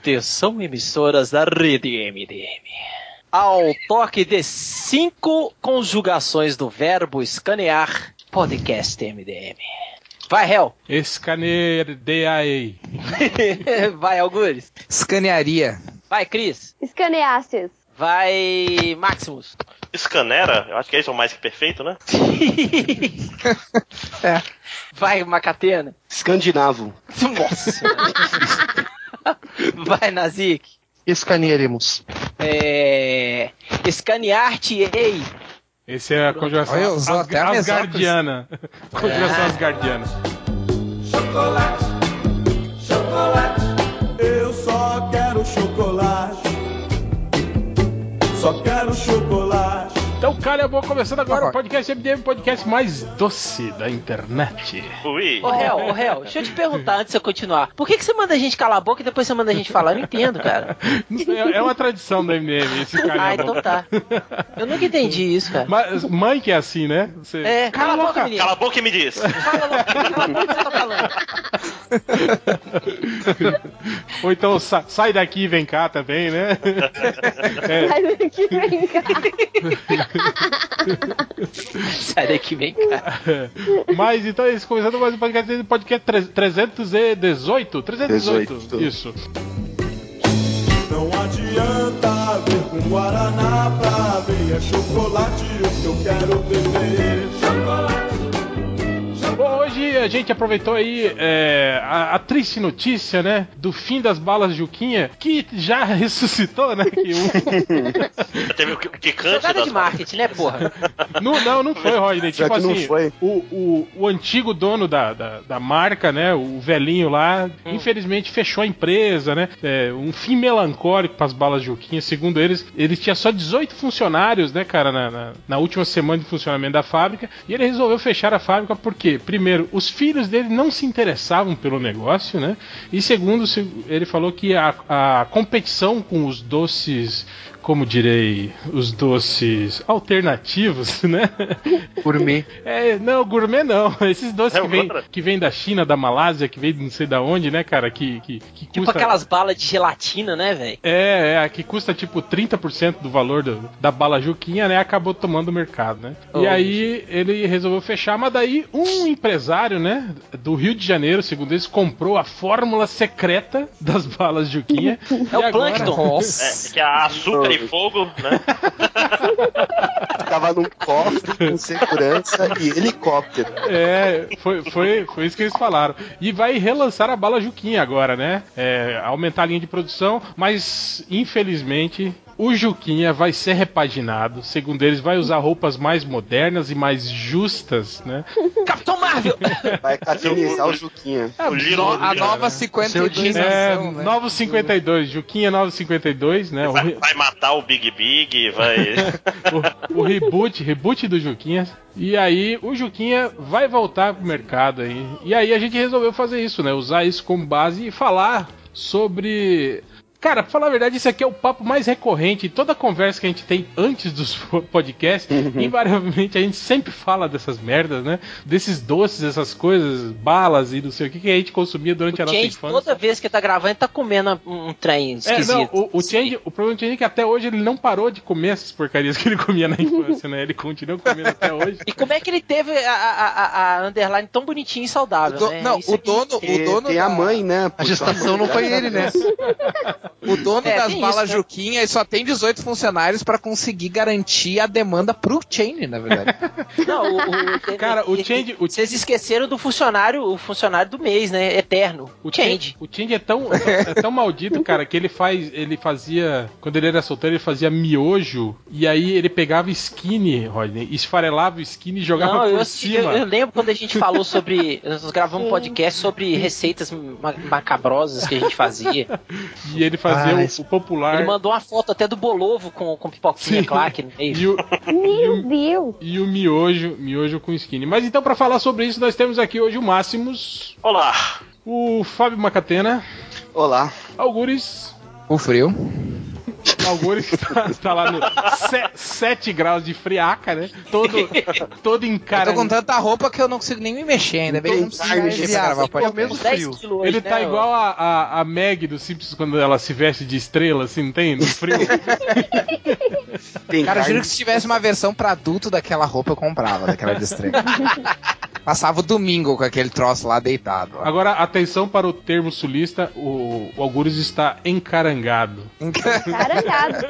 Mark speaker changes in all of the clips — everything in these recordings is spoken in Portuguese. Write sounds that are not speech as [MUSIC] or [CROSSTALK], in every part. Speaker 1: Atenção, emissoras da rede MDM. Ao toque de cinco conjugações do verbo escanear, podcast MDM. Vai, réu.
Speaker 2: Escanear DAE.
Speaker 1: [LAUGHS] Vai, Algures.
Speaker 3: Escanearia.
Speaker 1: Vai, Cris.
Speaker 4: Escaneasses.
Speaker 1: Vai, Maximus.
Speaker 5: Scanera? Eu acho
Speaker 6: é
Speaker 5: que eles são mais que perfeito, né?
Speaker 3: É.
Speaker 1: Vai, Macatena.
Speaker 7: Escandinavo.
Speaker 1: Nossa. [LAUGHS] Vai, Nazik.
Speaker 8: Escanearemos.
Speaker 1: É... Escanear-te-ei.
Speaker 2: Esse é a conjugação
Speaker 3: Olha, usou
Speaker 2: asg-
Speaker 3: até a mesóclise.
Speaker 2: asgardiana. [LAUGHS] Conjugação asgardiana.
Speaker 6: Eu só quero chocolate. Só quero chocolate.
Speaker 2: Então, cara, eu vou começando agora
Speaker 3: Opa.
Speaker 2: o podcast MDM, podcast mais doce da internet.
Speaker 5: Ui.
Speaker 1: Ô, réu, ô, réu, deixa eu te perguntar antes de eu continuar. Por que, que você manda a gente calar a boca e depois você manda a gente falar? Eu não entendo, cara.
Speaker 2: É, é uma tradição do MDM,
Speaker 1: [LAUGHS]
Speaker 2: esse cara.
Speaker 1: Ah, então tá. Eu nunca entendi isso, cara.
Speaker 2: Mas mãe que é assim, né? Você...
Speaker 1: É, cala a boca, menino.
Speaker 5: Cala a boca e me diz.
Speaker 1: Cala a boca,
Speaker 2: [LAUGHS]
Speaker 1: menino. O que você tá falando?
Speaker 2: Ou então sa- sai daqui e vem cá também,
Speaker 1: [LAUGHS]
Speaker 2: né? É.
Speaker 4: Ai, meu, que vem cá.
Speaker 1: Sai daqui, vem cá.
Speaker 2: Mas então é isso, começando mais um podcast, podcast tre- 318? 318,
Speaker 7: 18.
Speaker 2: isso.
Speaker 6: Não adianta ver com Guaraná pra ver. É chocolate o que eu quero beber.
Speaker 2: Bom, hoje a gente aproveitou aí é, a, a triste notícia, né? Do fim das balas Juquinha, que já [LAUGHS] ressuscitou, né? que um- o-
Speaker 5: [LAUGHS] Já teve o que- o quicante
Speaker 1: Jogada
Speaker 5: das
Speaker 1: de marketing, né,
Speaker 2: [LAUGHS]
Speaker 1: porra?
Speaker 2: não, não, não foi, Rodney.
Speaker 7: Já
Speaker 2: Tipo
Speaker 7: que não
Speaker 2: assim,
Speaker 7: foi.
Speaker 2: O, o, o antigo dono da, da, da marca, né? O velhinho lá, infelizmente fechou a empresa, né? É, um fim melancólico para as balas Juquinha. Segundo eles, ele tinha só 18 funcionários, né, cara, na, na, na última semana de funcionamento da fábrica. E ele resolveu fechar a fábrica porque, primeiro, os filhos dele não se interessavam pelo negócio, né? E segundo, se- ele falou que a, a competição com os doces. Como direi, os doces alternativos, [LAUGHS] né?
Speaker 8: Gourmet.
Speaker 2: É, não, gourmet não. [LAUGHS] Esses doces
Speaker 5: É
Speaker 2: que vêm
Speaker 5: agora?
Speaker 2: que vem da China, da Malásia, que vem de não sei da onde, né, cara? Que, que, que
Speaker 1: Tipo
Speaker 2: custa.
Speaker 1: aquelas balas de gelatina, né, velho?
Speaker 2: É, é, que custa tipo 30% do valor do- da bala Juquinha, né? Acabou tomando o mercado, né?
Speaker 1: Oh,
Speaker 2: e aí ele resolveu fechar, mas daí um empresário, né, do Rio de Janeiro, segundo eles, comprou a fórmula secreta das balas Juquinha.
Speaker 1: É o
Speaker 2: [LAUGHS]
Speaker 1: Plankton.
Speaker 5: É, que é açúcar e fogo, né?
Speaker 7: Tava num cofre com segurança e helicóptero.
Speaker 2: É, foi, foi, foi isso que eles falaram. E vai relançar a bala Juquinha agora, né? É, aumentar a linha de produção, mas infelizmente. O Juquinha vai ser repaginado, segundo eles, vai usar roupas mais modernas e mais justas, né?
Speaker 1: Capitão Marvel!
Speaker 7: Vai catenizar o Juquinha.
Speaker 5: O Giro-
Speaker 3: No- a
Speaker 5: o Giro-
Speaker 3: nova
Speaker 8: Seu
Speaker 3: 52
Speaker 8: Disney.
Speaker 2: É,
Speaker 3: ação, né?
Speaker 2: Novos 52, Juquinha 952, né? O,
Speaker 5: Vai,
Speaker 2: re-
Speaker 5: vai matar o Big Big, vai.
Speaker 1: [LAUGHS]
Speaker 2: o- o reboot, reboot do Juquinha. E aí o Juquinha vai voltar pro mercado aí. E aí a gente resolveu fazer isso, né? Usar isso como base e falar sobre. Cara, pra falar a verdade, isso aqui é o papo mais recorrente. Toda conversa que a gente tem antes dos [LAUGHS] podcasts, invariavelmente a gente sempre fala dessas merdas, né? Desses doces, essas coisas, balas e não sei o que que a gente consumia durante a
Speaker 1: O
Speaker 2: nossa
Speaker 1: Change,
Speaker 2: infância.
Speaker 1: toda vez que tá gravando, tá comendo um trem
Speaker 2: É,
Speaker 1: esquisito.
Speaker 2: não, o, o, Change, o problema do Change é que até hoje ele não parou de comer essas porcarias que ele comia
Speaker 1: [LAUGHS]
Speaker 2: na infância, né? Ele continua comendo até hoje.
Speaker 1: E como é que ele teve a, a, a- a underline tão bonitinha e
Speaker 3: O
Speaker 1: saudável,
Speaker 3: do-
Speaker 1: né?
Speaker 3: não,
Speaker 1: Isso
Speaker 3: o
Speaker 1: aqui-
Speaker 3: dono,
Speaker 7: E
Speaker 3: o dono
Speaker 7: tem
Speaker 3: da,
Speaker 7: a mãe, né?
Speaker 8: A gestação não foi ele, né?
Speaker 3: o dono
Speaker 1: É,
Speaker 3: das
Speaker 1: tem
Speaker 3: balas
Speaker 1: isso, né?
Speaker 3: Juquinha e só tem 18 funcionários pra conseguir garantir a demanda pro Chain, na
Speaker 8: [LAUGHS]
Speaker 3: verdade.
Speaker 1: Não, o, o- teve-
Speaker 2: Cara, o
Speaker 1: e-
Speaker 2: Change- o-
Speaker 1: Vocês esqueceram do funcionário, o funcionário do mês, né? Eterno. O Change.
Speaker 2: O Change é tão, é tão maldito, cara, que ele faz. Ele fazia. Quando ele era solteiro, ele fazia miojo. E aí ele pegava skinny, Rodney, esfarelava o skinny e jogava
Speaker 1: Não,
Speaker 2: por
Speaker 1: eu, eu,
Speaker 2: cima.
Speaker 1: eu lembro quando a gente
Speaker 2: [LAUGHS]
Speaker 1: falou sobre. Nós gravamos um podcast sobre receitas ma- macabrosas que a gente fazia.
Speaker 2: [LAUGHS] E ele fazia
Speaker 8: Ah,
Speaker 2: o-
Speaker 8: isso-
Speaker 2: o, popular.
Speaker 1: Ele mandou uma foto até do bolovo com, com pipoquinha
Speaker 2: Sim.
Speaker 1: claque no meio.
Speaker 2: E o,
Speaker 4: Meu Deus.
Speaker 2: e o miojo, miojo com skinny. Mas então, pra falar sobre isso, nós temos aqui hoje o Máximos,
Speaker 5: Olá.
Speaker 2: o Fábio Macatena,
Speaker 7: Olá.
Speaker 2: Algures,
Speaker 3: o frio.
Speaker 2: Algures que tá, [LAUGHS] tá lá no 7 graus de friaca, né? [LAUGHS] Todo, todo
Speaker 3: Eu tô com
Speaker 2: encarando.
Speaker 3: tanta roupa que eu não consigo nem me mexer, ainda bem que eu não preciso me
Speaker 7: Entendi.
Speaker 3: mexer pra gravar podcast.
Speaker 8: mesmo frio.
Speaker 2: Ele tá
Speaker 1: né,
Speaker 2: igual a, a, a Meg do Simpsons quando ela se veste de estrela, assim, não tem? No
Speaker 3: [LAUGHS]
Speaker 2: frio.
Speaker 7: Tem
Speaker 3: Cara, eu
Speaker 7: carne
Speaker 3: juro que se tivesse uma versão pra adulto daquela roupa, eu comprava, daquela de
Speaker 8: [LAUGHS]
Speaker 3: estrela. Passava o domingo com aquele troço lá deitado. ó.
Speaker 2: Agora, atenção para o termo sulista, o, o Algures está encarangado.
Speaker 9: Carangado.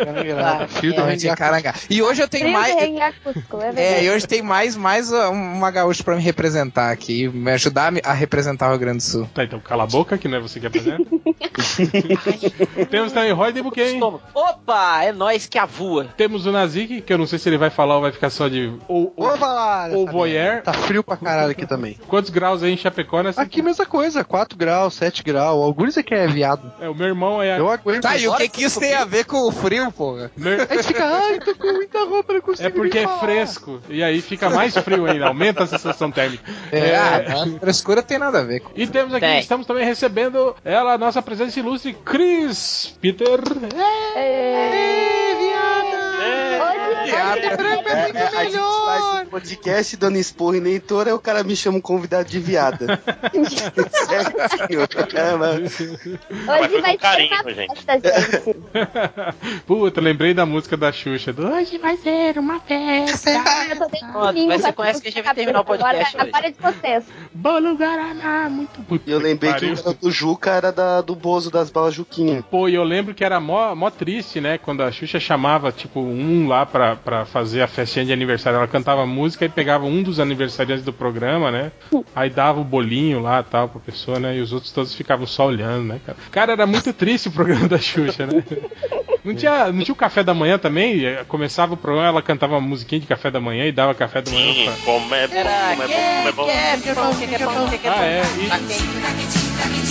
Speaker 8: Frio do
Speaker 3: Realmente é
Speaker 8: Randy
Speaker 3: caranga. E hoje eu tenho
Speaker 9: Frio
Speaker 3: mais.
Speaker 9: de Renhaca Cusco, é
Speaker 3: É,
Speaker 9: verdade.
Speaker 3: e hoje tem mais, mais uh, uma gaúcha pra me representar aqui, me ajudar a me- a representar o Rio Grande do Sul.
Speaker 2: Tá, então cala a boca, que não é você que
Speaker 3: [LAUGHS]
Speaker 2: apresenta. Temos também Roy Debuquem.
Speaker 1: Estômago. Opa, é nós que avua.
Speaker 2: Temos o Nazik, que eu não sei se ele vai falar ou vai ficar só de. Ou, ou-
Speaker 8: Vou falar.
Speaker 2: ou
Speaker 8: essa
Speaker 2: voyeur. é
Speaker 8: merda. Tá frio pra caralho aqui também.
Speaker 2: Quantos graus aí em Chapecó nessa?
Speaker 8: Aqui mesma coisa, 4 graus, 7 graus. Alguns é que é viado.
Speaker 2: É, o meu irmão é.
Speaker 8: Eu aguento.
Speaker 3: Tá, e o que, que isso tem a ver com o frio, porra?
Speaker 2: meu-
Speaker 8: Aí tu fica, ai, tô com muita roupa, não
Speaker 2: [LAUGHS]
Speaker 8: consigo
Speaker 2: É porque
Speaker 8: nem
Speaker 2: é
Speaker 8: falar."
Speaker 2: fresco. E aí fica mais frio ainda, aumenta a sensação térmica.
Speaker 3: É, ah, a frescura tem nada a ver com.
Speaker 2: E temos aqui,
Speaker 1: Tem.
Speaker 2: estamos também recebendo ela, a nossa presença ilustre, Chris Peter.
Speaker 9: É, Hoje,
Speaker 8: Viado,
Speaker 9: hoje eu
Speaker 8: branco é
Speaker 7: É,
Speaker 8: muito
Speaker 7: a gente faz um podcast dando esporro e nem touro, aí o cara me chama um convidado de viada. Sério, senhor. É, mano.
Speaker 6: Mas foi
Speaker 9: Hoje
Speaker 6: com
Speaker 9: vai ter
Speaker 6: carinho,
Speaker 9: uma
Speaker 6: gente.
Speaker 9: festa, gente.
Speaker 2: [LAUGHS] Puta, lembrei da música da Xuxa. Do... Hoje vai ser uma festa.
Speaker 9: Ah, Eu tô dentro do
Speaker 1: Pronto,
Speaker 9: ninho,
Speaker 1: mas você
Speaker 9: tá
Speaker 1: conhece
Speaker 9: tudo
Speaker 1: que a gente vai terminar o podcast
Speaker 9: Agora,
Speaker 1: hoje.
Speaker 9: agora é de vocês.
Speaker 2: Bolo Guaraná, muito puta.
Speaker 7: E eu lembrei que
Speaker 2: pariu.
Speaker 7: o cara do Juca era da- do Bozo das balas Juquinha.
Speaker 2: Pô, e eu lembro que era mó, mó triste, né? Quando a Xuxa chamava, tipo, um lá pra, pra fazer a festinha de aniversário. Ela cantava música e pegava um dos aniversariantes do programa, né? Aí dava o bolinho lá tal pra pessoa, né? E os outros todos ficavam só olhando, né, cara? Cara, era muito triste o programa da
Speaker 6: [LAUGHS]
Speaker 2: Xuxa, né? Não tinha, não tinha o café da manhã também? Eh, Começava o programa, ela cantava uma musiquinha de café da manhã e dava café da manhã
Speaker 6: Sim,
Speaker 2: pra.
Speaker 6: como é bom, como é bom, como é bom.
Speaker 2: Ah, é. E,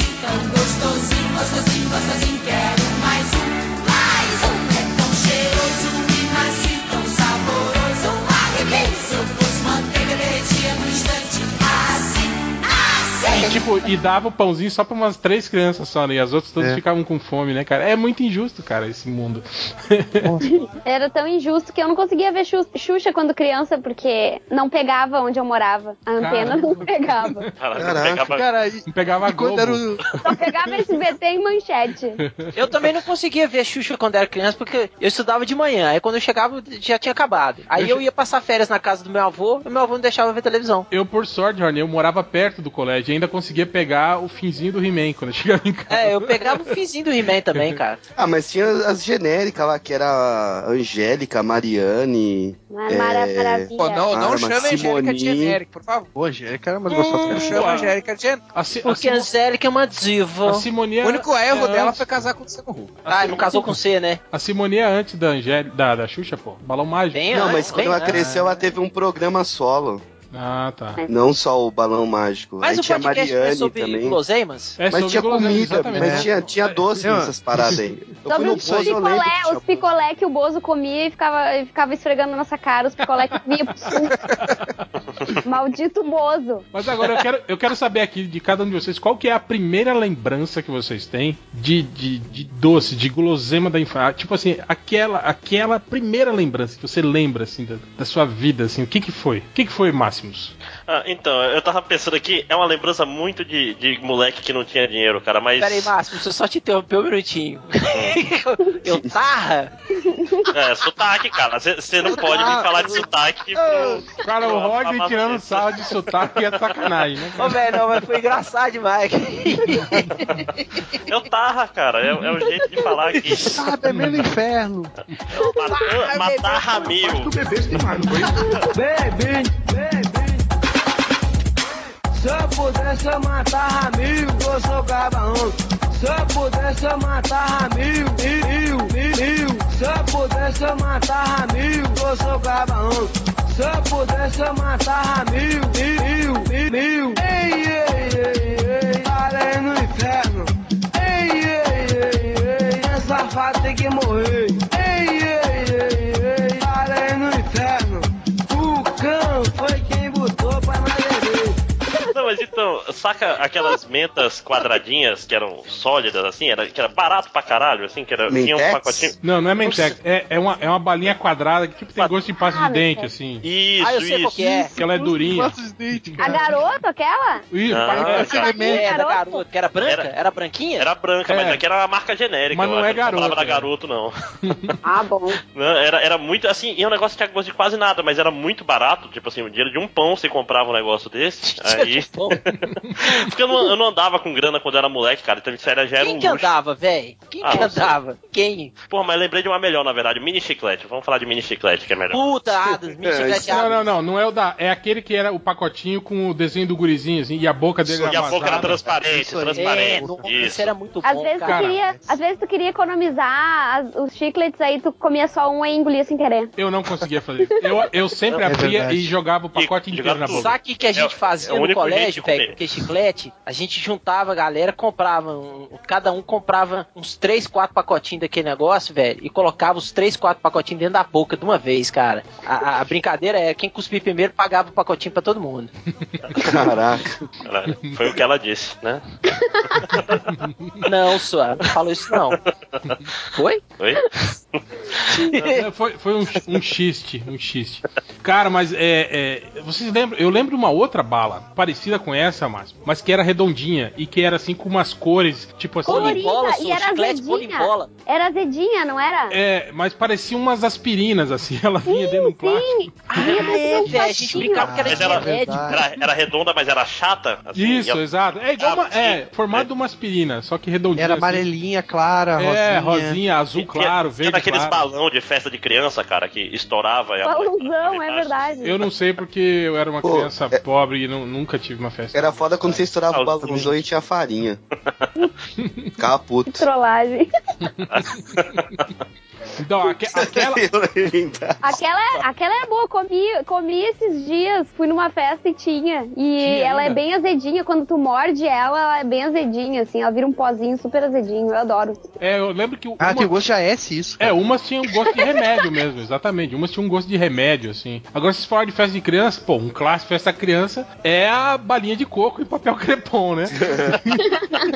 Speaker 2: e, tipo, e dava o pãozinho só pra umas três crianças só, né? E as outras todas
Speaker 8: É.
Speaker 2: ficavam com fome, né, cara? É muito injusto, cara, esse mundo.
Speaker 9: [LAUGHS]
Speaker 1: [LAUGHS]
Speaker 9: Era tão injusto que eu não conseguia ver Xu- Xuxa quando criança, porque não pegava onde eu morava. A antena não pegava.
Speaker 6: Ela
Speaker 7: Caraca,
Speaker 6: pegava
Speaker 8: Cara, e,
Speaker 2: Não pegava a
Speaker 8: e quando
Speaker 2: Globo.
Speaker 8: era o.
Speaker 9: Só pegava SBT e manchete.
Speaker 1: Eu também não conseguia ver Xuxa quando era criança, porque eu estudava de manhã. Aí quando eu chegava, já tinha acabado. Aí eu ia passar férias na casa do meu avô, e meu avô não deixava eu ver televisão.
Speaker 2: Eu, por sorte, Jorney, eu morava perto do colégio e ainda conseguia pegar o finzinho do He-Man quando eu chegava em casa.
Speaker 1: É, eu pegava o finzinho do He-Man
Speaker 9: [LAUGHS]
Speaker 1: também, É, cara.
Speaker 7: Ah, mas tinha as genéricas lá, que era a Angélica, a Mariane.
Speaker 9: Uma mara-
Speaker 7: É.
Speaker 9: maravilha.
Speaker 3: Pô, não, não
Speaker 7: Arma,
Speaker 3: chama a Angélica
Speaker 7: Simone.
Speaker 3: de genérico, por favor.
Speaker 8: Hoje, é cara, mas gostosa.
Speaker 3: Não chama a Angélica de genérico.
Speaker 2: A, Si- a,
Speaker 1: Porque a
Speaker 2: Simo-
Speaker 1: Angélica é uma diva.
Speaker 2: a Simone é-
Speaker 3: O único erro
Speaker 2: é
Speaker 3: dela
Speaker 2: antes-
Speaker 3: foi casar com o Luciano Huck.
Speaker 1: Ah, não casou com C, né?
Speaker 2: A Simone é antes da, Angé... da, da Xuxa, pô. Balão Mágico.
Speaker 1: Bem
Speaker 7: Não,
Speaker 1: antes,
Speaker 7: mas quando
Speaker 1: bem né?
Speaker 7: ela
Speaker 1: antes.
Speaker 7: cresceu, ela teve um programa solo.
Speaker 2: Ah, tá.
Speaker 7: Não só o Balão Mágico.
Speaker 1: É. Mas
Speaker 7: Aí
Speaker 1: o
Speaker 7: tinha a
Speaker 1: podcast não é
Speaker 7: Mariane
Speaker 1: sobre
Speaker 7: também.
Speaker 1: guloseimas?
Speaker 2: É
Speaker 7: Mas
Speaker 2: sobre
Speaker 7: tinha
Speaker 2: guloseima,
Speaker 7: comida,
Speaker 2: exatamente. É.
Speaker 7: mas tinha, tinha doce
Speaker 8: Eu-
Speaker 7: nessas
Speaker 2: [LAUGHS]
Speaker 7: paradas aí. Eu
Speaker 9: Sobre
Speaker 7: fui no
Speaker 9: os
Speaker 7: Bozo, eu lembro. que
Speaker 9: picolé,
Speaker 7: tinha
Speaker 9: os picolé que o Bozo comia e ficava, e ficava esfregando na nossa cara, os picolé que vinha pro sul. Maldito Bozo.
Speaker 2: Mas agora eu quero, eu quero saber aqui de cada um de vocês qual que é a primeira lembrança que vocês têm de, de, de doce, de guloseima da infância. Ah, Tipo assim, aquela aquela primeira lembrança que você lembra assim da, da sua vida assim, o que que foi? O que que foi, Máximos?
Speaker 6: Ah, então, eu tava pensando aqui, é uma lembrança muito de, de moleque que não tinha dinheiro, cara, mas.
Speaker 1: Peraí, Márcio, deixa eu só te interromper um minutinho. [LAUGHS] eu, eu tarra?
Speaker 6: É, sotaque, cara. Você não pode me falar de sotaque
Speaker 1: Ah.
Speaker 6: tá pro.
Speaker 2: Cara, o
Speaker 6: Eu
Speaker 2: Rodney
Speaker 6: amava
Speaker 2: tirando
Speaker 6: isso.
Speaker 2: sarro de sotaque é sacanagem, né?
Speaker 1: Ô, velho, não, mas foi engraçado demais.
Speaker 6: Eu tarra, cara. É, é o jeito de falar aqui.
Speaker 8: Ah, bebendo inferno.
Speaker 6: Matar- Matar Ramil. Não, mas então,
Speaker 5: saca aquelas mentas quadradinhas que eram sólidas, assim, era, que era barato pra caralho, assim, que era, tinha um
Speaker 7: Mentex?
Speaker 5: pacotinho.
Speaker 2: Não, não é Mentex. É, é, uma, é uma balinha quadrada que tipo, tem gosto de pasta
Speaker 9: Ah,
Speaker 2: de dente,
Speaker 9: Mentex.
Speaker 2: assim.
Speaker 5: Isso,
Speaker 10: Ah, eu sei qual
Speaker 5: isso.
Speaker 10: que é.
Speaker 2: Que ela é durinha.
Speaker 8: Passa os dentes,
Speaker 9: A
Speaker 8: cara.
Speaker 9: garota, aquela?
Speaker 2: Ih,
Speaker 5: Ah,
Speaker 2: parece-
Speaker 8: Parece
Speaker 10: Era
Speaker 8: elemento.
Speaker 10: é, da
Speaker 9: Garoto.
Speaker 10: garoto, que era branca? Era,
Speaker 5: Era-
Speaker 10: branquinha?
Speaker 5: Era branca, mas
Speaker 2: É.
Speaker 5: aqui era uma marca genérica.
Speaker 2: Mas
Speaker 5: eu
Speaker 2: não
Speaker 5: acho,
Speaker 2: é
Speaker 5: eu falava da
Speaker 2: garoto,
Speaker 5: garoto, não. [LAUGHS]
Speaker 9: Ah, bom.
Speaker 5: Não, era, era muito assim, e o negócio tinha gosto de quase nada, mas era muito barato, tipo assim, o dinheiro de um pão você comprava um negócio desse. Aí.
Speaker 10: Bom,
Speaker 5: [LAUGHS] Porque eu não, eu não andava com grana quando era moleque, cara, então isso era, já era
Speaker 10: Quem
Speaker 5: um
Speaker 10: que
Speaker 5: luxo.
Speaker 10: andava, velho? Quem
Speaker 5: Ah,
Speaker 10: que
Speaker 5: não sei.
Speaker 10: andava? Quem?
Speaker 5: Porra, mas eu lembrei de uma melhor, na verdade, mini chiclete. Vamos falar de mini chiclete, que é melhor.
Speaker 10: Puta, Adams, me
Speaker 7: É,
Speaker 10: chiclete
Speaker 7: isso-
Speaker 2: Não,
Speaker 10: Adams.
Speaker 2: não, não, não é o da. É aquele que era o pacotinho com o desenho do gurizinho, assim, e a boca dele
Speaker 5: E a boca era
Speaker 2: vazada.
Speaker 5: transparente,
Speaker 8: Isso aí.
Speaker 10: É,
Speaker 5: transparente.
Speaker 10: não,
Speaker 5: isso.
Speaker 10: isso era muito bom,
Speaker 9: Às vezes, tu
Speaker 10: cara.
Speaker 2: cara,
Speaker 9: queria, às vezes tu queria economizar as- os chicletes, aí tu comia só um e engolia sem querer.
Speaker 2: Eu não conseguia fazer isso. Eu, eu sempre
Speaker 8: É
Speaker 2: abria
Speaker 8: verdade.
Speaker 2: e jogava o pacote
Speaker 5: E
Speaker 2: inteiro na
Speaker 5: jogava
Speaker 2: boca.
Speaker 10: Sabe o que, que a gente
Speaker 5: É-
Speaker 10: fazia
Speaker 5: é o
Speaker 10: no
Speaker 5: único
Speaker 10: colégio, [LAUGHS]
Speaker 5: jeito de
Speaker 10: velho?
Speaker 5: comer.
Speaker 10: Porque chiclete, a gente juntava a galera, comprava, um- cada um comprava uns 3, 4 pacotinhos daquele negócio, velho, e colocava os 3, 4 pacotinhos dentro da boca de uma vez, cara. A, a- a brincadeira é quem cuspir primeiro pagava o pacotinho pra todo mundo.
Speaker 7: Caraca.
Speaker 5: Caralho, Foi o que ela disse, né?
Speaker 10: Não, sua, não falou isso não. Foi?
Speaker 5: Foi?
Speaker 2: É, Foi, foi um, um xiste, um xiste. Cara, mas é, é, Vocês lembram? Eu lembro de uma outra bala, parecida com essa, Márcio, mas que era redondinha e que era assim com umas cores, tipo assim.
Speaker 9: Colorida,
Speaker 10: Bola,
Speaker 9: e
Speaker 10: sua,
Speaker 9: era
Speaker 10: chiclete, bola em
Speaker 9: azedinha.
Speaker 10: bola.
Speaker 9: Era azedinha, não era?
Speaker 2: É, mas parecia umas aspirinas, assim. [LAUGHS] Ela vinha dentro de um plástico.
Speaker 9: Sim, vinha
Speaker 10: é,
Speaker 9: dentro de um
Speaker 10: velho, a gente
Speaker 9: [LAUGHS] patinho.
Speaker 10: brincava que era
Speaker 5: Ah, Mas
Speaker 10: de
Speaker 5: ela-
Speaker 10: remédio. né?
Speaker 5: Era, era redonda, mas era chata. assim,
Speaker 2: Isso,
Speaker 5: e a-
Speaker 2: exato. É igual uma,
Speaker 5: Ah, sim.
Speaker 2: é, formado de uma aspirina, só que redondinha.
Speaker 8: Era
Speaker 2: assim.
Speaker 8: amarelinha, clara,
Speaker 2: É,
Speaker 8: rosinha.
Speaker 2: rosinha, azul
Speaker 5: Tinha-
Speaker 2: claro,
Speaker 5: tinha
Speaker 2: verde
Speaker 5: daqueles
Speaker 2: claro.
Speaker 5: é balão de festa de criança, cara, que estourava. e a moleque-
Speaker 9: Balãozão, é verdade.
Speaker 2: Eu não sei porque eu era uma
Speaker 7: Pô,
Speaker 2: criança
Speaker 5: é-
Speaker 2: pobre e nu- nunca tive uma festa.
Speaker 7: Era foda quando você estourava o balãozão e
Speaker 2: [LAUGHS]
Speaker 7: tinha farinha. Ficava
Speaker 9: Que
Speaker 7: puto.
Speaker 9: trollagem.
Speaker 2: Então, aque-
Speaker 7: é
Speaker 2: aquela,
Speaker 7: Eu lembro.
Speaker 9: Aquela, aquela é boa, comi, comi esses dias, fui numa festa e tinha. E ela
Speaker 2: ainda?
Speaker 9: é bem azedinha, quando tu morde ela, ela é bem azedinha, assim, ela vira um pozinho super azedinho, eu adoro.
Speaker 2: é, eu lembro que
Speaker 8: Ah,
Speaker 2: uma-
Speaker 8: tem gosto de AS isso.
Speaker 2: É, umas tinham um gosto de remédio mesmo, exatamente. Umas tinham um gosto de remédio, assim. Agora, se falar de festa de criança, pô, um clássico festa da criança é a balinha de coco e papel [LAUGHS] crepom,
Speaker 5: [LAUGHS]
Speaker 2: né?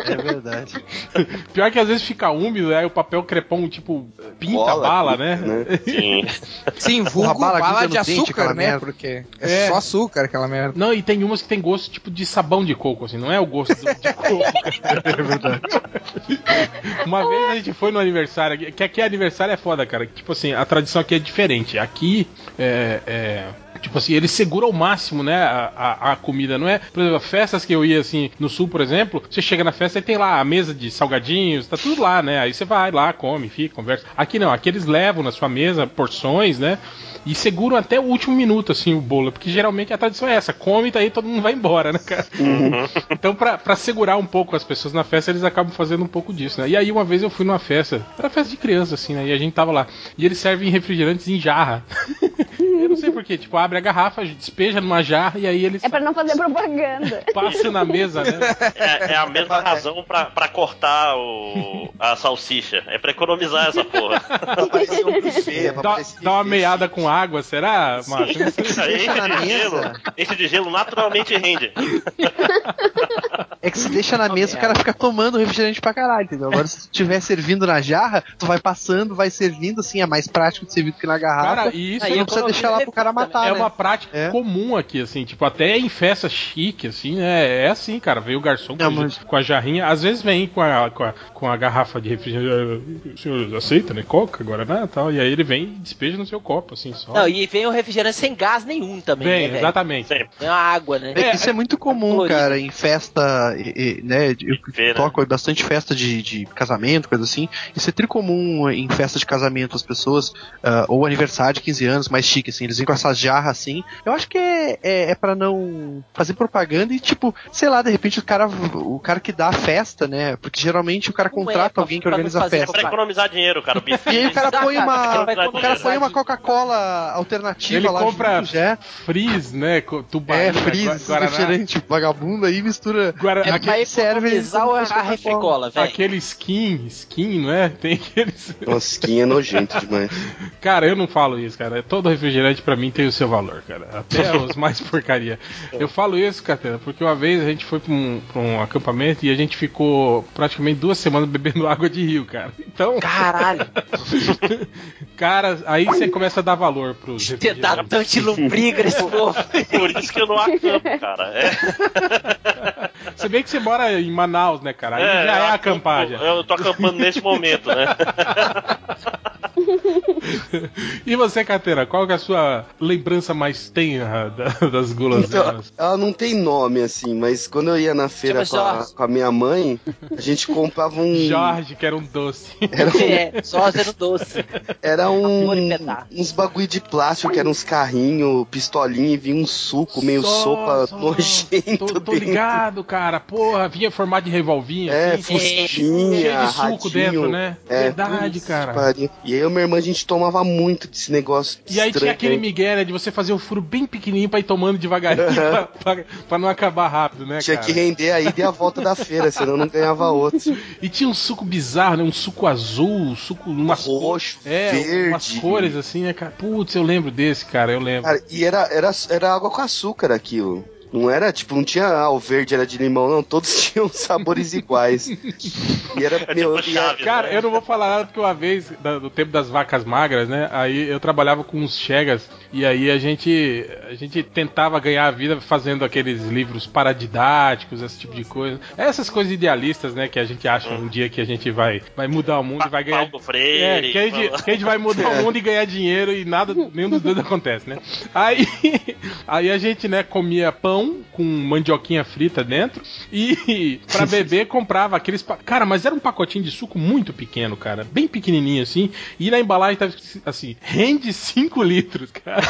Speaker 8: É verdade.
Speaker 2: [LAUGHS] Pior que às vezes fica úmido, aí o papel crepom, tipo, pinta a
Speaker 7: Cola,
Speaker 2: bala,
Speaker 7: pinta,
Speaker 2: né? [LAUGHS]
Speaker 7: né?
Speaker 5: Sim.
Speaker 3: Sim, vulgo
Speaker 8: bala
Speaker 3: bala,
Speaker 8: gruda
Speaker 3: de
Speaker 8: no dente,
Speaker 3: açúcar,
Speaker 8: aquela
Speaker 3: né?
Speaker 8: merda.
Speaker 3: Porque é,
Speaker 2: É.
Speaker 3: só açúcar aquela merda.
Speaker 2: Não, e tem umas que tem gosto tipo de sabão de coco, assim, não é o gosto do- de coco. é verdade. Uma vez a gente foi no aniversário, aqui- que aqui aniversário é foda, cara. que, Tipo assim, a tradição aqui é diferente. Aqui é. é, Tipo assim, eles seguram ao máximo, né? A, a- a comida, não é? Por exemplo, festas que eu ia assim, no sul, por exemplo, você chega na festa e tem lá a mesa de salgadinhos, tá tudo lá, né? Aí você vai lá, come, fica, conversa. Aqui não, aqui eles levam na sua mesa porções, né? E seguram até o último minuto, assim, o bolo. Porque geralmente a tradição é essa: come, tá aí todo mundo vai embora, né, cara? Então, pra, pra segurar um pouco as pessoas na festa, eles acabam fazendo um pouco disso, né? E aí, uma vez eu fui numa festa, era festa de criança, assim, né? E a gente tava lá. E eles servem refrigerantes em jarra. [LAUGHS] eu não sei porquê. Tipo, abre a garrafa, despeja numa jarra e aí eles
Speaker 9: É pra não fazer propaganda. [LAUGHS]
Speaker 2: passam na mesa, né?
Speaker 5: [LAUGHS] É, é a mesma razão pra, pra cortar o, a salsicha. É pra economizar essa porra.
Speaker 7: Parecia um buffet, é pra
Speaker 2: Dá,
Speaker 7: parecer
Speaker 2: dá uma
Speaker 7: buffet.
Speaker 2: meiada com água, será, Márcio? Não sei.
Speaker 5: Isso aí,
Speaker 8: [LAUGHS] Deixa na
Speaker 5: Esse de gelo,
Speaker 8: mesa.
Speaker 5: esse de gelo naturalmente rende.
Speaker 8: É que se deixa na mesa, o cara fica tomando refrigerante pra caralho, entendeu? Agora, se tu tiver servindo na jarra, tu vai passando, vai servindo, assim, é mais prático de servir do que na garrafa.
Speaker 2: Cara, e isso
Speaker 8: Aí não precisa deixar lá pro cara matar,
Speaker 2: é
Speaker 8: né?
Speaker 2: uma prática
Speaker 8: É.
Speaker 2: comum aqui, assim, tipo, até em festa chique, assim, né? É assim, cara. Veio o garçom com,
Speaker 8: Não,
Speaker 2: a,
Speaker 8: mas-
Speaker 2: com a jarrinha, às vezes vem com a, com a, com a garrafa de refrigerante. O senhor aceita, né? Coca, Guaraná e tal. E aí ele vem e despeja no seu copo, assim, só.
Speaker 10: Não, e vem o refrigerante sem gás nenhum também,
Speaker 2: Bem,
Speaker 10: né, velho?
Speaker 2: exatamente.
Speaker 5: Sempre.
Speaker 10: É uma água, né?
Speaker 8: É que isso é muito comum,
Speaker 10: colorido.
Speaker 8: cara, em festa, e- e, né? Eu
Speaker 5: Buffet, né?
Speaker 8: toco bastante festa de, de casamento, coisa assim. Isso é tricomum em festa de casamento, as pessoas, ah, ou aniversário de 15 anos, mais chique, assim, eles vêm com essas jarras assim. Eu acho que é, é, é para não fazer propaganda e, tipo, sei lá, de repente o cara, o cara que dá a festa, né? Porque geralmente o cara
Speaker 10: Como é
Speaker 8: contrata
Speaker 10: pra-
Speaker 8: alguém que
Speaker 10: pra não
Speaker 8: organiza a
Speaker 10: fazer
Speaker 5: É
Speaker 8: festa.
Speaker 5: um pra economizar dinheiro, cara. O buffet.
Speaker 8: E aí o cara
Speaker 10: Exato,
Speaker 8: põe uma.
Speaker 10: vai
Speaker 8: O
Speaker 5: O
Speaker 8: cara
Speaker 10: economizar.
Speaker 8: põe uma Coca-Cola alternativa
Speaker 2: Ele
Speaker 8: lá
Speaker 2: compra
Speaker 8: junto, já.
Speaker 2: Frizz, né? com Tubarina,
Speaker 8: É,
Speaker 2: gua-
Speaker 8: frizz,
Speaker 2: Guaraná.
Speaker 8: refrigerante vagabundo aí mistura
Speaker 2: Guara-
Speaker 10: É
Speaker 2: aquele,
Speaker 10: pra
Speaker 8: serve
Speaker 10: economizar o-
Speaker 8: eles com
Speaker 10: a refricola, velho.
Speaker 2: aquele skin, skin, não é? Tem [LAUGHS] aqueles.
Speaker 7: Nossa, skin é nojento demais.
Speaker 2: Cara, eu não falo isso, cara. Todo refrigerante pra mim tem o seu valor, cara. Até os mais porcaria. Eu falo isso, Catena, porque uma vez a gente foi pra um, pra um acampamento e a gente ficou praticamente duas semanas bebendo [LAUGHS] água de rio, cara. Então,
Speaker 10: Caralho,
Speaker 2: [LAUGHS] cara, aí você começa a dar valor pros
Speaker 10: você dá
Speaker 2: refrigerantes.
Speaker 10: tanto de lombriga nesse povo.
Speaker 5: [LAUGHS] Por isso que eu
Speaker 10: [LAUGHS]
Speaker 5: não acampo, cara. É,
Speaker 2: [LAUGHS] Se bem que você mora em Manaus, né, cara? Aí já
Speaker 5: eu
Speaker 2: é
Speaker 5: acampo-
Speaker 2: acampar, já.
Speaker 5: Eu tô acampando nesse momento, né?
Speaker 2: [LAUGHS] E você, Catena, qual que é a sua lembrança mais tenra da- das
Speaker 7: Então,
Speaker 2: guloseimas?
Speaker 7: Ela não tem nome, assim, mas quando eu ia na feira
Speaker 10: Chama
Speaker 7: com a,
Speaker 10: Jorge.
Speaker 7: com a minha mãe, a gente comprava um.
Speaker 2: Jorge, que era um doce.
Speaker 10: [LAUGHS]
Speaker 7: [LAUGHS]
Speaker 10: É, só sendo doce.
Speaker 7: Era um.
Speaker 10: Amor e pedaço.
Speaker 7: Uns bagulho de plástico, que eram uns carrinhos, pistolinha e vinha um suco, meio
Speaker 2: Só-
Speaker 7: sopa
Speaker 2: só-
Speaker 7: nojento.
Speaker 2: Tô, tô
Speaker 7: dentro.
Speaker 2: ligado, cara. Porra, vinha formado de revolvinho.
Speaker 7: É,
Speaker 2: assim,
Speaker 7: fustinha,
Speaker 2: cheio de suco
Speaker 7: radinho.
Speaker 2: dentro, né?
Speaker 7: É,
Speaker 2: Verdade,
Speaker 7: putz,
Speaker 2: cara.
Speaker 7: pariu. E eu e minha irmã, a gente tomava muito desse negócio.
Speaker 2: E aí tinha
Speaker 7: estranho.
Speaker 2: aquele migué, né, de você fazer um furo bem pequenininho pra ir tomando
Speaker 7: [LAUGHS]
Speaker 2: devagarinho, pra, pra- pra não acabar rápido, né,
Speaker 7: Tinha
Speaker 2: cara?
Speaker 7: que render aí e a volta da feira, senão não ganhava outro.
Speaker 2: [LAUGHS] E tinha um suco bizarro, né, um suco azul, um suco... Umas co-
Speaker 7: Roxo,
Speaker 2: é,
Speaker 7: verde.
Speaker 2: umas cores assim, né, cara? Putz, eu lembro desse, cara, eu lembro.
Speaker 7: Cara, e era, era, era água com açúcar aquilo. Não era, tipo, não tinha, ah, o verde era de limão, não. Todos [LAUGHS] tinham sabores iguais. E era,
Speaker 5: É
Speaker 7: meu,
Speaker 5: tipo
Speaker 7: e era-
Speaker 5: chave.
Speaker 2: Cara,
Speaker 5: né?
Speaker 2: eu não vou falar nada porque uma vez, da- do tempo das vacas magras, né? Aí eu trabalhava com uns chegas e aí a gente, a gente tentava ganhar a vida fazendo aqueles livros paradidáticos, esse tipo de coisa. Essas coisas idealistas, né? Que a gente acha um dia que a gente vai, vai mudar o mundo e vai ganhar.
Speaker 5: Hum. Paulo
Speaker 2: É,
Speaker 5: Freire.
Speaker 2: que a, gente, que a gente vai
Speaker 5: [LAUGHS]
Speaker 2: mudar o mundo e ganhar dinheiro e nada, nenhum dos dois acontece, né? Aí, [LAUGHS] aí a gente, né, comia pão com mandioquinha frita dentro e [LAUGHS] pra beber comprava aqueles. pa- Cara, mas era um pacotinho de suco muito pequeno, cara. Bem pequenininho assim. E na embalagem tava escrito assim: rende 5 litros, cara.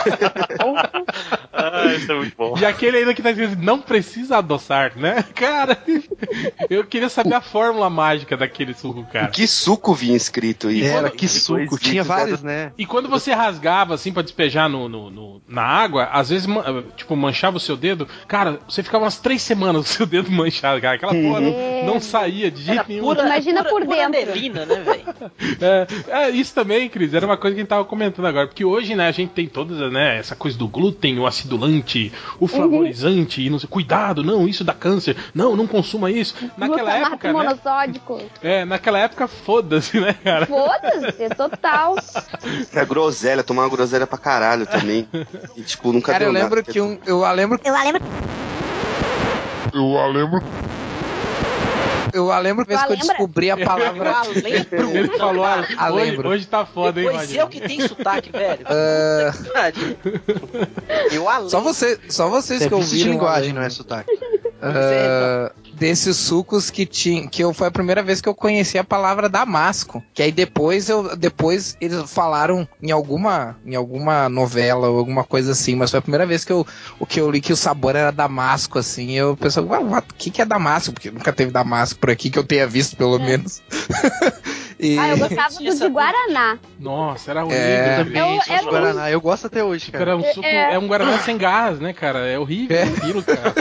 Speaker 5: Ah, isso é muito bom.
Speaker 2: E aquele ainda que tá escrito não precisa adoçar, né? Cara, [LAUGHS] eu queria saber a fórmula mágica daquele suco, cara.
Speaker 7: Que suco vinha escrito aí?
Speaker 8: Era,
Speaker 2: quando-
Speaker 8: que suco.
Speaker 7: dois
Speaker 8: Tinha
Speaker 7: litros
Speaker 8: vários, né?
Speaker 2: E quando você rasgava, assim, pra despejar no, no- no- na água, às vezes, man- tipo, manchava o seu dedo. Cara, você ficava umas três semanas com o seu dedo [LAUGHS] manchado, cara. Aquela porra
Speaker 8: É.
Speaker 2: não, não saía de
Speaker 10: Era
Speaker 2: jeito nenhum.
Speaker 10: pura,
Speaker 9: Imagina
Speaker 10: pura,
Speaker 9: por
Speaker 10: pura
Speaker 9: dentro.
Speaker 10: neblina, né, velho?
Speaker 2: É, é, isso também, Cris, era uma coisa que a gente tava comentando agora. Porque hoje, né, a gente tem toda né, essa coisa do glúten, o acidulante,
Speaker 8: Uhum.
Speaker 2: o flavorizante, e não sei, cuidado, não, isso dá câncer, não, não consuma isso. Naquela
Speaker 9: Glutamato
Speaker 2: época, né?
Speaker 9: monossódico.
Speaker 2: É, naquela época, foda-se, né, cara?
Speaker 9: Foda-se, é total.
Speaker 7: Era groselha, tomava groselha pra caralho também. E, tipo, nunca
Speaker 3: Cara, eu
Speaker 7: deu nada.
Speaker 3: lembro que um. Eu lembro. Eu lembro. Eu a lembro que vez que eu
Speaker 9: Alembra?
Speaker 3: descobri a palavra.
Speaker 10: Eu
Speaker 3: [LAUGHS]
Speaker 10: lembro.
Speaker 2: Ele falou, ah,
Speaker 3: Ah,
Speaker 2: hoje,
Speaker 3: lembro.
Speaker 2: hoje tá foda, hein,
Speaker 10: Pois
Speaker 2: Maria?
Speaker 10: eu que tenho sotaque, velho.
Speaker 3: Ah,
Speaker 10: Puta que pariu. Eu além.
Speaker 3: só, você, só vocês
Speaker 8: Isso
Speaker 3: que
Speaker 8: de
Speaker 3: ouviram. né?
Speaker 8: linguagem,
Speaker 3: a
Speaker 8: não é sotaque.
Speaker 3: Ah, desses sucos que tinha, que eu, foi a primeira vez que eu conheci a palavra Damasco, que aí depois eu depois eles falaram em alguma em alguma novela ou alguma coisa assim, mas foi a primeira vez que eu o que eu li que o sabor era Damasco assim, eu pensei, "Ué, what? o que que é Damasco? Porque nunca teve Damasco por aqui que eu tenha visto pelo menos. [LAUGHS] e
Speaker 9: É. Ah, eu gostava do
Speaker 10: Tinha essa
Speaker 9: de Guaraná.
Speaker 2: Nossa, era horrível.
Speaker 3: É.
Speaker 2: cara.
Speaker 8: Também,
Speaker 9: Eu-
Speaker 8: suco de
Speaker 9: eu-
Speaker 8: Guaraná. Eu gosto até hoje, cara.
Speaker 2: um Era um suco, é.
Speaker 9: É.
Speaker 2: um
Speaker 9: [LAUGHS]
Speaker 2: guaraná sem gás, né, cara? É horrível
Speaker 3: É.
Speaker 2: aquilo,
Speaker 5: [LAUGHS]
Speaker 2: cara.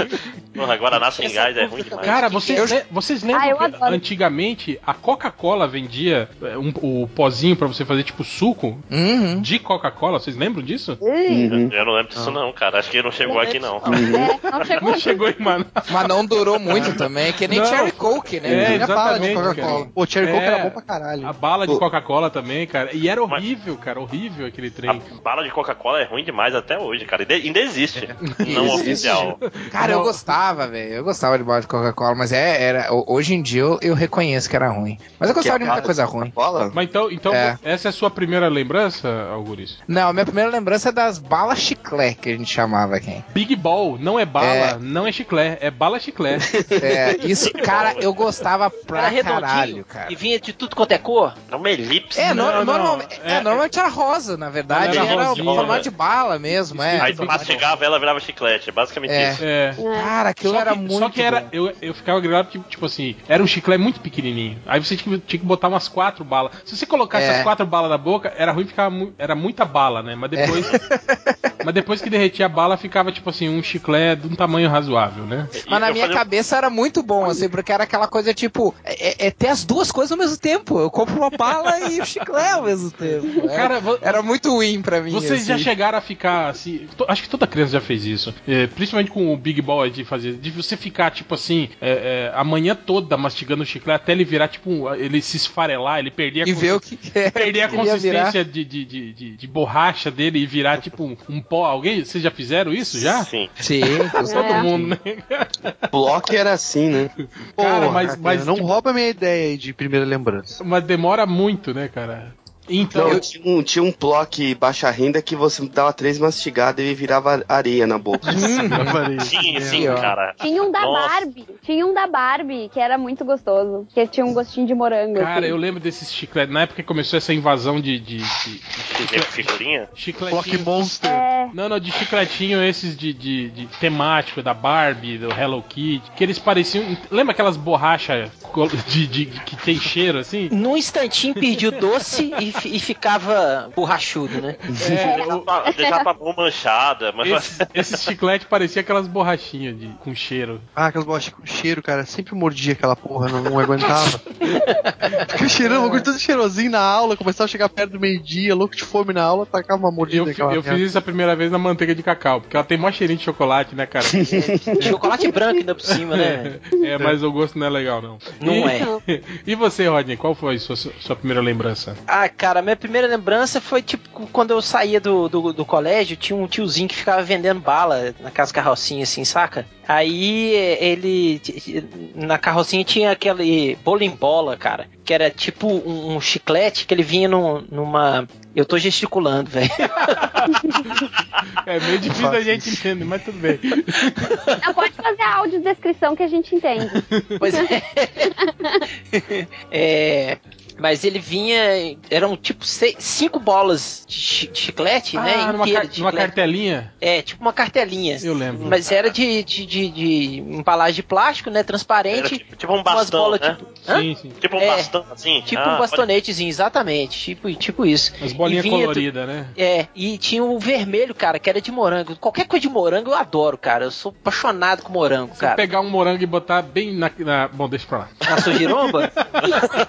Speaker 5: Porra, Guaraná sem
Speaker 10: Essa
Speaker 5: gás é
Speaker 10: dúvida
Speaker 5: ruim
Speaker 10: também.
Speaker 5: demais.
Speaker 2: Cara, vocês,
Speaker 3: Eu-
Speaker 2: le- vocês
Speaker 9: Ah,
Speaker 2: lembram
Speaker 9: eu
Speaker 2: que
Speaker 9: adoro.
Speaker 2: antigamente a Coca-Cola vendia é, um- o pozinho pra você fazer tipo suco
Speaker 3: Uhum.
Speaker 2: de Coca-Cola? Vocês lembram disso?
Speaker 7: Uhum.
Speaker 5: Eu não lembro
Speaker 8: Ah.
Speaker 5: disso, não, cara. Acho que não chegou aqui, não.
Speaker 9: É,
Speaker 3: [LAUGHS]
Speaker 9: não chegou
Speaker 2: Não
Speaker 9: aqui.
Speaker 2: chegou em Manaus.
Speaker 3: Mas não durou muito também, que nem
Speaker 2: Não.
Speaker 3: Cherry Coke, né?
Speaker 2: É,
Speaker 3: Tinha bala
Speaker 2: exatamente,
Speaker 3: de Coca-Cola.
Speaker 2: cara.
Speaker 8: Pô, Cherry Coke
Speaker 2: É.
Speaker 8: era bom pra caralho.
Speaker 2: A bala de
Speaker 7: Pô.
Speaker 2: Coca-Cola também, cara. E era
Speaker 5: Mas-
Speaker 2: horrível, cara. Horrível aquele
Speaker 5: A
Speaker 2: trem.
Speaker 5: bala de Coca-Cola é ruim demais até hoje, cara. Ainda, ainda existe. Não
Speaker 7: Existe.
Speaker 5: oficial.
Speaker 3: Cara, eu
Speaker 2: Não.
Speaker 3: gostava, velho. Eu gostava de bala de Coca-Cola, mas é, era, ho- hoje em dia eu, eu reconheço que é era ruim. Mas eu gostava
Speaker 7: Que
Speaker 3: de
Speaker 7: a
Speaker 3: muita
Speaker 7: bala-
Speaker 3: coisa ruim.
Speaker 7: Bola?
Speaker 2: Mas então, então
Speaker 3: É.
Speaker 2: essa é a sua primeira lembrança, Alguris?
Speaker 3: Não, minha primeira lembrança é das balas chiclé, que a gente chamava aqui.
Speaker 2: Big Ball não é bala,
Speaker 3: É.
Speaker 2: não é chiclé, é bala chiclé.
Speaker 3: [LAUGHS] É, isso, cara, eu gostava
Speaker 10: Era
Speaker 3: pra
Speaker 10: redondinho
Speaker 3: caralho, cara.
Speaker 10: e vinha de tudo quanto é cor.
Speaker 5: É uma elipse.
Speaker 3: É,
Speaker 2: Não,
Speaker 3: no,
Speaker 2: não.
Speaker 3: normal- é,
Speaker 2: É,
Speaker 3: normalmente era rosa, na verdade.
Speaker 2: Ela
Speaker 3: Era,
Speaker 2: era
Speaker 3: o
Speaker 2: rosinha,
Speaker 3: formato
Speaker 5: né?
Speaker 3: de bala mesmo, é.
Speaker 5: Aí assim.
Speaker 2: Big
Speaker 5: tu mastigava ela virava chiclete. É basicamente
Speaker 3: É.
Speaker 5: isso.
Speaker 2: [LAUGHS] É.
Speaker 3: Cara, aquilo
Speaker 2: só
Speaker 3: era
Speaker 2: que,
Speaker 3: muito.
Speaker 2: Só que era.
Speaker 3: bom.
Speaker 2: Eu, eu ficava grilado que, tipo assim, era um chiclete muito pequenininho. Aí você tinha que, tinha que botar umas quatro balas. Se você colocasse
Speaker 3: É. É.
Speaker 2: as quatro balas na boca, era ruim, ficava mu- era muita bala, né? Mas depois. [LAUGHS] Mas depois que derretia a bala, ficava tipo assim, um chiclete de um tamanho razoável, né?
Speaker 5: E
Speaker 3: Mas na
Speaker 5: eu um
Speaker 3: minha
Speaker 5: falei-
Speaker 3: cabeça era muito bom, assim, porque era aquela coisa tipo, é, é ter as duas coisas ao mesmo tempo. Eu compro uma bala e o chiclete ao mesmo tempo. Era,
Speaker 2: Cara, vo-
Speaker 3: era muito win pra mim.
Speaker 2: Vocês já
Speaker 3: assim.
Speaker 2: chegaram a ficar assim. to- acho que toda criança já fez isso. é, principalmente com o Big Ball de fazer. De você ficar, tipo assim, é, é, a manhã toda mastigando o chiclete até ele virar, tipo, um- ele se esfarelar, ele perder a
Speaker 3: E ver o que é,
Speaker 2: Perder a
Speaker 3: que ele ia virar.
Speaker 2: consistência de, de, de, de- de borracha dele e virar tipo um, um pó. Alguém, vocês já fizeram isso já?
Speaker 5: Sim.
Speaker 3: Sim,
Speaker 2: Todo
Speaker 9: É.
Speaker 2: mundo, né?
Speaker 7: Bloco era assim, né?
Speaker 2: Cara,
Speaker 8: Porra,
Speaker 2: mas-
Speaker 8: cara,
Speaker 2: mas,
Speaker 8: não
Speaker 2: tipo-
Speaker 8: rouba a minha ideia aí de primeira lembrança.
Speaker 2: Mas demora muito, né, cara? Então,
Speaker 7: Não, tinha, um, tinha um bloco baixa renda que você dava três mastigadas e ele virava areia na boca.
Speaker 5: Sim, sim,
Speaker 3: ó.
Speaker 5: cara.
Speaker 9: Tinha um da
Speaker 5: Nossa.
Speaker 9: Barbie. Tinha um da Barbie, que era muito gostoso. Que tinha um gostinho de morango.
Speaker 2: cara,
Speaker 9: assim.
Speaker 2: eu lembro desses chicletes. Na época que começou essa invasão de, de, de
Speaker 5: Lembra de Figurinha?
Speaker 8: Block
Speaker 2: chicletinhos.
Speaker 8: Monster.
Speaker 9: É,
Speaker 2: Não, não, de chicletinho esses de, de, de temático, da Barbie, do Hello Kitty, que eles pareciam. Lembra aquelas borrachas col- de, de- de- que tem cheiro assim?
Speaker 1: Num instantinho perdia o doce e, fi- e ficava borrachudo, né?
Speaker 2: É, o-
Speaker 5: Deixava- Deixava a mão manchada, mas
Speaker 2: esses, esses chicletes pareciam aquelas borrachinhas de, com cheiro.
Speaker 8: Ah, aquelas bolachas com cheiro, cara. Sempre mordia aquela porra, não, não
Speaker 2: [LAUGHS]
Speaker 8: aguentava. Ficava cheirando,
Speaker 2: É.
Speaker 8: uma coisa todo cheirosinho na aula, começava a chegar perto do meio-dia, louco de fome na aula, tacava uma mordida
Speaker 2: Eu, fi-
Speaker 8: naquela
Speaker 2: eu
Speaker 8: merda.
Speaker 2: fiz isso a primeira vez na manteiga de cacau, porque ela tem mó cheirinho de chocolate, né, cara?
Speaker 1: [LAUGHS] Chocolate branco ainda por cima, né?
Speaker 2: É, mas o gosto não é legal, não.
Speaker 1: Não
Speaker 2: e,
Speaker 1: é.
Speaker 2: [LAUGHS] E você, Rodney, qual foi sua, sua primeira lembrança?
Speaker 1: Ah, cara, minha primeira lembrança foi tipo quando eu saía do, do, do colégio, tinha um tiozinho que ficava vendendo bala naquelas carrocinhas assim, saca? Aí eh, ele. t- t- Na carrocinha tinha aquele bolimbola, cara, que era tipo um, um chiclete que ele vinha num- numa. Eu tô gesticulando, velho.
Speaker 2: É meio difícil a gente entender, mas tudo
Speaker 1: [LAUGHS]
Speaker 2: bem.
Speaker 9: não pode fazer a audiodescrição que a gente entende.
Speaker 1: Pois é. É, Mas ele vinha. Eram tipo seis- cinco bolas de chi- de chiclete, né?
Speaker 2: Ah, numa,
Speaker 1: inteira
Speaker 2: car-
Speaker 1: de
Speaker 2: numa
Speaker 1: chiclete.
Speaker 2: cartelinha?
Speaker 1: É, tipo uma cartelinha.
Speaker 2: Eu lembro.
Speaker 1: Mas era de, de, de- de embalagem de plástico, né?
Speaker 5: era
Speaker 1: Transparente.
Speaker 5: tipo, tipo um
Speaker 1: umas
Speaker 5: bastão,
Speaker 1: bolas
Speaker 5: né?
Speaker 1: tipo. Hã?
Speaker 2: Sim, sim.
Speaker 5: Tipo um
Speaker 1: É.
Speaker 5: bastão, assim.
Speaker 1: Tipo
Speaker 5: Ah,
Speaker 1: um bastonetezinho, exatamente. Tipo, tipo isso.
Speaker 2: As
Speaker 1: E
Speaker 2: bolinhas
Speaker 1: vinha
Speaker 2: coloridas, né?
Speaker 1: tu- É, e tinha o vermelho, cara, que era de morango. Qualquer coisa de morango eu adoro, cara. Eu sou apaixonado com morango,
Speaker 2: Se eu
Speaker 1: cara.
Speaker 2: pegar um morango e botar bem na. na- Bom, deixa pra lá.
Speaker 1: Na
Speaker 2: [LAUGHS]
Speaker 1: sua giromba,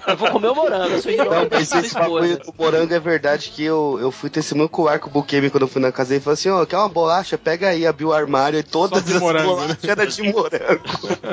Speaker 1: eu vou comer o morango. A sua giromba
Speaker 7: Não,
Speaker 1: é da
Speaker 7: mas
Speaker 1: sua
Speaker 7: esse bagulho
Speaker 1: esposa.
Speaker 7: do morango é verdade que eu, eu fui testemunho com o arco buquemi quando eu fui na casa dele e falei assim, ó, quer uma bolacha? Pega aí, abriu o armário e todas
Speaker 2: de
Speaker 7: as
Speaker 2: morango, né?
Speaker 7: bolachas eram de morango.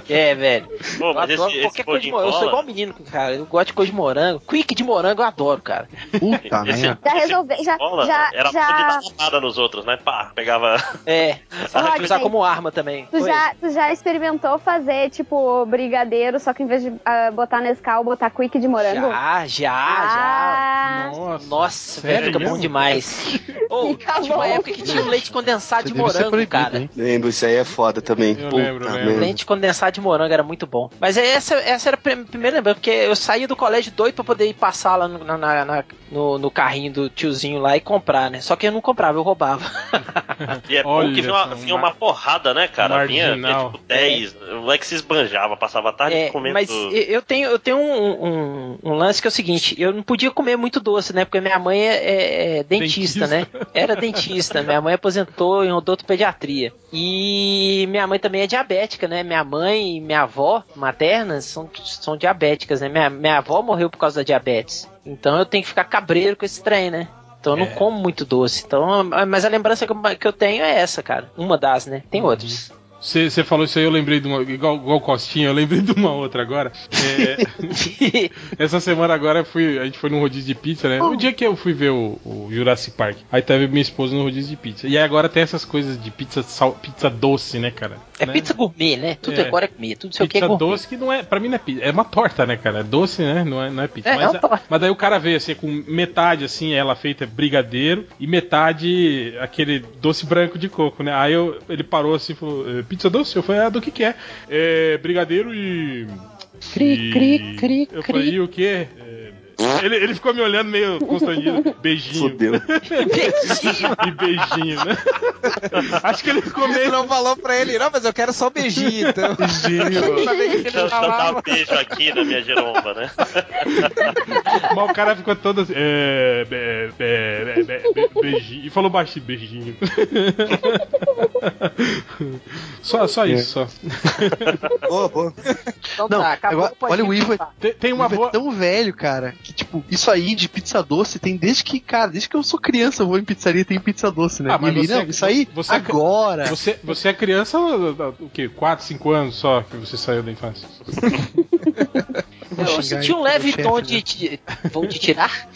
Speaker 1: É, velho.
Speaker 5: Pô,
Speaker 1: Eu
Speaker 5: mas
Speaker 1: adoro
Speaker 5: esse,
Speaker 1: qualquer
Speaker 5: esse
Speaker 1: coisa de
Speaker 5: bolinho
Speaker 1: morango. Eu sou
Speaker 5: bola-
Speaker 1: igual menino, cara. Eu gosto de coisa de morango. Quick de morango eu adoro, cara.
Speaker 8: Puta merda.
Speaker 9: Já
Speaker 5: esse
Speaker 9: resolveu. Já,
Speaker 5: bola
Speaker 9: já,
Speaker 5: era
Speaker 9: já-
Speaker 5: pode dar porrada nos outros, né? Pá, pegava. [LAUGHS]
Speaker 1: É. Você pode
Speaker 9: Rodney,
Speaker 1: usar como arma também.
Speaker 9: Tu
Speaker 1: Oi.
Speaker 9: já, tu já experimentou fazer, tipo, brigadeiro, só que em vez de ah, botar Nescau, botar quick de morango?
Speaker 1: Já, já,
Speaker 9: Ah,
Speaker 1: já.
Speaker 2: Nossa.
Speaker 1: Nossa,
Speaker 2: Sério
Speaker 1: velho, fica
Speaker 2: mesmo?
Speaker 1: bom demais. Ou,
Speaker 9: Fica
Speaker 1: tinha uma
Speaker 9: bom.
Speaker 1: época que tinha um leite condensado
Speaker 8: Você
Speaker 1: de
Speaker 8: deve ser
Speaker 1: morango,
Speaker 8: proibido,
Speaker 1: cara.
Speaker 8: hein?
Speaker 7: Lembro, isso aí é foda também.
Speaker 2: Eu
Speaker 7: Puta
Speaker 2: lembro, eu lembro.
Speaker 7: merda.
Speaker 1: Leite condensado de morango era muito bom. Mas é essa, essa era a prim- primeira lembrança, porque eu saía do colégio doido pra poder ir passar lá no, na- na- na- no- no carrinho do tiozinho lá e comprar, né? Só que eu não comprava, eu roubava. [LAUGHS]
Speaker 5: E é
Speaker 2: Olha
Speaker 5: bom que vinha uma,
Speaker 2: só,
Speaker 5: vinha
Speaker 2: mar-
Speaker 5: uma porrada, né, cara? Vinha,
Speaker 2: Marginal.
Speaker 5: vinha tipo 10. O moleque se esbanjava, passava a tarde
Speaker 1: É,
Speaker 5: comendo.
Speaker 1: mas eu- eu tenho, eu tenho um, um- um lance que é o seguinte: eu não podia comer muito doce, né? Porque minha mãe é, é- é
Speaker 2: Dentista.
Speaker 1: dentista, né? Era dentista. minha mãe aposentou em odontopediatria. E minha mãe também é diabética, né? Minha mãe e minha avó maternas são, são diabéticas, né? Minha, minha avó morreu por causa da diabetes. Então eu tenho que ficar cabreiro com esse trem, né? Então eu não
Speaker 2: É.
Speaker 1: como muito doce. Então, mas a lembrança que eu- que eu tenho é essa, cara. Uma das, né?
Speaker 2: Uhum.
Speaker 1: Tem outras.
Speaker 2: Você você falou isso aí, eu lembrei de uma. Igual, igual Costinha, eu lembrei de uma outra agora. É, essa semana agora eu fui, a gente foi num rodízio de pizza, né? O dia que eu fui ver o, o Jurassic Park, aí teve minha esposa no rodízio de pizza. E aí agora tem essas coisas de pizza, sal, pizza doce, né, cara?
Speaker 1: É
Speaker 2: Né?
Speaker 1: pizza gourmet, né? Tudo
Speaker 2: É.
Speaker 1: agora é gourmet, tudo sei o que é
Speaker 2: Pizza
Speaker 1: gourmet.
Speaker 2: doce que não é, pra mim não é pizza, é uma torta, né, cara? É doce, né? Não é, não é pizza.
Speaker 1: É, é
Speaker 2: mas,
Speaker 1: uma torta.
Speaker 2: mas daí o cara veio assim, com metade assim, ela feita brigadeiro e metade aquele doce branco de coco, né? Aí eu- ele parou assim e falou: "Eh, pizza doce? Eu falei: ah, do que que é? É brigadeiro e. Cri, cri, cri, Eu falei: e o quê? É, Ele, ele ficou me olhando meio constrangido.
Speaker 1: [LAUGHS]
Speaker 2: Beijinho.
Speaker 7: Fudeu.
Speaker 2: E beijinho, né? Acho que ele ficou
Speaker 3: Você
Speaker 2: meio.
Speaker 3: não falou pra ele, não, mas eu quero só
Speaker 2: [LAUGHS]
Speaker 3: beijinho, então. Pra ver o que que
Speaker 5: Deixa eu só
Speaker 3: ele
Speaker 5: dar
Speaker 3: falava.
Speaker 5: um beijo aqui na minha giromba, né?
Speaker 2: [LAUGHS] Mas o cara ficou todo assim. É, be- be- be- be- be- beijinho. E falou baixinho, beijinho. [LAUGHS] só,
Speaker 8: É.
Speaker 2: só isso, só.
Speaker 7: Boa, boa.
Speaker 1: Então
Speaker 8: [LAUGHS] Não,
Speaker 1: tá, acabou
Speaker 8: agora-
Speaker 1: podcast,
Speaker 8: olha o Ivo-
Speaker 1: tá.
Speaker 2: Tem, tem uma
Speaker 8: Uma
Speaker 2: boa.
Speaker 8: é tão velho, cara, que tipo, isso aí de pizza doce tem desde que, cara, desde que eu sou criança eu vou em pizzaria e tem pizza doce, né?
Speaker 2: Ah, mas
Speaker 8: E,
Speaker 2: você-
Speaker 8: não, isso aí
Speaker 2: você- é
Speaker 8: agora.
Speaker 2: Você, você é criança, o quê? 4, 5 anos só que você saiu da infância?
Speaker 8: Vou
Speaker 1: [LAUGHS] Eu
Speaker 8: xingar
Speaker 1: senti
Speaker 8: ele,
Speaker 1: um leve
Speaker 8: meu
Speaker 1: tom de,
Speaker 2: né?
Speaker 8: chefe,
Speaker 1: de. Vou te tirar?
Speaker 2: [LAUGHS]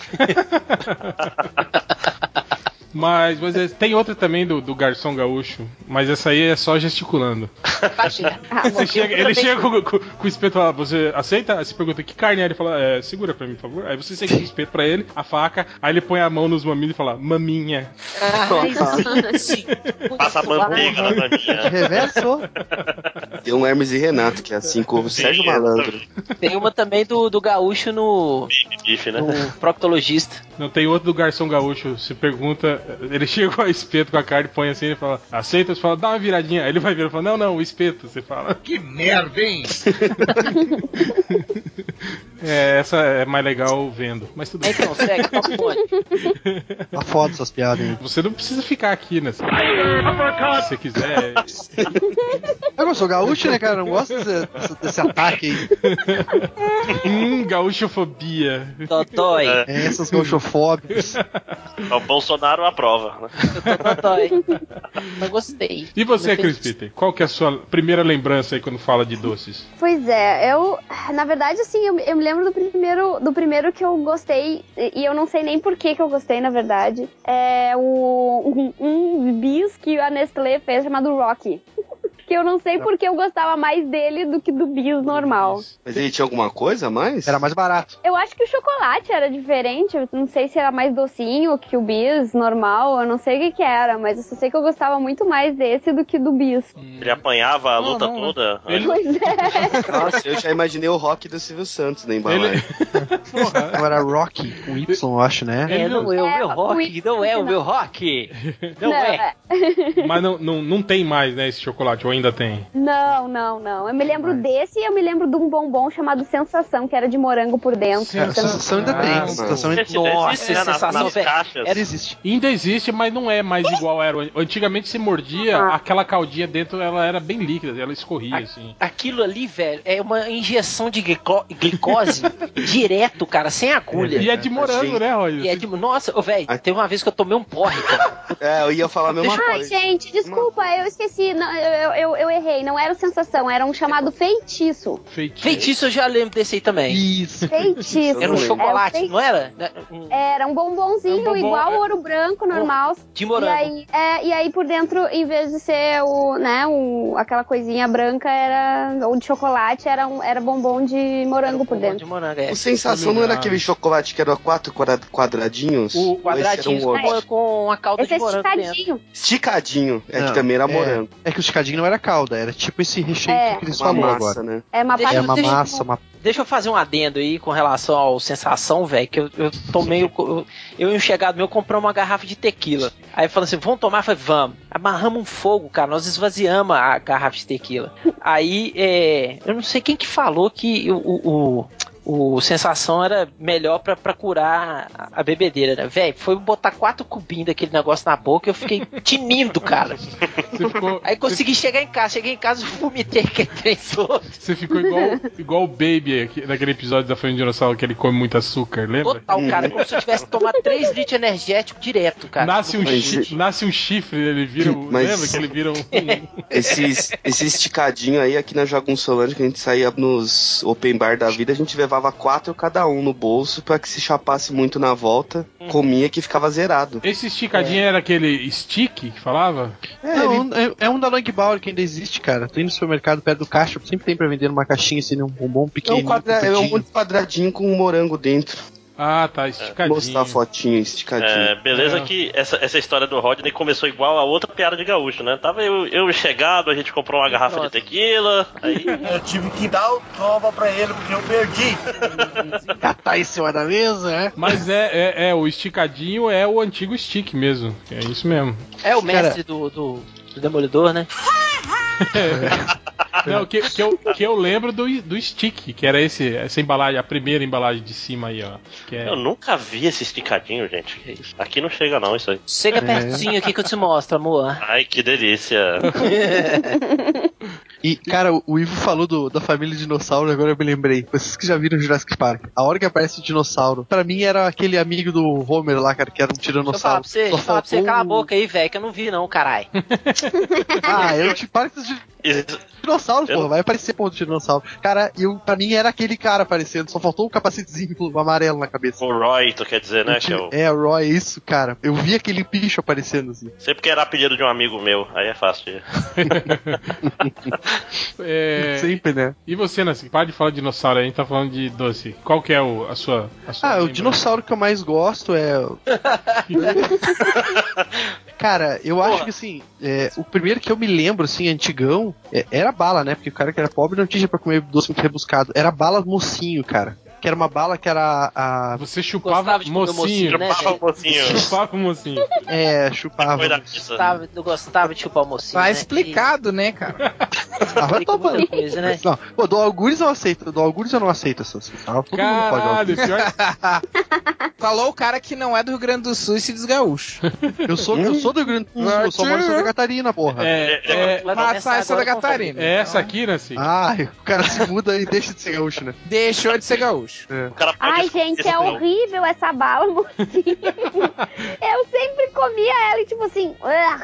Speaker 2: Mas, mas é- tem outra também do, do garçom gaúcho, mas essa aí é só
Speaker 1: [LAUGHS]
Speaker 2: gesticulando.
Speaker 1: Imagina.
Speaker 9: Ah,
Speaker 2: Você
Speaker 9: bom.
Speaker 2: chega- [LAUGHS]
Speaker 1: eu
Speaker 2: ele
Speaker 1: também-
Speaker 2: chega com, com- com o espeto e fala, você aceita? Aí você pergunta, que carne é? Ele fala, "É, segura pra mim, por favor. Aí você segura o espeto pra ele, a faca, aí ele põe a mão nos mamilos e fala, maminha.
Speaker 1: Ah, sim, sim.
Speaker 5: Passa a manteiga na maminha.
Speaker 8: Reverso?
Speaker 7: Tem um Hermes e Renato, que é assim como o Sérgio
Speaker 5: Sim,
Speaker 7: Malandro.
Speaker 1: [LAUGHS] Tem uma também do, do gaúcho no,
Speaker 5: Bife, né?
Speaker 1: no proctologista.
Speaker 2: Não, tem outro do garçom gaúcho, se pergunta, ele [LAUGHS] chega com o espeto com a carne, põe assim, ele fala, aceita? Você fala, dá uma viradinha. Aí ele vai virar e fala, não, não, o espeto. Você fala, [LAUGHS] que merda, hein? é, essa é mais legal vendo, mas tudo bem.
Speaker 1: Então, segue, toca o bonde.
Speaker 8: [LAUGHS] Tá foda essas piadas aí.
Speaker 2: Você não precisa ficar aqui, né? Se você quiser.
Speaker 8: Eu não sou gaúcho, né, cara? Eu não gosto desse, desse- desse ataque
Speaker 2: [LAUGHS]
Speaker 8: aí.
Speaker 2: hum, gaúchofobia.
Speaker 1: Totói.
Speaker 8: É, essas gaúchofóbicas.
Speaker 5: É o Bolsonaro aprova, né?
Speaker 1: Eu tô totói. Não gostei.
Speaker 2: E você,
Speaker 1: Não fez-
Speaker 2: Chris Peter? Qual que é a sua primeira lembrança aí quando fala de doces?
Speaker 9: Pois é, eu. Na verdade, assim, eu, eu me lembro do primeiro, do primeiro que eu gostei, e e eu não sei nem por que, que eu gostei, na verdade. É o, um, um bis que a Nestlé fez chamado Rocky. [LAUGHS] que eu não sei por que eu gostava mais dele do que do bis normal.
Speaker 7: Mas ele tinha alguma coisa a mais?
Speaker 8: Era mais barato.
Speaker 9: Eu acho que o chocolate era diferente, eu não sei se era mais docinho que o bis normal, eu não sei o que, que era, mas eu só sei que eu gostava muito mais desse do que do bis.
Speaker 7: Hum.
Speaker 5: Ele apanhava a
Speaker 3: Não,
Speaker 5: luta
Speaker 3: não, não.
Speaker 5: toda.
Speaker 2: Ele-
Speaker 9: Pois é.
Speaker 7: Nossa, eu já imaginei o rock do Silvio Santos né, na embalagem.
Speaker 8: Não, era Rocky, com Y, eu acho, né?
Speaker 1: É, não é o meu
Speaker 9: É,
Speaker 1: rock, não é o
Speaker 2: [LAUGHS]
Speaker 1: meu rock. Não é.
Speaker 9: [LAUGHS]
Speaker 2: Mas não, não, não tem mais, né, esse chocolate, ou ainda tem?
Speaker 9: Não, não, não. Eu me lembro desse e eu me lembro de um bombom chamado Sensação, que era de morango por dentro.
Speaker 8: Cara, É, a
Speaker 7: É,
Speaker 8: sensação ainda tem.
Speaker 2: Ah,
Speaker 8: a sensação é ainda...
Speaker 5: Esse- esse-
Speaker 1: Nossa,
Speaker 5: né, nas-
Speaker 1: sensação,
Speaker 5: nas
Speaker 1: velho.
Speaker 5: caixas.
Speaker 8: é- Era existe.
Speaker 2: Ainda existe, mas não é mais igual era. Antigamente se mordia,
Speaker 9: Ah.
Speaker 2: aquela caldinha dentro ela era bem líquida, ela escorria,
Speaker 1: Ah.
Speaker 2: assim.
Speaker 1: Aquilo ali, velho, é uma injeção de glico- glicose direto, cara, sem agulha.
Speaker 2: E é de morango, né, Roger?
Speaker 1: E é de- Nossa, ô, velho, teve uma vez que eu tomei um porre, cara.
Speaker 7: É, eu ia falar a mesma
Speaker 9: Ai,
Speaker 7: coisa.
Speaker 9: gente, desculpa, eu esqueci. Não, eu, eu, eu errei. Não era o Sensação, era um chamado feitiço.
Speaker 2: Feitiço.
Speaker 1: Feitiço eu já lembro desse aí também.
Speaker 8: Isso.
Speaker 9: Feitiço. É,
Speaker 1: Era um
Speaker 7: Era
Speaker 1: chocolate,
Speaker 9: feitiço.
Speaker 1: não era? Né? Um-
Speaker 9: Era um
Speaker 2: Era
Speaker 9: bombonzinho
Speaker 2: um bombom,
Speaker 9: igual
Speaker 2: é.
Speaker 9: ouro branco normal.
Speaker 1: De
Speaker 9: E
Speaker 1: morango.
Speaker 9: aí, é, e aí por dentro, em vez de ser o, né, o, aquela coisinha branca, era ou de chocolate, era, um, era bombom de morango por
Speaker 1: De
Speaker 9: dentro.
Speaker 1: morango, é.
Speaker 7: O sensação não era aquele chocolate que era quatro quadra- quadradinhos?
Speaker 1: O
Speaker 7: Ou esse era
Speaker 1: quadradinho
Speaker 7: um outro?
Speaker 1: com, com a calda
Speaker 9: Esse é
Speaker 1: de morango dentro.
Speaker 9: esticadinho.
Speaker 7: Esticadinho. É
Speaker 8: Não,
Speaker 7: que também era morango.
Speaker 8: É que o esticadinho não era calda, era tipo esse recheio
Speaker 9: É.
Speaker 8: que eles
Speaker 7: Uma
Speaker 8: falou
Speaker 7: massa,
Speaker 8: agora.
Speaker 7: né?
Speaker 9: É uma
Speaker 1: Deixa
Speaker 8: É
Speaker 9: parte
Speaker 8: uma
Speaker 9: de-
Speaker 8: massa, uma
Speaker 1: Deixa eu fazer um adendo aí com relação ao sensação, velho, que eu, eu tomei. o- Eu, eu e um chegado meu compramos uma garrafa de tequila. Aí falando assim, vamos tomar? Eu falei, vamos. Amarramos um fogo, cara. Nós esvaziamos a garrafa de tequila. Aí, é, eu não sei quem que falou que o. o- o- o sensação era melhor pra, pra curar a- a bebedeira, né? Véi, foi botar quatro cubinhos daquele negócio na boca e eu fiquei tinindo, cara.
Speaker 2: Você ficou,
Speaker 1: Aí consegui chegar em casa. Cheguei em casa e vomitei é aquele trem todo.
Speaker 2: você ficou igual, igual o Baby aqui, naquele episódio da Família Dinossauro que ele come muito açúcar, lembra? Hum.
Speaker 1: Total, cara. Como se eu tivesse tomado 3 litros de energético direto, cara.
Speaker 2: nasce, um
Speaker 7: Mas-
Speaker 2: chi- nasce um chifre, ele vira. um-
Speaker 7: Mas-
Speaker 2: Lembra que ele vira
Speaker 8: [LAUGHS]
Speaker 2: um. [LAUGHS]
Speaker 7: Esses, esse esticadinho aí, aqui na Jagun Solange, que a gente saía nos open bar da vida, a gente levava quatro cada um no bolso pra que se chapasse muito na volta,
Speaker 2: Hum.
Speaker 7: comia que ficava zerado.
Speaker 2: Esse esticadinho era aquele stick que falava?
Speaker 8: É, um, é, é um da Long Bauer que ainda existe, cara. Tu indo no supermercado perto do caixa, sempre tem pra vender uma caixinha assim, um bombom
Speaker 7: É um,
Speaker 8: pequeno.
Speaker 7: quadra, é um monte de quadradinho com um morango dentro.
Speaker 2: Ah, tá, esticadinho.
Speaker 7: Mostrar a fotinha esticadinha.
Speaker 5: É, beleza
Speaker 2: É.
Speaker 5: que essa, essa história do Rodney começou igual a outra piada de gaúcho, né? Tava eu, eu chegado, a gente comprou uma garrafa de tequila, aí
Speaker 11: Eu tive que dar o trova pra ele porque eu perdi.
Speaker 8: Catar tá em cima da mesa, é?
Speaker 2: Mas é, é, é, o esticadinho é o antigo stick mesmo. É isso mesmo.
Speaker 1: É o mestre do, do, do
Speaker 2: [LAUGHS]
Speaker 1: Demolidor, né?
Speaker 2: Não, que, que, eu, que eu lembro do, do stick, que era esse, essa embalagem, a primeira embalagem de cima aí, ó. Que é,
Speaker 5: eu nunca vi esse esticadinho, gente. Aqui não chega não isso aí.
Speaker 2: É.
Speaker 1: Chega pertinho aqui que eu te mostro, amor.
Speaker 5: Ai, que
Speaker 9: [LAUGHS]
Speaker 5: delícia.
Speaker 8: E, cara, o- o Ivo falou do- da família dinossauro, agora eu me lembrei. Vocês que já viram Jurassic Park, a hora que aparece o dinossauro, pra mim era aquele amigo do Homer lá, cara, que era um
Speaker 1: Deixa eu falar
Speaker 8: tiranossauro.
Speaker 1: pra você, deixa eu
Speaker 8: Só
Speaker 1: falar pra você,
Speaker 8: faltou
Speaker 1: cala a
Speaker 8: um-
Speaker 1: boca aí, velho, que eu não vi não, caralho.
Speaker 2: [LAUGHS]
Speaker 8: Ah, eu te parque dos di-
Speaker 5: Isso-
Speaker 8: dinossauros,
Speaker 5: Eu
Speaker 8: porra.
Speaker 5: não-
Speaker 8: Vai aparecer porra do dinossauro. Cara, eu, pra mim era aquele cara aparecendo, só faltou um capacetezinho [LAUGHS] amarelo na cabeça.
Speaker 5: O Roy, tu quer dizer, né?
Speaker 8: O ti-
Speaker 5: Que eu...
Speaker 8: É, Roy, isso, cara. Eu vi aquele bicho aparecendo assim.
Speaker 5: Sempre que era apelido de um amigo meu, aí é fácil. de-
Speaker 2: [LAUGHS] [LAUGHS] é,
Speaker 8: Sempre, né?
Speaker 2: E você, Nancy? Para de falar de dinossauro, a gente tá falando de doce. Qual que é o, a sua. a sua
Speaker 8: Ah, o
Speaker 2: lembrança?
Speaker 8: dinossauro que eu mais gosto é. cara, eu acho que assim, é, o primeiro que eu me lembro, assim, antigão, é, era bala, né? Porque o cara que era pobre não tinha pra comer doce muito rebuscado. Era bala mocinho, cara. Que era uma bala que era a. a-
Speaker 2: Você chupava
Speaker 1: Gostava de comer
Speaker 2: mocinho.
Speaker 1: mocinho, né?
Speaker 2: um
Speaker 5: Chupava o mocinho.
Speaker 2: Chupava mocinho.
Speaker 8: é,
Speaker 5: Foi da
Speaker 8: chupava.
Speaker 5: pizza.
Speaker 1: Gostava, eu gostava de chupar o mocinho,
Speaker 3: Tá
Speaker 1: né?
Speaker 3: explicado,
Speaker 2: [LAUGHS]
Speaker 3: né, cara?
Speaker 8: Ah, vai
Speaker 1: E-
Speaker 8: tomar no
Speaker 1: muita
Speaker 8: cu.
Speaker 1: coisa, né?
Speaker 8: Não, pô, do Algures eu aceito, do Algures eu não aceito essas coisas. tá? Todo mundo
Speaker 2: Caralho,
Speaker 8: pode
Speaker 2: pior.
Speaker 3: [LAUGHS] Falou o cara que não é do Rio Grande do Sul e se diz gaúcho.
Speaker 8: Eu sou, eu sou do Rio Grande do Sul, eu só moro em Santa Catarina, porra.
Speaker 2: É, é,
Speaker 1: Vai
Speaker 3: Mas
Speaker 1: começar
Speaker 3: sai Santa
Speaker 1: agora com-
Speaker 3: Catarina.
Speaker 2: é essa aqui, Nancy?
Speaker 8: Ah, o cara se muda e deixa de ser gaúcho, né? É.
Speaker 3: Deixou de ser gaúcho.
Speaker 5: O cara pode
Speaker 9: Ai,
Speaker 5: esconder
Speaker 9: gente,
Speaker 5: isso,
Speaker 9: é
Speaker 5: não.
Speaker 9: horrível essa bala, [LAUGHS] mocinho. eu sempre comia ela e, tipo assim, "Ah,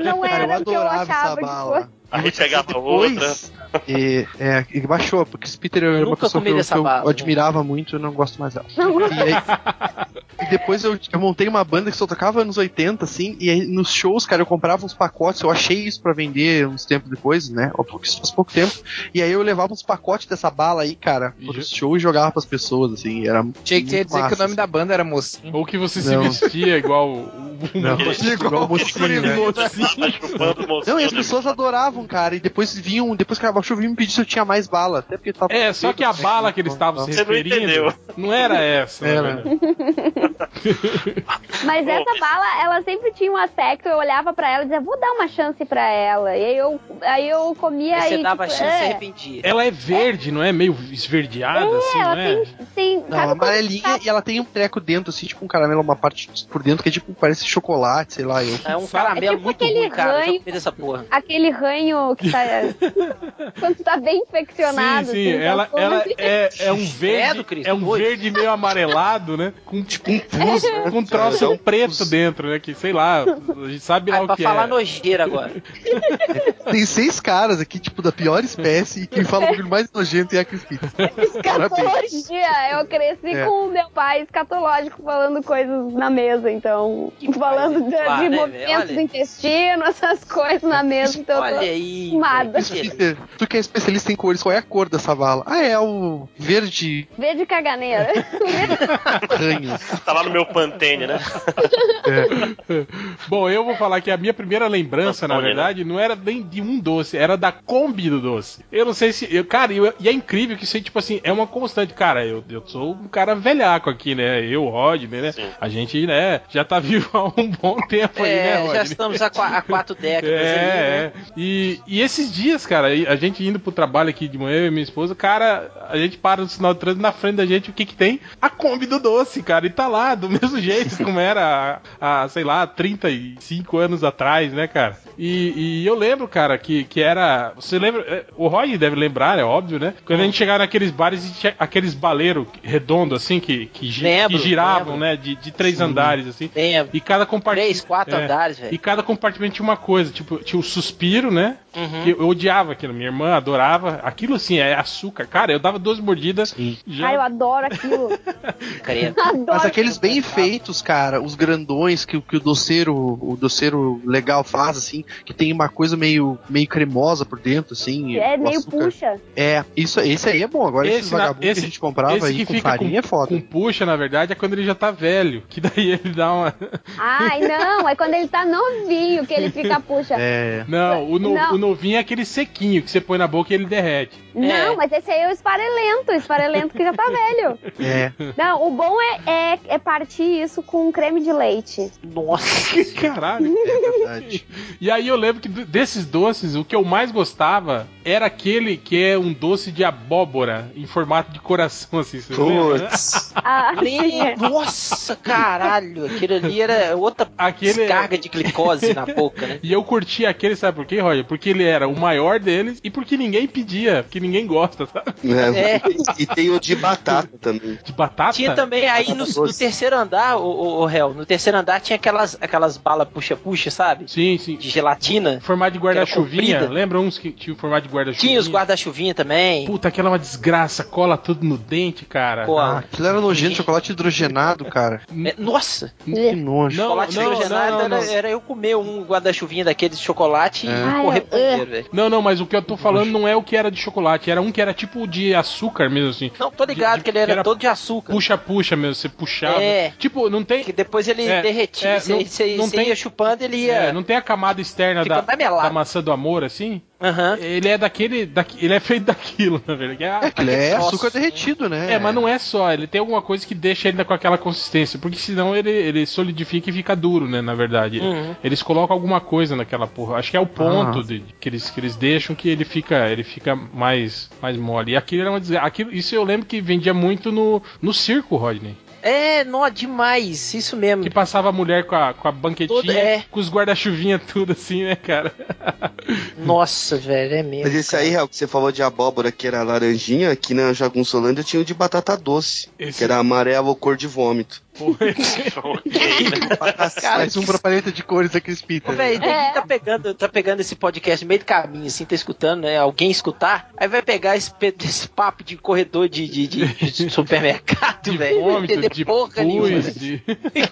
Speaker 5: [LAUGHS]
Speaker 8: Cara,
Speaker 9: não
Speaker 8: eu
Speaker 9: era o que eu
Speaker 8: adorava
Speaker 9: achava
Speaker 8: essa
Speaker 9: que
Speaker 8: bala.
Speaker 9: fosse.
Speaker 5: Aí pegava outra.
Speaker 8: Depois, e, é, e baixou, porque esse Peter era uma
Speaker 1: Nunca
Speaker 8: pessoa que
Speaker 1: comi
Speaker 8: eu,
Speaker 1: dessa
Speaker 8: que eu
Speaker 1: bala, né?
Speaker 8: admirava muito e não gosto mais dela. E, aí- e depois eu, eu montei uma banda que só tocava anos 80, assim, e aí nos shows, cara, eu comprava uns pacotes, eu achei isso pra vender uns tempos depois, né? Óbvio que isso faz pouco tempo. E aí eu levava uns pacotes dessa bala aí, cara,
Speaker 2: E
Speaker 8: pros shows e jogava pras pessoas, assim, era
Speaker 3: Tinha que
Speaker 8: muito
Speaker 3: dizer que
Speaker 8: massa,
Speaker 3: o nome
Speaker 8: assim.
Speaker 3: da banda era Mocinho.
Speaker 2: Ou que você
Speaker 8: Não.
Speaker 2: se vestia igual o, o
Speaker 8: Não,
Speaker 2: mocinho.
Speaker 8: igual o mocinho, né?
Speaker 5: Tava chupando o mocinho.
Speaker 8: Não, e as pessoas adoravam, cara, e depois vinham, depois que abaixou, vinham me pedir se eu tinha mais bala, até porque tava... né,
Speaker 2: É, só que a bala que eles
Speaker 8: então.
Speaker 2: estavam se
Speaker 5: Você não
Speaker 2: referindo
Speaker 5: entendeu.
Speaker 2: não, era essa. né, na
Speaker 8: Era.
Speaker 2: verdade.
Speaker 9: Mas
Speaker 5: Pô,
Speaker 9: essa bala, ela sempre tinha um aspecto, eu olhava pra ela e dizia, vou dar uma chance pra ela. E aí eu, aí eu comia
Speaker 1: Aí
Speaker 9: e.
Speaker 1: você dava a
Speaker 9: tipo,
Speaker 1: chance e se
Speaker 9: é.
Speaker 1: arrependia.
Speaker 2: Ela é verde, não é? Meio esverdeada, assim,
Speaker 9: ela
Speaker 2: não
Speaker 1: né?"
Speaker 2: é?
Speaker 9: tem. tem
Speaker 8: Não,
Speaker 9: sabe
Speaker 8: amarelinha e ela tem um treco dentro, assim, tipo um caramelo, uma parte por dentro que é tipo, parece chocolate, sei lá. Eu...
Speaker 1: É um
Speaker 2: Sabe?
Speaker 1: caramelo
Speaker 9: É tipo
Speaker 1: muito
Speaker 9: aquele
Speaker 1: ruim, cara. Eu já
Speaker 9: ranho.
Speaker 1: comi dessa porra.
Speaker 9: quando- aquele ranho que tá. [LAUGHS] quando tu tá bem
Speaker 2: Sim,
Speaker 9: infeccionado.
Speaker 2: sim,
Speaker 9: assim,
Speaker 2: ela,
Speaker 9: tá
Speaker 2: ela
Speaker 9: todo-
Speaker 2: é, é um
Speaker 1: Credo,
Speaker 2: verde,
Speaker 1: Cristo,
Speaker 2: é um
Speaker 1: doido.
Speaker 2: verde meio amarelado, né? Com tipo um
Speaker 9: [LAUGHS]
Speaker 7: pus, né?
Speaker 2: com um
Speaker 7: É
Speaker 2: troço
Speaker 7: um
Speaker 2: preto
Speaker 7: pus.
Speaker 2: dentro, né? Que sei lá, a gente sabe lá
Speaker 1: Aí,
Speaker 2: o
Speaker 1: pra
Speaker 2: que
Speaker 1: falar
Speaker 2: é.
Speaker 1: nojeira
Speaker 2: [LAUGHS]
Speaker 1: agora.
Speaker 8: Tem seis caras aqui, tipo, da pior espécie, e quem fala o bagulho mais nojento é a Chris Pitts.
Speaker 9: Escatologia! Eu cresci
Speaker 8: É.
Speaker 9: com o meu pai escatológico falando coisas na mesa, então.
Speaker 1: Que
Speaker 9: falando
Speaker 1: pai
Speaker 9: de,
Speaker 1: exemplar,
Speaker 9: de
Speaker 1: né, velho?
Speaker 9: movimentos
Speaker 1: Olha.
Speaker 9: do intestino, essas coisas na mesa, então. eu tô-
Speaker 1: Olha aí.
Speaker 9: fumada.
Speaker 1: velho,
Speaker 8: Chris
Speaker 1: que
Speaker 8: Peter, tu que é especialista em cores, qual é a cor dessa bala? Ah, é o verde [LAUGHS]
Speaker 9: Verde caganeira.
Speaker 2: assim.
Speaker 8: ranho.
Speaker 5: Tá lá no meu Pantene, né?
Speaker 2: É. Bom, eu vou falar que a minha primeira lembrança, na
Speaker 5: Pantone,
Speaker 2: verdade, não era nem de um doce, era da Kombi do doce. Eu não sei se. eu- cara, eu- e é incrível que isso aí, tipo assim, é uma constante. Cara, eu, eu sou um cara velhaco aqui, né? Eu, Rodney, né?
Speaker 5: Sim.
Speaker 2: A gente, né, já tá vivo há um bom tempo aí, né,
Speaker 1: É,
Speaker 2: Rodney?
Speaker 1: já estamos há, qua- há
Speaker 2: [LAUGHS]
Speaker 1: quatro décadas ali, né?
Speaker 2: É, é. E, e esses dias, cara, a gente indo pro trabalho aqui de manhã, eu e minha esposa, cara, a gente para no sinal de trânsito na frente da gente, o que que tem? A Kombi do Doce, cara, e tá lá, do [LAUGHS] mesmo jeito como era há, há, sei lá, 35 anos atrás, né, cara? E, e eu lembro, cara, que, que era. Você lembra? é, O Roy deve lembrar, é óbvio, né? Quando a gente chegava naqueles bares e tinha aqueles baleiros redondos, assim, que, que, gi-
Speaker 1: Lembro,
Speaker 2: que giravam,
Speaker 1: lembro.
Speaker 2: né? De, de três andares, assim.
Speaker 1: Lembro.
Speaker 2: E cada compartimento.
Speaker 1: Três, quatro
Speaker 2: é.
Speaker 1: andares,
Speaker 2: E
Speaker 1: velho.
Speaker 2: cada compartimento tinha uma coisa, tipo, tinha o suspiro, né?
Speaker 1: Uhum.
Speaker 2: Que eu odiava aquilo, minha irmã adorava. Aquilo assim, é açúcar. Cara, eu dava duas mordidas. Já...
Speaker 9: Ai, eu adoro aquilo.
Speaker 1: Credo.
Speaker 9: Adoro.
Speaker 8: Mas aqueles bem feitos, cara, os grandões que, o- que o doceiro, o doceiro legal faz, assim, que tem uma coisa meio meio, meio cremosa por dentro, assim.
Speaker 9: É
Speaker 8: o
Speaker 9: meio
Speaker 8: açúcar.
Speaker 9: puxa.
Speaker 8: É, isso, esse aí é bom. Agora esse,
Speaker 2: Esse na-
Speaker 8: vagabundo
Speaker 2: esse-
Speaker 8: que a gente comprava
Speaker 2: esse
Speaker 8: aí
Speaker 2: que
Speaker 8: com
Speaker 2: fica
Speaker 8: farinha é foda.
Speaker 2: Com puxa, na verdade, é quando ele já tá velho. Que daí [LAUGHS] ele dá uma.
Speaker 9: Ai, não, é quando ele tá novinho que ele fica puxa.
Speaker 8: É.
Speaker 2: Não, o, no-
Speaker 9: Não.
Speaker 2: o novinho é aquele sequinho que você põe na boca e ele derrete.
Speaker 9: Não, mas esse aí é o esparelento, o esparelento que já tá velho.
Speaker 8: É.
Speaker 2: [LAUGHS]
Speaker 9: Não, o bom é, é, é partir isso com creme de leite.
Speaker 1: Nossa.
Speaker 2: [LAUGHS] Caralho.
Speaker 8: É verdade.
Speaker 2: E aí eu lembro que do- desses doces, o que eu mais gostava era aquele que é um doce de abóbora em formato de coração, assim. Você lembra?
Speaker 1: [LAUGHS]
Speaker 7: Putz.
Speaker 9: Ah,
Speaker 1: Ih,
Speaker 9: [LAUGHS]
Speaker 1: Nossa, caralho. Aquilo ali era outra
Speaker 2: Aquele.
Speaker 1: descarga de glicose na boca, né?
Speaker 2: E eu curti aquele, sabe por quê, Roger? Porque ele era o maior deles e porque ninguém pedia, porque ninguém gosta, sabe?
Speaker 7: É.
Speaker 1: É.
Speaker 7: E tem o de batata também.
Speaker 2: De batata.
Speaker 1: Tinha também, aí no, no terceiro andar, o, o, réu, no terceiro andar tinha aquelas, aquelas balas puxa-puxa, sabe?
Speaker 2: Sim, sim. Um
Speaker 1: De gelatina.
Speaker 2: Formato de guarda-chuvinha.
Speaker 1: comprida.
Speaker 2: Lembra uns que tinha o formato de guarda-chuvinha?
Speaker 1: Tinha os guarda-chuvinha também.
Speaker 2: Puta, aquela é uma desgraça, cola tudo no dente, cara.
Speaker 1: Pô,
Speaker 8: Ah, aquilo era nojento, chocolate hidrogenado, cara.
Speaker 1: é- nossa,
Speaker 8: Que nojo. É
Speaker 2: Não,
Speaker 1: chocolate
Speaker 2: não,
Speaker 1: hidrogenado
Speaker 2: não, não,
Speaker 1: era,
Speaker 2: não.
Speaker 1: era eu comer um guarda-chuvinha daquele de chocolate
Speaker 9: Ai,
Speaker 2: É.
Speaker 1: e correr
Speaker 9: eu-
Speaker 1: pro é banheiro, velho.
Speaker 2: Não, não, mas o que eu tô falando não é o que era de chocolate, era um que era tipo de açúcar mesmo, assim.
Speaker 1: Não, tô ligado
Speaker 2: De-
Speaker 1: que ele era,
Speaker 2: que era
Speaker 1: todo de açúcar.
Speaker 2: Puxa-puxa mesmo, você puxava.
Speaker 1: É.
Speaker 2: Tipo, não tem.
Speaker 1: Que depois ele
Speaker 2: É,
Speaker 1: derretia,
Speaker 2: é,
Speaker 1: você
Speaker 2: não-
Speaker 1: você-
Speaker 2: não
Speaker 1: você
Speaker 2: tem-
Speaker 1: ia chupando, ele
Speaker 2: é,
Speaker 1: ia.
Speaker 2: não tem a camada externa
Speaker 1: Fica
Speaker 2: da,
Speaker 1: até melado.
Speaker 2: da maçã do amor, assim?
Speaker 1: Aham.
Speaker 2: Ele é daquele. daqui- ele é feito daquilo, [LAUGHS] na verdade.
Speaker 8: É, aquilo é
Speaker 1: Nossa.
Speaker 8: açúcar derretido, né?
Speaker 2: É, mas não é só, ele tem alguma coisa que deixa ele com aquela consistência, porque senão ele, ele solidifica e fica duro, né, na verdade.
Speaker 1: Uhum.
Speaker 2: Eles colocam alguma coisa naquela porra. Acho que é o ponto
Speaker 8: Ah.
Speaker 2: de- que, eles, que eles deixam que ele fica, ele fica mais, mais mole. E aquilo era uma desgra- aquilo- Isso eu lembro que vendia muito no, no circo, Rodney.
Speaker 1: É, nó, demais, isso mesmo.
Speaker 2: Que passava a mulher com a, com a banquetinha,
Speaker 1: Todo- é.
Speaker 2: com os guarda-chuvinha tudo assim, né, cara? [LAUGHS]
Speaker 1: Nossa, velho, é mesmo.
Speaker 7: Mas esse aí, Real, que você falou de abóbora, que era laranjinha, aqui na Jagunçolândia tinha o de batata doce,
Speaker 2: Esse-
Speaker 7: que era amarelo ou cor de vômito.
Speaker 8: [LAUGHS]
Speaker 1: [LAUGHS]
Speaker 6: é
Speaker 8: Mais um pra paleta de cores da
Speaker 1: Ô,
Speaker 8: Crispita.
Speaker 2: É.
Speaker 1: velho, ninguém tá pegando, tá pegando esse podcast no meio do caminho, assim, tá escutando, né? Alguém escutar, aí vai pegar esse, pe- esse papo de corredor de, de, de-
Speaker 2: [LAUGHS]
Speaker 1: de supermercado,
Speaker 2: De
Speaker 1: velho. Não vai
Speaker 2: vômito,
Speaker 1: entender
Speaker 2: de
Speaker 1: porra nenhuma. [LAUGHS]
Speaker 2: pus, de...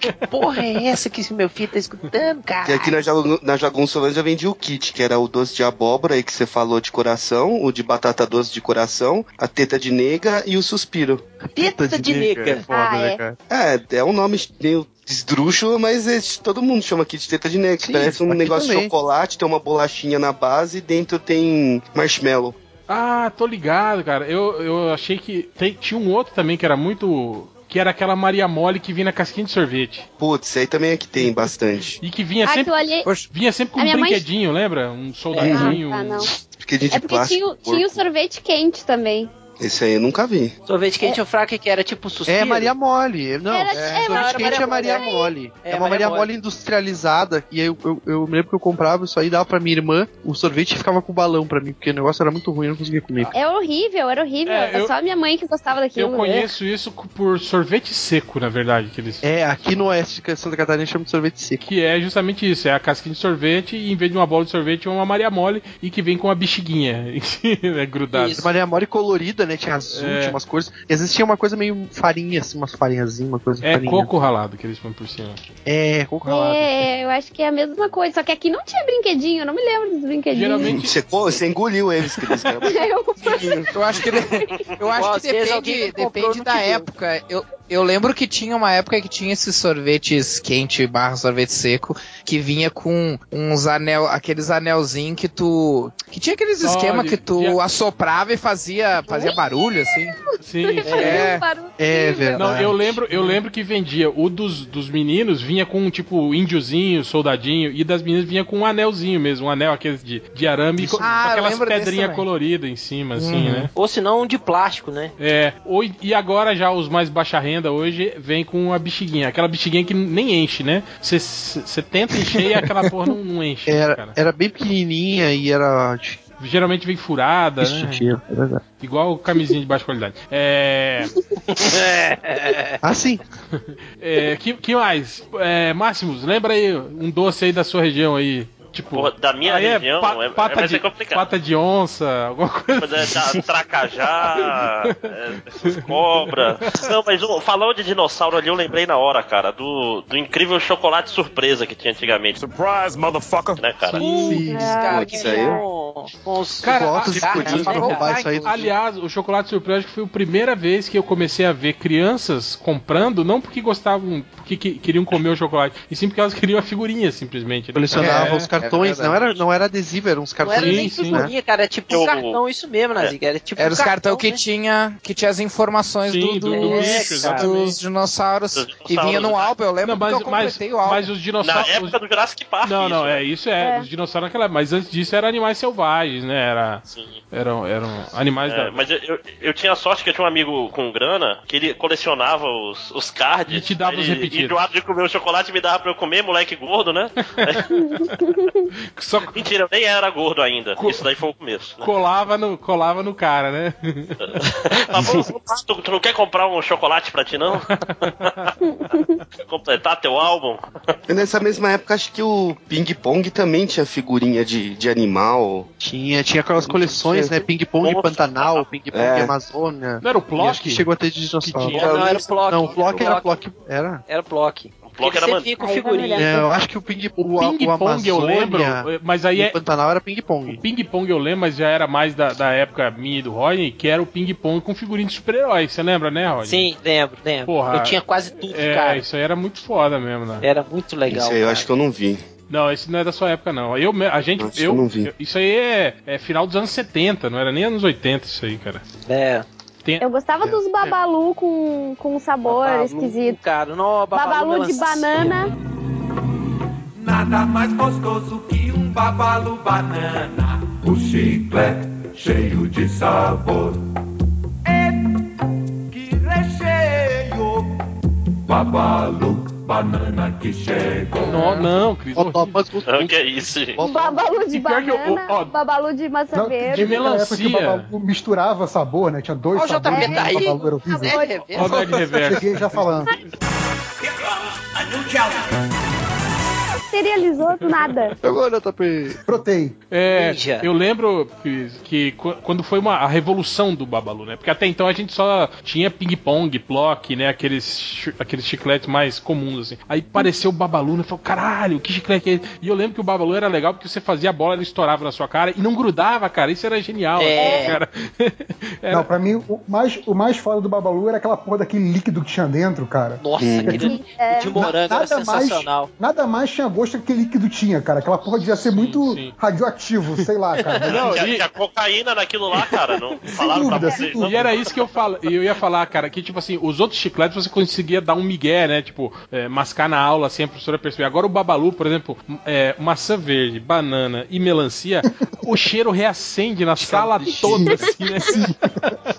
Speaker 1: Que porra é essa que esse meu filho tá escutando,
Speaker 7: E
Speaker 1: cara?
Speaker 7: aqui na, Jagun- na Jagunçolândia vendia o kit, que era o doce de abóbora aí que você falou de coração, o de batata doce de coração, a teta de nega e o suspiro.
Speaker 1: Teta de nega.
Speaker 8: É foda,
Speaker 9: Ah,
Speaker 8: né,
Speaker 9: é.
Speaker 8: cara?
Speaker 7: É, é um nome meio esdrúxulo, mas é- todo mundo chama aqui de teta de nega.
Speaker 8: Sim,
Speaker 7: Parece um
Speaker 8: aqui
Speaker 7: negócio de
Speaker 8: também.
Speaker 7: chocolate, tem uma bolachinha na base e dentro tem marshmallow.
Speaker 2: Ah, tô ligado, cara. Eu, eu achei que. tem- tinha um outro também que era muito. Que era aquela Maria Mole que vinha na casquinha de sorvete.
Speaker 7: Putz, aí também é que
Speaker 2: [LAUGHS]
Speaker 7: tem bastante.
Speaker 2: E que vinha sempre.
Speaker 9: aquilo ali.
Speaker 2: Vinha sempre com
Speaker 9: A
Speaker 2: um
Speaker 9: minha mãe-
Speaker 2: brinquedinho, lembra? Um soldadinho.
Speaker 9: Ah, tá, não.
Speaker 7: Porque a gente
Speaker 9: É porque tinha, o- tinha o sorvete quente também.
Speaker 7: Esse aí eu nunca vi.
Speaker 1: Sorvete quente ou fraco que era tipo suspiro.
Speaker 8: É Maria
Speaker 1: [LAUGHS]
Speaker 8: Mole. Não, é,
Speaker 9: Era- é,
Speaker 8: sorvete
Speaker 1: Maria-
Speaker 8: quente é Maria
Speaker 1: Maria
Speaker 8: Mole.
Speaker 1: É,
Speaker 8: É, uma
Speaker 1: Maria
Speaker 8: Maria Mole industrializada. E aí eu, eu, eu me lembro que eu comprava isso aí, dava pra minha irmã o sorvete e ficava com balão pra mim, porque o negócio era muito ruim, eu não conseguia
Speaker 2: Ah,
Speaker 8: comer.
Speaker 9: É horrível, era horrível.
Speaker 2: É,
Speaker 9: Era
Speaker 2: eu-
Speaker 9: só a minha mãe que gostava daquilo. né?
Speaker 2: Eu conheço isso co- por sorvete seco, na verdade, que eles.
Speaker 8: É, aqui no oeste de Santa Catarina chama de sorvete seco.
Speaker 2: Que é justamente isso, é a casquinha de sorvete e em vez de uma bola de sorvete é uma Maria Mole e que vem com uma bexiguinha [LAUGHS] né, grudada.
Speaker 1: Isso.
Speaker 8: Maria Mole colorida, né? Tinha azul,
Speaker 2: É.
Speaker 8: tinha umas cores. E às vezes tinha uma coisa meio farinha, assim, umas farinhazinhas, uma coisa de
Speaker 2: É
Speaker 8: farinha.
Speaker 2: coco ralado que eles põem por cima.
Speaker 8: É, coco ralado.
Speaker 9: É, eu acho que é a mesma coisa. Só que aqui não tinha brinquedinho, eu não me lembro dos brinquedinhos.
Speaker 2: Geralmente-
Speaker 7: Você, co- você engoliu eles, Cris, cara.
Speaker 9: [LAUGHS] Eu-
Speaker 3: [LAUGHS] Eu acho que, de- eu acho
Speaker 1: Ou
Speaker 3: que
Speaker 1: às vezes alguém
Speaker 3: depende,
Speaker 1: que comprou
Speaker 3: depende
Speaker 1: não
Speaker 3: da
Speaker 1: te deu.
Speaker 3: época. Eu, eu lembro que tinha uma época que tinha esses sorvetes quente barra sorvete seco que vinha com uns anel, aqueles anelzinhos que tu. Que tinha aqueles
Speaker 2: Olha,
Speaker 3: esquema que tu
Speaker 2: tinha-
Speaker 3: assoprava e fazia, fazia barulho, assim.
Speaker 2: Sim, sim.
Speaker 9: fazia
Speaker 3: É.
Speaker 9: um barulho
Speaker 8: É
Speaker 9: horrível.
Speaker 8: verdade.
Speaker 2: Não, eu lembro, eu lembro que vendia. O dos, dos meninos vinha com, tipo, índiozinho, soldadinho, e das meninas vinha com um anelzinho mesmo, um anel aqueles de, de arame e com,
Speaker 3: Ah,
Speaker 2: com
Speaker 3: eu
Speaker 2: aquelas
Speaker 3: lembro desse
Speaker 2: pedrinhas
Speaker 3: também.
Speaker 2: coloridas em cima, assim,
Speaker 3: Uhum.
Speaker 2: né?
Speaker 1: Ou senão um de plástico, né?
Speaker 2: É, ou- e agora já os mais baixa renda hoje vem com a bexiguinha, aquela bexiguinha que nem enche, né? Você tenta encher e aquela porra não, não enche,
Speaker 8: Era,
Speaker 2: cara.
Speaker 8: era bem pequenininha e era tipo, difícil
Speaker 2: Geralmente vem furada,
Speaker 8: de
Speaker 2: né?
Speaker 8: tirar, é verdade.
Speaker 2: Igual camisinha de baixa qualidade. É.
Speaker 8: [LAUGHS]
Speaker 2: [LAUGHS]
Speaker 8: Ah, sim.
Speaker 2: é que, que mais? É, Máximos, lembra aí um doce aí da sua região aí. Tipo,
Speaker 5: Porra, da minha
Speaker 2: aí é
Speaker 5: região,
Speaker 2: pa-
Speaker 5: é-
Speaker 2: pata,
Speaker 5: vai ser
Speaker 2: de,
Speaker 5: complicado.
Speaker 2: pata de onça, alguma coisa. assim.
Speaker 5: Mas é, da- Tracajá, é, essas cobras. Não, mas ô, falando de dinossauro ali, eu lembrei na hora, cara, do, do incrível chocolate surpresa que tinha antigamente. Surprise, motherfucker! Né, cara?
Speaker 8: Sim.
Speaker 1: cara,
Speaker 7: Putz,
Speaker 1: que
Speaker 7: aí é eu-
Speaker 1: com, com os
Speaker 2: Cara,
Speaker 5: [LAUGHS]
Speaker 8: Votos
Speaker 2: a-
Speaker 8: escondidos pra
Speaker 2: né?
Speaker 8: roubar isso aí.
Speaker 2: Aliás, o chocolate surpresa acho que foi a primeira vez que eu comecei a ver crianças comprando, não porque gostavam, porque que- queriam comer o chocolate, e sim porque elas queriam a figurinha, simplesmente. né?
Speaker 8: Colecionava
Speaker 2: É,
Speaker 8: os cartões,
Speaker 3: é
Speaker 8: não, era, não era adesivo, eram uns né?
Speaker 1: Não era
Speaker 8: cartões.
Speaker 1: nem
Speaker 2: Sim, sim.
Speaker 3: né?
Speaker 1: figurinha, cara. É tipo
Speaker 5: Eu-
Speaker 1: um cartão, isso
Speaker 3: É.
Speaker 1: mesmo, Naziga. Era tipo
Speaker 3: Era os
Speaker 1: um
Speaker 3: cartão que
Speaker 1: né?
Speaker 3: tinha que tinha as informações
Speaker 2: Sim,
Speaker 3: do,
Speaker 2: do, do bicho,
Speaker 1: É, cara.
Speaker 3: dos
Speaker 2: exatamente.
Speaker 3: dinossauros.
Speaker 5: Dos
Speaker 3: E vinha
Speaker 5: dinossauros,
Speaker 3: no
Speaker 5: né?
Speaker 3: álbum, eu
Speaker 1: Então,
Speaker 3: lembro
Speaker 2: Não, mas,
Speaker 3: que eu
Speaker 2: mas,
Speaker 3: completei o álbum.
Speaker 2: mas os
Speaker 5: Na
Speaker 2: dinossauros.
Speaker 5: época do Jurassic Park.
Speaker 2: Não,
Speaker 5: isso,
Speaker 2: não,
Speaker 5: né?
Speaker 2: é isso, é,
Speaker 9: É.
Speaker 2: Os dinossauros naquela época. Mas antes disso eram animais selvagens, né? Era,
Speaker 5: Sim.
Speaker 2: eram, eram animais
Speaker 5: É,
Speaker 2: da.
Speaker 5: mas eu, eu, eu tinha a sorte que eu tinha um amigo com grana que ele colecionava os, os cards.
Speaker 2: E te dava
Speaker 5: aí
Speaker 2: os
Speaker 5: ele-
Speaker 2: repetidos.
Speaker 5: Enjoado de comer o chocolate me dava pra eu comer, moleque gordo, né?
Speaker 2: Só
Speaker 5: Mentira, eu nem era gordo ainda.
Speaker 2: Co-
Speaker 5: Isso daí foi o começo. né?
Speaker 2: colava no, colava no cara, né?
Speaker 5: [LAUGHS] Mas, pô, tu, tu não quer comprar um chocolate pra ti,
Speaker 1: [LAUGHS]
Speaker 5: não? Completar teu álbum?
Speaker 7: E nessa mesma época, acho que o Ping Pong também tinha figurinha de, de animal.
Speaker 8: Tinha, tinha aquelas coleções, né? Ping Pong
Speaker 5: Nossa.
Speaker 8: Pantanal, Ping Pong
Speaker 7: É.
Speaker 8: Amazônia.
Speaker 2: Ah, Não era o
Speaker 8: E acho
Speaker 2: Plock?
Speaker 8: que chegou até de
Speaker 2: Que
Speaker 3: é
Speaker 8: dinossauro.
Speaker 2: tinha-
Speaker 1: Não, era um o Plock.
Speaker 8: Não, o Plock era Plock. Era.
Speaker 1: Era o Plock.
Speaker 5: O bloco
Speaker 1: Porque
Speaker 5: era
Speaker 1: você
Speaker 5: maneiro.
Speaker 1: vinha com
Speaker 9: Aí vai
Speaker 1: figurinha.
Speaker 9: olhar.
Speaker 8: É, eu acho que o Ping Pong, o,
Speaker 2: Ping
Speaker 8: o
Speaker 2: Pong eu lembro,
Speaker 8: Amazônia
Speaker 2: mas aí
Speaker 8: e
Speaker 2: é,
Speaker 8: o Pantanal era Ping
Speaker 2: O
Speaker 8: Pong.
Speaker 2: ping pong eu lembro, mas já era mais da, da época minha e do Roy, que era o ping pong com figurinha de super-herói, você lembra, né, Roy?
Speaker 1: Sim, lembro, lembro.
Speaker 2: Porra.
Speaker 1: eu tinha quase tudo,
Speaker 2: É,
Speaker 1: cara.
Speaker 2: isso aí era muito foda mesmo, né?
Speaker 1: Era muito legal.
Speaker 7: Isso aí eu
Speaker 1: cara.
Speaker 7: acho que eu não vi.
Speaker 2: Não, esse não é da sua época, não. Eu, me- a gente,
Speaker 7: Nossa,
Speaker 2: eu,
Speaker 7: eu não vi.
Speaker 2: eu- isso aí é, é final dos anos 70, não era nem anos 80 isso aí, cara.
Speaker 1: É.
Speaker 2: Tem-
Speaker 9: Eu gostava
Speaker 8: É,
Speaker 9: dos babalu com, com um sabor
Speaker 1: Babalu,
Speaker 9: esquisito.
Speaker 1: Cara, não,
Speaker 9: Babalu, de
Speaker 1: melancia.
Speaker 9: banana.
Speaker 12: Nada mais gostoso que um babalu banana. O chiclete cheio de sabor. E que recheio! Babalu, banana que chegou.
Speaker 2: Não, não, Cris. horrível.
Speaker 8: Otopos
Speaker 5: Ah, que é isso, gente.
Speaker 9: Babalu de
Speaker 2: E pior que eu-
Speaker 9: banana,
Speaker 2: ó, é
Speaker 9: babalu de maçã
Speaker 13: Não,
Speaker 9: verde.
Speaker 2: de
Speaker 13: tinha aquela época que o
Speaker 2: melancia.
Speaker 13: Babalu misturava sabor, né? Tinha dois
Speaker 1: Ó, o
Speaker 13: sabores.
Speaker 1: JP tá aí.
Speaker 13: Babalu era horrível.
Speaker 1: É, é, é.
Speaker 2: Ó, Dad Reverso.
Speaker 13: Cheguei já falando.
Speaker 9: Cerealizou do nada.
Speaker 8: Agora, Tapê.
Speaker 13: Brotei.
Speaker 2: É,
Speaker 1: Ninja.
Speaker 2: eu lembro que, que qu- quando foi uma, a revolução do Babalu, né? Porque até então a gente só tinha ping-pong, block, né? Aqueles, chi- aqueles chicletes mais comuns, assim. Aí apareceu o Babalu, né? Falou, caralho, que chiclete é esse? E eu lembro que o Babalu era legal porque você fazia a bola, ele estourava na sua cara e não grudava, cara. Isso era genial,
Speaker 1: É.
Speaker 2: assim, cara. [LAUGHS] Era-
Speaker 13: Não, pra mim, o mais, o mais foda do Babalu era aquela porra daquele líquido que tinha dentro, cara. Hum.
Speaker 1: Nossa, aquele
Speaker 9: É.
Speaker 1: o de morango era sensacional.
Speaker 13: Mais, nada mais tinha gosto que aquele líquido tinha, cara. Aquela porra devia ser
Speaker 2: Sim,
Speaker 13: muito
Speaker 2: sim.
Speaker 13: radioativo, sei lá, cara.
Speaker 2: [LAUGHS] Não,
Speaker 5: Tinha,
Speaker 2: e-
Speaker 5: tinha cocaína naquilo lá, cara. Não falaram pra
Speaker 13: dúvida,
Speaker 5: vocês,
Speaker 13: sem
Speaker 5: não?
Speaker 2: E era isso que eu falo, eu ia falar, cara, que tipo assim, os outros chicletes você conseguia dar um migué, né? Tipo, é, mascar na aula assim, a professora perceber. Agora o babalu, por exemplo, m- é, maçã verde, banana e melancia, [LAUGHS] o cheiro reacende na sala toda, assim, né?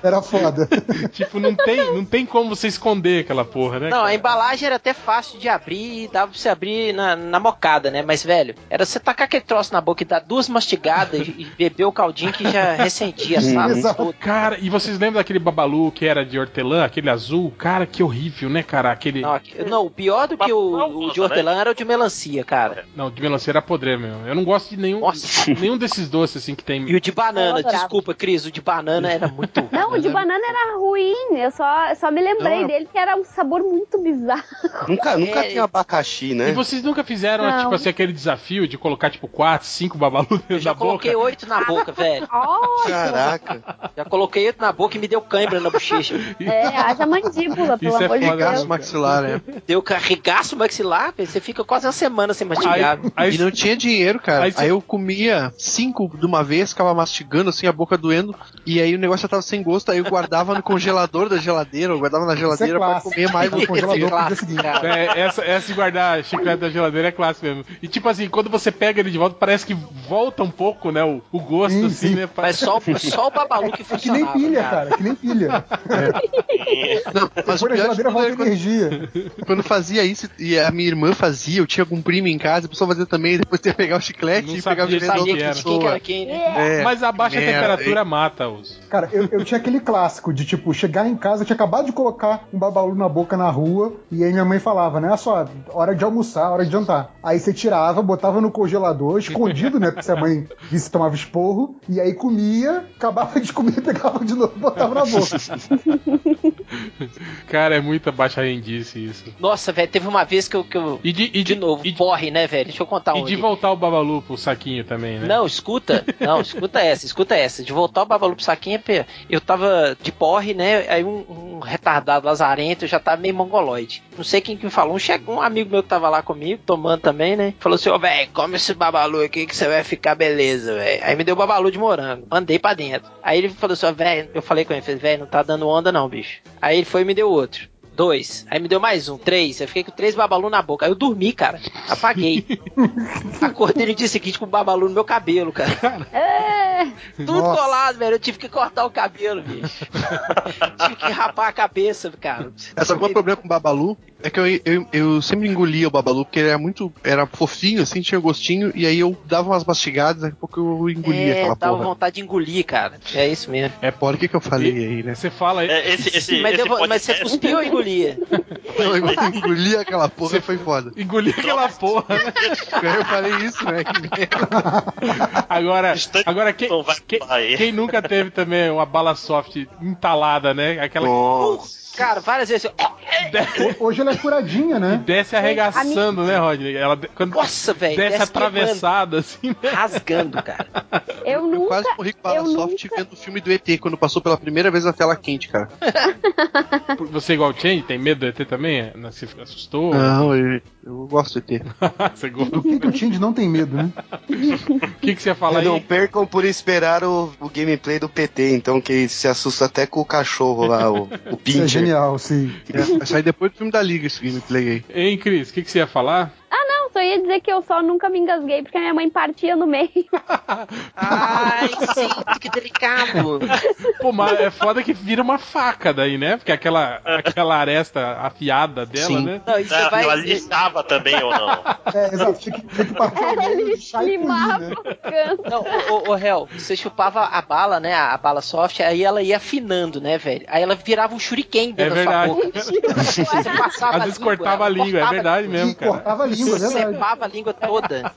Speaker 13: Era foda.
Speaker 2: tipo, não
Speaker 8: né,
Speaker 2: tem, não tem como você esconder aquela porra, né?
Speaker 1: [LAUGHS] Não, é a
Speaker 2: cara?
Speaker 1: embalagem era até fácil de abrir e dava pra você abrir na, na mocada, né? Mas, velho, era você tacar aquele troço na boca e dar duas mastigadas e, e beber o caldinho que
Speaker 8: [LAUGHS]
Speaker 1: já ressentia a sala
Speaker 13: Exato.
Speaker 1: toda.
Speaker 2: Cara, e vocês lembram daquele babalu que era de hortelã, aquele azul? Cara, que horrível, né, cara? Aquele.
Speaker 1: Não, aqui- não, o pior do que o, o de hortelã era o de melancia, cara.
Speaker 2: É, Não, de melancia era podre mesmo. Eu não gosto de nenhum,
Speaker 1: Nossa.
Speaker 2: [LAUGHS] nenhum desses doces assim que tem.
Speaker 1: E o de banana,
Speaker 9: Eu adorava.
Speaker 1: desculpa, Cris, o de banana era
Speaker 9: [LAUGHS]
Speaker 1: muito ruim. né?
Speaker 9: Não, o
Speaker 2: Uhum.
Speaker 9: de banana era ruim. Eu só, só me lembrei
Speaker 8: Não, é-
Speaker 9: dele que era um sabor muito bizarro.
Speaker 7: Nunca, nunca
Speaker 1: É.
Speaker 7: tinha abacaxi,
Speaker 2: E
Speaker 7: né?
Speaker 2: vocês nunca fizeram,
Speaker 9: Não.
Speaker 2: tipo assim, aquele desafio de colocar, tipo, quatro, cinco babalu dentro
Speaker 1: Eu já
Speaker 2: da boca?
Speaker 1: coloquei oito na boca, velho.
Speaker 9: [LAUGHS] Ó,
Speaker 7: Caraca.
Speaker 1: Já coloquei oito na boca e me deu cãibra
Speaker 8: [LAUGHS]
Speaker 1: na bochecha.
Speaker 9: é, haja mandíbula, pelo
Speaker 2: Isso é
Speaker 9: amor de
Speaker 2: foda,
Speaker 9: Deus.
Speaker 8: Carregaço maxilar, né?
Speaker 1: Deu carregaço maxilar, velho. Você fica quase uma semana sem
Speaker 2: Aí,
Speaker 1: mastigar.
Speaker 2: aí-
Speaker 8: E não tinha dinheiro, cara.
Speaker 2: Aí
Speaker 8: Aí,
Speaker 2: cê-
Speaker 8: eu comia cinco de uma vez, ficava mastigando assim, a boca doendo, e aí o negócio já tava sem gosto, aí eu guardava no congelador da geladeira, eu guardava na geladeira pra
Speaker 13: é clássico. é [LAUGHS]
Speaker 8: comer mais Assim,
Speaker 13: No congelador pro dia
Speaker 1: clássico,
Speaker 13: seguinte.
Speaker 1: cara.
Speaker 2: é, essa, essa de guardar chiclete da geladeira é clássica mesmo. E tipo assim, quando você pega ele de volta, parece que volta um pouco, né? O, o gosto,
Speaker 13: Sim,
Speaker 2: assim,
Speaker 13: sim.
Speaker 2: né?
Speaker 1: Mas só, só o babalu que
Speaker 13: É que nem
Speaker 1: funcionava. né?
Speaker 13: pilha,
Speaker 1: cara.
Speaker 13: cara. Que nem pilha.
Speaker 8: Não, mas
Speaker 13: Depois na
Speaker 8: o pior de
Speaker 13: geladeira
Speaker 8: tudo
Speaker 13: volta
Speaker 8: era quando,
Speaker 13: energia.
Speaker 8: quando fazia isso, e a minha irmã fazia, eu tinha algum primo em casa, a pessoa fazia também, depois tinha que pegar o chiclete
Speaker 2: Não
Speaker 8: e
Speaker 2: sabia,
Speaker 8: pegava o chiclete da
Speaker 2: sabia
Speaker 1: Sabia
Speaker 8: outra
Speaker 1: que de quem que era
Speaker 8: pessoa.
Speaker 1: quem, né?
Speaker 8: É,
Speaker 2: Mas a baixa
Speaker 8: merda,
Speaker 2: temperatura mata-os.
Speaker 13: Cara, eu, eu tinha aquele clássico de, tipo, chegar em casa, eu tinha acabado de colocar um babalu na boca na rua, e aí minha mãe falava, né? "Olha só, hora de almoçar, hora de jantar. Aí você tirava, botava no congelador, escondido, né? Porque se a mãe visse tomava esporro, e aí comia, acabava de comer, [LAUGHS] pegava de novo e botava na boca.
Speaker 2: Cara, é muita baixa rendice isso.
Speaker 1: Nossa, velho, teve uma vez que eu. Que eu
Speaker 2: e de, e de-
Speaker 1: novo, porre, né, velho? Deixa eu contar um.
Speaker 2: E de
Speaker 1: aqui.
Speaker 2: voltar o Babalu pro saquinho também, né?
Speaker 1: Não, escuta. Não, escuta essa, escuta essa. De voltar o Babalu pro saquinho, é pe- eu tava de porre, né? Aí um, um retardado lazarento, eu já tava meio mongoloide. Não sei quem que me falou. Um, chegou, um amigo meu que tava lá comigo, tomando também, né? Falou assim, ô, velho, come esse Babalu aqui que você vai ficar beleza, velho. Aí me deu Babalu de morango. Mandei pra dentro. Aí ele falou assim, ó, velho, eu falei com ele, falei, velho, não tá dando onda não, bicho. Aí ele foi e me deu outro. Dois. Aí me deu mais um. Três. Eu fiquei com três babalu na boca. Aí eu dormi, cara. Apaguei. Acordei no dia seguinte com o babalu no meu
Speaker 2: [LAUGHS]
Speaker 1: cabelo, cara. [LAUGHS] É, tudo
Speaker 14: Nossa.
Speaker 1: colado, velho. Eu tive que cortar o cabelo, bicho. tive que rapar a cabeça, cara.
Speaker 8: É, sabe qual é o problema com o Babalu? É que eu, eu, eu sempre engolia o Babalu, porque ele era muito. Era fofinho, assim, tinha gostinho, e aí eu dava umas mastigadas, daqui a pouco eu engolia
Speaker 1: É,
Speaker 8: aquela
Speaker 1: dava
Speaker 8: porra.
Speaker 1: vontade de engolir, cara. É isso mesmo.
Speaker 8: É por que, que eu falei aí, né?
Speaker 2: Você fala
Speaker 5: É, esse, esse,
Speaker 1: mas,
Speaker 5: esse
Speaker 1: eu vou- mas você
Speaker 5: podcast-
Speaker 1: cuspiu ou
Speaker 5: [LAUGHS]
Speaker 1: engolia?
Speaker 8: Não, [LAUGHS] eu engoli aquela porra e foi foda.
Speaker 2: Engoli [LAUGHS] aquela porra, né?
Speaker 8: Eu falei isso, né? Que
Speaker 2: [LAUGHS] Agora, agora quem, quem, quem nunca teve também uma bala soft entalada, né? Aquela [LAUGHS]
Speaker 1: Cara, várias vezes.
Speaker 13: É Hoje ela é furadinha, né?
Speaker 2: que desce arregaçando, né, Rodney? Ela de- quando
Speaker 1: Nossa, velho.
Speaker 2: desce,
Speaker 1: desce
Speaker 2: atravessada, assim, né?
Speaker 1: Rasgando, cara.
Speaker 9: Eu nunca.
Speaker 8: quase morri com bala soft vendo o filme do ET quando passou pela primeira vez na tela quente, cara.
Speaker 2: Você é igual o Change, tem medo do ET também? Não, Se assustou?
Speaker 8: Não, eu, eu gosto do ET.
Speaker 2: [LAUGHS] Você gosta?
Speaker 13: Quem que o Tindy não tem medo, né?
Speaker 2: O que, que você fala aí?
Speaker 7: Não percam por esperar o, o gameplay do PT, então, que se assusta até com o cachorro lá, o, o
Speaker 13: Isso
Speaker 7: Pincher.
Speaker 13: é genial, sim.
Speaker 8: Vai sair É, depois do filme da Liga esse gameplay aí.
Speaker 2: Hein, Cris, o que, que você ia
Speaker 5: [LAUGHS]
Speaker 2: falar?
Speaker 9: Ah, não, só ia dizer que eu só nunca me engasguei porque a minha mãe partia no meio.
Speaker 1: Ai, sim, que delicado.
Speaker 2: Pô, mas é foda que vira uma faca daí, né? Porque aquela, aquela aresta afiada dela,
Speaker 5: Sim.
Speaker 2: né?
Speaker 1: Não,
Speaker 5: Ah, eu alistava também ou não?
Speaker 13: É, exato. Tinha que, tinha que partir
Speaker 1: [LAUGHS]
Speaker 13: o meio, deixar e punir, né?
Speaker 1: Não, ô, ô, ô Hel, você chupava a bala, né? A, a bala soft, aí ela ia afinando, né, velho? Aí ela virava um shuriken
Speaker 2: É
Speaker 1: dentro da
Speaker 2: verdade.
Speaker 1: sua boca.
Speaker 13: [LAUGHS]
Speaker 1: Você passava
Speaker 2: Às vezes cortava a língua, é
Speaker 1: cortava
Speaker 2: verdade mesmo, cara.
Speaker 13: Cortava a língua, é
Speaker 1: Você
Speaker 13: verdade.
Speaker 1: cepava a língua toda. Ela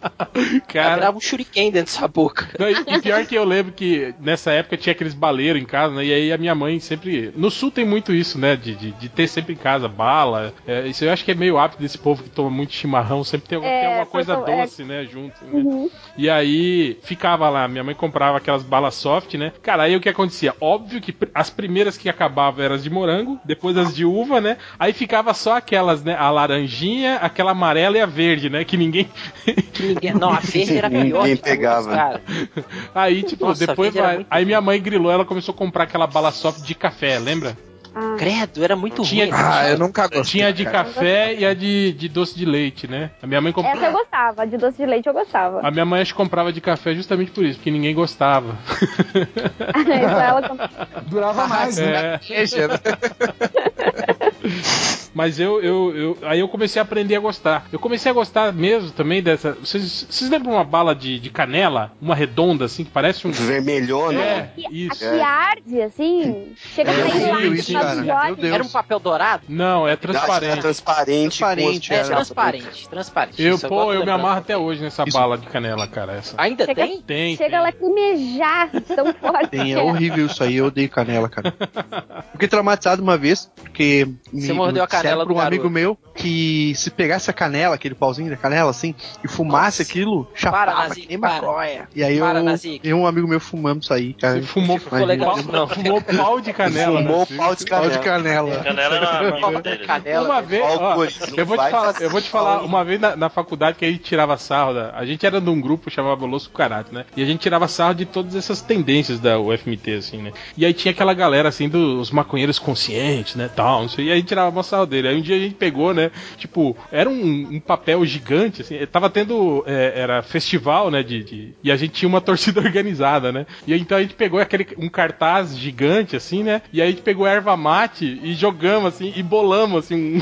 Speaker 2: cara
Speaker 1: virava um shuriken dentro da sua boca.
Speaker 2: Não, e, e pior que eu lembro que nessa época tinha aqueles baleiros em casa, né? E aí a minha mãe sempre. No sul tem muito isso, né? De, de, de ter sempre em casa bala. É, isso eu acho que é meio hábito desse povo que toma muito chimarrão, sempre tem, alguma-
Speaker 9: É,
Speaker 2: tem alguma coisa
Speaker 9: então, é.
Speaker 2: doce, né? Junto. né? E aí ficava lá, minha mãe comprava aquelas balas soft, né? Cara, aí o que acontecia? Óbvio que pr- as primeiras que acabavam eram as de morango, depois as de uva, né? Aí ficava só aquelas, né? A laranjinha, aquela amarela e a verde, né? Que ninguém. [LAUGHS]
Speaker 1: Que ninguém... Não, a verde era a pior.
Speaker 7: Ninguém
Speaker 1: de todas,
Speaker 7: pegava.
Speaker 1: Cara.
Speaker 2: Aí, tipo,
Speaker 1: Nossa,
Speaker 2: depois
Speaker 1: a vida era
Speaker 2: vai.
Speaker 1: muito
Speaker 2: Aí minha mãe grilou, ela começou a comprar aquela bala soft de café, lembra? Ah.
Speaker 1: Credo, era muito
Speaker 2: Tinha-
Speaker 1: ruim.
Speaker 3: Ah, eu nunca gostei.
Speaker 2: Tinha a de
Speaker 3: cara.
Speaker 2: café e a de, de doce de leite, né? A minha mãe
Speaker 9: Essa eu
Speaker 2: comprava.
Speaker 9: gostava, de doce de leite eu gostava.
Speaker 2: A minha mãe acho que comprava de café justamente por isso, porque ninguém gostava.
Speaker 9: [LAUGHS] Então ela também.
Speaker 7: Ah,
Speaker 13: Durava mais, né?
Speaker 2: É.
Speaker 3: Queijo, né?
Speaker 2: [LAUGHS] Mas eu, eu, eu. Aí eu comecei a aprender a gostar. Eu comecei a gostar mesmo também dessa. Vocês, vocês lembram uma bala de, de canela? Uma redonda, assim, que parece um.
Speaker 7: Vermelhona.
Speaker 2: É,
Speaker 9: A
Speaker 2: isso.
Speaker 9: que arde, assim, chega a
Speaker 2: É,
Speaker 9: sair
Speaker 2: eu
Speaker 9: lá
Speaker 2: odeio
Speaker 9: dos
Speaker 2: isso,
Speaker 9: olhos.
Speaker 8: cara. Meu Deus.
Speaker 1: Era um papel dourado?
Speaker 2: Não, é
Speaker 7: Transparente.
Speaker 2: transparente.
Speaker 7: transparente. com
Speaker 8: Transparente,
Speaker 7: as-
Speaker 1: É,
Speaker 8: Era.
Speaker 1: transparente, transparente.
Speaker 2: Eu,
Speaker 1: Isso,
Speaker 2: pô,
Speaker 1: gosto de
Speaker 2: eu me
Speaker 1: lembrar.
Speaker 2: amarro até hoje nessa
Speaker 8: Isso.
Speaker 2: bala de canela, cara. Essa.
Speaker 1: Ainda
Speaker 9: Chega-
Speaker 1: tem?
Speaker 2: Tem.
Speaker 9: Chega a lacrimejar, de tão forte.
Speaker 8: Tem,
Speaker 9: que
Speaker 8: é
Speaker 9: era.
Speaker 8: horrível isso aí, eu odeio canela, cara. Fiquei traumatizado uma vez, porque
Speaker 1: Você mordeu a
Speaker 8: disseram
Speaker 1: canela
Speaker 8: pra
Speaker 1: do
Speaker 8: um amigo
Speaker 1: garoto.
Speaker 8: meu que se pegasse a canela, aquele pauzinho da canela, assim, e fumasse
Speaker 1: Nossa.
Speaker 8: aquilo,
Speaker 1: Para,
Speaker 8: chapava, que
Speaker 1: Nazique,
Speaker 8: nem
Speaker 1: para.
Speaker 8: maconha. E aí
Speaker 1: Para,
Speaker 8: eu
Speaker 1: Nazique.
Speaker 8: e um amigo meu fumando isso aí, cara.
Speaker 2: Você fumou,
Speaker 1: Ficou legal isso, não.
Speaker 2: fumou pau de canela,
Speaker 7: Fumou
Speaker 2: né?
Speaker 7: o pau de
Speaker 8: Pau de
Speaker 7: canela.
Speaker 8: [LAUGHS] canela.
Speaker 5: Canela era a amiga dele. né?
Speaker 1: Canela,
Speaker 2: uma
Speaker 1: velho.
Speaker 2: vez, ó,
Speaker 7: Alcoolismo,
Speaker 2: eu vou te
Speaker 7: vai
Speaker 2: falar,
Speaker 7: fazer
Speaker 2: eu vou te falar, uma vez na, na faculdade que a gente tirava sarro, da, a gente era de um grupo chamava Los Cucarato, né? E a gente tirava sarro de todas essas tendências da UFMT, assim, né? E aí tinha aquela galera, assim, dos maconheiros conscientes, né, tal, não sei, e aí tirava uma sarro dele. Aí um dia a gente pegou, né, tipo, era um, um papel gigante, assim, tava tendo, é, era festival, né, de, de- e a gente tinha uma torcida [LAUGHS] organizada, né? E aí, então a gente pegou aquele, um cartaz gigante, assim, né? E aí a gente pegou erva mate e jogamos, assim, e bolamos, assim,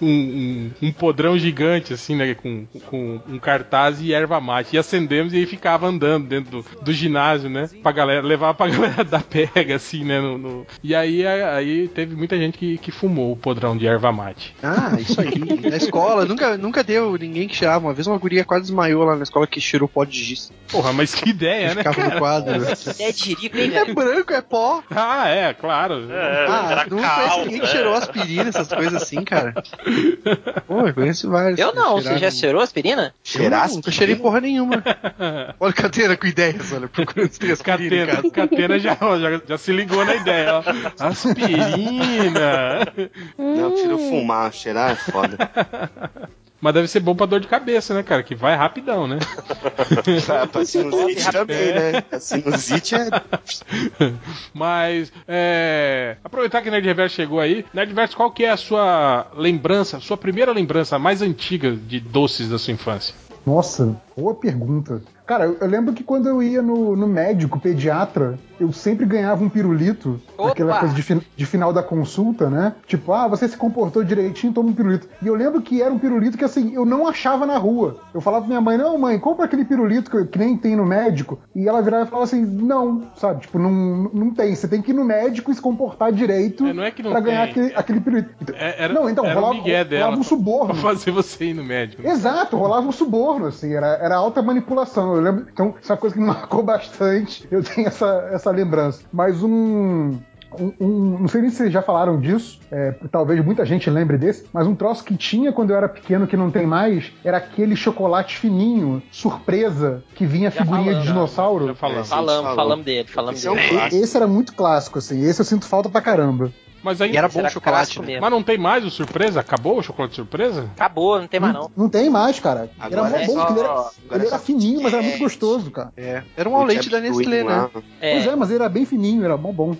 Speaker 2: um, [LAUGHS] um, um podrão gigante, assim, né? Com, com um cartaz e erva mate. E acendemos e aí ficava andando dentro do, do ginásio, né? Pra [LAUGHS] galera, levava pra galera dar pega, assim, né? no- no- E aí, a- aí teve muita gente que, que fumou o podrão de erva mate.
Speaker 8: Ah, isso aí. na escola, nunca, nunca deu ninguém que cheirava. Uma vez uma guria quase desmaiou lá na escola que cheirou pó de giz.
Speaker 2: Porra, mas que ideia,
Speaker 8: Que
Speaker 2: né?
Speaker 8: ficava
Speaker 2: [LAUGHS]
Speaker 8: no quadro.
Speaker 1: É dirico, hein,
Speaker 8: É
Speaker 1: velho?
Speaker 8: branco, é pó.
Speaker 2: Ah, é, claro.
Speaker 8: ah,
Speaker 5: era
Speaker 8: não conhece
Speaker 5: cal,
Speaker 8: ninguém
Speaker 5: né?
Speaker 8: que cheirou aspirina, essas coisas assim, cara. Pô, eu conheço vários.
Speaker 1: é Eu não, você
Speaker 8: Cheiraram-
Speaker 1: já cheirou aspirina?
Speaker 8: Eu não,
Speaker 7: Cheirasse?
Speaker 8: nunca cheirei porra nenhuma. [LAUGHS] Olha o Catena com ideias, olha, procurando se tem aspirina em
Speaker 2: Catena,
Speaker 8: casa.
Speaker 2: Catena já, ó, já, já se ligou na ideia. Ó. Aspirina.
Speaker 7: Não, eu prefiro fumar, cheirar é foda.
Speaker 2: [LAUGHS] Mas deve ser bom pra dor de cabeça, né, cara? Que vai rapidão,
Speaker 7: [LAUGHS]
Speaker 2: né?
Speaker 7: pra, Ah, pra sinusite também, né? A sinusite é.
Speaker 2: [LAUGHS] Mas, é... aproveitar que Nerd Reverso chegou aí, Nerd Reverso, qual que é a sua lembrança, sua primeira lembrança mais antiga de doces da sua infância?
Speaker 13: Nossa, boa pergunta. Cara, eu, eu lembro que quando eu ia no, no médico, pediatra, eu sempre ganhava um pirulito.
Speaker 1: Opa!
Speaker 13: Aquela coisa de, fin- de final da consulta, né? Tipo, ah, você se comportou direitinho, toma um pirulito. E eu lembro que era um pirulito que, assim, eu não achava na rua. Eu falava pra minha mãe, não, mãe, compra aquele pirulito que, eu- que nem tem no médico. E ela virava e falava assim, não, sabe? Tipo, não, não tem. Você tem que ir no médico e se comportar direito
Speaker 2: É, não é que não
Speaker 13: pra ganhar
Speaker 2: tem.
Speaker 13: aquele, aquele pirulito. Então-
Speaker 2: É- era-
Speaker 13: não, então,
Speaker 2: era o
Speaker 13: rolava,
Speaker 2: migué dela.
Speaker 13: rolava um
Speaker 2: Pra
Speaker 13: suborno.
Speaker 2: fazer você ir no médico. né?
Speaker 13: Exato, rolava um suborno, assim, era, era alta manipulação. Eu lembro, então, isso é uma coisa que me marcou bastante. [LAUGHS] Eu tenho essa, essa lembrança. Mas um. Um, um- não sei nem se vocês já falaram disso, é, talvez muita gente lembre desse, mas um troço que tinha quando eu era pequeno que não tem mais era aquele chocolate fininho, surpresa, que vinha
Speaker 1: Já
Speaker 13: figurinha
Speaker 1: falamos,
Speaker 13: de dinossauro.
Speaker 2: Já falamos.
Speaker 1: Falamos,
Speaker 7: É, falou.
Speaker 1: falamos dele, falamos
Speaker 7: Esse é um
Speaker 1: dele.
Speaker 7: clássico.
Speaker 13: Esse era muito clássico, assim, esse eu sinto falta pra caramba.
Speaker 2: Mas
Speaker 8: E
Speaker 2: ainda.
Speaker 8: era bom
Speaker 1: Será
Speaker 8: o
Speaker 1: que
Speaker 8: chocolate,
Speaker 1: clássico
Speaker 8: né?
Speaker 1: mesmo?
Speaker 2: Mas não tem mais o surpresa? Acabou o chocolate surpresa?
Speaker 1: Acabou, não tem mais não.
Speaker 13: Não tem mais, cara.
Speaker 7: Agora
Speaker 13: era mó
Speaker 7: é
Speaker 13: bom,
Speaker 7: só-
Speaker 13: porque ele era,
Speaker 7: agora
Speaker 13: ele era
Speaker 7: é só
Speaker 13: fininho, mas era muito
Speaker 7: chiclete.
Speaker 13: gostoso, cara.
Speaker 8: É. Era um ao leite da Nestlé, né?
Speaker 1: É,
Speaker 13: Pois é, mas ele era bem fininho, era mó bom.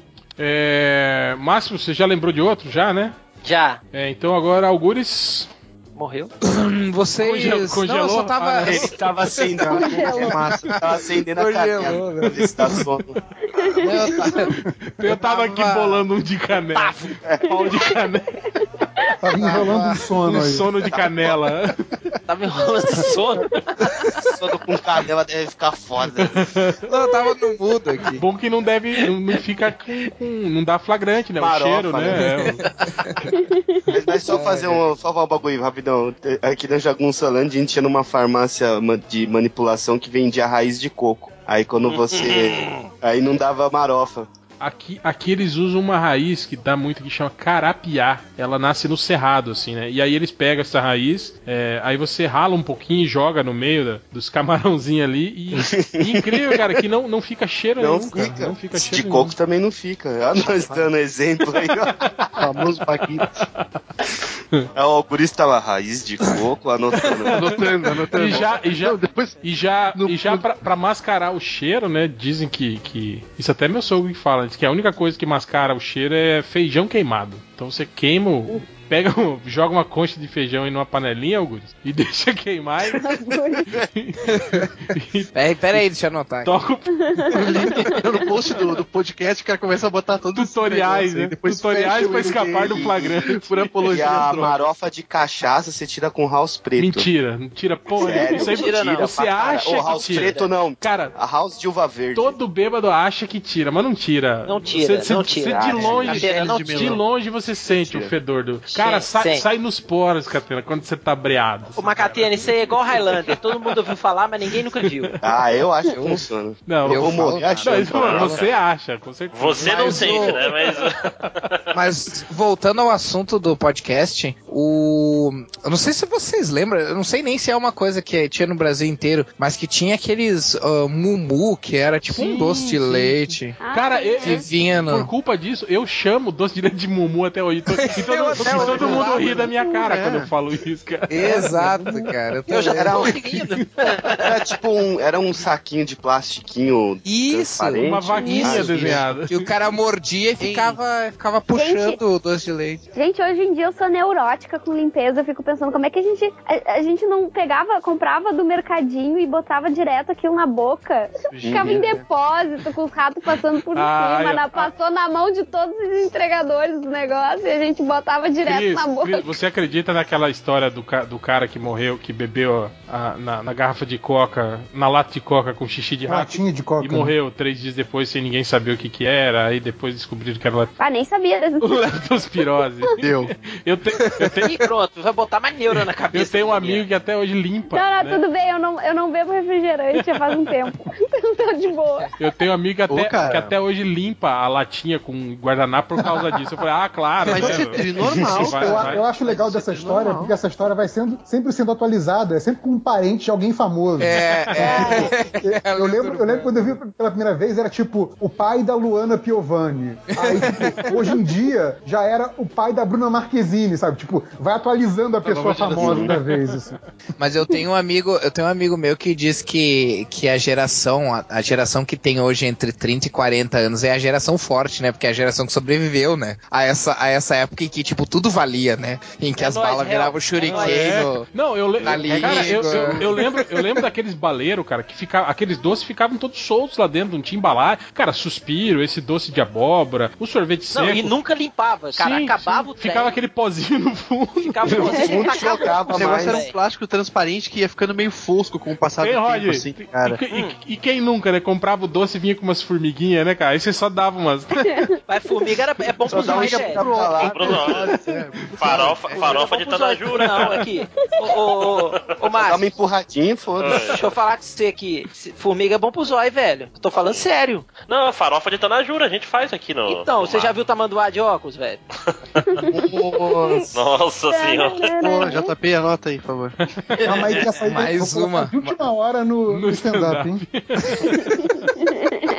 Speaker 2: É... Márcio, você já lembrou de outro? Já, né?
Speaker 1: já.
Speaker 2: É, então agora, Algures.
Speaker 1: Morreu.
Speaker 3: Hum, [COUGHS] Vocês.
Speaker 2: Conge-
Speaker 3: Não, eu
Speaker 2: congelou?
Speaker 3: só tava.
Speaker 2: Ah,
Speaker 7: Ele tava acendendo,
Speaker 8: É massa.
Speaker 7: tava acendendo a
Speaker 3: Congelou,
Speaker 7: canela. pra ver se dá sono.
Speaker 3: não, eu tava-
Speaker 2: Eu tava aqui
Speaker 3: tava-
Speaker 2: bolando um de canela.
Speaker 7: É,
Speaker 2: Pau de canela.
Speaker 13: Tava enrolando um sono
Speaker 2: Um
Speaker 13: aí.
Speaker 2: sono
Speaker 7: Tá-
Speaker 2: de canela.
Speaker 1: Tava enrolando o sono.
Speaker 7: um Sono com canela deve ficar foda.
Speaker 3: não, eu tava no mudo aqui.
Speaker 2: Bom que não deve. Não, não fica com. com- Não dá flagrante, né?
Speaker 7: Farofa,
Speaker 2: o cheiro, né? É, o-
Speaker 7: Mas, mas
Speaker 2: É.
Speaker 7: só fazer um, só falar um bagulho rapidão. Aqui na Jagunçalândia a gente ia numa farmácia ma- de manipulação que vendia raiz de coco. Aí quando você. aí não dava marofa.
Speaker 2: Aqui, aqui eles usam uma raiz que dá muito que chama carapiá. Ela nasce no cerrado, assim, né? E aí eles pegam essa raiz, é, aí você rala um pouquinho e joga no meio da- dos camarãozinhos ali. E,
Speaker 7: [LAUGHS]
Speaker 2: e incrível, cara, que não, não fica cheiro
Speaker 7: Não
Speaker 2: nenhum,
Speaker 7: fica.
Speaker 2: cara. Não fica
Speaker 7: de
Speaker 2: cheiro nenhum.
Speaker 7: coco também não fica. Olha nós dando exemplo aí, ó.
Speaker 2: [LAUGHS]
Speaker 8: O famoso paquito.
Speaker 7: Aí O Alcurista tava raiz de coco, anotando. né?
Speaker 8: Anotando, anotando.
Speaker 2: E já, e já,
Speaker 8: Não, depois...
Speaker 2: E já,
Speaker 8: No-
Speaker 2: e já pra, pra mascarar o cheiro, né? Dizem que, que. Isso até meu sogro que fala. Diz que a única coisa que mascara o cheiro é feijão queimado. Então você queima. o- Pega, um- joga uma concha de feijão em uma panelinha, Augusto, e [LAUGHS] deixa queimar e [LAUGHS]
Speaker 3: Peraí, peraí, deixa eu anotar. aqui.
Speaker 2: toca o
Speaker 8: [LAUGHS] No post do, do podcast, o cara começa a botar todos os
Speaker 2: Tutoriais,
Speaker 8: negócios aí,
Speaker 2: né?
Speaker 8: Depois
Speaker 2: Tutoriais
Speaker 8: fecha o
Speaker 2: pra escapar do
Speaker 8: e-
Speaker 2: flagrante.
Speaker 8: [LAUGHS] Por
Speaker 7: [LAUGHS] E
Speaker 8: apologia
Speaker 3: Ah,
Speaker 7: a
Speaker 8: à droga.
Speaker 7: marofa de cachaça você tira com house preto.
Speaker 2: Mentira, não tira porra.
Speaker 7: Sério,
Speaker 2: nenhuma. Você,
Speaker 1: tira, não.
Speaker 2: você acha
Speaker 7: Ô, house
Speaker 2: que tira.
Speaker 7: preto não.
Speaker 2: Cara,
Speaker 7: A house de uva verde.
Speaker 2: todo bêbado acha que tira, mas não tira.
Speaker 1: Não tira, não tira.
Speaker 2: Você de
Speaker 7: Ah,
Speaker 2: longe,
Speaker 1: não tira, não
Speaker 2: de
Speaker 1: tira.
Speaker 2: longe você sente o fedor do. Cara,
Speaker 1: Sim,
Speaker 2: sai,
Speaker 1: sim.
Speaker 2: sai nos poros, Catena, quando você tá breado.
Speaker 1: O Macatena, isso aí é igual Highlander. Todo mundo ouviu falar, mas ninguém nunca viu.
Speaker 7: Ah, eu acho que funciona.
Speaker 2: Não,
Speaker 7: Eu, vou
Speaker 3: falo,
Speaker 7: morrer
Speaker 3: cara.
Speaker 2: não,
Speaker 7: achando.
Speaker 2: isso, mano, você acha, com certeza.
Speaker 5: Você não
Speaker 3: Mas
Speaker 5: sente,
Speaker 3: o-
Speaker 5: né? Mas
Speaker 3: Mas voltando ao assunto do podcast, o. Eu não sei se vocês lembram, eu não sei nem se é uma coisa que tinha no Brasil inteiro, mas que tinha aqueles ah, mumu, que era tipo
Speaker 2: Sim,
Speaker 3: um doce de
Speaker 2: sim, Ah.
Speaker 3: leite.
Speaker 2: [LAUGHS] Cara, eu-
Speaker 3: Que vinha
Speaker 2: Por
Speaker 3: no.
Speaker 2: culpa disso, eu chamo doce de leite de mumu até hoje. Tô- E todo,
Speaker 3: [LAUGHS] Eu até
Speaker 2: e
Speaker 3: hoje
Speaker 2: todo mundo
Speaker 3: lembro.
Speaker 2: ri da minha cara
Speaker 8: É.
Speaker 3: né?
Speaker 2: quando eu falo isso, cara.
Speaker 3: Exato, cara. tô
Speaker 1: Eu já
Speaker 3: lembrando.
Speaker 1: tô rindo.
Speaker 7: Era tipo um. Era um saquinho de plastiquinho.
Speaker 3: Isso!
Speaker 7: transparente.
Speaker 2: Uma vaquinha
Speaker 3: isso.
Speaker 2: desenhada.
Speaker 3: Que o cara mordia e ficava, ficava puxando o doce de leite.
Speaker 9: Gente, hoje em dia eu sou neurótica com limpeza. Eu fico pensando como é que a gente. A, a gente não pegava, comprava do mercadinho e botava direto aquilo na boca. Ficava em depósito, com os ratos passando
Speaker 2: [LAUGHS]
Speaker 9: por
Speaker 2: Ah,
Speaker 9: cima.
Speaker 2: eu-
Speaker 9: na- passou na mão de todos os entregadores do negócio e a gente botava direto
Speaker 2: aí,
Speaker 9: na boca.
Speaker 2: Cris, você acredita naquela história do, ca- do cara que morreu, que bebeu a- na, na garrafa de coca, na lata de coca com xixi de rato?
Speaker 13: Latinha de coca.
Speaker 2: E
Speaker 8: né?
Speaker 2: morreu três dias depois sem ninguém saber o que que era, aí depois descobriram que era [LAUGHS] lá.
Speaker 9: Ah, nem sabia.
Speaker 2: Leptospirose. Deu. Eu tenho, eu tenho,
Speaker 1: E pronto, vai botar mais neuro na cabeça.
Speaker 2: eu tenho um amigo que até hoje limpa.
Speaker 9: Não, não,
Speaker 2: né?
Speaker 9: tudo bem, eu não, eu não bebo refrigerante já faz um tempo. [LAUGHS] Então tô de boa.
Speaker 2: Eu tenho um amigo que até,
Speaker 8: Ô, cara.
Speaker 2: que até hoje limpa a latinha com guardanapo por causa disso. Eu falei, ah, claro.
Speaker 8: Mas
Speaker 2: né?
Speaker 8: isso é
Speaker 2: [LAUGHS]
Speaker 8: normal,
Speaker 2: Isso vai,
Speaker 13: Eu,
Speaker 2: vai.
Speaker 13: eu acho legal dessa história, porque essa história vai sendo sempre sendo atualizada, é sempre com um parente de alguém famoso.
Speaker 3: É,
Speaker 13: [LAUGHS] Tipo,
Speaker 3: [LAUGHS]
Speaker 13: Eu, eu lembro, eu lembro quando eu vi pela primeira vez, era tipo o pai da Luana Piovani. Aí,
Speaker 8: [LAUGHS]
Speaker 13: tipo, hoje em dia, já era o pai da Bruna Marquezine, sabe? Tipo, vai atualizando a pessoa famosa da vez.
Speaker 8: [LAUGHS]
Speaker 13: Assim.
Speaker 3: Mas eu tenho um amigo, eu tenho um amigo meu que diz que, que a geração, a, a geração que tem hoje entre 30 e 40 anos é a geração forte, né? Porque é a geração que sobreviveu, né? A essa, a essa época em que, tipo, tudo valia, né? Em que as
Speaker 2: nóis,
Speaker 3: balas
Speaker 2: real.
Speaker 3: viravam
Speaker 2: É,
Speaker 3: shuriken. no-
Speaker 2: Não, eu, le...
Speaker 3: na liga.
Speaker 2: cara, eu, eu- eu lembro, eu lembro daqueles baleiros, cara, que ficava, aqueles doces ficavam todos soltos lá dentro, não tinha embalagem. Cara, suspiro, esse doce de abóbora, o sorvete seco.
Speaker 1: Não, e nunca limpava, cara.
Speaker 2: Sim,
Speaker 1: acabava o
Speaker 2: sim. Ficava
Speaker 1: trem,
Speaker 2: aquele pozinho no fundo.
Speaker 1: ficava
Speaker 6: [LAUGHS]
Speaker 1: o pozinho, tacava
Speaker 8: O negócio era um
Speaker 1: velho.
Speaker 8: plástico transparente que ia ficando meio fosco com o passar do
Speaker 2: Ei, Roger,
Speaker 8: tempo, assim,
Speaker 2: e-
Speaker 8: cara.
Speaker 2: E, e- e quem nunca, né? Comprava o doce e vinha com umas formiguinhas, né, cara? Aí você só dava umas.
Speaker 1: Mas formiga era, é bom pros mais sérios. [LAUGHS]
Speaker 5: Farofa, farofa de Tanajura,
Speaker 1: Não,
Speaker 5: cara.
Speaker 1: aqui. Ô, ô, ô, ô
Speaker 7: Dá uma
Speaker 1: Márcio,
Speaker 7: empurradinha e foda-se.
Speaker 1: deixa eu falar com você aqui. Se- Formiga é bom pro zóio, velho. Eu tô falando sério.
Speaker 5: Não, farofa de Tanajura, a gente faz aqui no.
Speaker 1: Então,
Speaker 5: no
Speaker 1: você já
Speaker 5: mar.
Speaker 1: viu o tamanduá de óculos, velho?
Speaker 5: Nossa senhora.
Speaker 8: Pô, JP, anota aí, por favor.
Speaker 13: Calma aí que ia sair
Speaker 3: Mais
Speaker 13: vou colocar
Speaker 3: uma.
Speaker 13: de última hora no, no stand-up, hein?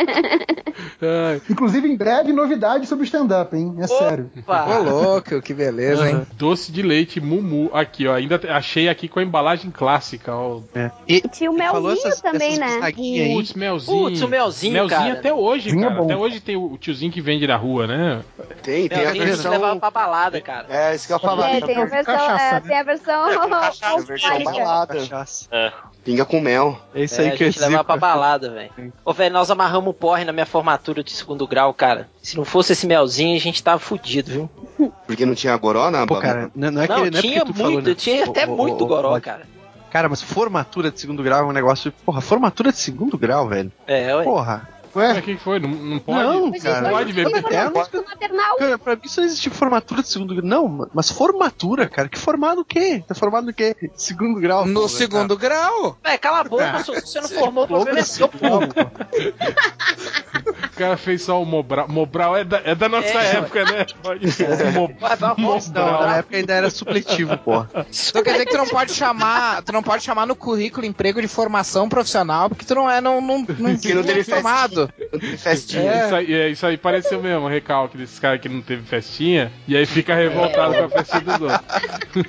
Speaker 2: Ai,
Speaker 13: Inclusive, em breve, novidade sobre o stand-up, hein? É sério.
Speaker 3: Ô,
Speaker 1: Opa!
Speaker 3: louco, que beleza, hein?
Speaker 2: Uhum. doce de leite Mumu. Aqui, ó. Ainda te- achei aqui com a embalagem clássica, ó.
Speaker 8: E,
Speaker 9: E tinha É o
Speaker 8: e
Speaker 9: melzinho
Speaker 8: essas-
Speaker 9: também,
Speaker 8: essas
Speaker 9: né?
Speaker 8: bisnaguinhas aí.
Speaker 2: Putz, melzinho.
Speaker 1: Putz, o melzinho, cara.
Speaker 2: até hoje,
Speaker 9: é
Speaker 13: Vinha
Speaker 2: cara.
Speaker 13: bom.
Speaker 2: Até hoje tem o tiozinho que vende na rua, né?
Speaker 7: Tem, tem
Speaker 1: Meu,
Speaker 7: a
Speaker 1: a gente
Speaker 7: versão.
Speaker 1: levava pra balada, cara.
Speaker 7: É, isso que eu ia falar.
Speaker 9: É,
Speaker 7: tem
Speaker 9: tem a versão,
Speaker 13: Cachaça,
Speaker 9: é,
Speaker 13: né?
Speaker 9: tem a versão
Speaker 7: a versão
Speaker 9: alcoólica.
Speaker 7: balada.
Speaker 8: Cachaça.
Speaker 7: Pinga com mel.
Speaker 8: É isso
Speaker 1: É,
Speaker 8: aí
Speaker 1: a
Speaker 8: que eu ia
Speaker 1: gente levava pra
Speaker 8: dizer.
Speaker 1: balada, velho. Ô, velho, nós amarramos o porre na minha formatura de segundo grau, cara. Se não fosse esse melzinho, a gente tava fudido, viu?
Speaker 7: Porque não tinha gorona,
Speaker 8: Pô,
Speaker 7: Bob?
Speaker 8: cara, não, não é
Speaker 1: Não,
Speaker 8: que, não é porque
Speaker 1: tinha
Speaker 8: tu
Speaker 1: muito,
Speaker 8: falou, né?
Speaker 1: tinha
Speaker 8: Ô,
Speaker 1: até
Speaker 8: ô,
Speaker 1: muito
Speaker 8: ô,
Speaker 1: goró,
Speaker 8: Roger.
Speaker 1: cara.
Speaker 8: Cara, mas formatura de segundo grau é um negócio. Porra, formatura de segundo grau, velho.
Speaker 1: É, ué.
Speaker 8: Porra.
Speaker 2: Mas O que que foi? Não, não pode?
Speaker 8: Não,
Speaker 9: Hoje-
Speaker 8: cara.
Speaker 9: hoje
Speaker 2: pode
Speaker 9: tem
Speaker 2: beber.
Speaker 9: uma
Speaker 8: É,
Speaker 9: formatura
Speaker 8: mas-
Speaker 9: maternal.
Speaker 8: Cara, pra mim isso não existe formatura de segundo grau. Não, ma- mas formatura, cara. Que formado o quê? Tá formado o quê? Segundo grau.
Speaker 3: No
Speaker 8: porra,
Speaker 3: segundo grau.
Speaker 1: Véi, cala a boca, se você não formou, o problema é seu, pô.
Speaker 2: O cara fez só o Mobral. Mobral é da, é da nossa
Speaker 1: É,
Speaker 2: época, né? Pode.
Speaker 1: Vai, vai,
Speaker 2: Mobral.
Speaker 1: vai.
Speaker 8: Não, na época ainda era supletivo, porra.
Speaker 3: Então
Speaker 6: é
Speaker 3: quer dizer que tu não pode chamar, tu não pode chamar no currículo emprego de formação profissional, porque tu não é não, não, não,
Speaker 7: não
Speaker 3: não
Speaker 7: teve
Speaker 3: é formado.
Speaker 7: Tem festinha.
Speaker 2: É. Isso aí, é, isso aí pareceu mesmo, um recalque desses caras que não teve festinha e aí fica revoltado com a festinha dos outros.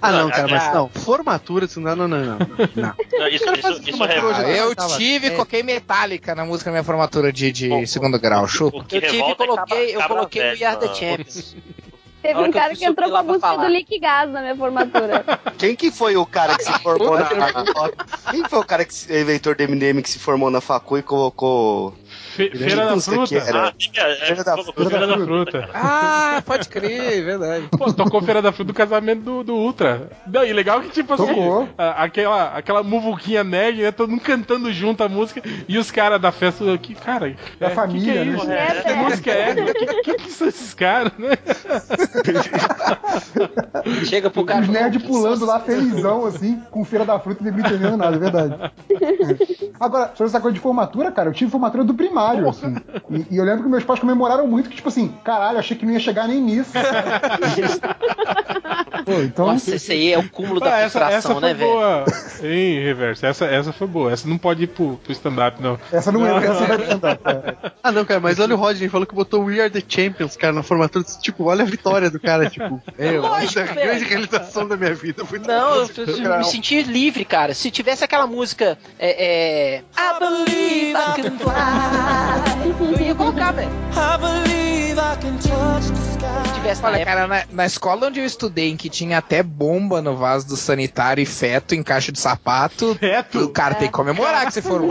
Speaker 8: Ah, não, cara, mas não. Formatura de segundo grau, não, não, não. não.
Speaker 5: Não, Isso, isso, isso é
Speaker 3: Ah, eu tive,
Speaker 8: É.
Speaker 3: coloquei metálica na música da minha formatura de, de segundo grau. Chupa.
Speaker 5: o que
Speaker 1: Eu tive e
Speaker 5: revolta é
Speaker 1: coloquei,
Speaker 5: cabra-
Speaker 1: eu
Speaker 5: cabra
Speaker 1: coloquei o
Speaker 5: velho,
Speaker 1: Yard
Speaker 5: mano.
Speaker 1: Champions.
Speaker 9: Teve
Speaker 1: Na hora
Speaker 9: um
Speaker 1: que eu
Speaker 9: cara
Speaker 1: fui
Speaker 9: que entrou
Speaker 1: subir
Speaker 9: com
Speaker 1: lá
Speaker 9: a
Speaker 1: pra
Speaker 9: música
Speaker 1: falar.
Speaker 9: do Lick Gas na minha formatura.
Speaker 7: Quem que foi o cara que se
Speaker 5: [LAUGHS]
Speaker 7: formou na... Quem foi o cara que se- eleitor do MDM que se formou na facu e colocou...
Speaker 2: Fe- Feira da
Speaker 7: música que
Speaker 2: Fruta.
Speaker 7: era?
Speaker 5: Ah, fica- é,
Speaker 7: Filha da
Speaker 5: colocou
Speaker 2: Feira
Speaker 5: filha
Speaker 2: da
Speaker 5: da-
Speaker 2: Fruta.
Speaker 3: Ah, pode crer, verdade.
Speaker 2: Pô, tocou Feira da Fruta do casamento do, do Ultra. Não, e legal que, tipo assim,
Speaker 13: Tocou.
Speaker 2: a- aquela, aquela muvuquinha nerd, né? Todo mundo cantando junto a música e os caras da festa aqui, cara.
Speaker 13: Da
Speaker 2: é,
Speaker 13: família,
Speaker 2: que que é
Speaker 13: né?
Speaker 2: isso?
Speaker 9: É,
Speaker 2: Que
Speaker 9: é.
Speaker 2: música é? Que, que, que são esses caras, né?
Speaker 1: Chega pro cara.
Speaker 13: Os nerds
Speaker 1: "Pô,
Speaker 13: pulando
Speaker 1: isso-
Speaker 13: lá felizão, assim, com feira da fruta e ninguém entendendo nada, é [LAUGHS] verdade. Agora, sobre essa coisa de formatura, cara, eu tive formatura do primário, assim. E, e eu lembro que meus pais comemoraram muito, que tipo assim, caralho, achei que não ia chegar nem [LAUGHS] nisso. Pô, então.
Speaker 1: Nossa, esse aí é o
Speaker 8: [LAUGHS]
Speaker 1: cúmulo
Speaker 2: Ah,
Speaker 1: da
Speaker 2: essa, essa
Speaker 1: frustração,
Speaker 2: foi
Speaker 1: né, velho?
Speaker 2: boa. Hein, Reverso? Essa, essa foi boa. Essa não pode ir pro, pro stand-up, não.
Speaker 13: Essa não é entra, essa vai tentar.
Speaker 8: Ah, não, cara, mas olha o Rodney falou que botou We Are the Champions, cara, na formatura. Tipo, olha a vitória do cara, tipo. É,
Speaker 1: Lógico,
Speaker 8: essa é a
Speaker 1: velho.
Speaker 8: grande realização da minha vida. Foi
Speaker 1: Não, eu, eu me senti livre, cara. Se tivesse aquela música, é, é, I believe I can fly, eu ia colocar, velho. I believe I can touch the sky. tivesse
Speaker 3: Olha,
Speaker 1: na época.
Speaker 3: cara, na, na escola onde eu estudei, em que tinha até bomba no vaso do sanitário e feto em caixa de sapato, o cara tem que comemorar que você
Speaker 1: [LAUGHS]
Speaker 3: for um.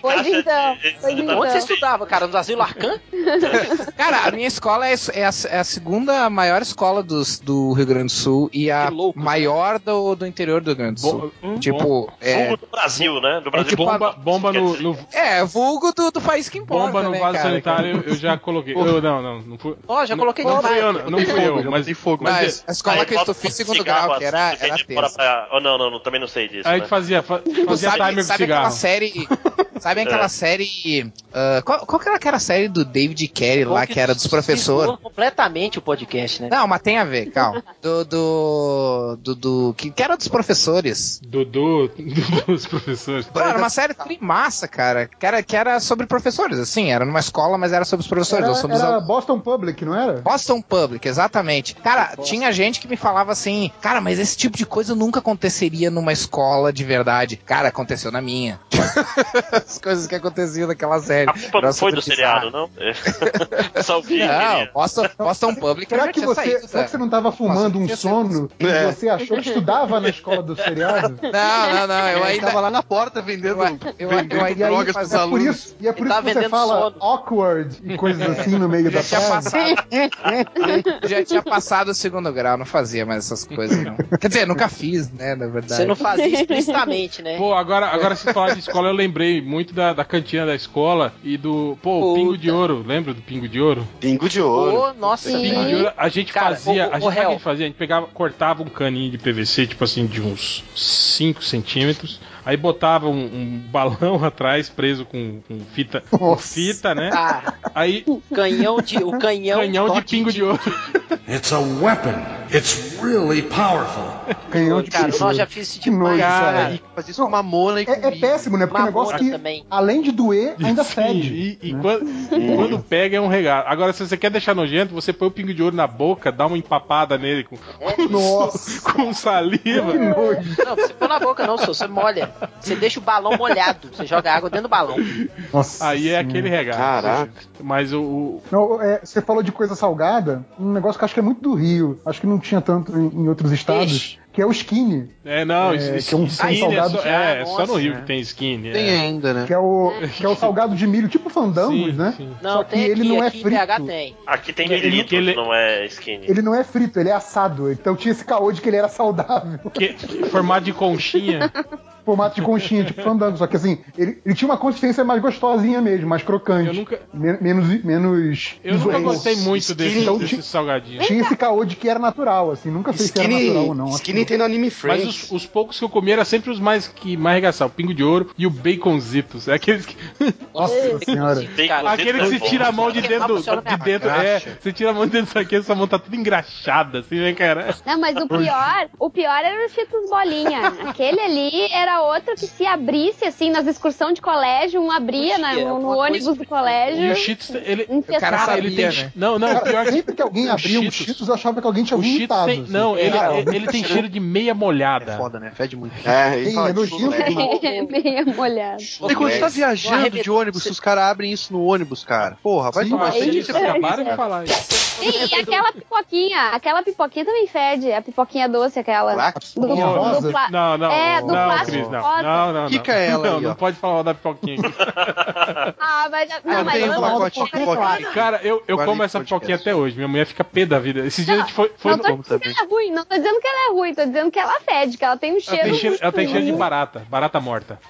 Speaker 9: Pois então, pois
Speaker 1: Onde você
Speaker 9: então.
Speaker 1: estudava, cara? No
Speaker 3: [LAUGHS]
Speaker 1: Asilo Arcan?
Speaker 3: Cara, a minha escola é, é a, é a segunda maior escola dos, do Rio Grande do Sul e a maior do, do interior do Rio Grande do Sul.
Speaker 2: hum,
Speaker 3: tipo, é,
Speaker 5: Vulgo do Brasil, né? Do Brasil.
Speaker 3: tipo,
Speaker 5: Bomba-
Speaker 2: Bomba no, no-
Speaker 3: é vulgo do, do país que importa.
Speaker 2: bomba no
Speaker 3: né,
Speaker 2: vaso
Speaker 3: cara?
Speaker 2: sanitário, eu
Speaker 13: [LAUGHS]
Speaker 2: já coloquei. Eu, não, não, não fui.
Speaker 1: Ó, já coloquei
Speaker 2: não
Speaker 1: no
Speaker 2: fui eu,
Speaker 1: vaso.
Speaker 2: não, não fui eu, mas,
Speaker 5: é
Speaker 2: mas
Speaker 3: Mas a escola que eu estufei
Speaker 5: um
Speaker 3: segundo grau, que era, era
Speaker 5: Bora
Speaker 3: terça.
Speaker 5: assim, pra... oh, não, não, não, também não sei disso.
Speaker 2: aí
Speaker 5: né?
Speaker 2: fazia, fa-
Speaker 3: Tipo,
Speaker 2: fazia
Speaker 3: sabe,
Speaker 2: timer com
Speaker 3: sabe aquela
Speaker 2: cigarro.
Speaker 3: série. Sabe aquela
Speaker 5: É.
Speaker 3: série. ah, qual, qual que era aquela série do David Kelly lá, que era dos professores?
Speaker 1: Desvirtuou completamente o podcast, né?
Speaker 3: Não, mas tem a ver, calma. Do. Do. do, do- que, que era dos professores.
Speaker 2: [LAUGHS] Dudu, Dudu, os professores.
Speaker 3: Pô, era uma série massa, cara. Que era, que era sobre professores, assim. Era numa escola, mas era sobre os professores. ou sobre
Speaker 13: Era,
Speaker 3: os
Speaker 13: era
Speaker 3: alunos.
Speaker 13: Boston Public, não era?
Speaker 3: Boston Public, exatamente. Cara, tinha gente que me falava assim, cara, mas esse tipo de coisa nunca aconteceria numa escola de verdade. Cara, aconteceu na minha. [LAUGHS] As coisas que aconteciam naquela série.
Speaker 5: A culpa não
Speaker 3: Era
Speaker 5: foi
Speaker 3: sobre
Speaker 5: do
Speaker 3: bizarro.
Speaker 5: seriado, não?
Speaker 3: [LAUGHS]
Speaker 5: Só o Vini
Speaker 3: Não,
Speaker 5: queria.
Speaker 3: Boston, Boston Public
Speaker 13: Será
Speaker 3: já
Speaker 13: que,
Speaker 3: tinha
Speaker 13: você, é
Speaker 3: saído,
Speaker 13: será
Speaker 3: né?
Speaker 13: que você não tava fumando um sono e
Speaker 7: É.
Speaker 13: você achou que estudava na escola do seriado?
Speaker 3: Não, não, não. Eu
Speaker 8: Eu
Speaker 3: ainda.
Speaker 8: estava lá na porta vendendo,
Speaker 3: eu-
Speaker 8: vendendo
Speaker 3: eu ainda ia
Speaker 8: drogas pros
Speaker 3: fazer-
Speaker 13: É por
Speaker 8: alunos.
Speaker 13: isso, e é por
Speaker 1: Ele
Speaker 13: isso
Speaker 1: tava
Speaker 13: que você
Speaker 1: tá vendendo
Speaker 13: fala
Speaker 1: sono.
Speaker 13: awkward e
Speaker 1: [LAUGHS]
Speaker 13: coisas assim no meio da
Speaker 3: Já tinha,
Speaker 13: frase.
Speaker 3: passado, já tinha passado o segundo grau, não fazia mais essas coisas, não. Quer dizer, nunca fiz, né, na verdade.
Speaker 1: Você não fazia explicitamente,
Speaker 6: É.
Speaker 1: né?
Speaker 2: Pô, agora, agora se falar de escola, eu lembrei muito da, da cantina da escola e do. Pô, o Pingo de Ouro, lembra do Pingo de Ouro?
Speaker 7: Pingo de ouro.
Speaker 1: Ô, nossa,
Speaker 9: Sim.
Speaker 2: Pingo de ouro, a gente
Speaker 1: Cara,
Speaker 2: fazia.
Speaker 1: o-
Speaker 2: a
Speaker 1: o
Speaker 2: gente, sabe o que a
Speaker 1: réu.
Speaker 2: gente fazia? A gente pegava, cortava um caninho de PVC, tipo assim, de uns 5 centímetros. Aí botava um, um balão [LAUGHS] atrás, preso com, com fita, com
Speaker 13: Nossa.
Speaker 2: fita, né?
Speaker 1: Ah,
Speaker 2: Aí
Speaker 1: canhão de. O canhão,
Speaker 2: canhão de
Speaker 1: toque
Speaker 2: pingo de ouro.
Speaker 12: It's a weapon. It's really powerful.
Speaker 13: Canhão de
Speaker 1: Cara,
Speaker 13: pingo tipo de
Speaker 1: nós
Speaker 13: ouro.
Speaker 1: já fiz isso
Speaker 13: Que
Speaker 6: tipo
Speaker 1: demais.
Speaker 13: nojo,
Speaker 1: cara.
Speaker 13: cara.
Speaker 8: E fazia isso com mamona e com
Speaker 13: É, é
Speaker 8: milho.
Speaker 13: péssimo, né? Porque é um negócio
Speaker 1: Mamona
Speaker 13: que,
Speaker 1: também.
Speaker 13: além de doer, ainda
Speaker 2: Sim,
Speaker 13: fede. né?
Speaker 2: E, e quando, e quando pega é um regalo. Agora, se você quer deixar nojento, você põe o pingo de ouro na boca, dá uma empapada nele com,
Speaker 13: Nossa,
Speaker 2: [LAUGHS] com
Speaker 13: que
Speaker 2: saliva.
Speaker 13: nojo.
Speaker 1: [LAUGHS] Não, você põe na boca, não, senhor. Você molha. Você deixa o balão molhado. Você joga água dentro do balão.
Speaker 13: Nossa
Speaker 2: Aí é
Speaker 13: senhora.
Speaker 2: aquele regalo.
Speaker 7: Caraca.
Speaker 2: Mas o- o.
Speaker 13: Não, é, você falou de coisa salgada, um negócio que eu acho que é muito do Rio, acho que não tinha tanto em, em outros estados,
Speaker 1: Peixe.
Speaker 13: que é o skinny,
Speaker 2: É, não,
Speaker 13: É,
Speaker 2: isso isso-
Speaker 13: que é um
Speaker 2: skinny é,
Speaker 13: salgado
Speaker 2: só,
Speaker 13: de-
Speaker 2: é,
Speaker 1: Ah,
Speaker 2: só no
Speaker 1: nossa,
Speaker 2: Rio
Speaker 1: né?
Speaker 2: que tem skinny. é.
Speaker 8: Tem ainda, né?
Speaker 13: que é o, que é o salgado de milho, tipo fandangos,
Speaker 2: Sim,
Speaker 13: né?
Speaker 2: sim.
Speaker 1: Não,
Speaker 13: Só que
Speaker 1: tem aqui.
Speaker 13: ele não é
Speaker 1: aqui em BH
Speaker 13: frito.
Speaker 1: tem.
Speaker 5: Aqui tem
Speaker 2: Ele-
Speaker 5: milito,
Speaker 2: ele-
Speaker 5: não é skinny.
Speaker 13: Ele não é frito, ele é assado. Então tinha esse caô de que ele era saudável.
Speaker 2: Que- que formato de conchinha.
Speaker 13: É. Formato de conchinha, tipo fandango. Só que assim, ele, ele tinha uma consistência mais gostosinha mesmo, mais crocante.
Speaker 2: Eu nunca-
Speaker 13: Men- menos. menos
Speaker 2: Eu nunca
Speaker 13: zoento.
Speaker 2: gostei muito
Speaker 7: Skinny
Speaker 2: desse,
Speaker 13: não
Speaker 2: desse
Speaker 13: então tinha-
Speaker 2: salgadinho.
Speaker 13: Tinha esse caô de que era natural, assim. Nunca sei se era
Speaker 7: Skinny,
Speaker 13: natural ou não. assim. acho
Speaker 7: skinny
Speaker 13: que-
Speaker 7: tem no Anime
Speaker 2: Mas
Speaker 7: Friends.
Speaker 2: os, os poucos que eu comi eram sempre os mais que mais regaçavam. O pingo de ouro e o baconzitos. É aqueles que, [LAUGHS]
Speaker 13: Nossa senhora.
Speaker 5: Tem
Speaker 1: Cara,
Speaker 2: aquele que
Speaker 13: é
Speaker 5: tá
Speaker 2: você
Speaker 5: bom.
Speaker 2: tira a mão de
Speaker 1: Queimar
Speaker 2: dentro.
Speaker 1: funciona
Speaker 2: De
Speaker 1: minha
Speaker 2: dentro é,
Speaker 8: graxa.
Speaker 2: você tira a mão de dentro daqui, sua mão tá tudo engraxada, assim, né, cara?
Speaker 9: [LAUGHS] Não, mas o pior, o pior era o Cheetos Bolinha. Aquele ali era outro que se abrisse, assim, nas excursões de colégio, um abria na-
Speaker 1: é
Speaker 9: no, no ônibus do
Speaker 2: E o
Speaker 9: colégio.
Speaker 2: Cheetos, ele.
Speaker 9: infestado.
Speaker 3: cara
Speaker 2: Cara, ele tem.
Speaker 3: sabia, né?
Speaker 2: Não, não, o pior
Speaker 13: Cara,
Speaker 2: é que.
Speaker 13: sempre que alguém
Speaker 2: o
Speaker 13: abria um
Speaker 2: Cheetos-
Speaker 13: Cheetos, eu achava que alguém tinha
Speaker 2: O Cheetos
Speaker 13: vomitado.
Speaker 2: tem.
Speaker 13: assim.
Speaker 2: Não, ele, é-
Speaker 13: Cara,
Speaker 2: ele, ele
Speaker 13: [LAUGHS]
Speaker 2: tem cheiro de meia
Speaker 8: É
Speaker 2: molhada.
Speaker 8: foda, né? Fede muito.
Speaker 7: É, ele
Speaker 13: Sim,
Speaker 7: fala
Speaker 13: é
Speaker 7: de
Speaker 13: nojento,
Speaker 1: né,
Speaker 9: [LAUGHS]
Speaker 7: chulé.
Speaker 13: mano.
Speaker 9: É Meia molhada.
Speaker 8: E quando você tá viajando
Speaker 1: arrebenta-
Speaker 8: de ônibus, os caras abrem isso no ônibus, cara. Porra, vai
Speaker 13: Sim,
Speaker 8: tomar
Speaker 6: é
Speaker 13: mas
Speaker 2: Nossa,
Speaker 8: banho.
Speaker 2: Vocês
Speaker 9: isso.
Speaker 2: acabaram de falar isso.
Speaker 9: Sim, e aquela pipoquinha. Aquela pipoquinha também fede. A pipoquinha doce, aquela.
Speaker 7: Caraca,
Speaker 1: é
Speaker 9: Do,
Speaker 13: Pipoquinha rosa?
Speaker 9: pla-
Speaker 2: Não, não.
Speaker 9: É, do
Speaker 2: não,
Speaker 9: plástico
Speaker 2: Cris, não.
Speaker 9: fora.
Speaker 2: Não, não, não.
Speaker 8: Quica ela
Speaker 2: Não,
Speaker 8: aí,
Speaker 2: não
Speaker 8: ó.
Speaker 2: pode falar da pipoquinha aqui.
Speaker 9: Ah, mas. Não,
Speaker 8: Eu
Speaker 9: mas
Speaker 8: tenho
Speaker 9: eu
Speaker 8: um
Speaker 9: não-
Speaker 8: pacotinho de pipoquinha.
Speaker 2: Cara, eu, eu
Speaker 8: Guarda
Speaker 2: como
Speaker 8: aí
Speaker 2: essa
Speaker 8: pro
Speaker 2: pipoquinha
Speaker 8: podcast.
Speaker 2: até hoje. Minha mulher fica pé da vida. Esses dias a gente foi, foi
Speaker 9: não
Speaker 2: no.
Speaker 9: tô dizendo que ela é ruim, não tô dizendo que ela é ruim, tô dizendo que ela fede, que ela tem um
Speaker 2: Ela
Speaker 9: cheiro.
Speaker 2: tem, cheiro,
Speaker 9: muito
Speaker 2: ela tem
Speaker 9: ruim.
Speaker 2: cheiro de barata, barata morta.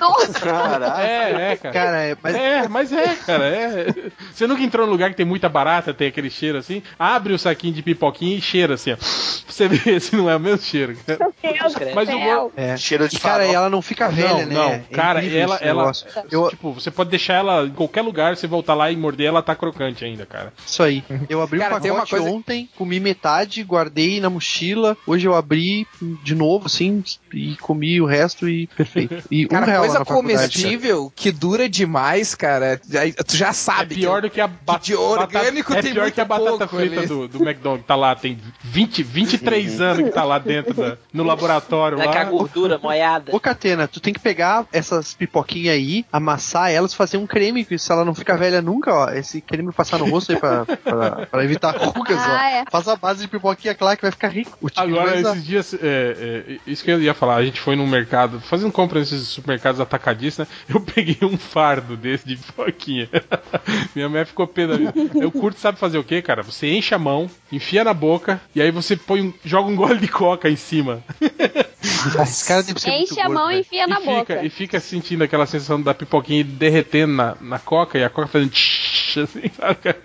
Speaker 9: Nossa,
Speaker 7: Caraca.
Speaker 2: É, é, cara.
Speaker 8: Cara, é, mas
Speaker 2: É, mas é, cara. É. Você nunca entrou num lugar que tem muita barata, tem aquele cheiro assim? Abre o saquinho de pipoquinha e cheira assim, ó. Pra Você vê [LAUGHS] se não é o mesmo cheiro. cara.
Speaker 9: meu Deus do
Speaker 2: Mas o
Speaker 9: céu.
Speaker 8: É.
Speaker 7: Cheiro de
Speaker 8: e, cara,
Speaker 7: farofa.
Speaker 8: ela não fica velha,
Speaker 2: não,
Speaker 8: né?
Speaker 2: não.
Speaker 8: É
Speaker 2: cara,
Speaker 8: incrível
Speaker 2: ela.
Speaker 8: esse
Speaker 2: ela
Speaker 8: negócio. Eu,
Speaker 2: Tipo, você pode deixar ela em qualquer lugar, você voltar lá e morder, ela tá crocante ainda, cara.
Speaker 8: isso aí. Eu abri
Speaker 3: Cara,
Speaker 8: um
Speaker 3: tem uma
Speaker 8: pacote
Speaker 3: coisa-
Speaker 8: ontem, comi metade, guardei na mochila. Hoje eu abri de novo, assim, e comi o resto e perfeito. E um
Speaker 3: Cara,
Speaker 8: real lá
Speaker 3: coisa
Speaker 8: na faculdade, cara.
Speaker 3: comestível que dura demais, cara. já- Tu já
Speaker 2: É
Speaker 3: sabe.
Speaker 2: pior do que a ba-
Speaker 3: de orgânico
Speaker 2: batata,
Speaker 3: tem
Speaker 2: É pior
Speaker 3: muito
Speaker 2: que a batata
Speaker 3: pouco
Speaker 2: frita
Speaker 3: ali.
Speaker 2: do, do McDonald's, que tá
Speaker 8: Uhum.
Speaker 2: lá, tem 20, 23 anos que tá lá dentro da- no laboratório
Speaker 1: Né, com a
Speaker 2: lá.
Speaker 1: gordura nada.
Speaker 8: Ô, Catena, tu tem que pegar essas pipoquinhas aí, amassar elas, fazer um creme, que se ela não fica velha nunca, ó, esse creme passar no rosto aí pra, pra, pra evitar rugas, ó.
Speaker 9: Ah, é.
Speaker 8: Faz a base de pipoquinha clara que vai ficar rico. O tipo
Speaker 2: Agora,
Speaker 8: coisa-
Speaker 2: esses dias, é, é, isso que eu ia falar, a gente foi num mercado, fazendo compra nesses supermercados atacadistas, né? eu [LAUGHS] peguei um fardo desse de pipoquinha. [LAUGHS] Minha mãe ficou pé da vida. Eu curto, sabe fazer o quê, cara? Você enche a mão, enfia na boca, e aí você põe um- joga um gole de coca em cima.
Speaker 8: Esse cara deve ser muito
Speaker 9: Enche a
Speaker 8: gordo, né?
Speaker 9: mão
Speaker 8: velho.
Speaker 9: e enfia na
Speaker 2: e,
Speaker 9: boca.
Speaker 2: fica, e fica sentindo aquela sensação da pipoquinha derretendo na, na coca, e a coca fazendo tsh, assim, sabe, cara?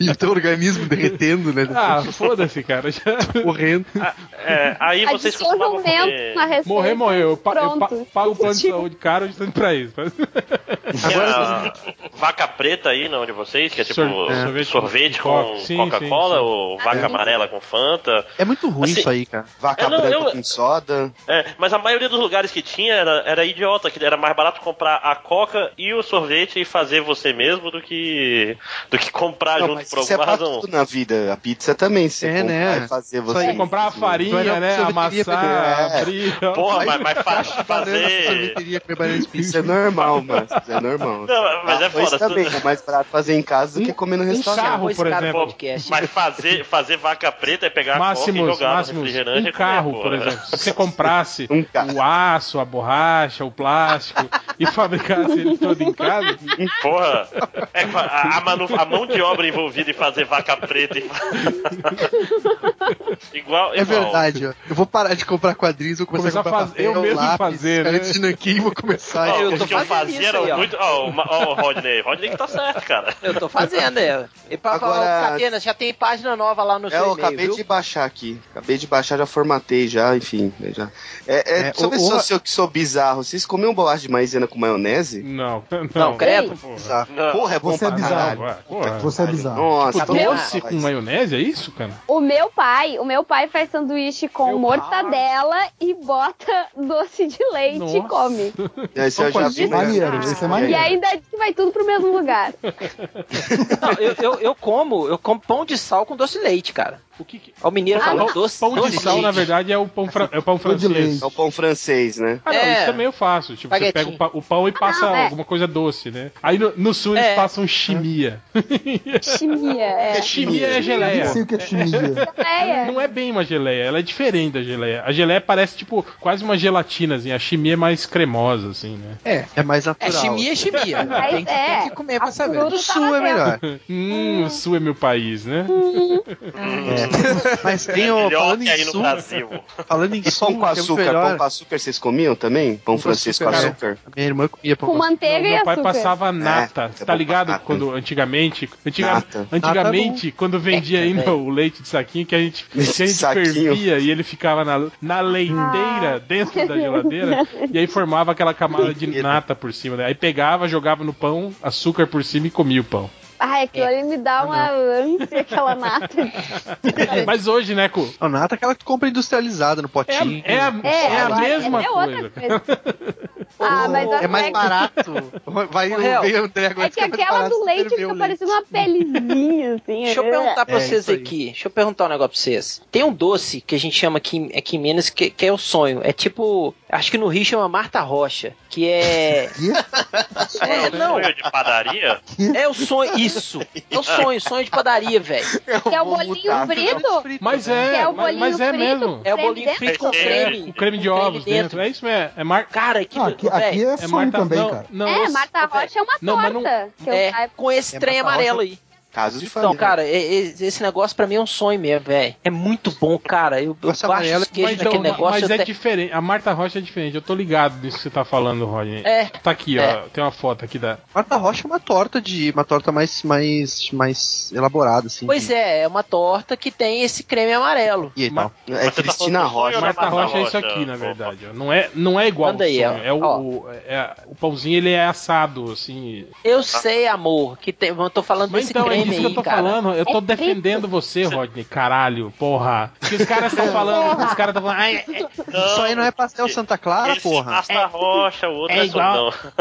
Speaker 8: E o
Speaker 2: [LAUGHS]
Speaker 8: teu organismo derretendo, né?
Speaker 2: Ah, foda-se, cara. Já...
Speaker 8: Correndo.
Speaker 5: É, aí vocês
Speaker 9: Adiciona
Speaker 5: costumavam
Speaker 9: um mel
Speaker 5: comer...
Speaker 9: na receita.
Speaker 2: Morrer, morreu. Eu, pa- eu pa-
Speaker 9: Pronto.
Speaker 2: pago o plano de saúde caro justamente pra isso.
Speaker 5: Tinha vaca preta aí na onde vocês, que é tipo
Speaker 2: Sor- é.
Speaker 5: sorvete,
Speaker 2: com
Speaker 5: com
Speaker 2: Coca. Sim,
Speaker 5: Coca-Cola
Speaker 2: sim, sim.
Speaker 5: ou vaca
Speaker 9: É.
Speaker 5: amarela com Fanta.
Speaker 8: É muito ruim
Speaker 5: Assim,
Speaker 8: isso aí, cara.
Speaker 7: Vaca
Speaker 5: Eu não-
Speaker 7: branca
Speaker 5: eu-
Speaker 7: com soda.
Speaker 5: É, mas a maioria dos lugares que tinha era, era idiota, que era mais barato comprar a Coca e o sorvete e fazer você mesmo do que do que comprar
Speaker 7: Não,
Speaker 5: junto
Speaker 7: mas
Speaker 5: por
Speaker 7: isso é
Speaker 5: alguma
Speaker 7: pra
Speaker 5: razão.
Speaker 7: tudo na vida. A pizza também. Você
Speaker 8: É,
Speaker 7: comprar
Speaker 8: né?
Speaker 7: e fazer
Speaker 8: Isso
Speaker 7: você.
Speaker 8: aí.
Speaker 2: Você comprar a
Speaker 8: Vai
Speaker 2: farinha,
Speaker 8: na
Speaker 2: né?
Speaker 8: sorveteria
Speaker 2: Amassar,
Speaker 7: pra- é.
Speaker 2: abrir.
Speaker 5: Porra, mas, mas faz
Speaker 8: Banana na
Speaker 5: fazer.
Speaker 8: sorveteria, comer banana de
Speaker 7: Isso é normal, mas é
Speaker 5: [LAUGHS]
Speaker 7: normal.
Speaker 5: Não, mas é
Speaker 7: Arroz
Speaker 5: foda.
Speaker 7: também
Speaker 5: tu-
Speaker 7: é mais barato fazer em casa do que comer no
Speaker 2: Um
Speaker 7: restaurante.
Speaker 2: carro,
Speaker 1: Arroz
Speaker 2: por
Speaker 1: caro
Speaker 2: exemplo.
Speaker 1: podcast.
Speaker 5: Mas fazer, fazer vaca preta é pegar a Coca e
Speaker 2: Máximos,
Speaker 5: jogar no
Speaker 2: máximos.
Speaker 5: refrigerante. é
Speaker 2: Um
Speaker 5: e comer,
Speaker 2: carro,
Speaker 5: pô. né?
Speaker 2: por exemplo. Se você
Speaker 8: [LAUGHS]
Speaker 2: comprasse
Speaker 7: Um carro.
Speaker 2: o aço, a borracha, o plástico e fabricasse ele todo em casa,
Speaker 5: Porra, [LAUGHS] é, a, a manu- a mão de obra envolvida em fazer vaca preta. e- [LAUGHS] igual,
Speaker 8: É
Speaker 5: igual.
Speaker 8: verdade, ó. Eu vou parar de comprar quadrinhos, vou
Speaker 2: Começar
Speaker 8: começar, a
Speaker 2: a
Speaker 8: comprar
Speaker 2: faz- eu mesmo fazer, né?
Speaker 8: caneta de nanquim, vou começar.
Speaker 5: Ó,
Speaker 1: Eu
Speaker 5: os
Speaker 1: tô
Speaker 5: que eu
Speaker 1: fazendo isso
Speaker 5: fazia eram
Speaker 1: aí, ó.
Speaker 5: muito. Oh. Ó, uma- ó, o Rodney. Rodney que tá certo, cara.
Speaker 1: Eu tô fazendo, é. E pra
Speaker 7: Agora-
Speaker 1: falar, Catena, já tem página nova lá no
Speaker 7: É,
Speaker 1: seu
Speaker 7: eu
Speaker 1: e-mail,
Speaker 7: acabei
Speaker 1: viu?
Speaker 7: de baixar aqui. Acabei de baixar, já formatei, já, enfim. né, Já. É, é,
Speaker 8: É,
Speaker 7: sobre
Speaker 8: o-
Speaker 7: só
Speaker 8: o-
Speaker 7: se eu que sou bizarro. Vocês comiam bolacha de maisena com maionese?
Speaker 2: não. [LAUGHS]
Speaker 1: Não, credo.
Speaker 2: Porra.
Speaker 8: Exato.
Speaker 5: Não.
Speaker 7: Porra, é bom
Speaker 13: Você é
Speaker 7: pra
Speaker 13: bizarro.
Speaker 7: caralho.
Speaker 2: Porra.
Speaker 13: Você é bizarro.
Speaker 7: Nossa,
Speaker 2: Tipo,
Speaker 9: Tá bom.
Speaker 2: doce com
Speaker 7: Mas-
Speaker 2: maionese, é isso, cara?
Speaker 9: O meu pai, o meu pai faz sanduíche com
Speaker 2: Meu
Speaker 9: mortadela e bota doce de leite
Speaker 2: Nossa.
Speaker 9: e come.
Speaker 7: Esse É, eu já vi, né? mas-
Speaker 13: Maneiro, esse é
Speaker 9: E
Speaker 13: maneiro.
Speaker 9: ainda diz que vai tudo pro mesmo lugar.
Speaker 1: Não, eu, eu, eu como, eu como pão de sal com doce de leite, cara.
Speaker 2: O que que-
Speaker 1: Ó, O mineiro
Speaker 2: Pão-
Speaker 1: falou doce,
Speaker 2: pão
Speaker 1: doce
Speaker 2: de sal,
Speaker 1: leite.
Speaker 2: na verdade, é o pão, fra... é o pão
Speaker 13: Pão de
Speaker 2: francês.
Speaker 13: leite.
Speaker 7: É o pão francês, né?
Speaker 2: Ah, não,
Speaker 1: É.
Speaker 2: isso também eu faço. Tipo, você
Speaker 1: Baguetinho.
Speaker 2: pega o, pa- o pão e passa
Speaker 9: não, é.
Speaker 2: alguma coisa doce, né? Aí no, no sul eles
Speaker 1: É.
Speaker 2: passam chimia.
Speaker 9: Chimia, é.
Speaker 2: Chimia é
Speaker 13: Eu
Speaker 2: geleia.
Speaker 13: não sei o que é chimia.
Speaker 9: Geleia.
Speaker 2: Não é bem uma geleia, ela é diferente da geleia. A geleia parece, tipo, quase uma gelatina, assim. A chimia é mais cremosa, assim, né?
Speaker 3: É.
Speaker 8: É mais
Speaker 1: É
Speaker 8: natural.
Speaker 1: chimia, é chimia.
Speaker 9: Mas
Speaker 3: Tem que,
Speaker 9: é,
Speaker 3: tem que comer pra
Speaker 9: a
Speaker 3: saber.
Speaker 9: fruta
Speaker 8: Do sul é melhor.
Speaker 2: [LAUGHS] Hum, o sul é meu país, né?
Speaker 8: É.
Speaker 6: É.
Speaker 2: [LAUGHS]
Speaker 8: Mas tem, ó,
Speaker 5: Melhor
Speaker 8: falando
Speaker 5: que
Speaker 8: em
Speaker 5: aí no
Speaker 8: sul,
Speaker 5: Brasil.
Speaker 8: falando em
Speaker 7: E
Speaker 8: sul,
Speaker 7: pão com
Speaker 8: tem um
Speaker 7: açúcar,
Speaker 8: melhor.
Speaker 7: pão com açúcar, vocês comiam também? Pão
Speaker 8: com
Speaker 7: francês com
Speaker 8: açúcar,
Speaker 7: açúcar?
Speaker 8: A Minha irmã comia pão
Speaker 9: Com manteiga e
Speaker 2: Meu pai
Speaker 9: açúcar.
Speaker 2: passava nata,
Speaker 7: você
Speaker 2: tá
Speaker 7: bota
Speaker 2: ligado?
Speaker 7: nata.
Speaker 2: Quando antigamente, antiga-
Speaker 7: Nata.
Speaker 2: antigamente, quando vendia
Speaker 1: É,
Speaker 2: ainda
Speaker 1: é.
Speaker 2: o leite de saquinho que a gente, que a gente
Speaker 7: Saquinho.
Speaker 2: fervia e ele ficava na, na
Speaker 9: Ah.
Speaker 2: lendeira dentro da
Speaker 9: [LAUGHS]
Speaker 2: geladeira e aí formava aquela camada de nata por cima, né? Aí pegava, jogava no pão, açúcar por cima e comia o pão.
Speaker 9: Ai, aquilo ali me dá uma ânsia, aquela nata.
Speaker 2: [LAUGHS] Mas hoje, né, Cu?
Speaker 8: A nata é aquela que tu compra industrializada no
Speaker 2: É,
Speaker 8: potinho.
Speaker 2: a- é a, é a
Speaker 9: agora-
Speaker 2: mesma
Speaker 9: é
Speaker 2: coisa.
Speaker 9: outra coisa. ah, mas
Speaker 8: É
Speaker 9: até
Speaker 8: mais
Speaker 9: que- [LAUGHS]
Speaker 8: barato. Vai
Speaker 1: Ô, Hel,
Speaker 8: veio o André agora
Speaker 9: É que aquela do leite fica parecendo uma pelezinha, assim.
Speaker 1: Deixa eu perguntar pra
Speaker 8: É,
Speaker 1: vocês
Speaker 8: isso aí.
Speaker 1: aqui. Deixa eu perguntar um negócio pra vocês. Tem um doce que a gente chama aqui, aqui em Minas que, que é o sonho. É tipo. Acho que no Rio chama Marta Rocha. Que [LAUGHS] é. é, não.
Speaker 5: um Sonho de padaria?
Speaker 1: É o sonho. Isso. É o sonho. Sonho de padaria, velho.
Speaker 9: Que é o bolinho frito?
Speaker 2: Mas
Speaker 9: Que
Speaker 2: é,
Speaker 9: é o
Speaker 2: mas,
Speaker 9: bolinho
Speaker 2: mas é
Speaker 9: frito.
Speaker 2: mesmo.
Speaker 1: É o
Speaker 9: Creme
Speaker 1: bolinho frito com
Speaker 5: dentro?
Speaker 1: creme.
Speaker 2: Com creme de
Speaker 1: com
Speaker 2: ovos dentro. É isso mesmo. É mar...
Speaker 1: Cara, que.
Speaker 13: Não, aqui,
Speaker 1: véi,
Speaker 13: aqui é
Speaker 2: É
Speaker 13: sonho
Speaker 2: Marta
Speaker 13: também,
Speaker 2: não,
Speaker 13: cara.
Speaker 2: Não,
Speaker 9: É,
Speaker 2: eu-
Speaker 9: Marta Rocha é uma
Speaker 2: Não, mas não-
Speaker 9: torta. que eu
Speaker 1: é,
Speaker 9: saiba.
Speaker 1: com esse
Speaker 8: É
Speaker 1: trem
Speaker 8: Marta Rocha.
Speaker 1: amarelo aí.
Speaker 7: Caso de família.
Speaker 1: Então, cara, é- é- esse negócio pra mim é um sonho mesmo, velho. É muito bom, cara. Eu, eu
Speaker 8: Nossa,
Speaker 1: baixo
Speaker 8: amarelo-
Speaker 1: os queijos
Speaker 2: mas, então,
Speaker 1: naquele negócio.
Speaker 2: mas
Speaker 1: eu
Speaker 2: é
Speaker 1: até-
Speaker 2: diferente. A Marta Rocha é diferente. Eu tô ligado nisso que você tá falando, Rodney.
Speaker 1: É.
Speaker 2: Tá aqui,
Speaker 1: É.
Speaker 2: ó. Tem uma foto aqui da.
Speaker 8: Marta Rocha é uma torta de. uma torta mais, mais, mais elaborada, assim.
Speaker 1: Pois é, é uma torta que tem esse creme amarelo.
Speaker 8: E aí,
Speaker 2: Ma-
Speaker 8: tal.
Speaker 7: É
Speaker 5: Você tá
Speaker 7: Cristina
Speaker 5: falando do
Speaker 7: Rocha.
Speaker 5: sonho, né?
Speaker 2: Marta
Speaker 5: Marta
Speaker 2: Rocha é isso
Speaker 5: Rocha,
Speaker 2: aqui, na
Speaker 5: pô.
Speaker 2: verdade. ó. Não é, não é igual.
Speaker 1: Manda aí,
Speaker 2: ao sonho.
Speaker 1: ó.
Speaker 2: é o,
Speaker 1: Ó.
Speaker 2: o- é- o pãozinho ele é assado, assim.
Speaker 1: Eu sei, amor, que tem, eu tô falando
Speaker 2: Mas
Speaker 1: desse
Speaker 2: então, é isso
Speaker 1: creme
Speaker 2: que eu
Speaker 1: aí,
Speaker 2: tô
Speaker 1: cara.
Speaker 2: falando. Eu tô
Speaker 9: É
Speaker 2: defendendo você, Rodney. Caralho, porra. Que os caras estão falando. Os caras estão falando. Ai, é,
Speaker 8: Isso aí não é pastel Santa Clara, porra.
Speaker 5: Mata Rocha, o outro
Speaker 1: é
Speaker 5: é,
Speaker 1: igual.
Speaker 5: surdão.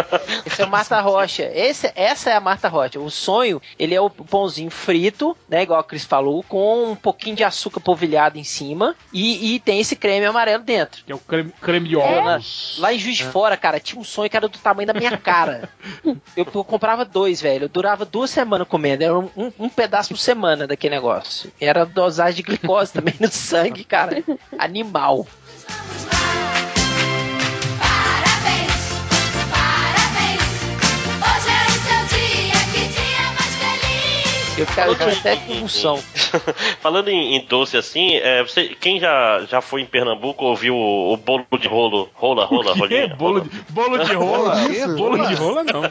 Speaker 1: Esse é o Marta Rocha. Esse- essa é a Marta Rocha. O sonho, ele é o pãozinho frito, né? Igual a Cris falou, com um pouquinho de açúcar polvilhado em cima e, e tem esse creme amarelo dentro.
Speaker 2: Que é o creme, creme de
Speaker 1: lá,
Speaker 2: ovos.
Speaker 1: lá em Juiz de
Speaker 2: É.
Speaker 1: Fora, cara, tinha um sonho que era do tamanho da
Speaker 2: [LAUGHS]
Speaker 1: minha cara. Eu, eu comprava dois, velho. Eu durava duas semanas comendo. Era um, um- um pedaço por semana daquele negócio. Era dosagem de glicose também no sangue, cara. Animal.
Speaker 14: Hoje é o seu dia, que dia mais feliz.
Speaker 1: Eu ficava eu ficava até com convulsão.
Speaker 5: [LAUGHS] Falando em, em doce assim, é, você, quem já, já foi em Pernambuco ouviu o, o bolo de rolo? Rola, rola, rolinha?
Speaker 2: Bolo de, bolo
Speaker 13: É
Speaker 2: de rola? bolo de rola não.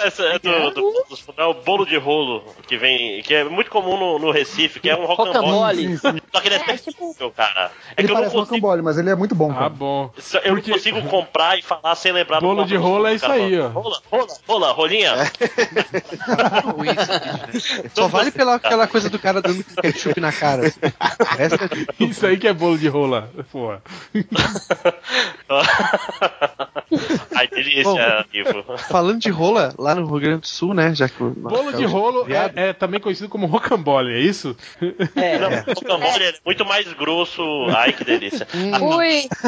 Speaker 5: Essa é do,
Speaker 1: Uhum.
Speaker 5: do- do- é o bolo de rolo que vem, que é muito comum no, no Recife, que é um rocambole.
Speaker 13: Rocambole. Sim,
Speaker 5: Só que ele é, terrível, cara. É
Speaker 13: ele
Speaker 5: que eu não
Speaker 13: parece
Speaker 5: consigo,
Speaker 13: rocambole, mas ele é muito bom.
Speaker 2: Ah, bom.
Speaker 5: eu não consigo comprar e falar sem lembrar
Speaker 2: Bolo de rolo é isso aí, ó.
Speaker 5: Rola, rola, rola,
Speaker 8: [LAUGHS]
Speaker 5: rolinha.
Speaker 8: Só vale pela aquela coisa do cara dando ketchup na cara. assim.
Speaker 2: Isso aí que é bolo de rola. Porra.
Speaker 5: Ai, é- delícia,
Speaker 8: Bom,
Speaker 5: Ivo.
Speaker 8: Falando de rola, lá no Rio Grande do Sul, né? Já que o-
Speaker 2: Bolo de rolo é, é também conhecido como rocambole, é isso?
Speaker 8: é.
Speaker 2: [LAUGHS]
Speaker 5: Não, o rocambole é muito mais grosso. Ai, que
Speaker 8: [LAUGHS]
Speaker 5: delícia.
Speaker 8: Hum.
Speaker 9: Ui!
Speaker 5: [LAUGHS]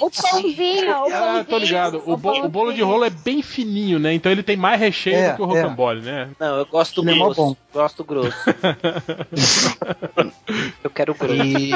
Speaker 1: o
Speaker 9: pãozinho, o pãozinho.
Speaker 5: é
Speaker 2: Ah, tô ligado. O, bo- o bolo de rolo é bem fininho, né? Então ele tem mais recheio
Speaker 1: É,
Speaker 2: do que o
Speaker 1: é.
Speaker 2: rocambole, né?
Speaker 1: Não, eu gosto
Speaker 2: Ele é mó
Speaker 1: grosso.
Speaker 2: bom.
Speaker 1: Gosto [LAUGHS] grosso. eu quero grosso.
Speaker 8: E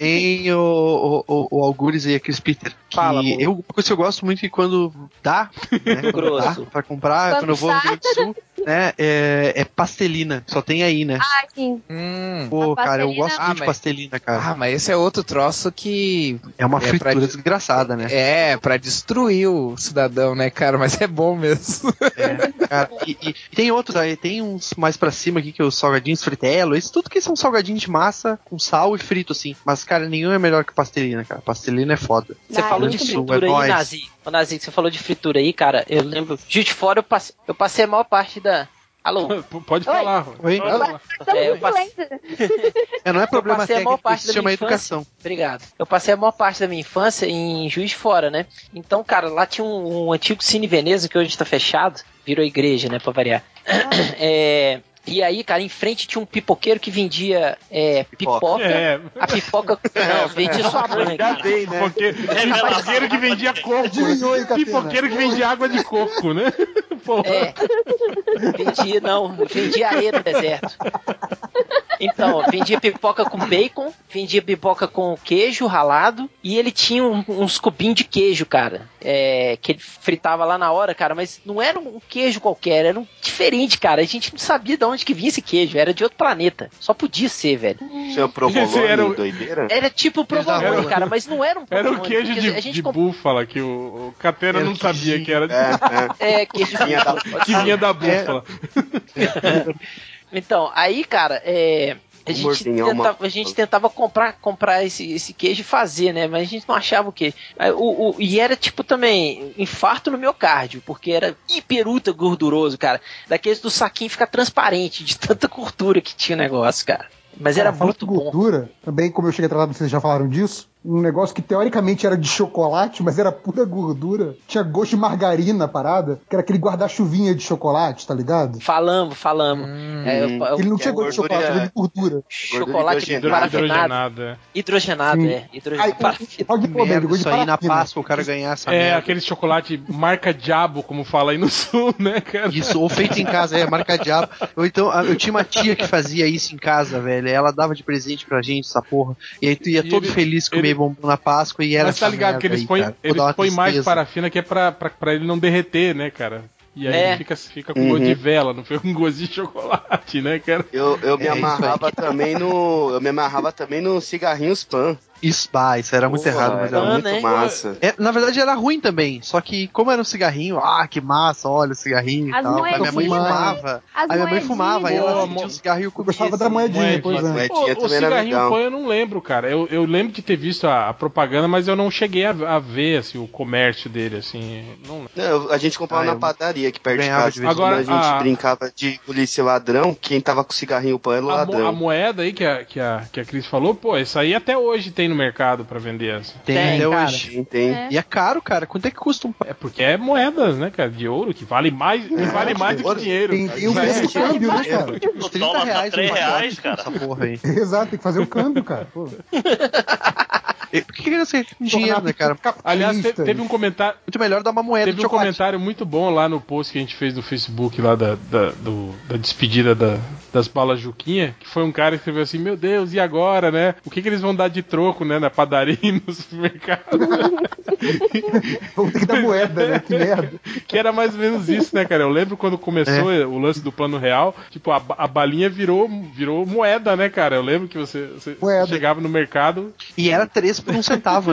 Speaker 8: em o, o, o, o Algures e a Chris Peter. Que eu, uma coisa que eu gosto muito é que quando dá, né, quando dá
Speaker 1: Grosso.
Speaker 8: pra
Speaker 13: Ah,
Speaker 8: comprar, é quando,
Speaker 9: Quando
Speaker 8: eu vou ao
Speaker 9: dá.
Speaker 8: Rio Grande do Sul, né, é, é pastelina. Só tem aí, né?
Speaker 9: Ah, sim.
Speaker 13: Hum.
Speaker 8: Pô,
Speaker 9: A
Speaker 8: cara, eu
Speaker 9: pastelina-
Speaker 8: gosto
Speaker 9: Ah,
Speaker 8: muito de
Speaker 9: mas-
Speaker 8: pastelina, cara.
Speaker 3: Ah, mas esse é outro troço que.
Speaker 8: É uma
Speaker 3: fritura
Speaker 8: desgraçada, né?
Speaker 3: É, pra destruir o cidadão, né, cara? Mas é bom mesmo.
Speaker 8: É, Cara, e, e- e tem outros aí, tem uns mais pra cima aqui que é os salgadinhos fritelo, isso tudo que são salgadinhos de massa com sal e frito, assim. Mas, cara, nenhum é melhor que pastelina, cara. Pastelina é foda.
Speaker 1: Você falou de
Speaker 8: Sul,
Speaker 1: fritura aí,
Speaker 8: é nóis.
Speaker 1: Nazi. Ô, Nazi, você falou de fritura aí, cara. Eu lembro. Juiz de fora, eu passei, eu passei a maior parte da. Alô?
Speaker 2: Pode falar.
Speaker 8: Oi?
Speaker 9: um
Speaker 1: É, eu passei,
Speaker 8: [LAUGHS] É, não é
Speaker 1: eu
Speaker 8: problema
Speaker 1: passei a maior
Speaker 8: técnico,
Speaker 1: parte
Speaker 8: isso
Speaker 1: da
Speaker 8: chama
Speaker 1: minha
Speaker 8: educação.
Speaker 1: infância. Obrigado. Eu passei a maior parte da minha infância em Juiz de Fora, né? Então, cara, lá tinha um, um antigo Cine Veneza que hoje tá fechado. Virou igreja, né? Pra variar. É, E aí, cara, em frente tinha um pipoqueiro que vendia é, pipoca.
Speaker 2: É. né?
Speaker 1: A pipoca. Não,
Speaker 2: [LAUGHS]
Speaker 1: vendia sua mãe. né, cara.
Speaker 2: Pipoqueiro, pipoqueiro que vendia coco.
Speaker 13: Diminuiu, hein, Catena?
Speaker 2: Pipoqueiro que vendia água de coco, né? [LAUGHS] Porra.
Speaker 1: [LAUGHS] É. Vendi, não, vendi areia
Speaker 8: [LAUGHS]
Speaker 1: no deserto. Então, vendia pipoca com bacon, vendia pipoca com queijo ralado, e ele tinha um- uns cubinhos de queijo, cara, é, que ele fritava lá na hora, cara, mas não era um queijo qualquer, era um diferente, cara. A gente não sabia de onde que vinha esse queijo, era de outro planeta. Só podia ser, velho.
Speaker 7: Tinha provolone,
Speaker 2: Esse era o-
Speaker 7: doideira?
Speaker 1: Era tipo provolone, cara, mas não era um
Speaker 2: Era
Speaker 1: provolone.
Speaker 2: o queijo
Speaker 1: porque
Speaker 2: de,
Speaker 1: a gente
Speaker 2: de
Speaker 1: comprou-
Speaker 2: búfala que o, É o Catena
Speaker 8: Era
Speaker 2: não
Speaker 8: que
Speaker 2: sabia que era de,
Speaker 1: [LAUGHS] É, queijo de
Speaker 7: Vinha da-
Speaker 2: [LAUGHS] que vinha da búfala.
Speaker 1: Então, aí, cara, é, a,
Speaker 7: O
Speaker 1: gente
Speaker 7: gordinho é uma-
Speaker 1: tentava, a gente tentava comprar, comprar esse, esse queijo e fazer, né? Mas a gente não achava o queijo. Aí, o, o- e era tipo também infarto no miocárdio, porque era hiperuta gorduroso, cara. Daqueles do saquinho fica transparente, de tanta gordura que tinha o negócio, cara. Mas era
Speaker 13: falando
Speaker 1: muito
Speaker 13: de
Speaker 1: bom.
Speaker 13: gordura, também como eu cheguei atrasado, vocês já falaram disso, um negócio que teoricamente era de chocolate, mas era pura gordura, tinha gosto de margarina a parada, que era aquele guarda-chuvinha de chocolate, tá ligado?
Speaker 1: Falamos, falamos. É, eu- eu-
Speaker 13: Hum. Ele não tinha gosto de
Speaker 7: gordura- é
Speaker 13: chocolate, era de
Speaker 1: [LAUGHS]
Speaker 13: gordura.
Speaker 1: chocolate
Speaker 7: hidrogenado.
Speaker 1: parafinado.
Speaker 2: Hidrogenada.
Speaker 1: Hidrogenado, é. Hidrogenado. parafinado.
Speaker 13: Olha que
Speaker 8: Merda,
Speaker 13: gosto de
Speaker 8: isso aí na
Speaker 13: paraquina.
Speaker 8: Páscoa o cara ganhar essa
Speaker 2: É,
Speaker 8: merda.
Speaker 2: aquele chocolate marca Diabo, como fala aí no sul, [LAUGHS] né, cara?
Speaker 8: Isso, ou feito em casa, é, marca diabo. Ou então, a- eu tinha uma tia que fazia isso em casa, velho. Ela dava de presente pra gente essa porra. E aí tu ia
Speaker 2: E
Speaker 8: todo
Speaker 2: ele-
Speaker 8: feliz comer
Speaker 2: ele-
Speaker 8: bombom na Páscoa e era
Speaker 2: Mas tá
Speaker 8: essa
Speaker 2: ligado
Speaker 8: merda
Speaker 2: que eles
Speaker 8: aí,
Speaker 2: põem
Speaker 8: cara. Pô,
Speaker 2: eles
Speaker 8: dá uma
Speaker 2: põem mais
Speaker 8: tristeza.
Speaker 2: parafina que é pra, pra, pra ele não derreter, né, cara? E aí
Speaker 1: É.
Speaker 2: ele fica, fica com gosto de vela, não fica com gosto de chocolate, né, cara?
Speaker 7: Uhum. Eu, eu me
Speaker 8: [LAUGHS] É, isso aí.
Speaker 7: amarrava também no. Eu me amarrava também no cigarrinhos pan.
Speaker 8: Isso, bah, isso era muito
Speaker 7: Porra,
Speaker 8: errado, mas
Speaker 7: era
Speaker 8: era
Speaker 1: Pan,
Speaker 7: muito
Speaker 1: né?
Speaker 7: massa.
Speaker 8: É, na verdade era ruim também, só que como era um cigarrinho, ah, que massa, olha o cigarrinho e
Speaker 9: As
Speaker 8: tal. Aí minha mãe
Speaker 13: moedinhas.
Speaker 8: fumava.
Speaker 9: As
Speaker 8: Aí minha mãe
Speaker 9: moedinhas.
Speaker 8: fumava, e ela
Speaker 2: Boa,
Speaker 8: sentia
Speaker 2: mo-
Speaker 8: um cigarro e eu
Speaker 13: Eu
Speaker 8: comia.
Speaker 13: gostava da
Speaker 8: assim,
Speaker 13: moedinha,
Speaker 2: moedinha. né?
Speaker 13: pois é.
Speaker 7: Mas tinha
Speaker 2: O, o
Speaker 7: também era
Speaker 2: cigarrinho
Speaker 7: legal.
Speaker 2: pan eu não lembro, cara. Eu, eu lembro de ter visto a, a propaganda, mas eu não cheguei a, a ver assim, o comércio dele, assim. Não lembro.
Speaker 7: Não, eu- a gente comprava
Speaker 8: Ah,
Speaker 7: na
Speaker 8: eu
Speaker 7: padaria aqui perto de
Speaker 8: ganhava de
Speaker 7: casa.
Speaker 8: vez em
Speaker 2: Agora,
Speaker 7: Agora, a gente
Speaker 2: a-
Speaker 7: brincava de polícia e ladrão. Quem tava com cigarrinho pan era o
Speaker 13: Então-
Speaker 2: A, mo- a
Speaker 7: ladrão.
Speaker 2: moeda aí que a, que, a, que a Cris falou, pô, isso aí até hoje tem no mercado pra vender essa.
Speaker 8: Tem, Tem, até cara. hoje. Tem, tem. É. E é caro, cara. Quanto é que custa um
Speaker 2: É porque é moedas, né, cara? De ouro, que vale
Speaker 13: É,
Speaker 2: mais, que vale mais do que dinheiro.
Speaker 13: Tem, tem o preço do câmbio, né, cara?
Speaker 5: O dólar tá 3
Speaker 13: um
Speaker 5: reais, cara.
Speaker 8: Essa porra aí.
Speaker 13: [LAUGHS] Exato, tem que fazer o câmbio, cara. Pô.
Speaker 8: [LAUGHS] E Por que que você tem dinheiro, né, cara?
Speaker 2: Aliás, te- teve um comentário.
Speaker 8: Muito melhor dar uma moeda
Speaker 2: Teve
Speaker 8: de
Speaker 2: um
Speaker 8: chocolate.
Speaker 2: comentário muito bom lá no post que a gente fez do Facebook, lá da, da, do- da despedida da- das balas Juquinha, que foi um cara que escreveu assim: Meu Deus, e agora, né? O que, que eles vão dar de troco, né? Na padaria e no [LAUGHS] supermercado.
Speaker 13: Vamos ter que dar moeda, né? Que merda.
Speaker 2: Que era mais ou menos isso, né, cara? Eu lembro quando começou
Speaker 8: É.
Speaker 2: o lance do plano real, tipo, a, ba- a balinha virou, virou moeda, né, cara? Eu lembro que você, você chegava no mercado.
Speaker 8: E era três por um centavo,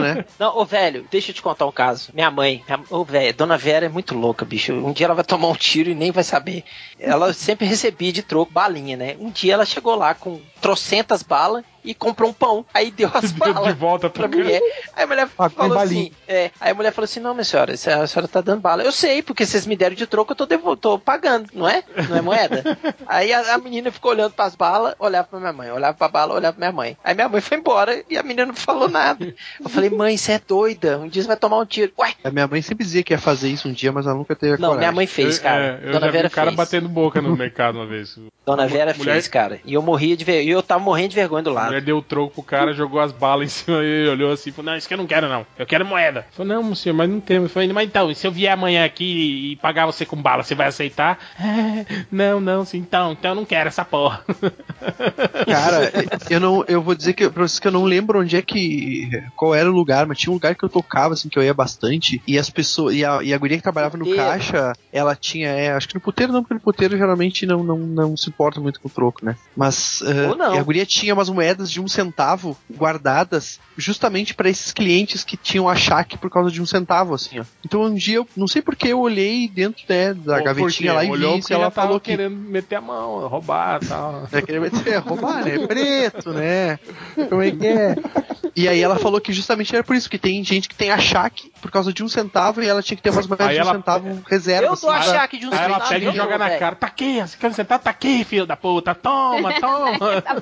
Speaker 2: [LAUGHS]
Speaker 8: né?
Speaker 1: [LAUGHS] Não, ô velho, deixa eu te contar um caso. Minha mãe, minha- ô velho, dona Vera é muito louca, bicho. Um dia ela vai tomar um tiro e nem vai saber. Ela sempre recebia de troco balinha, né? Um dia ela chegou lá com trocentas balas e comprou um pão. Aí deu as balas
Speaker 2: de volta pra cá.
Speaker 1: mulher. Aí a mulher
Speaker 2: Ah,
Speaker 1: falou
Speaker 2: tem
Speaker 1: assim: é, Aí a mulher falou assim: Não, minha senhora, se a senhora tá dando bala. Eu sei, porque vocês me deram de troco, eu tô, devo- tô pagando, não é? Não
Speaker 2: [LAUGHS]
Speaker 1: é moeda? Aí a, a menina ficou olhando pras balas, olhava pra minha mãe, olhava pra bala, olhava pra minha mãe. Aí minha mãe foi embora e a menina não falou nada. Eu falei: Mãe, você é doida, um dia você vai tomar um tiro. Ué,
Speaker 8: A minha mãe sempre dizia que ia fazer isso um dia, mas ela nunca teve a
Speaker 1: Não,
Speaker 8: coragem.
Speaker 1: minha mãe
Speaker 2: Né?
Speaker 1: fez,
Speaker 2: Eu-
Speaker 1: cara.
Speaker 2: é, eu
Speaker 1: Dona
Speaker 2: já
Speaker 1: Vera
Speaker 2: vi o cara
Speaker 1: fez.
Speaker 2: batendo boca no [LAUGHS] mercado uma vez.
Speaker 1: Dona
Speaker 2: A mu-
Speaker 1: Vera
Speaker 2: mulher-
Speaker 1: fez, cara. E eu morria de vergonha. E eu tava morrendo de vergonha do
Speaker 2: A
Speaker 1: lado.
Speaker 2: mulher deu o troco pro cara, jogou as balas em cima e ele olhou assim e falou: Não, isso que eu não quero, não. Eu quero moeda. Falou: Não, senhor, mas não temos. Eu Falei: Mas então, e se eu vier amanhã aqui e pagar você com bala, você vai aceitar? "É, não, não, sim, então, então eu não quero essa porra.
Speaker 8: Cara, eu não, eu vou dizer que pra vocês que eu não lembro onde é que qual era o lugar, mas tinha um lugar que eu tocava assim que eu ia bastante e as pessoas e a, e a guria que trabalhava no
Speaker 1: Puteiro.
Speaker 8: caixa, ela tinha, é, acho que no puteiro não, porque no puteiro geralmente não não, não se importa muito com o troco, né? Mas eh,
Speaker 1: Ou não.
Speaker 8: e a guria tinha umas moedas de um centavo guardadas justamente pra esses clientes que tinham achaque por causa de um centavo assim, ó. Então um dia eu não sei porque eu olhei dentro né, da
Speaker 2: Ou
Speaker 8: gavetinha
Speaker 2: porque
Speaker 8: lá e
Speaker 2: olhou
Speaker 8: vi isso
Speaker 2: porque
Speaker 8: e ela
Speaker 2: já tava
Speaker 8: falou que
Speaker 2: querendo meter a mão, roubar e tal.
Speaker 8: é, queria meter,
Speaker 2: [LAUGHS]
Speaker 8: roubar, né? Preto, né? Como é que é? E aí ela falou que justamente era por isso, que tem gente que tem achaque por causa de um centavo e ela tinha que ter umas moedas
Speaker 2: Aí
Speaker 8: de um
Speaker 2: ela-
Speaker 8: centavo reserva.
Speaker 1: Eu dou
Speaker 8: assim, pra-
Speaker 1: achaque de um
Speaker 2: Aí ela
Speaker 1: centavo,
Speaker 2: pega
Speaker 1: eu
Speaker 2: e joga
Speaker 1: dou,
Speaker 2: na
Speaker 1: velho.
Speaker 2: cara: Tá aqui, você quer sentar? Tá aqui, filho da puta,
Speaker 1: [LAUGHS]
Speaker 2: toma, toma.
Speaker 9: [LAUGHS] Tá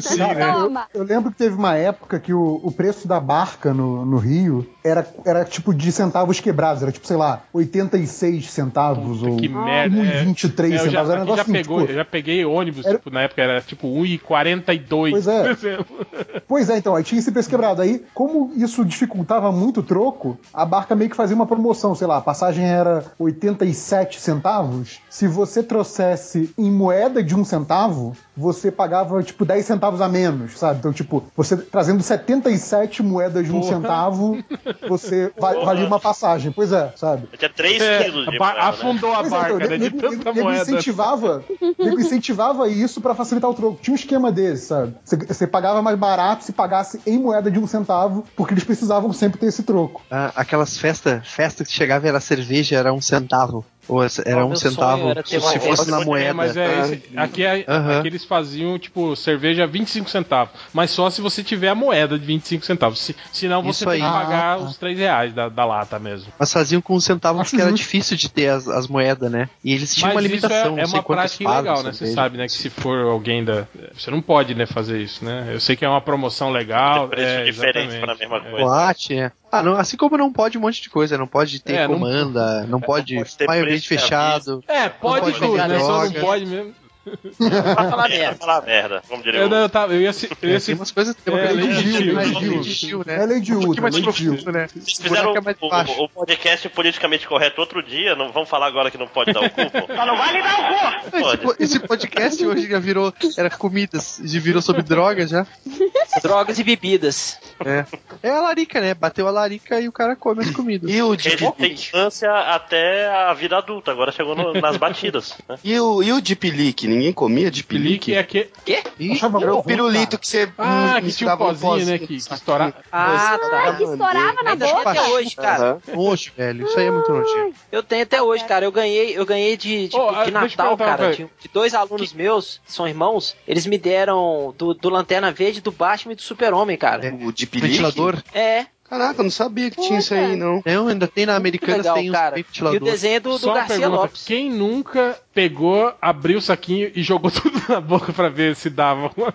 Speaker 2: [LAUGHS] Sim,
Speaker 13: Cara,
Speaker 2: né?
Speaker 13: eu,
Speaker 9: Toma.
Speaker 13: eu lembro que teve uma época que o, o preço da barca no, no Rio era, era tipo de centavos quebrados, era tipo, sei lá, 86 centavos ou
Speaker 2: Que merda. é.
Speaker 13: 1,23
Speaker 2: É, eu já,
Speaker 13: centavos. Era um
Speaker 2: aqui já
Speaker 13: negócio assim,
Speaker 2: pegou,
Speaker 13: tipo,
Speaker 2: eu já peguei ônibus,
Speaker 13: Era-
Speaker 2: tipo, na época era tipo 1,42.
Speaker 13: Pois é.
Speaker 2: por [LAUGHS] exemplo.
Speaker 13: Pois é, então, aí tinha esse preço quebrado. Aí, como isso dificultava muito o troco, a barca meio que fazia uma promoção, sei lá, a passagem era 87 centavos. Se você trouxesse em moeda de um centavo, você pagava, tipo, 10 centavos a menos, sabe? Então, tipo, você trazendo 77 moedas de um
Speaker 2: Porra.
Speaker 13: centavo, você va-
Speaker 5: Porra.
Speaker 13: valia uma passagem. Pois é, sabe?
Speaker 5: Tinha 3
Speaker 2: É,
Speaker 5: quilos de
Speaker 2: ba-
Speaker 5: moeda, né?
Speaker 2: afundou a
Speaker 13: Pois é, então,
Speaker 2: barca, né? De
Speaker 13: nego- nego-
Speaker 2: tanta
Speaker 13: nego
Speaker 2: moeda.
Speaker 13: incentivava,
Speaker 8: [LAUGHS]
Speaker 13: nego incentivava isso pra facilitar o troco. Tinha um esquema desse, sabe? Você- Você pagava mais barato se pagasse em moeda de um centavo, porque eles precisavam sempre ter esse troco.
Speaker 8: Ah, aquelas festas festa que chegava e era cerveja, era um centavo. Ou essa- era
Speaker 1: Ó,
Speaker 8: um
Speaker 1: Ah, meu
Speaker 8: centavo
Speaker 1: sonho era ter
Speaker 8: se
Speaker 1: uma
Speaker 8: se fosse
Speaker 1: festa.
Speaker 8: na
Speaker 2: É,
Speaker 8: moeda. Ah,
Speaker 2: mas é,
Speaker 13: Ah.
Speaker 2: esse- aqui, é,
Speaker 8: Aham.
Speaker 2: aqui eles faziam, tipo, cerveja 25 centavos. Mas só se você tiver a moeda de 25 centavos. Se, senão você
Speaker 8: Isso
Speaker 2: tem
Speaker 8: aí.
Speaker 2: que pagar
Speaker 13: Ah, tá.
Speaker 2: os 3 reais da, da lata mesmo.
Speaker 8: Mas faziam com um centavo
Speaker 13: Acho
Speaker 8: porque era
Speaker 1: [LAUGHS]
Speaker 13: justo.
Speaker 8: difícil de ter as, as moedas, né? E eles tinham uma
Speaker 2: Mas
Speaker 8: limitação.
Speaker 2: isso
Speaker 8: não
Speaker 2: é, é
Speaker 8: sei
Speaker 2: uma
Speaker 8: quantas
Speaker 2: prática
Speaker 8: espadas,
Speaker 2: ilegal, né? Você
Speaker 8: cerveja.
Speaker 2: sabe, né? Que se for alguém da. Você não pode, né, fazer isso, né? Eu sei que é uma promoção legal.
Speaker 5: Preço
Speaker 2: é,
Speaker 5: diferente
Speaker 2: exatamente.
Speaker 5: pra mesma coisa.
Speaker 8: Boate, é. Ah, não, assim como não pode um monte de coisa, não pode ter
Speaker 2: É, não-
Speaker 8: comanda, não, pode,
Speaker 5: pode ter
Speaker 8: ter ambiente
Speaker 5: preço de
Speaker 8: fechado.
Speaker 2: É, pode,
Speaker 8: pode
Speaker 2: tudo,
Speaker 8: pegar
Speaker 2: né? Só não
Speaker 8: droga.
Speaker 2: pode mesmo.
Speaker 13: [LAUGHS]
Speaker 1: Vai falar
Speaker 5: É,
Speaker 1: merda.
Speaker 5: falar merda, como diria
Speaker 2: Eu,
Speaker 5: o...
Speaker 2: não, eu, tava- eu ia, se- eu ia
Speaker 8: É,
Speaker 2: se-
Speaker 8: tem umas coisas tem
Speaker 2: É,
Speaker 8: uma coisa
Speaker 2: lei
Speaker 8: de
Speaker 2: de
Speaker 8: Gil,
Speaker 2: Gil,
Speaker 8: né?
Speaker 2: lei
Speaker 8: Lei
Speaker 2: de
Speaker 8: de
Speaker 2: Gil.
Speaker 8: Gil, né?
Speaker 13: É lei de
Speaker 8: Um
Speaker 13: Uta,
Speaker 8: pouquinho mais
Speaker 13: lei de
Speaker 8: profundo,
Speaker 13: Uta.
Speaker 8: né?
Speaker 5: Vocês
Speaker 8: O
Speaker 5: fizeram um
Speaker 8: buraco é mais baixo.
Speaker 5: o, o podcast politicamente correto outro dia, não vamos falar agora que não pode dar o cu, pô. não vale dar o cu!
Speaker 8: Esse,
Speaker 5: Pode.
Speaker 8: po- um esse podcast hoje já virou. Era comidas, já virou sobre drogas já.
Speaker 1: [LAUGHS] Drogas e bebidas.
Speaker 8: É. é a larica, né? Bateu a larica e o cara come as comidas.
Speaker 7: E o,
Speaker 5: Ele tem infância até a vida adulta, agora chegou no- nas batidas. né?
Speaker 7: e o, e o Deep Leak? Ninguém comia Deep Leak?
Speaker 2: Pelique é que.
Speaker 8: Ih,
Speaker 13: Achava
Speaker 7: Era
Speaker 13: bom,
Speaker 7: o pirulito que você.
Speaker 2: Ah, que tinha
Speaker 7: hum,
Speaker 2: um
Speaker 7: misturava no
Speaker 2: pozinho, né? Que, que estourava.
Speaker 1: Ah,
Speaker 7: Ah,
Speaker 1: tá.
Speaker 9: Que estourava na
Speaker 1: Ainda tem
Speaker 9: boca.
Speaker 1: até hoje, cara.
Speaker 7: Aham.
Speaker 8: nojo, velho. Isso aí é muito nojento.
Speaker 1: Eu tenho até hoje, cara. Eu ganhei, eu ganhei de, tipo, de,
Speaker 2: Ô,
Speaker 1: de
Speaker 2: ah, deixa eu te
Speaker 1: Natal,
Speaker 2: perguntar,
Speaker 1: cara.
Speaker 2: velho.
Speaker 1: De, de dois alunos meus, que são irmãos, eles me deram do, do Lanterna Verde, do Batman e do Super-Homem, cara.
Speaker 7: O Deep Leak.
Speaker 8: Ventilador.
Speaker 1: É.
Speaker 7: Caraca, eu não sabia que tinha isso aí, não.
Speaker 8: Eu ainda tem na americana,
Speaker 1: legal,
Speaker 8: tem uns
Speaker 1: cara.
Speaker 8: ventiladores.
Speaker 1: E o desenho do- do
Speaker 2: Só uma pergunta, Quem nunca pegou, abriu o saquinho e jogou [LAUGHS] tudo na boca pra ver se dava
Speaker 1: [LAUGHS]
Speaker 2: alguma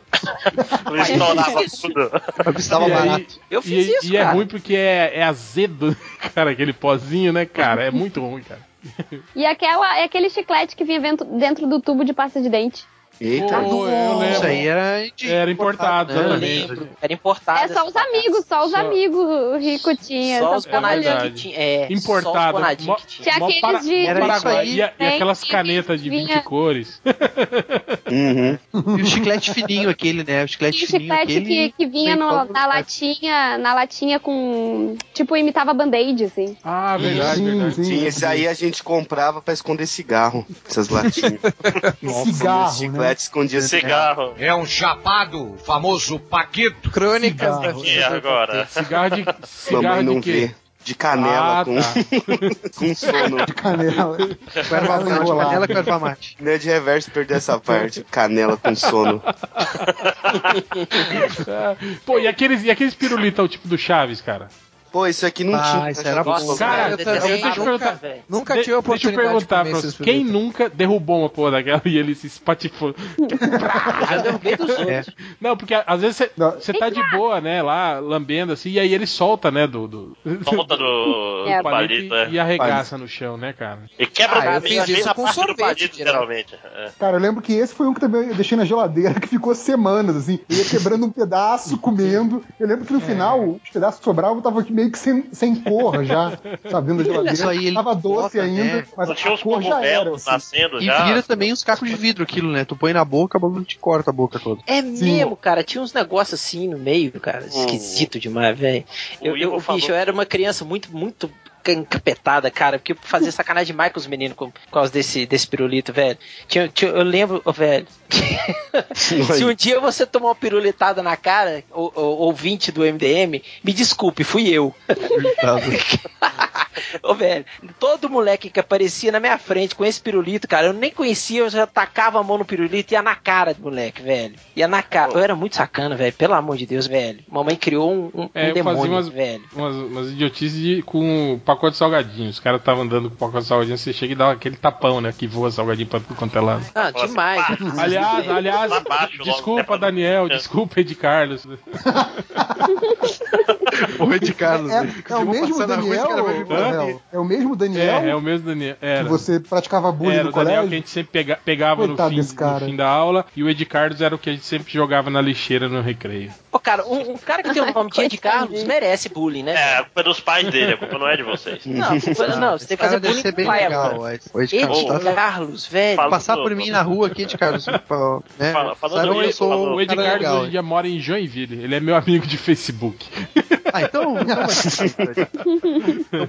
Speaker 5: Ele estourava tudo.
Speaker 8: Estava
Speaker 2: E aí-
Speaker 8: barato.
Speaker 1: Eu
Speaker 2: e, e é ruim porque é, é azedo, [LAUGHS] cara, aquele pozinho, né, cara? É muito ruim, cara.
Speaker 9: E aquela, é aquele chiclete que vinha vento- dentro do tubo de pasta de dente.
Speaker 2: Pô, eu lembro.
Speaker 8: Isso aí era, né?
Speaker 2: Era importado, exatamente.
Speaker 1: Era importado.
Speaker 9: é só os amigos, só os
Speaker 2: Só-
Speaker 9: amigos o rico tinha.
Speaker 1: Só
Speaker 9: só
Speaker 1: os
Speaker 9: ficava
Speaker 1: bonadinhos
Speaker 9: olhando.
Speaker 1: que tinha. É, só os
Speaker 2: Importado.
Speaker 1: bonadinhos que tinha.
Speaker 9: Tinha
Speaker 2: Mó
Speaker 9: aqueles
Speaker 2: para-
Speaker 9: de.
Speaker 2: mó
Speaker 8: Era isso
Speaker 2: Paraguai.
Speaker 8: aí,
Speaker 2: E, a- e
Speaker 9: né,
Speaker 2: aquelas
Speaker 9: que
Speaker 2: canetas de 20
Speaker 9: vinha-
Speaker 2: cores.
Speaker 7: Uhum.
Speaker 8: E o chiclete fininho aquele, né? O chiclete
Speaker 9: Tinha um
Speaker 8: fininho
Speaker 9: chiclete
Speaker 8: aquele.
Speaker 9: que, que vinha
Speaker 8: sem
Speaker 9: no-
Speaker 8: cola,
Speaker 9: na latinha, na latinha com. Tipo, imitava band-aid, assim.
Speaker 2: Ah, verdade,
Speaker 13: Sim,
Speaker 2: verdade.
Speaker 13: sim.
Speaker 7: Sim, esse aí a gente comprava pra esconder cigarro, essas latinhas.
Speaker 13: Cigarro,
Speaker 7: Esse chiclete é, escondia cigarro.
Speaker 5: Cigarro.
Speaker 11: É um chapado, famoso Paquito.
Speaker 3: Crônicas
Speaker 13: Cigarro.
Speaker 3: da
Speaker 5: E
Speaker 3: vida.
Speaker 5: é agora?
Speaker 2: Cigarro de, cigarro
Speaker 7: Mamãe não
Speaker 2: de quê?
Speaker 7: vê. De canela
Speaker 2: Ah,
Speaker 7: com, [LAUGHS] com sono.
Speaker 13: Canela.
Speaker 8: Com erva
Speaker 6: um
Speaker 13: Canela
Speaker 8: mate,
Speaker 13: enrolada.
Speaker 8: canela com erva mate.
Speaker 7: Não é de reverso perder essa parte. Canela com sono.
Speaker 2: [LAUGHS] Pô, e aqueles, e aqueles pirulita, o tipo do Chaves, cara?
Speaker 7: Pô, isso aqui não
Speaker 8: Ah,
Speaker 7: tinha.
Speaker 8: isso era
Speaker 7: Nossa,
Speaker 8: bom.
Speaker 2: Cara,
Speaker 3: eu
Speaker 1: detestava,
Speaker 3: também
Speaker 2: deixa eu
Speaker 3: nunca-
Speaker 2: perguntar.
Speaker 1: velho.
Speaker 3: Nunca
Speaker 2: De-
Speaker 3: tive a
Speaker 2: Deixa eu
Speaker 3: oportunidade
Speaker 2: perguntar
Speaker 3: de
Speaker 2: pra
Speaker 3: comer esses
Speaker 2: vocês. Quem
Speaker 3: frutas.
Speaker 2: nunca derrubou uma porra daquela e ele se espatifou?
Speaker 1: Já derrubei dos outros.
Speaker 2: Não, porque a- às vezes
Speaker 13: Não.
Speaker 2: você tá de boa, né, lá, lambendo assim, e aí ele solta, né, do, do, [LAUGHS]
Speaker 5: Volta do,
Speaker 9: É,
Speaker 5: do palito, é.
Speaker 2: e arregaça no chão, né, cara?
Speaker 5: E quebra
Speaker 3: Ah, eu
Speaker 5: bem-
Speaker 3: fiz
Speaker 5: bem
Speaker 3: isso
Speaker 5: na
Speaker 3: com
Speaker 5: parte do
Speaker 3: sorvete,
Speaker 5: palito,
Speaker 3: direto.
Speaker 5: literalmente. É.
Speaker 13: Cara, eu lembro que esse foi um que também eu deixei na geladeira, [LAUGHS] que ficou semanas, assim. Eu ia quebrando um pedaço, comendo. Eu lembro
Speaker 2: É.
Speaker 13: que no final, os pedaços que sobravam estavam meio que sem, sem cor já, sabe, dentro da geladeira.
Speaker 8: só aí, ele
Speaker 13: tava doce
Speaker 8: bota,
Speaker 13: ainda, É,
Speaker 8: né?
Speaker 13: mas
Speaker 5: Não tinha
Speaker 13: a
Speaker 5: uns
Speaker 7: um
Speaker 13: cor já era,
Speaker 5: cogumelos
Speaker 7: tá
Speaker 13: assim.
Speaker 5: nascendo
Speaker 8: E
Speaker 5: já.
Speaker 8: vira também os cacos de vidro aquilo, né? Tu põe na boca, o bagulho te corta a boca toda.
Speaker 1: É mesmo, cara. Tinha uns negócios assim no meio, cara. Esquisito demais, velho.
Speaker 5: O
Speaker 1: Eu, eu,
Speaker 5: Igor falou-
Speaker 1: bicho, eu era uma criança muito, muito encapetada, cara, porque eu fazia sacanagem demais com os meninos com- por causa desse, desse pirulito, velho. Tinha- tinha- eu lembro, ô, velho.
Speaker 5: é.
Speaker 1: Se [LAUGHS] um dia você tomar uma pirulitada na cara, ou, ou, ouvinte do MDM, me desculpe, fui eu. Ô, velho, todo moleque que aparecia na minha frente com esse pirulito, cara, eu nem conhecia, eu [LAUGHS] já tacava a mão no pirulito e ia na cara do moleque, velho. Ia na cara. Eu era muito sacana, velho, pelo amor de Deus, velho. Mamãe criou um, um- um
Speaker 2: É, eu fazia
Speaker 1: demônio,
Speaker 2: umas,
Speaker 1: velho.
Speaker 2: umas, umas idiotices de- com o pacote de salgadinho. Os caras estavam andando com o pacote de salgadinho, você chega e dá aquele tapão, né? Que voa salgadinho pra tudo quanto é lado.
Speaker 1: Ah,
Speaker 5: Nossa,
Speaker 1: demais.
Speaker 8: né,
Speaker 5: pá.
Speaker 2: Aliás, aliás,
Speaker 5: Lá abaixo, logo, né,
Speaker 2: desculpa
Speaker 5: pra-
Speaker 2: Daniel,
Speaker 5: É.
Speaker 2: desculpa Ed Carlos.
Speaker 8: Oi, de Carlos.
Speaker 13: É,
Speaker 8: né?
Speaker 13: é o
Speaker 8: Eu vou
Speaker 13: mesmo
Speaker 8: passar na rua, um esse
Speaker 13: Daniel,
Speaker 8: cara vai me-
Speaker 13: Daniel? É o mesmo
Speaker 2: É, é
Speaker 13: Daniel
Speaker 2: o mesmo Daniel.
Speaker 13: que
Speaker 2: Era.
Speaker 13: você praticava bullying
Speaker 2: era
Speaker 13: no
Speaker 2: o Daniel que a
Speaker 13: colégio?
Speaker 2: gente sempre pega- pegava no
Speaker 13: Coitado
Speaker 2: fim,
Speaker 13: desse cara.
Speaker 2: no fim da aula e o Ed Carlos era o que a gente sempre jogava na lixeira no recreio.
Speaker 1: Ô, cara, um, um cara que tem o nome
Speaker 8: [LAUGHS]
Speaker 1: de Ed Carlos merece bullying, né?
Speaker 5: É,
Speaker 1: velho?
Speaker 5: a culpa é dos pais dele, a culpa não é de vocês.
Speaker 8: [LAUGHS]
Speaker 1: Não, não, você tem que
Speaker 8: cara
Speaker 1: fazer
Speaker 8: deve
Speaker 1: bullying
Speaker 8: ser
Speaker 1: com
Speaker 8: bem
Speaker 1: o pai,
Speaker 8: legal.
Speaker 1: mano.
Speaker 8: ué. Oi, de Carlos.
Speaker 1: Ed
Speaker 8: tá-
Speaker 1: Carlos, velho.
Speaker 5: Fala-
Speaker 8: Passar por mim na rua aqui, de Carlos. [LAUGHS] pra- Né?
Speaker 5: Fala- falando
Speaker 8: Sabe que eu
Speaker 5: isso,
Speaker 8: sou
Speaker 5: falou.
Speaker 8: um
Speaker 2: O Ed
Speaker 8: cara
Speaker 2: Carlos
Speaker 8: legal,
Speaker 2: hoje em dia mora em Joinville, ele é meu amigo de Facebook.
Speaker 8: Ah, então. então vai-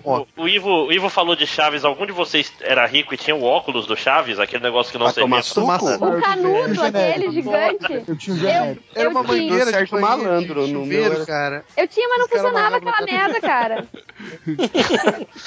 Speaker 8: Ó,
Speaker 5: O Ivo, o Ivo falou de Chaves. Algum de vocês era rico e tinha o óculos do Chaves? Aquele negócio que não
Speaker 7: Pra
Speaker 5: servia.
Speaker 7: tomar
Speaker 5: pra-
Speaker 7: suco?
Speaker 13: Cara,
Speaker 8: massa-
Speaker 9: O
Speaker 13: eu tinha um
Speaker 9: canudo,
Speaker 13: genérico.
Speaker 9: aquele gigante.
Speaker 13: Eu tinha um
Speaker 9: Eu,
Speaker 13: genérico.
Speaker 8: Era uma
Speaker 9: eu, tinha,
Speaker 8: mangueira de
Speaker 7: certo
Speaker 8: banheiro,
Speaker 7: malandro
Speaker 8: de
Speaker 7: no
Speaker 8: chuveiro,
Speaker 7: meu era-
Speaker 8: cara.
Speaker 9: eu tinha, mas não
Speaker 8: Os caras
Speaker 9: funcionava
Speaker 8: amarravam
Speaker 9: aquela
Speaker 8: na
Speaker 9: merda, cara.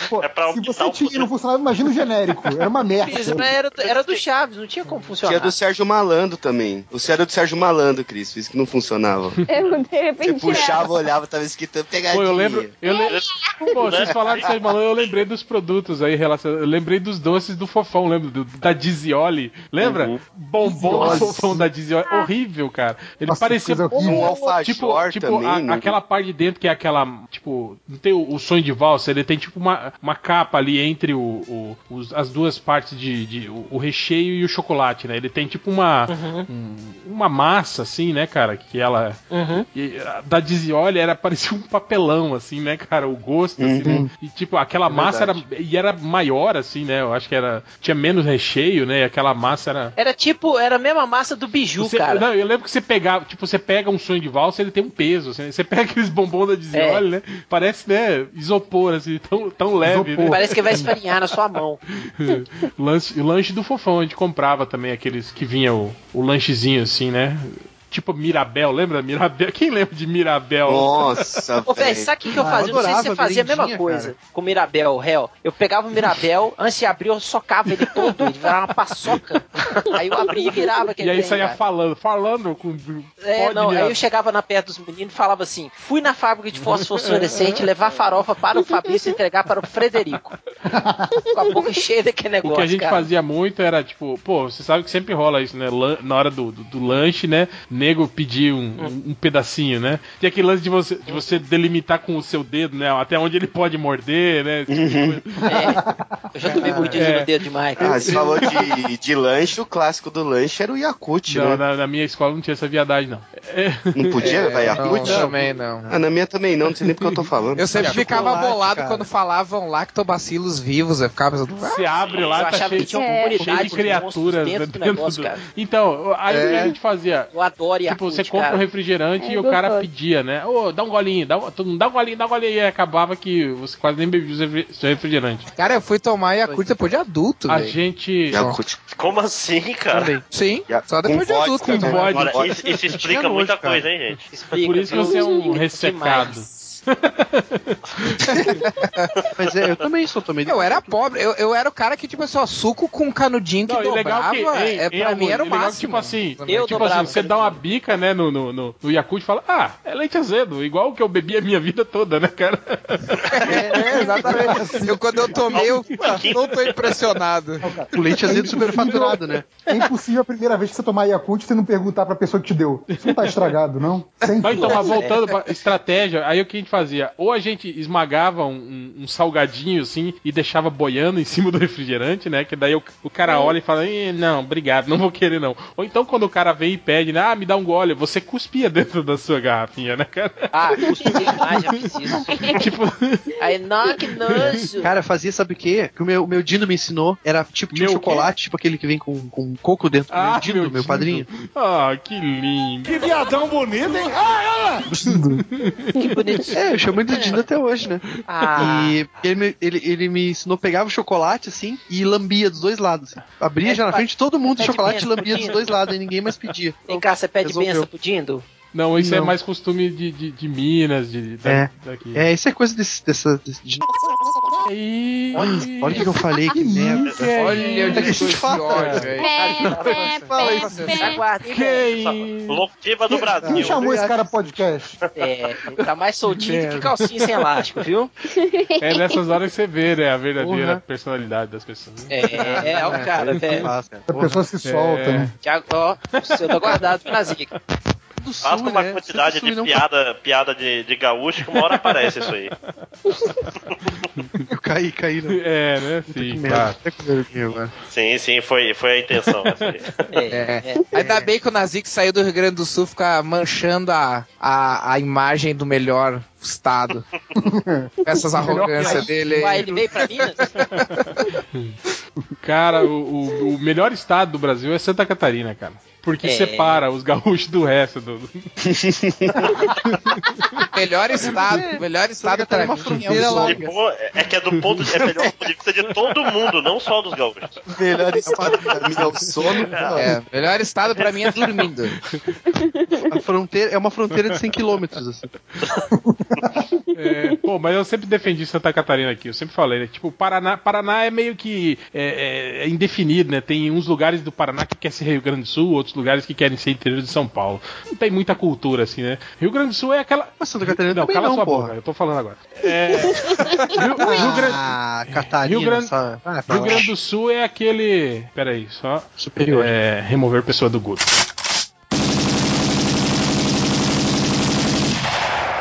Speaker 13: Pô,
Speaker 5: É pra
Speaker 13: se
Speaker 5: optar
Speaker 13: você
Speaker 5: um
Speaker 13: tinha e não funcionava, imagina o genérico. Era
Speaker 8: [LAUGHS]
Speaker 13: uma
Speaker 1: Mas
Speaker 13: merda.
Speaker 1: era, né? era do Chaves, não tinha como
Speaker 7: Tinha
Speaker 1: funcionar.
Speaker 7: do Sérgio Malandro também. O sério do Sérgio Malandro, Cris, isso que não funcionava.
Speaker 9: [LAUGHS] Eu, de
Speaker 7: Você
Speaker 9: repente.
Speaker 7: puxava, olhava, tava escrito pegadinha.
Speaker 2: Pô, eu lembro. Eu
Speaker 5: [LAUGHS]
Speaker 2: lembro
Speaker 6: Né?
Speaker 2: Pô,
Speaker 5: Né?
Speaker 2: vocês falaram disso aí, malandro, eu lembrei dos produtos aí relacionados. Eu lembrei dos doces do fofão, lembra? Do- da Dizioli. Lembra? Bombom do
Speaker 7: Nossa.
Speaker 2: fofão da Dizioli. Horrível, cara. Ele
Speaker 13: Nossa,
Speaker 2: parecia.
Speaker 13: coisa horrível.
Speaker 7: Um alfajor
Speaker 2: Tipo, tipo
Speaker 7: também,
Speaker 2: a-
Speaker 7: né?
Speaker 2: aquela parte de dentro que é aquela. Tipo, não tem o, o sonho de valsa, ele tem tipo uma, uma capa ali entre o, o- os- as duas partes de. de- o, o recheio e o chocolate, né? Ele tem tipo uma.
Speaker 7: Uhum.
Speaker 2: um- uma massa, assim, né, cara? Que ela. E a da Dizioli era [LAUGHS] parecia um papelão, assim, né, cara? O gosto, assim,
Speaker 7: Uhum.
Speaker 2: né? E tipo,
Speaker 7: É
Speaker 2: aquela massa era. E era maior, assim, né? Eu acho que era. Tinha menos recheio, né? E aquela massa era.
Speaker 1: Era tipo, era a mesma massa do biju,
Speaker 2: Você-
Speaker 1: cara.
Speaker 2: Não, eu lembro que você pegava, tipo, você pega um sonho de valsa, ele tem um peso, assim, você pega aqueles bombons da
Speaker 1: É.
Speaker 2: Dizioli, né? Parece, né, isopor, assim, tão, tão leve,
Speaker 13: Isopor.
Speaker 2: né?
Speaker 1: Parece que
Speaker 2: [LAUGHS]
Speaker 1: vai esfarinhar na sua mão.
Speaker 2: o, lanche, o lanche do fofão, a gente comprava também aqueles que vinha o, o lanchezinho, assim, né? tipo Mirabel, lembra Mirabel? Quem lembra de Mirabel?
Speaker 7: Nossa,
Speaker 2: Tá
Speaker 1: Ô, velho, sabe o que, que eu fazia? Não sei se você fazia a mesma coisa com o Mirabel, o réu. Eu pegava o Mirabel, antes de abrir, eu socava ele todo, ele virava uma paçoca. Aí eu abria e virava aquele
Speaker 2: E aí
Speaker 1: trem,
Speaker 2: saía
Speaker 1: cara.
Speaker 2: falando, falando com.
Speaker 1: É,
Speaker 2: pode
Speaker 1: não,
Speaker 2: virar.
Speaker 1: aí eu chegava na perto dos meninos e falava assim: fui na fábrica de fosfosforescente levar farofa para o Fabrício e entregar para o Frederico. Com a boca cheia daquele
Speaker 2: O
Speaker 1: negócio,
Speaker 2: que a gente
Speaker 1: cara.
Speaker 2: fazia muito era, tipo, pô, você sabe que sempre rola isso, né? Lan- Na hora do, do, do lanche, né? Nego pedir um, um- um pedacinho, né? Tem aquele lance de você, de você delimitar com o seu dedo, né? Até onde ele pode morder, né? Esse tipo de
Speaker 1: [LAUGHS]
Speaker 2: coisa.
Speaker 1: É, Eu já tomei mordida
Speaker 2: É.
Speaker 1: no dedo demais, cara.
Speaker 7: Ah, você falou de, de lanche, o clássico do lanche era o Yakut,
Speaker 2: Não,
Speaker 7: né?
Speaker 2: na, na minha escola não tinha essa viadagem, não.
Speaker 7: Não podia levar Yakut?
Speaker 2: não,
Speaker 3: também não.
Speaker 7: Ah, na minha também não, não sei nem porque eu tô falando.
Speaker 3: Eu sempre ficava
Speaker 2: chocolate,
Speaker 3: bolado
Speaker 2: cara.
Speaker 3: quando falavam lactobacilos vivos. Eu ficava pensando. "Ah,
Speaker 2: Você abre lá,
Speaker 1: Eu
Speaker 2: tá
Speaker 1: achava
Speaker 2: cheio,
Speaker 1: que
Speaker 8: É,
Speaker 1: tinha
Speaker 2: cheio
Speaker 1: oportunidade
Speaker 2: de
Speaker 1: de
Speaker 2: criaturas
Speaker 1: monstros dentro do negócio, cara.
Speaker 2: Então, aí o que
Speaker 1: É.
Speaker 2: a gente fazia?
Speaker 1: Eu adoro Yakult,
Speaker 2: Tipo, você compra
Speaker 1: cara.
Speaker 2: um refrigerante
Speaker 1: É
Speaker 2: e o cara
Speaker 1: gostoso.
Speaker 2: pedia, né? Ô, dá um golinho, dá um, todo mundo dá um golinho, dá um golinho. E aí acabava que você quase nem bebia o seu refri- seu refrigerante.
Speaker 3: Cara, eu fui tomar Yakult depois de adulto,
Speaker 2: A
Speaker 3: velho.
Speaker 2: gente.
Speaker 5: Como assim, cara?
Speaker 3: Sim, só
Speaker 5: com
Speaker 3: depois de
Speaker 5: vodka,
Speaker 3: adulto.
Speaker 5: com
Speaker 3: né?
Speaker 5: vodka. Olha, isso- isso explica
Speaker 3: Tinha
Speaker 5: muita
Speaker 3: nojo, cara.
Speaker 5: coisa, hein, gente?
Speaker 1: Explica,
Speaker 2: Por isso que
Speaker 1: viu?
Speaker 2: você é
Speaker 3: [LAUGHS]
Speaker 2: um
Speaker 1: Demais.
Speaker 2: ressecado.
Speaker 8: Mas é,
Speaker 3: [LAUGHS]
Speaker 8: eu também sou também.
Speaker 3: Eu era pobre, eu, eu era o cara que, tipo assim, ó, suco com canudinho que
Speaker 2: Não, e legal
Speaker 3: dobrava,
Speaker 2: que, ei,
Speaker 3: é,
Speaker 2: ei,
Speaker 3: pra mim
Speaker 2: Amor,
Speaker 3: era o
Speaker 2: e legal que,
Speaker 3: máximo.
Speaker 2: Tipo assim,
Speaker 3: Eu
Speaker 2: tipo
Speaker 3: dobrava,
Speaker 2: assim você dá uma bica, né, no, no, no, no Yakult e fala, ah, é leite azedo, igual o que eu bebi a minha vida toda, né, cara? assim,
Speaker 3: [LAUGHS] É, exatamente. Eu, quando eu tomei, eu [LAUGHS] não
Speaker 2: [LAUGHS]
Speaker 3: tô impressionado.
Speaker 8: O leite azedo superfaturado, né?
Speaker 13: É impossível a primeira vez que você tomar Yakut você não perguntar pra pessoa que te deu. Isso não tá estragado, não? Sem
Speaker 2: Não, então, mas
Speaker 13: pudor.
Speaker 2: voltando pra estratégia, aí o que a gente fazia? Ou a gente esmagava um, um- um salgadinho assim e deixava boiando em cima do refrigerante, né? Que daí o, o cara olha e fala, "Ih, não, obrigado, não vou querer não. Ou então quando o cara vem e pede, né, ah, me dá um gole, você cuspia dentro da sua garrafinha, né, cara?
Speaker 1: Ah, cuspi demais, já fiz isso.
Speaker 2: [LAUGHS] tipo...
Speaker 1: Aí, não, que
Speaker 8: [LAUGHS]
Speaker 1: nojo.
Speaker 8: Cara, fazia, sabe o quê? Que o meu, meu Dino me ensinou. Era tipo tinha um
Speaker 2: Meu
Speaker 8: chocolate, tipo aquele que vem com, com coco dentro.
Speaker 2: Ah,
Speaker 8: meu Dino, meu,
Speaker 2: Dindo.
Speaker 8: padrinho.
Speaker 2: Ah, que lindo.
Speaker 12: Que viadão bonito, hein? Ah,
Speaker 1: [LAUGHS] Que bonitinho.
Speaker 8: É, eu chamo ele de Dino até hoje, né?
Speaker 1: Ah.
Speaker 8: E ele me, ele, ele me ensinou, pegava o chocolate assim e lambia dos dois lados. assim. Abria já na frente de todo mundo o
Speaker 1: É pede
Speaker 8: chocolate e
Speaker 1: benção,
Speaker 8: lambia dos
Speaker 1: Dindo.
Speaker 8: dois lados e ninguém mais pedia.
Speaker 1: Vem cá, você pede
Speaker 8: Resolveu.
Speaker 1: benção pro Dindo?
Speaker 2: Não, isso é
Speaker 8: Não.
Speaker 2: mais costume de, de, de Minas, de, da-
Speaker 8: É.
Speaker 2: daqui.
Speaker 8: É, isso é coisa desse, dessa. desse- de-
Speaker 2: E...
Speaker 8: Olha o que eu falei, que merda.
Speaker 2: Que é
Speaker 3: Olha
Speaker 2: isso?
Speaker 3: que idiota, velho.
Speaker 8: Fala isso.
Speaker 1: Aguarde,
Speaker 2: Que
Speaker 5: Locutiva do
Speaker 13: Quem
Speaker 5: Brasil.
Speaker 13: chamou esse cara pro podcast?
Speaker 1: É, ele tá mais soltinho que calcinha sem elástico, viu?
Speaker 2: [LAUGHS] É nessas horas que você vê, né, a verdadeira
Speaker 8: Porra.
Speaker 2: personalidade das pessoas.
Speaker 1: É, é, é o cara, velho.
Speaker 13: A pessoa [LAUGHS] se solta,
Speaker 2: É.
Speaker 13: né?
Speaker 1: Tiago, ó, o seu tá guardado pra Zica.
Speaker 8: Do sul,
Speaker 5: Basta uma
Speaker 8: né?
Speaker 5: quantidade
Speaker 8: Sempre
Speaker 5: de
Speaker 8: sumiram
Speaker 5: piada, piada de, de gaúcho que uma hora aparece isso aí.
Speaker 8: pra- Eu caí, caí. Não.
Speaker 2: [LAUGHS] É, né,
Speaker 8: Que
Speaker 2: sim,
Speaker 8: merda.
Speaker 2: claro.
Speaker 8: Até com vergonha agora.
Speaker 5: Sim, sim, foi, foi a intenção. essa aí.
Speaker 7: [LAUGHS]
Speaker 1: É, é.
Speaker 3: Ainda bem que o Nazik saiu do Rio Grande do Sul fica manchando a, a, a imagem do melhor estado.
Speaker 13: [LAUGHS]
Speaker 3: Com [LAUGHS] essas arrogâncias dele
Speaker 1: Uai,
Speaker 3: aí.
Speaker 1: ele veio pra Minas?
Speaker 2: Cara, o, o- o melhor estado do Brasil é Santa Catarina, cara. Porque
Speaker 1: É.
Speaker 2: separa os gaúchos do resto do. do-
Speaker 3: Melhor estado, melhor estado
Speaker 7: tá
Speaker 3: pra
Speaker 8: Catarina é
Speaker 3: mim.
Speaker 8: uma
Speaker 3: é o
Speaker 8: fronteira
Speaker 3: Sul.
Speaker 5: E, pô, é que é do ponto de, é melhor do ponto de vista de todo mundo, não só dos gaúchos.
Speaker 7: Melhor estado pra mim é o sono.
Speaker 3: É, melhor estado pra mim é dormindo.
Speaker 8: A fronteira, é uma fronteira de 100 km. Assim.
Speaker 2: É, pô, mas eu sempre defendi Santa Catarina aqui, eu sempre falei, né? Tipo, Paraná, Paraná é meio que é, é, é indefinido, né? Tem uns lugares do Paraná que quer ser Rio Grande do Sul, outros lugares que querem ser interior de São Paulo. Não tem muita cultura, assim, né? Rio Grande do Sul é aquela.
Speaker 8: Mas Santa Catarina
Speaker 2: Não,
Speaker 8: também
Speaker 2: cala
Speaker 8: não,
Speaker 2: sua
Speaker 8: porra.
Speaker 2: boca, eu tô falando agora. É,
Speaker 8: [LAUGHS]
Speaker 2: Rio, Rio Grande.
Speaker 8: Ah, Catarina,
Speaker 2: Rio Grande-
Speaker 8: sabe? Ah, pra
Speaker 2: Rio
Speaker 8: lá.
Speaker 2: Grande do Sul é aquele. Peraí, [LAUGHS] só.
Speaker 8: Superior.
Speaker 2: É, remover pessoa do Google.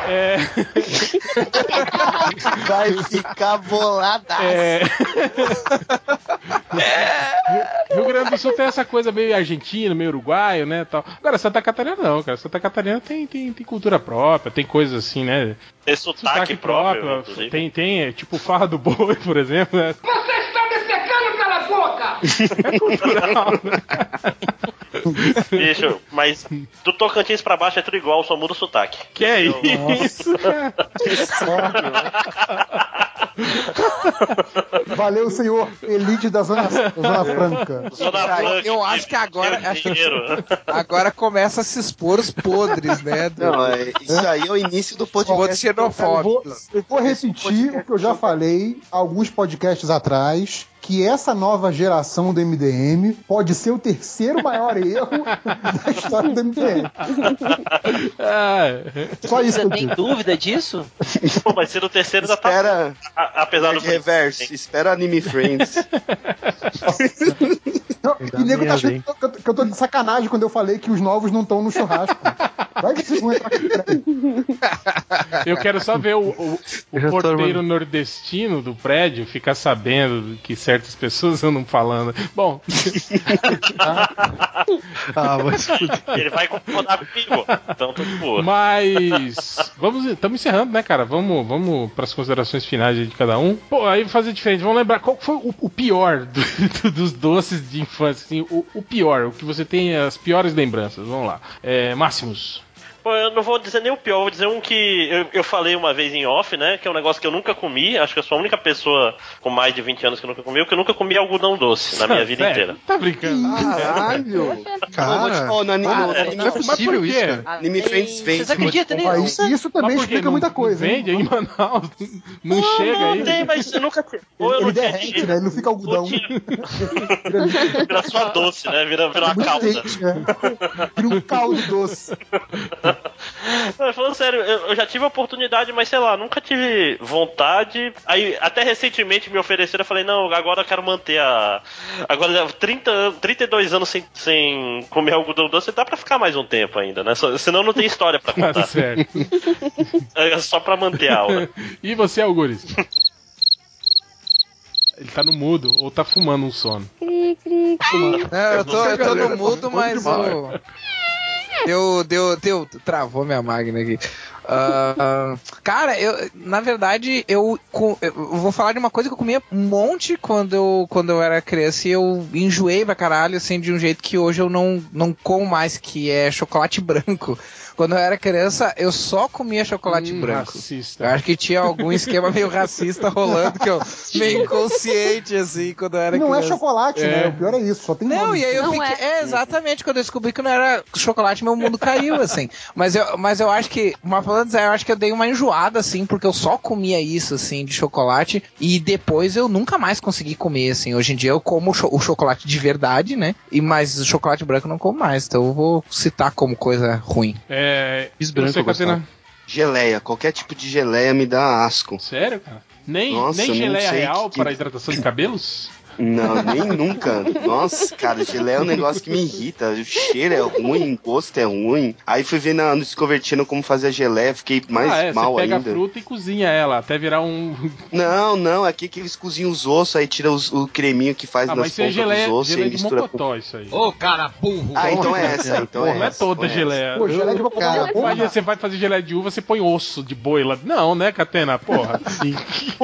Speaker 2: É,
Speaker 7: [LAUGHS] Vai ficar bolada. [LAUGHS]
Speaker 2: é... É. Rio Grande do Sul tem essa coisa meio argentino, meio uruguaio, né, tal. Agora Santa Catarina não, cara. Santa Catarina tem, tem, tem cultura própria, tem coisas assim, né?
Speaker 5: Tem sotaque,
Speaker 2: Sotaque
Speaker 5: próprio,
Speaker 2: próprio,
Speaker 5: inclusive.
Speaker 2: tem tem é, tipo farra do boi, [LAUGHS] por exemplo, né?
Speaker 14: [LAUGHS] Você está me secando, cala a boca!
Speaker 2: É
Speaker 5: Bicho, mas do Tocantins pra baixo é tudo igual, só muda o sotaque.
Speaker 2: Que é [LAUGHS] isso, cara?
Speaker 13: Valeu, senhor Elite da Zona, [LAUGHS]
Speaker 8: É.
Speaker 13: Zona Franca.
Speaker 3: Cara, eu acho que agora. acho que [LAUGHS] agora começa a se expor os podres, né? do-
Speaker 7: Não, é- isso aí é o início do
Speaker 3: Podres
Speaker 7: podcast.
Speaker 3: xenofóbicos.
Speaker 13: Eu vou repetir o que eu já falei alguns podcasts atrás, que essa nova geração do MDM pode ser o terceiro maior erro [LAUGHS] da história do MDM.
Speaker 2: É.
Speaker 13: Só isso que
Speaker 1: Você
Speaker 13: eu
Speaker 1: tem
Speaker 13: digo.
Speaker 1: dúvida disso?
Speaker 5: [LAUGHS] Pô, vai ser o terceiro da
Speaker 7: Espera,
Speaker 5: a- apesar do.
Speaker 7: reverse, espera Anime Friends.
Speaker 13: Não, e o nego tá achando que eu, tô- que eu tô de sacanagem quando eu falei que os novos não estão no churrasco. Vai que vocês vão entrar aqui. né?
Speaker 2: Eu quero só ver o,
Speaker 8: [LAUGHS]
Speaker 2: o, o
Speaker 8: Eu já tô
Speaker 2: porteiro
Speaker 8: armando.
Speaker 2: nordestino do prédio ficar sabendo que certas pessoas andam falando. Bom.
Speaker 8: [LAUGHS] ah, mas
Speaker 5: Ele vai concordar comigo. Então tô de boa.
Speaker 2: Mas vamos, estamos encerrando, né, cara? Vamos, vamos para as considerações finais aí de cada um. Pô, aí fazer diferente. Vamos lembrar qual foi o, o pior do- do- dos doces de infância, assim, o, o pior, o que você tem as piores lembranças. Vamos lá, é, Máximos.
Speaker 5: Pô, eu não vou dizer nem o pior, eu vou dizer um que eu, eu falei uma vez em off, né? Que é um negócio que eu nunca comi. Acho que eu sou a única pessoa com mais de 20 anos que nunca comeu, que eu nunca comi algodão doce na
Speaker 6: [LAUGHS]
Speaker 5: minha vida
Speaker 2: Sério?
Speaker 5: inteira.
Speaker 2: Tá brincando?
Speaker 7: Caralho!
Speaker 8: Cara,
Speaker 7: Não, vou te falar, no anime,
Speaker 2: para,
Speaker 7: no anime,
Speaker 2: não é possível
Speaker 7: Mas por
Speaker 2: isso,
Speaker 7: quê?
Speaker 13: Ah,
Speaker 2: cara.
Speaker 7: Anime Friends vende.
Speaker 1: Vocês acreditam
Speaker 13: Ó,
Speaker 1: nisso?
Speaker 13: isso, isso também
Speaker 2: Mas por quê?
Speaker 13: explica
Speaker 2: Não-
Speaker 13: muita coisa.
Speaker 2: Não
Speaker 13: hein?
Speaker 2: vende aí em Manaus? Não chega
Speaker 5: não,
Speaker 2: aí?
Speaker 5: tem, mas eu nunca. Ou eu
Speaker 13: Ele
Speaker 5: não tinha
Speaker 13: derrete,
Speaker 5: dinheiro,
Speaker 13: né? Ele não fica algodão.
Speaker 5: vira só doce, né? Vira, vira uma
Speaker 13: Muito
Speaker 5: calda.
Speaker 13: quente, né? Vira um caldo doce.
Speaker 5: Não, mas falando sério, eu, eu já tive a oportunidade, mas sei lá, nunca tive vontade. Aí até recentemente me ofereceram, eu falei, não, agora eu quero manter a. Agora já 30, anos- 32 anos sem, sem comer algodão doce, dá pra ficar mais um tempo ainda, né? Só- senão não tem história pra
Speaker 2: Tá
Speaker 5: contar.
Speaker 2: certo.
Speaker 5: É só pra manter
Speaker 7: Tá
Speaker 5: a aula.
Speaker 2: E você, Algures? Ele tá no mudo ou tá fumando um sono.
Speaker 9: Cri, cri, cri.
Speaker 3: Não, eu tô, eu tô no mudo,
Speaker 8: bom
Speaker 3: mas
Speaker 8: demais.
Speaker 3: o. Deu, deu, deu, travou minha máquina aqui. Ah, cara, eu, na verdade, eu, co- eu vou falar de uma coisa que eu comia um monte quando eu, quando eu era criança e eu enjoei pra caralho, assim, de um jeito que hoje eu não, não como mais, que é chocolate branco. Quando eu era criança, eu só comia chocolate
Speaker 13: Um
Speaker 2: Hum,
Speaker 3: branco. Eu
Speaker 2: Racista.
Speaker 3: acho que tinha algum esquema meio racista rolando que eu meio inconsciente, assim, quando eu era
Speaker 13: não é
Speaker 3: criança.
Speaker 13: chocolate,
Speaker 2: É.
Speaker 13: né? O pior é isso, só tem
Speaker 3: Não,
Speaker 13: nome.
Speaker 3: e aí eu
Speaker 9: Não
Speaker 3: fiquei. É. exatamente, quando eu descobri que não era chocolate, meu mundo [LAUGHS] caiu, assim. Mas eu, mas eu acho que. Mas falando sério, eu acho que eu dei uma enjoada, assim, porque eu só comia isso, assim, de chocolate. E depois eu nunca mais consegui comer, assim. Hoje em dia eu como cho- o chocolate de verdade, né? E, mas o chocolate branco eu não como mais. Então eu vou citar como coisa ruim.
Speaker 2: É,
Speaker 8: Fiz branco,
Speaker 2: você,
Speaker 8: eu
Speaker 3: tá?
Speaker 8: gostava.
Speaker 2: Catarina?
Speaker 7: Geleia, qualquer tipo de geleia me dá asco.
Speaker 2: Sério, cara? Nem,
Speaker 7: Nossa,
Speaker 2: nem
Speaker 7: eu não
Speaker 2: geleia
Speaker 7: sei
Speaker 2: real
Speaker 7: que-
Speaker 2: para hidratação de cabelos?
Speaker 7: Não, nem nunca. Nossa, cara, geleia é um negócio que me irrita. O cheiro é ruim, o gosto é ruim. Aí fui ah, ver na, no Desconvertindo como fazer a geleia, fiquei mais
Speaker 2: ah, é,
Speaker 7: mal
Speaker 2: você pega
Speaker 7: ainda.
Speaker 2: a fruta e cozinha ela até virar um.
Speaker 7: Não, não, aqui que eles cozinham os ossos, aí tira os- o creminho que faz
Speaker 2: Ah,
Speaker 7: nas
Speaker 2: mas isso é
Speaker 7: pontas
Speaker 2: geleia,
Speaker 7: dos ossos e aí
Speaker 2: geleia de
Speaker 7: mistura com...
Speaker 2: mocotó, isso aí.
Speaker 11: Ô, cara burro!
Speaker 7: Ah, então é essa, então
Speaker 2: Pô,
Speaker 7: é
Speaker 2: não é
Speaker 7: essa,
Speaker 2: toda
Speaker 7: então essa.
Speaker 2: geleia.
Speaker 13: Pô, geleia de
Speaker 2: Eu-
Speaker 13: bocotó é
Speaker 2: Imagina,
Speaker 13: porra.
Speaker 2: você vai fazer geleia de uva, você põe osso de boi lá. Não, né, Catena?
Speaker 8: [LAUGHS]
Speaker 2: Porra.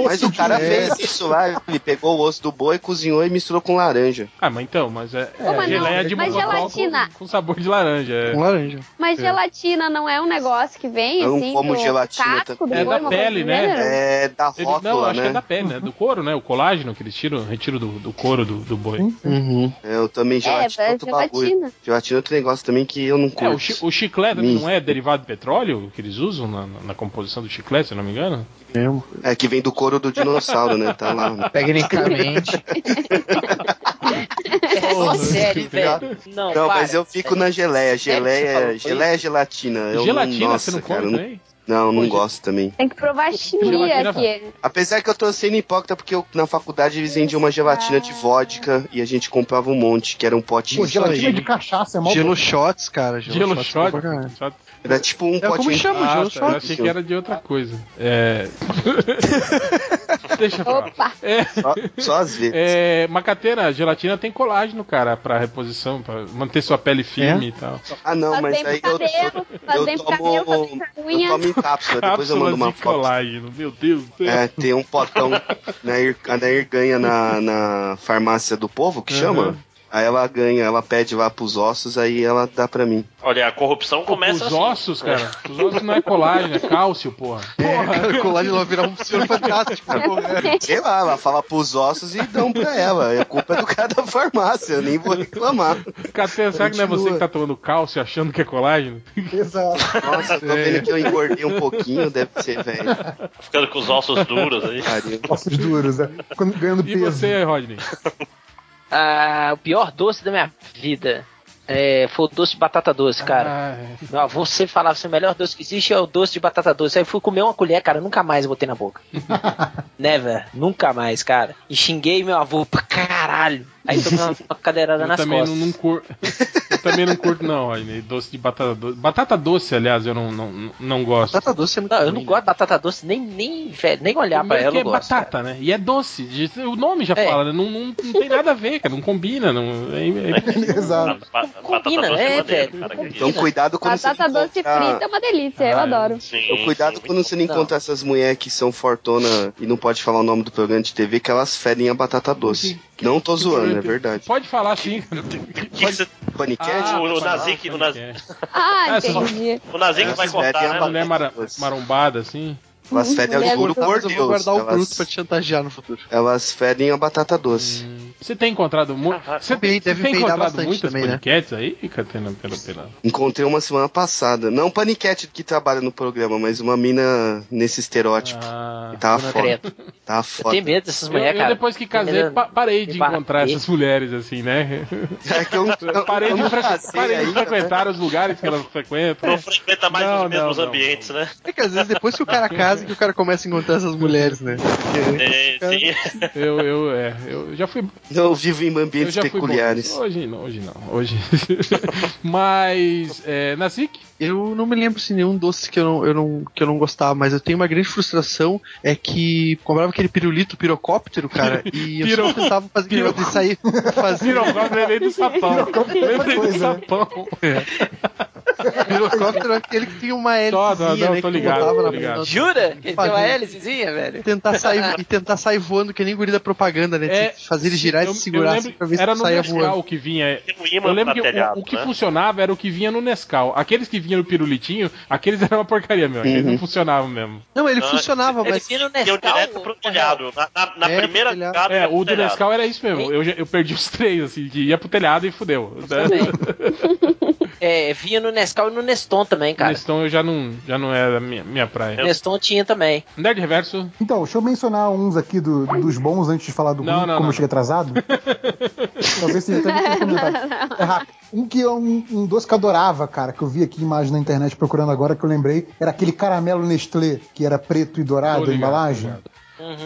Speaker 7: Mas o cara
Speaker 13: É.
Speaker 7: fez isso lá, ele pegou o osso do boi, cozinhou e misturou com laranja.
Speaker 2: ah, mas então, mas é,
Speaker 9: Ô, mas não,
Speaker 2: geleia de
Speaker 9: mas
Speaker 2: mocotó
Speaker 9: gelatina.
Speaker 2: com, com sabor de laranja. é.
Speaker 8: Com laranja.
Speaker 9: Mas gelatina não é um negócio que vem,
Speaker 7: Eu não
Speaker 9: assim,
Speaker 7: um como
Speaker 9: do
Speaker 7: gelatina tá?
Speaker 9: casco do
Speaker 2: também. É
Speaker 9: boi,
Speaker 2: da
Speaker 9: uma
Speaker 2: pele,
Speaker 9: coisa do
Speaker 2: né?
Speaker 9: gênero?
Speaker 7: É da
Speaker 2: Ele- não,
Speaker 7: rótula,
Speaker 2: acho que é da
Speaker 7: né?
Speaker 2: pele, né? Do couro, né? O colágeno que eles tiram, retiro do, do couro do, do boi.
Speaker 8: Uhum.
Speaker 7: Eu também gelatina é
Speaker 9: é
Speaker 7: outro bagulho.
Speaker 9: gelatina.
Speaker 7: Gelatina é outro negócio também que eu não
Speaker 2: É,
Speaker 7: curto.
Speaker 2: o, chi o chiclete também
Speaker 7: Hum.
Speaker 2: não é derivado de petróleo que eles usam na, na- na composição do chiclete, se eu não me engano?
Speaker 8: Mesmo.
Speaker 7: É que vem do couro do
Speaker 8: é
Speaker 7: dinossauro, né? Tá lá.
Speaker 3: Tecnicamente.
Speaker 1: É sério, velho. Não,
Speaker 7: Não,
Speaker 1: para.
Speaker 7: mas eu fico na geleia. Geleia, geleia é gelatina. Eu
Speaker 2: gelatina
Speaker 7: não,
Speaker 2: você
Speaker 7: nossa,
Speaker 2: não come
Speaker 7: cara, eu não,
Speaker 2: também?
Speaker 7: não, não
Speaker 2: Pô,
Speaker 7: gosto também.
Speaker 9: Tem que provar chimia
Speaker 2: Gelatina é
Speaker 9: aqui.
Speaker 7: Apesar que eu tô sendo hipócrita porque eu- na faculdade eles vendiam uma gelatina de vodka e a gente comprava um monte, que era um potinho
Speaker 13: Pô,
Speaker 7: só aí.
Speaker 13: gelatina de cachaça é mó
Speaker 8: Gelo shots, cara.
Speaker 2: Gelo shot?
Speaker 8: é bom pra caralho.
Speaker 2: shot.
Speaker 7: Era tipo um
Speaker 8: É como
Speaker 7: potinho.
Speaker 8: chama,
Speaker 2: Ah,
Speaker 8: gelo
Speaker 2: tá, eu
Speaker 8: shot.
Speaker 2: achei que era de outra coisa. É. Deixa pra lá.
Speaker 9: Opa!
Speaker 7: Só, só
Speaker 2: [LAUGHS]
Speaker 7: às vezes.
Speaker 2: É, macateira, a gelatina tem colágeno, cara, pra reposição, pra manter sua pele firme e tal.
Speaker 7: Ah, não,
Speaker 9: Faz
Speaker 7: mas
Speaker 9: bem pro
Speaker 7: aí eu, eu,
Speaker 9: cabelo, faz
Speaker 7: eu
Speaker 9: bem pro cabelo, faz bem
Speaker 7: tomo.
Speaker 9: pra
Speaker 7: Eu
Speaker 9: unha.
Speaker 7: tomo em cápsula, depois eu mando
Speaker 2: Cápsulas
Speaker 7: uma
Speaker 2: de
Speaker 7: foto.
Speaker 2: colágeno, meu Deus do céu.
Speaker 7: É,
Speaker 2: [LAUGHS]
Speaker 7: tem um potão na Ir, a da Irganha na, na farmácia do povo, que
Speaker 2: Aham.
Speaker 7: chama? Aí ela ganha, ela pede lá pros ossos, aí ela dá pra mim.
Speaker 5: Olha, a corrupção começa
Speaker 7: os
Speaker 5: assim.
Speaker 2: ossos, cara? Os ossos não é colagem, é cálcio, porra.
Speaker 7: [LAUGHS] cara,
Speaker 8: colagem vai virar um senhor fantástico.
Speaker 7: É.
Speaker 8: né?
Speaker 7: Sei lá, ela fala pros ossos e dão pra ela. A culpa é do cara da farmácia, eu nem vou reclamar.
Speaker 2: Catena, será que não é você que tá tomando cálcio achando que é colágeno?
Speaker 13: [LAUGHS]
Speaker 1: Tá
Speaker 13: Exato.
Speaker 7: Nossa, eu tô
Speaker 2: É.
Speaker 7: vendo que eu engordei um pouquinho, deve ser, velho.
Speaker 5: Ficando com os ossos duros aí.
Speaker 13: Ossos duros, né? Quando- Ganhando peso. E
Speaker 2: você, Rodney?
Speaker 1: Ah, o pior doce da minha vida é, foi o doce de batata doce,
Speaker 13: Ah,
Speaker 1: cara.
Speaker 13: é.
Speaker 1: Meu avô sempre falava assim: o melhor doce que existe é o doce de batata doce. Aí eu fui comer uma colher, cara, nunca mais botei
Speaker 13: [LAUGHS]
Speaker 1: na boca. Never, nunca mais, cara. E xinguei meu avô pra caralho. Aí tomei uma
Speaker 13: [LAUGHS]
Speaker 1: uma cadeirada
Speaker 2: Eu
Speaker 1: nas
Speaker 2: também
Speaker 1: costas.
Speaker 2: não, não curto. Eu também não curto, não, Rodney. Doce de batata doce. Batata doce, aliás, eu não, não, não gosto.
Speaker 8: Batata doce é muito
Speaker 1: Eu não gosto de batata doce, nem, nem, velho, nem olhar Ah, pra
Speaker 2: Primeiro
Speaker 1: ela.
Speaker 2: que
Speaker 1: eu
Speaker 2: é
Speaker 1: gosto. É.
Speaker 2: batata, né? E é doce. de- O nome já fala, né? Não, não, não tem nada a ver, cara. Não combina. Não, é, é impossível.
Speaker 13: Exato.
Speaker 5: Combina, doce
Speaker 1: né,
Speaker 5: é é, maneiro,
Speaker 2: velho.
Speaker 7: Então cuidado quando
Speaker 9: Batata
Speaker 7: você
Speaker 9: doce
Speaker 7: encontrar-
Speaker 9: frita é uma delícia,
Speaker 2: Ah,
Speaker 9: eu adoro.
Speaker 7: Então, cuidado quando você não encontra essas mulheres que são fortona e não pode falar o nome do programa de TV, que elas fedem a batata doce. não tô zoando, é verdade.
Speaker 2: Pode falar assim.
Speaker 5: [LAUGHS]
Speaker 2: sim.
Speaker 7: Paniquete?
Speaker 5: Ah, o, o Nazik, o Nazik,
Speaker 9: Ah,
Speaker 2: Essa-
Speaker 9: entendi.
Speaker 5: o Nazik vai cortar, né?
Speaker 2: a mulher mara- marombada, assim.
Speaker 7: Elas fedem ao juro por
Speaker 8: mas Uhum. eu vou
Speaker 7: Deus.
Speaker 8: guardar o
Speaker 7: Elas-
Speaker 8: fruto pra te chantagear no futuro.
Speaker 7: Elas fedem a batata doce.
Speaker 2: Você tem encontrado
Speaker 5: Ah,
Speaker 2: muito. Você tem,
Speaker 8: deve
Speaker 2: você tem
Speaker 8: peidar
Speaker 2: encontrado
Speaker 8: bastante
Speaker 2: muitas
Speaker 8: também, né?
Speaker 2: paniquetes aí, Catena? Pela, pela...
Speaker 7: Encontrei uma semana passada. Não paniquete que trabalha no programa, mas uma mina nesse estereótipo.
Speaker 2: Ah,
Speaker 7: E tava
Speaker 1: Dona
Speaker 7: foda.
Speaker 1: Greta.
Speaker 7: Tava
Speaker 1: Eu
Speaker 7: foda.
Speaker 1: tenho medo dessas
Speaker 2: Eu,
Speaker 1: mulheres,
Speaker 2: eu
Speaker 1: cara.
Speaker 2: depois que
Speaker 1: Tenho
Speaker 2: casei,
Speaker 1: medo-
Speaker 2: pa- parei de
Speaker 1: me bater.
Speaker 2: encontrar essas mulheres, assim, né?
Speaker 7: É
Speaker 2: [LAUGHS]
Speaker 7: que eu, eu-
Speaker 2: Parei
Speaker 7: eu
Speaker 2: de,
Speaker 7: não
Speaker 2: fre-
Speaker 7: casei
Speaker 2: parei de
Speaker 7: ainda,
Speaker 8: né?
Speaker 2: frequentar os lugares que elas frequentam.
Speaker 5: Não frequenta mais
Speaker 2: Não,
Speaker 5: os mesmos
Speaker 2: não, não.
Speaker 5: ambientes, né?
Speaker 8: É que às vezes depois que o cara casa que o cara começa a encontrar essas mulheres, né?
Speaker 5: É, sim.
Speaker 2: Eu, eu, é, [LAUGHS] eu já fui
Speaker 7: né? Eu vivo em
Speaker 2: Eu
Speaker 7: ambientes
Speaker 2: já fui bom.
Speaker 7: peculiares.
Speaker 2: Hoje não, hoje não. Hoje. [LAUGHS] Mas. É, Nazik?
Speaker 8: Eu não me lembro se nenhum doce que eu, não, eu não, que eu não gostava, mas eu tenho uma grande frustração é que comprava aquele pirulito pirocóptero,
Speaker 2: [LAUGHS]
Speaker 8: cara, e eu
Speaker 2: Piro-
Speaker 8: só tentava fazer
Speaker 2: Piro-
Speaker 8: e sair fazer
Speaker 2: Pirocóptero, lembrei do sapão.
Speaker 6: é
Speaker 2: Lembrei
Speaker 1: né?
Speaker 2: do sapão. [LAUGHS]
Speaker 8: pirocóptero é aquele que tem uma hélicezinha,
Speaker 2: Tá, não,
Speaker 8: né,
Speaker 2: tô
Speaker 8: que
Speaker 2: ligado,
Speaker 8: botava
Speaker 2: tô
Speaker 8: na-
Speaker 2: ligado.
Speaker 8: na-
Speaker 1: Jura?
Speaker 5: Então
Speaker 1: Que tem uma
Speaker 5: é
Speaker 8: Fazia-
Speaker 1: hélicezinha, velho?
Speaker 8: tentar
Speaker 5: [LAUGHS]
Speaker 8: sair e tentar sair voando que nem guri da propaganda, né?
Speaker 2: É,
Speaker 8: Tinha que fazer ele girar e
Speaker 2: Eu-
Speaker 8: se segurar
Speaker 2: eu
Speaker 8: assim,
Speaker 2: lembro-
Speaker 8: pra ver
Speaker 2: era
Speaker 8: se
Speaker 2: no
Speaker 8: saía
Speaker 2: Nescau
Speaker 8: voando.
Speaker 2: que vinha. é,
Speaker 5: Tem
Speaker 2: Eu
Speaker 5: um ímã
Speaker 2: lembro
Speaker 5: pra
Speaker 2: que o-
Speaker 5: telhado,
Speaker 2: o, que
Speaker 5: né?
Speaker 2: funcionava era o que vinha no Nescau. Aqueles que vinham no pirulitinho, aqueles [LAUGHS] eram uma porcaria, meu. Aqueles não funcionavam mesmo.
Speaker 8: Uhum. Não, ele
Speaker 5: Ah,
Speaker 8: funcionava,
Speaker 1: Ele
Speaker 8: mas
Speaker 1: vinha no
Speaker 5: Deu direto
Speaker 1: Nescau.
Speaker 5: pro telhado. Na, na- na
Speaker 8: É,
Speaker 5: primeira
Speaker 8: telhado.
Speaker 5: cara,
Speaker 2: É,
Speaker 5: era pro
Speaker 2: o do
Speaker 5: telhado.
Speaker 2: Nescau era isso mesmo. Eu, já- eu perdi os três, assim, que ia pro telhado e fudeu.
Speaker 1: É, vinha no Nescau e no Neston também,
Speaker 2: O
Speaker 1: cara. É.
Speaker 2: Neston eu já não, já não era minha, minha praia.
Speaker 1: Neston tinha também.
Speaker 2: Nerd Reverso,
Speaker 13: Então, deixa eu mencionar uns aqui do- dos bons antes de falar do
Speaker 2: Não,
Speaker 13: ruim,
Speaker 2: não,
Speaker 13: como
Speaker 2: não.
Speaker 13: eu cheguei atrasado. Talvez seja até muito comentário. É rápido. Um que é um, um doce que eu adorava, cara, que eu vi aqui imagem na internet procurando agora, que eu lembrei, era aquele caramelo Nestlé, que era preto e dourado
Speaker 2: Tô
Speaker 13: a
Speaker 2: ligado,
Speaker 13: embalagem.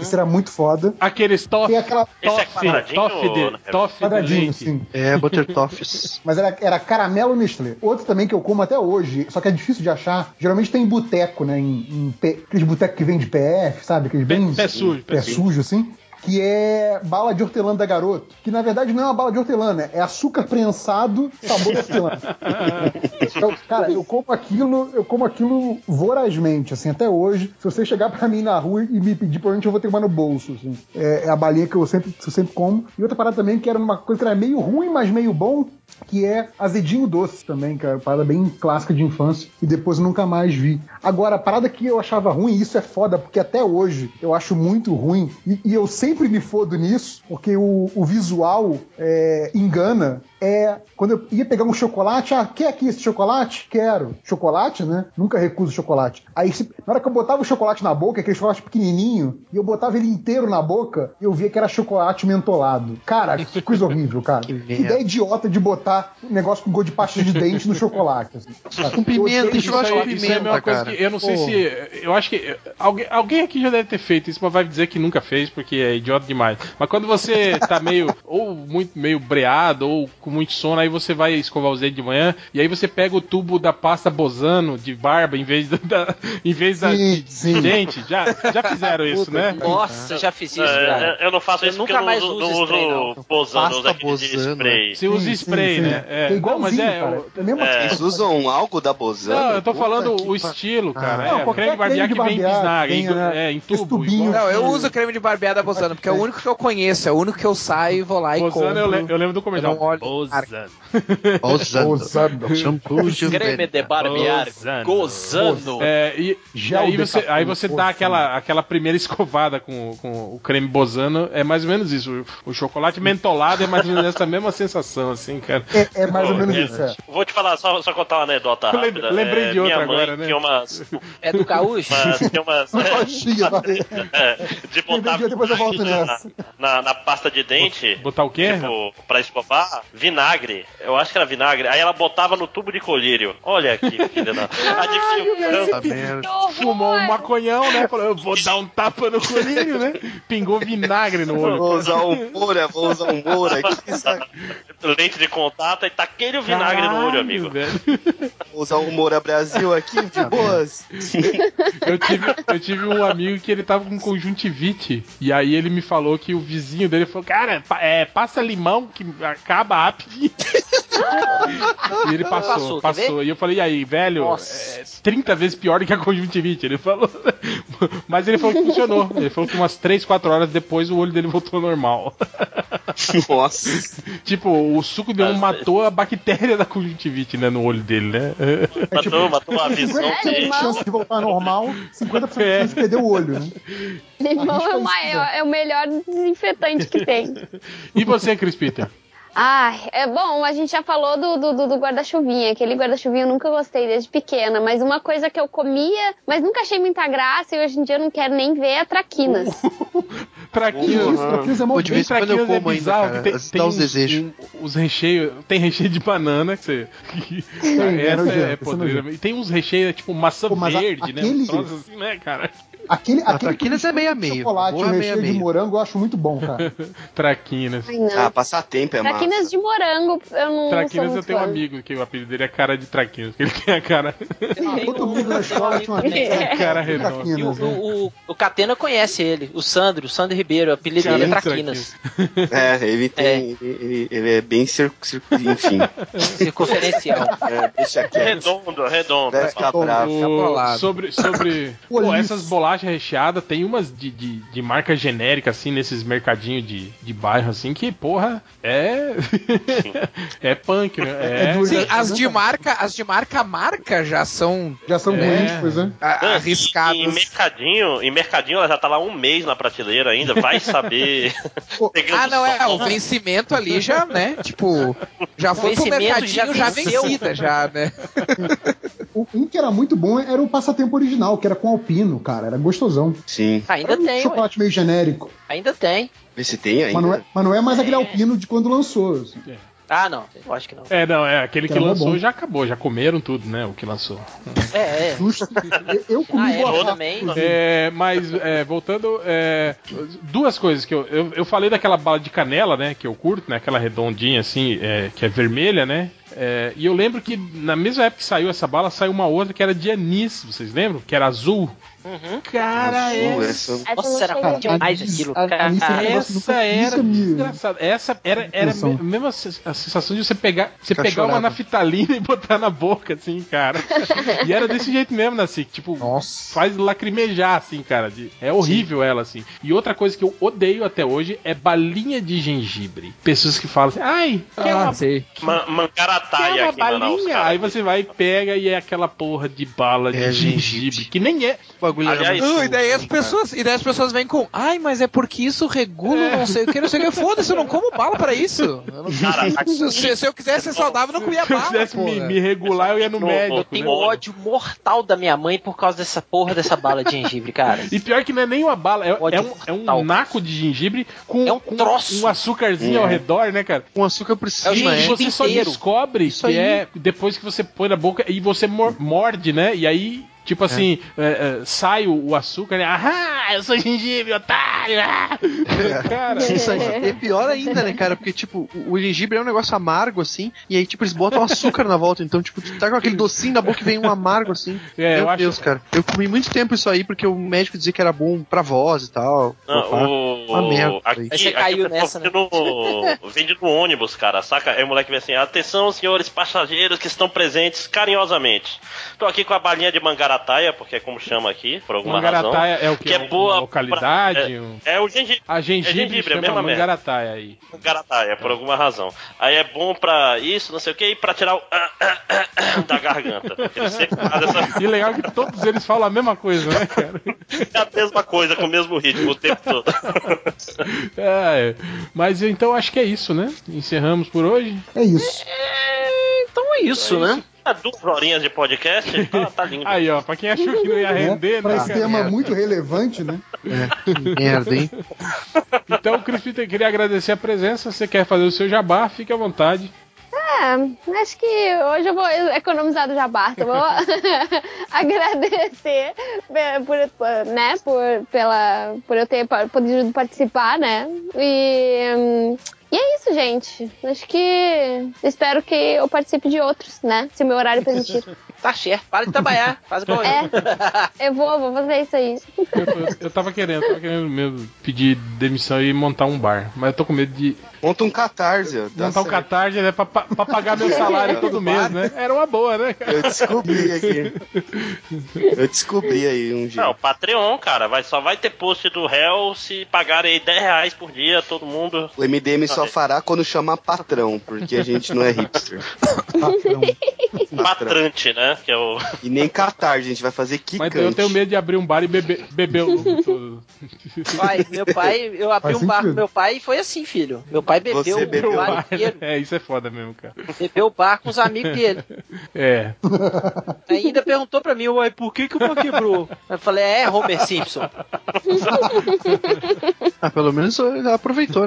Speaker 13: Esse era muito foda.
Speaker 2: aqueles tof,
Speaker 13: E aquela
Speaker 5: Esse é
Speaker 2: tof,
Speaker 5: quadradinho
Speaker 2: tof
Speaker 5: ou não
Speaker 2: de,
Speaker 5: é?
Speaker 2: tof de
Speaker 13: quadradinho,
Speaker 2: leite.
Speaker 13: assim.
Speaker 8: é Butter Toffees.
Speaker 13: [LAUGHS] Mas era, era caramelo Nestlé. Outro também que eu como até hoje, só que é difícil de achar. Geralmente tem em boteco, né? Em, em pe- aqueles botecos que vende PF, sabe? Aqueles
Speaker 2: Pé-
Speaker 13: bem.
Speaker 2: pé sujo, pé
Speaker 13: Pé sujo, assim. Que é bala de hortelã da garoto. Que na verdade não é uma bala de hortelã, né? É açúcar prensado,
Speaker 2: Tá
Speaker 13: sabor hortelã. Então, cara, eu como aquilo, eu como aquilo vorazmente, assim, até hoje. Se você chegar pra mim na rua e me pedir, provavelmente eu vou ter uma no bolso, assim. É, é a balinha que eu sempre, que eu sempre como. E outra parada também, que era uma coisa que era meio ruim, mas meio bom, que é azedinho doce também, que é uma parada bem clássica de infância. E depois eu nunca mais vi. Agora, a parada que eu achava ruim, e isso é foda, porque até hoje eu acho muito ruim. E, e eu sempre me fodo nisso, porque o, o visual é, engana é quando eu ia pegar um chocolate, ah, quer aqui esse chocolate? Quero. Chocolate, né? Nunca recuso chocolate. Aí, se- na hora que eu botava o chocolate na boca, aquele chocolate pequenininho, e eu botava ele inteiro na boca, eu via que era chocolate mentolado. Cara, que coisa horrível, cara.
Speaker 8: Que
Speaker 13: Que
Speaker 8: merda.
Speaker 13: ideia idiota de botar um negócio com gosto de pasta de dente no chocolate. assim, sabe?
Speaker 8: Com pimenta,
Speaker 13: Eu-
Speaker 8: enxurrada.
Speaker 2: Isso
Speaker 8: acho
Speaker 2: aí,
Speaker 8: uma
Speaker 2: isso aí é a mesma
Speaker 8: pimenta,
Speaker 2: coisa
Speaker 8: cara.
Speaker 2: que. Eu não sei
Speaker 8: Pô.
Speaker 2: se. Eu acho que. Alguém, alguém aqui já deve ter feito isso, mas vai dizer que [LAUGHS] nunca fez, porque é idiota demais. Mas quando você tá meio. ou muito meio breado, ou com muito sono, aí você vai escovar os dedos de manhã, e aí você pega o tubo da pasta Bozano de barba em vez da. da- em vez da.
Speaker 13: Sim,
Speaker 2: de-
Speaker 13: sim.
Speaker 2: Gente, já, já fizeram isso,
Speaker 5: Puta
Speaker 1: [LAUGHS]
Speaker 2: né?
Speaker 5: que pariu. Nossa,
Speaker 1: já fiz
Speaker 5: isso, É, cara. eu não faço
Speaker 2: Eu
Speaker 5: isso porque eu não uso, não uso Bozano, eu uso aquele de spray.
Speaker 2: Você usa
Speaker 7: Sim,
Speaker 2: spray,
Speaker 7: sim, sim.
Speaker 2: né?
Speaker 7: É igualzinho, cara.
Speaker 2: o-
Speaker 7: Eles usam um algo da Bozano?
Speaker 2: Não, eu tô
Speaker 7: Puta
Speaker 2: falando
Speaker 7: que
Speaker 2: o
Speaker 7: pa-
Speaker 2: estilo, cara.
Speaker 7: Ah. Não,
Speaker 2: é, o
Speaker 7: qualquer
Speaker 2: creme de barbear que
Speaker 7: creme de
Speaker 2: vem em
Speaker 7: barbear
Speaker 2: bisnaga,
Speaker 7: tem,
Speaker 2: em-
Speaker 7: né?
Speaker 2: é, em tubo.
Speaker 3: Não, eu uso creme de barbear da Bozano, porque é o único que eu conheço, é o único que eu saio e vou lá e compro.
Speaker 2: Bozano, eu, le- eu lembro do comercial.
Speaker 3: Eu não olho.
Speaker 2: Bozano.
Speaker 8: Bozano.
Speaker 13: Bozano.
Speaker 7: [LAUGHS]
Speaker 8: Shampoo de
Speaker 10: Creme de barbear. Gozano.
Speaker 2: É, e, e
Speaker 10: Já
Speaker 2: aí
Speaker 10: o
Speaker 2: você,
Speaker 10: Decathlon,
Speaker 2: aí você dá
Speaker 10: poxa.
Speaker 2: aquela, aquela primeira escovada com, com o creme bozano, é mais ou menos isso. O, o chocolate mentolado é mais ou menos essa mesma sensação, assim, cara.
Speaker 13: É, mais
Speaker 5: Pô, é, Vou te falar, só, só contar uma anedota
Speaker 2: Eu
Speaker 5: rápida.
Speaker 2: lembrei
Speaker 5: É,
Speaker 2: de outra
Speaker 5: minha mãe
Speaker 2: agora, né?
Speaker 5: Tinha umas,
Speaker 1: É do Caúcho?
Speaker 5: [LAUGHS] umas, tinha umas,
Speaker 13: Coxinha, valeu.
Speaker 5: [LAUGHS] é, de botar
Speaker 13: de- depois eu volto
Speaker 5: na-
Speaker 13: nessa.
Speaker 5: Na, na pasta de dente.
Speaker 2: Botar o quê?
Speaker 5: Tipo, pra escovar, vinagre. Eu acho que era vinagre. Aí ela botava no tubo de colírio. Olha
Speaker 2: [LAUGHS]
Speaker 5: aqui, filha da. Caralho,
Speaker 2: Fumou um maconhão, né? Falou, eu vou dar um tapa no colírio, né? Pingou vinagre no olho.
Speaker 7: Vou usar um Moura, vou usar um Moura.
Speaker 5: [LAUGHS]
Speaker 7: Que saco.
Speaker 5: Lente de contato e taquei o vinagre no olho, amigo.
Speaker 7: Vou usar um Moura Brasil aqui, de boas.
Speaker 2: Eu tive, eu tive um amigo que ele tava com conjuntivite. E aí ele me falou que o vizinho dele falou: Cara, pa- é, passa limão que acaba rápido. E ele passou,
Speaker 1: Passou,
Speaker 2: passou.
Speaker 1: quer ver?
Speaker 2: E eu falei: E aí, velho, é 30 vezes pior do que a conjuntivite. Ele falou. [LAUGHS] Mas ele falou que funcionou. Ele falou que umas 3, 4 horas depois o olho dele voltou ao
Speaker 1: [LAUGHS]
Speaker 2: normal.
Speaker 7: Nossa.
Speaker 2: Tipo, o suco de limão matou a bactéria da conjuntivite, né? No olho dele, né?
Speaker 13: É tipo,
Speaker 5: Matou, matou a visão
Speaker 13: 50% de
Speaker 2: é
Speaker 5: dele.
Speaker 13: chance de voltar ao normal, 50% de chance de perder o olho, né?
Speaker 9: [LAUGHS] Limão é o, maior, é o melhor desinfetante
Speaker 2: [LAUGHS]
Speaker 9: que tem.
Speaker 2: E você, Chris Peter?
Speaker 9: Ah, é bom, a gente já falou do, do, do- do guarda-chuvinha. Aquele guarda-chuvinha eu nunca gostei desde pequena, mas uma coisa que eu comia, mas nunca achei muita graça e hoje em dia eu não quero nem ver é traquinas.
Speaker 7: Uh, [LAUGHS]
Speaker 2: Traquinas.
Speaker 8: Uhum. Traquinas é mó Pô, de vez em quando eu
Speaker 2: Traquinas
Speaker 8: como ainda,
Speaker 2: bizarro, que
Speaker 8: cara.
Speaker 2: Tem,
Speaker 8: Às vezes
Speaker 2: tem
Speaker 8: dá uns
Speaker 2: uns-
Speaker 8: desejos.
Speaker 2: um- os recheios. Tem recheio de banana que você.
Speaker 13: é
Speaker 2: essa
Speaker 13: nojento,
Speaker 2: é,
Speaker 13: isso é
Speaker 2: podreira.
Speaker 13: nojento.
Speaker 2: E tem uns recheios, é tipo maçã
Speaker 13: Pô, mas a-
Speaker 2: verde, né?
Speaker 13: aquele-
Speaker 2: Um troço assim, né, cara? [LAUGHS]
Speaker 13: Aquele, aquele
Speaker 8: traquinas é meio a meio.
Speaker 13: Chocolate,
Speaker 8: Boa,
Speaker 13: o
Speaker 8: meio
Speaker 13: recheio
Speaker 8: a meio.
Speaker 13: de morango eu acho muito bom, cara.
Speaker 2: Traquinas.
Speaker 9: Ai, não. Ah,
Speaker 7: passar tempo é
Speaker 9: traquinas de morango, eu não sou
Speaker 2: Traquinas,
Speaker 9: muito
Speaker 2: eu tenho um
Speaker 9: fã.
Speaker 2: amigo que o apelido dele é cara de Traquinas, que ele tem a cara.
Speaker 13: Todo mundo na escola tinha uma
Speaker 2: É. Cara redondo.
Speaker 1: E o, o, o, o Catena conhece ele, o Sandro, o Sandro Ribeiro, o apelido
Speaker 7: Cara,
Speaker 1: dele é
Speaker 7: entra
Speaker 1: Traquinas.
Speaker 7: É, ele tem. Ele, ele é bem cir, cir, enfim.
Speaker 1: Circunferencial.
Speaker 7: É, deixa quieto.
Speaker 5: Redondo, redondo.
Speaker 7: Deve ficar bravo.
Speaker 2: O- Sobre, sobre pô,
Speaker 7: Olhice.
Speaker 2: essas bolachas recheadas, tem umas de, de, de marca genérica, assim, nesses mercadinhos de, de bairro, assim, que, porra, é. [LAUGHS] é punk, né? É,
Speaker 3: Sim, as de marca, as de marca marca já são
Speaker 13: já
Speaker 5: são ruins, pois
Speaker 13: é.
Speaker 5: Ah,
Speaker 3: arriscadas.
Speaker 5: E, e mercadinho, e mercadinho ela já tá lá um mês na prateleira ainda, vai saber. Pegando
Speaker 3: Ah, não, é,
Speaker 5: sol.
Speaker 3: o vencimento ali já, né? Tipo, já
Speaker 1: O
Speaker 3: foi pro
Speaker 1: vencimento já
Speaker 3: mercadinho já
Speaker 1: venceu.
Speaker 3: vencida, já, né?
Speaker 13: O, um que era muito bom era o passatempo original, que era com alpino, cara. Era gostosão.
Speaker 7: Sim.
Speaker 1: Ainda
Speaker 13: era um
Speaker 1: tem,
Speaker 13: chocolate meio genérico.
Speaker 1: Ainda tem.
Speaker 7: Vê se tem
Speaker 13: Mas não, é,
Speaker 7: ainda.
Speaker 13: mas não é mais aquele alpino de quando lançou. assim.
Speaker 1: Ah, não, eu acho que não.
Speaker 2: É, não, é, aquele que
Speaker 13: Então,
Speaker 2: lançou
Speaker 13: bom.
Speaker 2: já acabou, já comeram tudo, né? O que lançou.
Speaker 1: É, é.
Speaker 13: Eu, eu comi
Speaker 1: Ah, é,
Speaker 13: boa
Speaker 1: eu
Speaker 13: parte,
Speaker 1: também.
Speaker 13: inclusive.
Speaker 2: É, mas, é, voltando, é, duas coisas que eu, eu. eu falei daquela bala de canela, né? Que eu curto, né? Aquela redondinha assim, é, que é vermelha, né? É, e eu lembro que na mesma época que saiu essa bala, saiu uma outra que era de anis, vocês lembram? Que era azul. Cara,
Speaker 7: Azul,
Speaker 2: Uhum.
Speaker 7: é
Speaker 2: essa- é
Speaker 7: essa-
Speaker 1: Nossa, era
Speaker 6: é
Speaker 13: Cara,
Speaker 1: ruim demais
Speaker 13: anis-
Speaker 1: aquilo,
Speaker 13: é a-
Speaker 1: cara.
Speaker 13: anis é um negócio
Speaker 2: Essa era
Speaker 13: né?
Speaker 2: desgraçada. Essa era, era a
Speaker 13: Atenção.
Speaker 2: me- mesma se- a sensação de você pegar, você
Speaker 8: Ficar
Speaker 2: pegar uma
Speaker 8: chorado.
Speaker 2: naftalina e botar na boca, assim, cara. e era desse jeito mesmo, né, assim, tipo, faz lacrimejar, assim, cara. de- é horrível ela, assim. E outra coisa que eu odeio até hoje é balinha de gengibre. Pessoas que falam assim, ai, quer
Speaker 3: Ah,
Speaker 2: uma
Speaker 3: sei.
Speaker 5: Man-
Speaker 2: quer
Speaker 5: Mancarataia
Speaker 2: é uma
Speaker 5: aqui em Manaus,
Speaker 2: balinha,
Speaker 5: cara.
Speaker 2: aí você vai e pega e é aquela porra de bala de
Speaker 8: É
Speaker 2: gengibre, que nem é.
Speaker 8: bagulho era
Speaker 5: Aliás,
Speaker 8: muito
Speaker 3: Não, e daí
Speaker 8: ruim,
Speaker 3: as pessoas, e daí as pessoas vêm com, ai, mas é porque isso regula
Speaker 13: É.
Speaker 3: não sei o que, não sei o que. Foda-se, eu não como bala pra isso. Eu não-
Speaker 5: [LAUGHS] Cara,
Speaker 3: se, se- se eu quisesse ser saudável, eu não comia
Speaker 2: Se eu
Speaker 3: bala.
Speaker 2: quisesse me,
Speaker 3: porra.
Speaker 2: me regular, eu ia no
Speaker 5: No-
Speaker 2: médico.
Speaker 5: no-
Speaker 2: né?
Speaker 1: Tem um ódio mortal da minha mãe por causa dessa porra dessa bala de gengibre, cara.
Speaker 2: E pior que não é nem uma bala, é,
Speaker 1: Ódio
Speaker 2: é um, é um
Speaker 1: mortal.
Speaker 2: naco de gengibre com,
Speaker 1: É um
Speaker 2: com
Speaker 1: troço.
Speaker 2: um açúcarzinho ao redor, né, cara?
Speaker 8: Com É. Um açúcar por
Speaker 1: É o
Speaker 8: cima,
Speaker 2: E
Speaker 8: é.
Speaker 1: gengibre.
Speaker 2: você só
Speaker 1: inteiro.
Speaker 2: descobre
Speaker 8: Isso
Speaker 2: que
Speaker 8: aí.
Speaker 2: é depois que você põe na boca e você mor- morde, né? E aí Tipo assim, é, é, sai o, o açúcar, né? Ah, eu sou gengibre, otário! ah! [LAUGHS] Cara,
Speaker 8: Isso aí é pior ainda, né, cara? Porque, tipo, o o gengibre é um negócio amargo, assim, e aí, tipo, eles botam açúcar na volta. Então, tipo, tu tá com aquele docinho na boca e vem um amargo, assim.
Speaker 2: [LAUGHS] É,
Speaker 8: Meu
Speaker 2: eu acho-
Speaker 8: Deus, cara. Eu comi muito tempo isso aí, porque o médico dizia que era bom pra voz e tal.
Speaker 5: Não,
Speaker 8: Opa.
Speaker 5: o...
Speaker 8: Uma merda.
Speaker 5: Aqui,
Speaker 8: Aí você
Speaker 5: aqui
Speaker 8: caiu
Speaker 5: o pessoal
Speaker 8: nessa,
Speaker 5: vende
Speaker 8: né? [LAUGHS]
Speaker 5: no- vende no ônibus, cara, saca? Aí o moleque vem assim, atenção, senhores passageiros que estão presentes carinhosamente. Tô aqui com a balinha de Mangarataia, porque é como chama aqui, por alguma
Speaker 2: Mangarataia
Speaker 5: razão.
Speaker 2: é o quê?
Speaker 5: Que é
Speaker 2: Uma
Speaker 5: boa pra-
Speaker 2: localidade? um-
Speaker 5: é- É, o gengibre.
Speaker 2: A gengibre,
Speaker 5: é gengibre, é a
Speaker 2: chama
Speaker 5: mesma merda.
Speaker 2: mangarataia aí.
Speaker 5: Mangarataia, por alguma razão. Aí é bom pra isso, não sei o que, e pra tirar o... "Ah, da garganta. Porque ele sempre É faz essa...
Speaker 2: [LAUGHS] E legal que todos eles falam a mesma coisa, né, cara?
Speaker 5: É a mesma coisa, com o mesmo ritmo o tempo
Speaker 8: [LAUGHS]
Speaker 5: todo.
Speaker 2: [LAUGHS] É, mas então acho que é isso, né? Encerramos por hoje.
Speaker 13: É isso.
Speaker 5: Então
Speaker 2: é isso, né?
Speaker 5: Ah, duas horinhas
Speaker 2: [LAUGHS]
Speaker 5: de podcast, tá, tá lindo.
Speaker 2: Aí, ó, pra quem é achou que não ia render,
Speaker 13: pra
Speaker 2: né,
Speaker 13: esse
Speaker 2: cara?
Speaker 13: tema muito relevante, né?
Speaker 7: É.
Speaker 8: Merda,
Speaker 13: [LAUGHS]
Speaker 8: hein?
Speaker 2: Então, Crispita, queria agradecer a presença. Se você quer fazer o seu jabá, fique à vontade.
Speaker 9: É, acho que hoje eu vou economizar do jabá, tá bom? Agradecer pe- por, por- né, por, pela, por eu ter pa- podido participar, né? E, hum, e é isso, gente. Acho que espero que eu participe de outros, né? Se o meu horário permitir.
Speaker 1: Tá certo, para de trabalhar,
Speaker 2: [LAUGHS]
Speaker 1: faz bom.
Speaker 9: É, eu vou, vou fazer isso aí.
Speaker 2: Eu, eu tava querendo, tava querendo mesmo pedir demissão e montar um bar. Mas eu tô com medo de.
Speaker 7: Monta um catarse.
Speaker 2: montar um catarse né, pra, pra- pra pagar
Speaker 7: É,
Speaker 2: meu salário todo mês, né? Era uma boa, né?
Speaker 7: Eu descobri aqui. Eu descobri aí um dia.
Speaker 5: Não, É, Patreon, cara, vai, só vai ter post do réu se pagarem aí 10 reais por dia, todo mundo.
Speaker 7: O MDM só
Speaker 5: Ah, é.
Speaker 7: fará quando chamar patrão, porque a gente não é hipster.
Speaker 5: [LAUGHS] Patrante, né? Que é o.
Speaker 7: E nem catar, a gente vai fazer
Speaker 2: Mas
Speaker 7: quicante.
Speaker 2: eu tenho medo de abrir um bar e beber, beber o lucro todo.
Speaker 1: Vai, meu pai, eu abri
Speaker 2: Faz
Speaker 1: um bar com
Speaker 2: sentido.
Speaker 1: meu pai e foi assim, filho. Meu pai bebeu
Speaker 2: Você
Speaker 1: o
Speaker 2: bebeu
Speaker 1: bar
Speaker 2: o bar.
Speaker 1: inteiro,
Speaker 2: É, isso é foda mesmo, cara.
Speaker 1: bebeu o bar com os amigos dele.
Speaker 2: É.
Speaker 1: Ainda perguntou pra mim, uai, por que, que o bar quebrou? Eu falei, é Homer Simpson.
Speaker 8: Ah, pelo menos eh, aproveitou,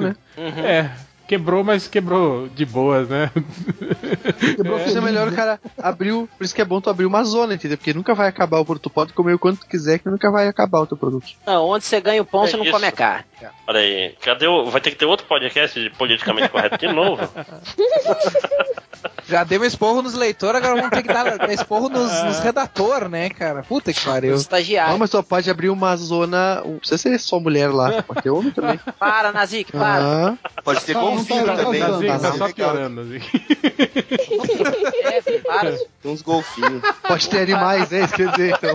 Speaker 2: [LAUGHS]
Speaker 8: né?
Speaker 1: Uhum.
Speaker 2: É. Quebrou, mas quebrou de boas, né? [LAUGHS]
Speaker 8: Por isso é melhor o cara abriu. Por isso que é bom tu abrir uma zona, entendeu? Porque nunca vai acabar o produto. Tu pode comer o quanto tu quiser, que nunca vai acabar o teu produto.
Speaker 1: Não, onde você ganha o pão,
Speaker 5: É
Speaker 1: você não
Speaker 5: isso.
Speaker 1: come a carne.
Speaker 5: Olha aí, cadê o. Vai ter que ter outro podcast de politicamente correto de
Speaker 7: [LAUGHS]
Speaker 5: novo.
Speaker 3: Já deu esporro nos leitores, agora vamos ter que dar [LAUGHS] dar esporro nos,
Speaker 5: É.
Speaker 3: nos redator, né, cara? Puta que pariu.
Speaker 1: Estagiário.
Speaker 8: Não, mas só pode abrir uma zona. um- Não precisa ser só
Speaker 3: [LAUGHS]
Speaker 8: mulher lá, pode ter homem também.
Speaker 1: Para, Nazik, para.
Speaker 8: Ah.
Speaker 7: Pode ter golfinho também.
Speaker 2: Nazinho, tá
Speaker 7: Nazinho
Speaker 2: um só
Speaker 7: legal.
Speaker 2: piorando, assim. É,
Speaker 7: Tem uns golfinhos.
Speaker 8: Pode ter animais, é isso que eu ia dizer,
Speaker 3: [LAUGHS]
Speaker 8: então.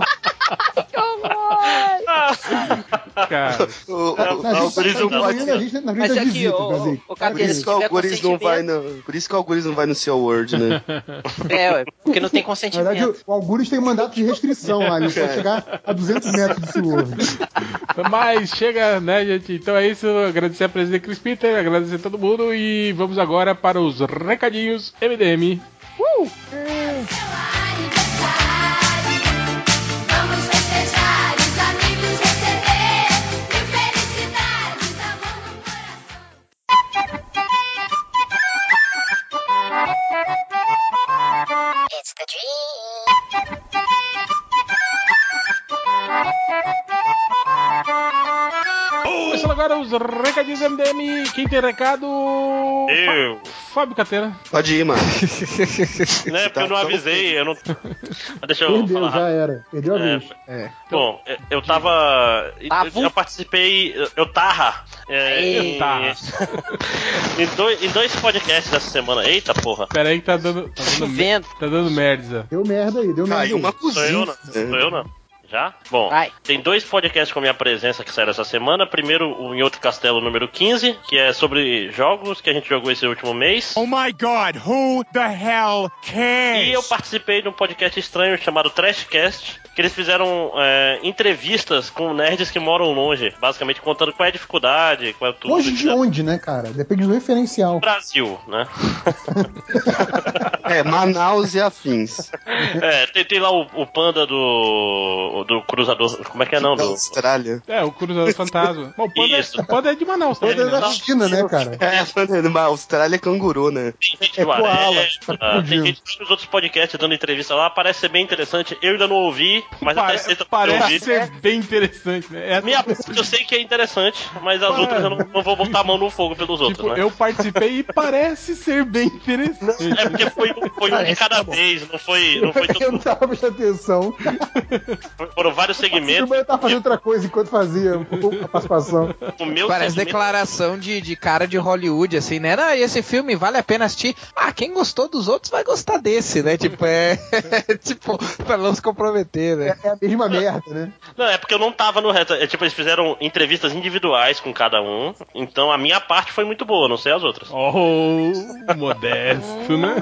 Speaker 2: Cara.
Speaker 7: O, o, o
Speaker 2: é
Speaker 7: algoritmo pode.
Speaker 13: a gente, na frente
Speaker 1: é
Speaker 13: das visitas, Nazik.
Speaker 7: Por isso que o algoritmo não vai no. Por isso que o algoritmo não vai no seu Word, né?
Speaker 1: É, ué, porque não tem
Speaker 13: Na
Speaker 1: consentimento.
Speaker 13: verdade, o- o Algures tem um mandato de restrição lá, ele
Speaker 5: É.
Speaker 13: pode chegar a 200 metros do Sword.
Speaker 2: Mas chega, né, gente? Então é isso. Agradecer a presença de Chris Peter, agradecer a todo mundo e vamos agora para os recadinhos MDM.
Speaker 14: Vamos festejar, os amigos receber mil felicidades, amor no coração. It's the dream.
Speaker 2: Começando agora os recadinhos MDM. Quem tem recado?
Speaker 5: Eu.
Speaker 2: Fábio Catena.
Speaker 7: Pode ir, mano.
Speaker 5: né? Porque
Speaker 7: tá
Speaker 5: eu não avisei, eu não. Deixa eu
Speaker 13: Perdeu,
Speaker 5: falar
Speaker 13: já era. Perdeu a
Speaker 5: É.
Speaker 13: vez. É.
Speaker 5: Bom, eu- eu tava. Eu, eu participei. eu- Eu tarra. é,
Speaker 2: Aê.
Speaker 5: em,
Speaker 2: Tarra.
Speaker 5: em dois, em dois podcasts dessa semana. Eita porra.
Speaker 2: Pera aí que tá dando. Tá dando, me- tá dando merda.
Speaker 13: Deu merda aí, deu merda. aí.
Speaker 5: Sou eu, não. Sou eu, não. Já? Bom, tem dois podcasts com a minha presença que saíram essa semana. Primeiro, o Em Outro Castelo número 15, que é sobre jogos que a gente jogou esse último mês.
Speaker 15: Oh my god, who the hell cares?
Speaker 5: E eu participei de um podcast estranho chamado Trashcast, que eles fizeram é, entrevistas com nerds que moram longe, basicamente contando qual é a dificuldade, qual é tudo. né?
Speaker 13: Longe de onde, né, cara? Depende do referencial.
Speaker 5: Brasil, né?
Speaker 7: É, Manaus e afins.
Speaker 5: É, tem, tem lá o, o panda do. do cruzador. Como é que é não? Do...
Speaker 7: Austrália.
Speaker 2: [LAUGHS] É, o Cruzador Fantasma. Bom, o panda,
Speaker 5: Isso.
Speaker 2: o panda é de Manaus,
Speaker 5: Panda é da
Speaker 13: China, né, cara?
Speaker 7: É, mano, mas Austrália é canguru, né?
Speaker 5: É koala. É, Tem gente nos outros podcasts dando entrevista lá, parece ser bem interessante. Eu ainda não ouvi, mas até
Speaker 2: Pare-
Speaker 5: sexta
Speaker 2: parece
Speaker 5: eu
Speaker 3: É.
Speaker 2: ser bem interessante, né? Essa-
Speaker 5: Minha eu sei que é interessante, mas as
Speaker 2: Mano.
Speaker 5: outras eu não, não vou botar a mão no fogo pelos
Speaker 2: Tipo,
Speaker 5: outros, né?
Speaker 2: eu participei e parece ser bem interessante.
Speaker 5: É porque foi, um- foi um de
Speaker 2: tá
Speaker 5: cada vez, não foi, não foi
Speaker 13: Eu não tava prestando atenção.
Speaker 5: foram vários
Speaker 13: O
Speaker 5: segmentos.
Speaker 13: banheiro tava fazendo outra coisa enquanto fazia um a participação.
Speaker 5: O meu
Speaker 3: Parece
Speaker 5: segmento-
Speaker 3: declaração de, de cara de Hollywood, assim, né? Ah, esse filme vale a pena assistir. Ah, quem gostou dos outros vai gostar desse, né? Tipo, é. [LAUGHS] tipo, pra não se comprometer, né?
Speaker 13: É a mesma merda, né?
Speaker 5: Não, é porque eu não tava no resto. É, tipo, eles fizeram entrevistas individuais com cada um. Então a minha parte foi muito boa, não sei as outras.
Speaker 2: [LAUGHS] Oh, modesto, né?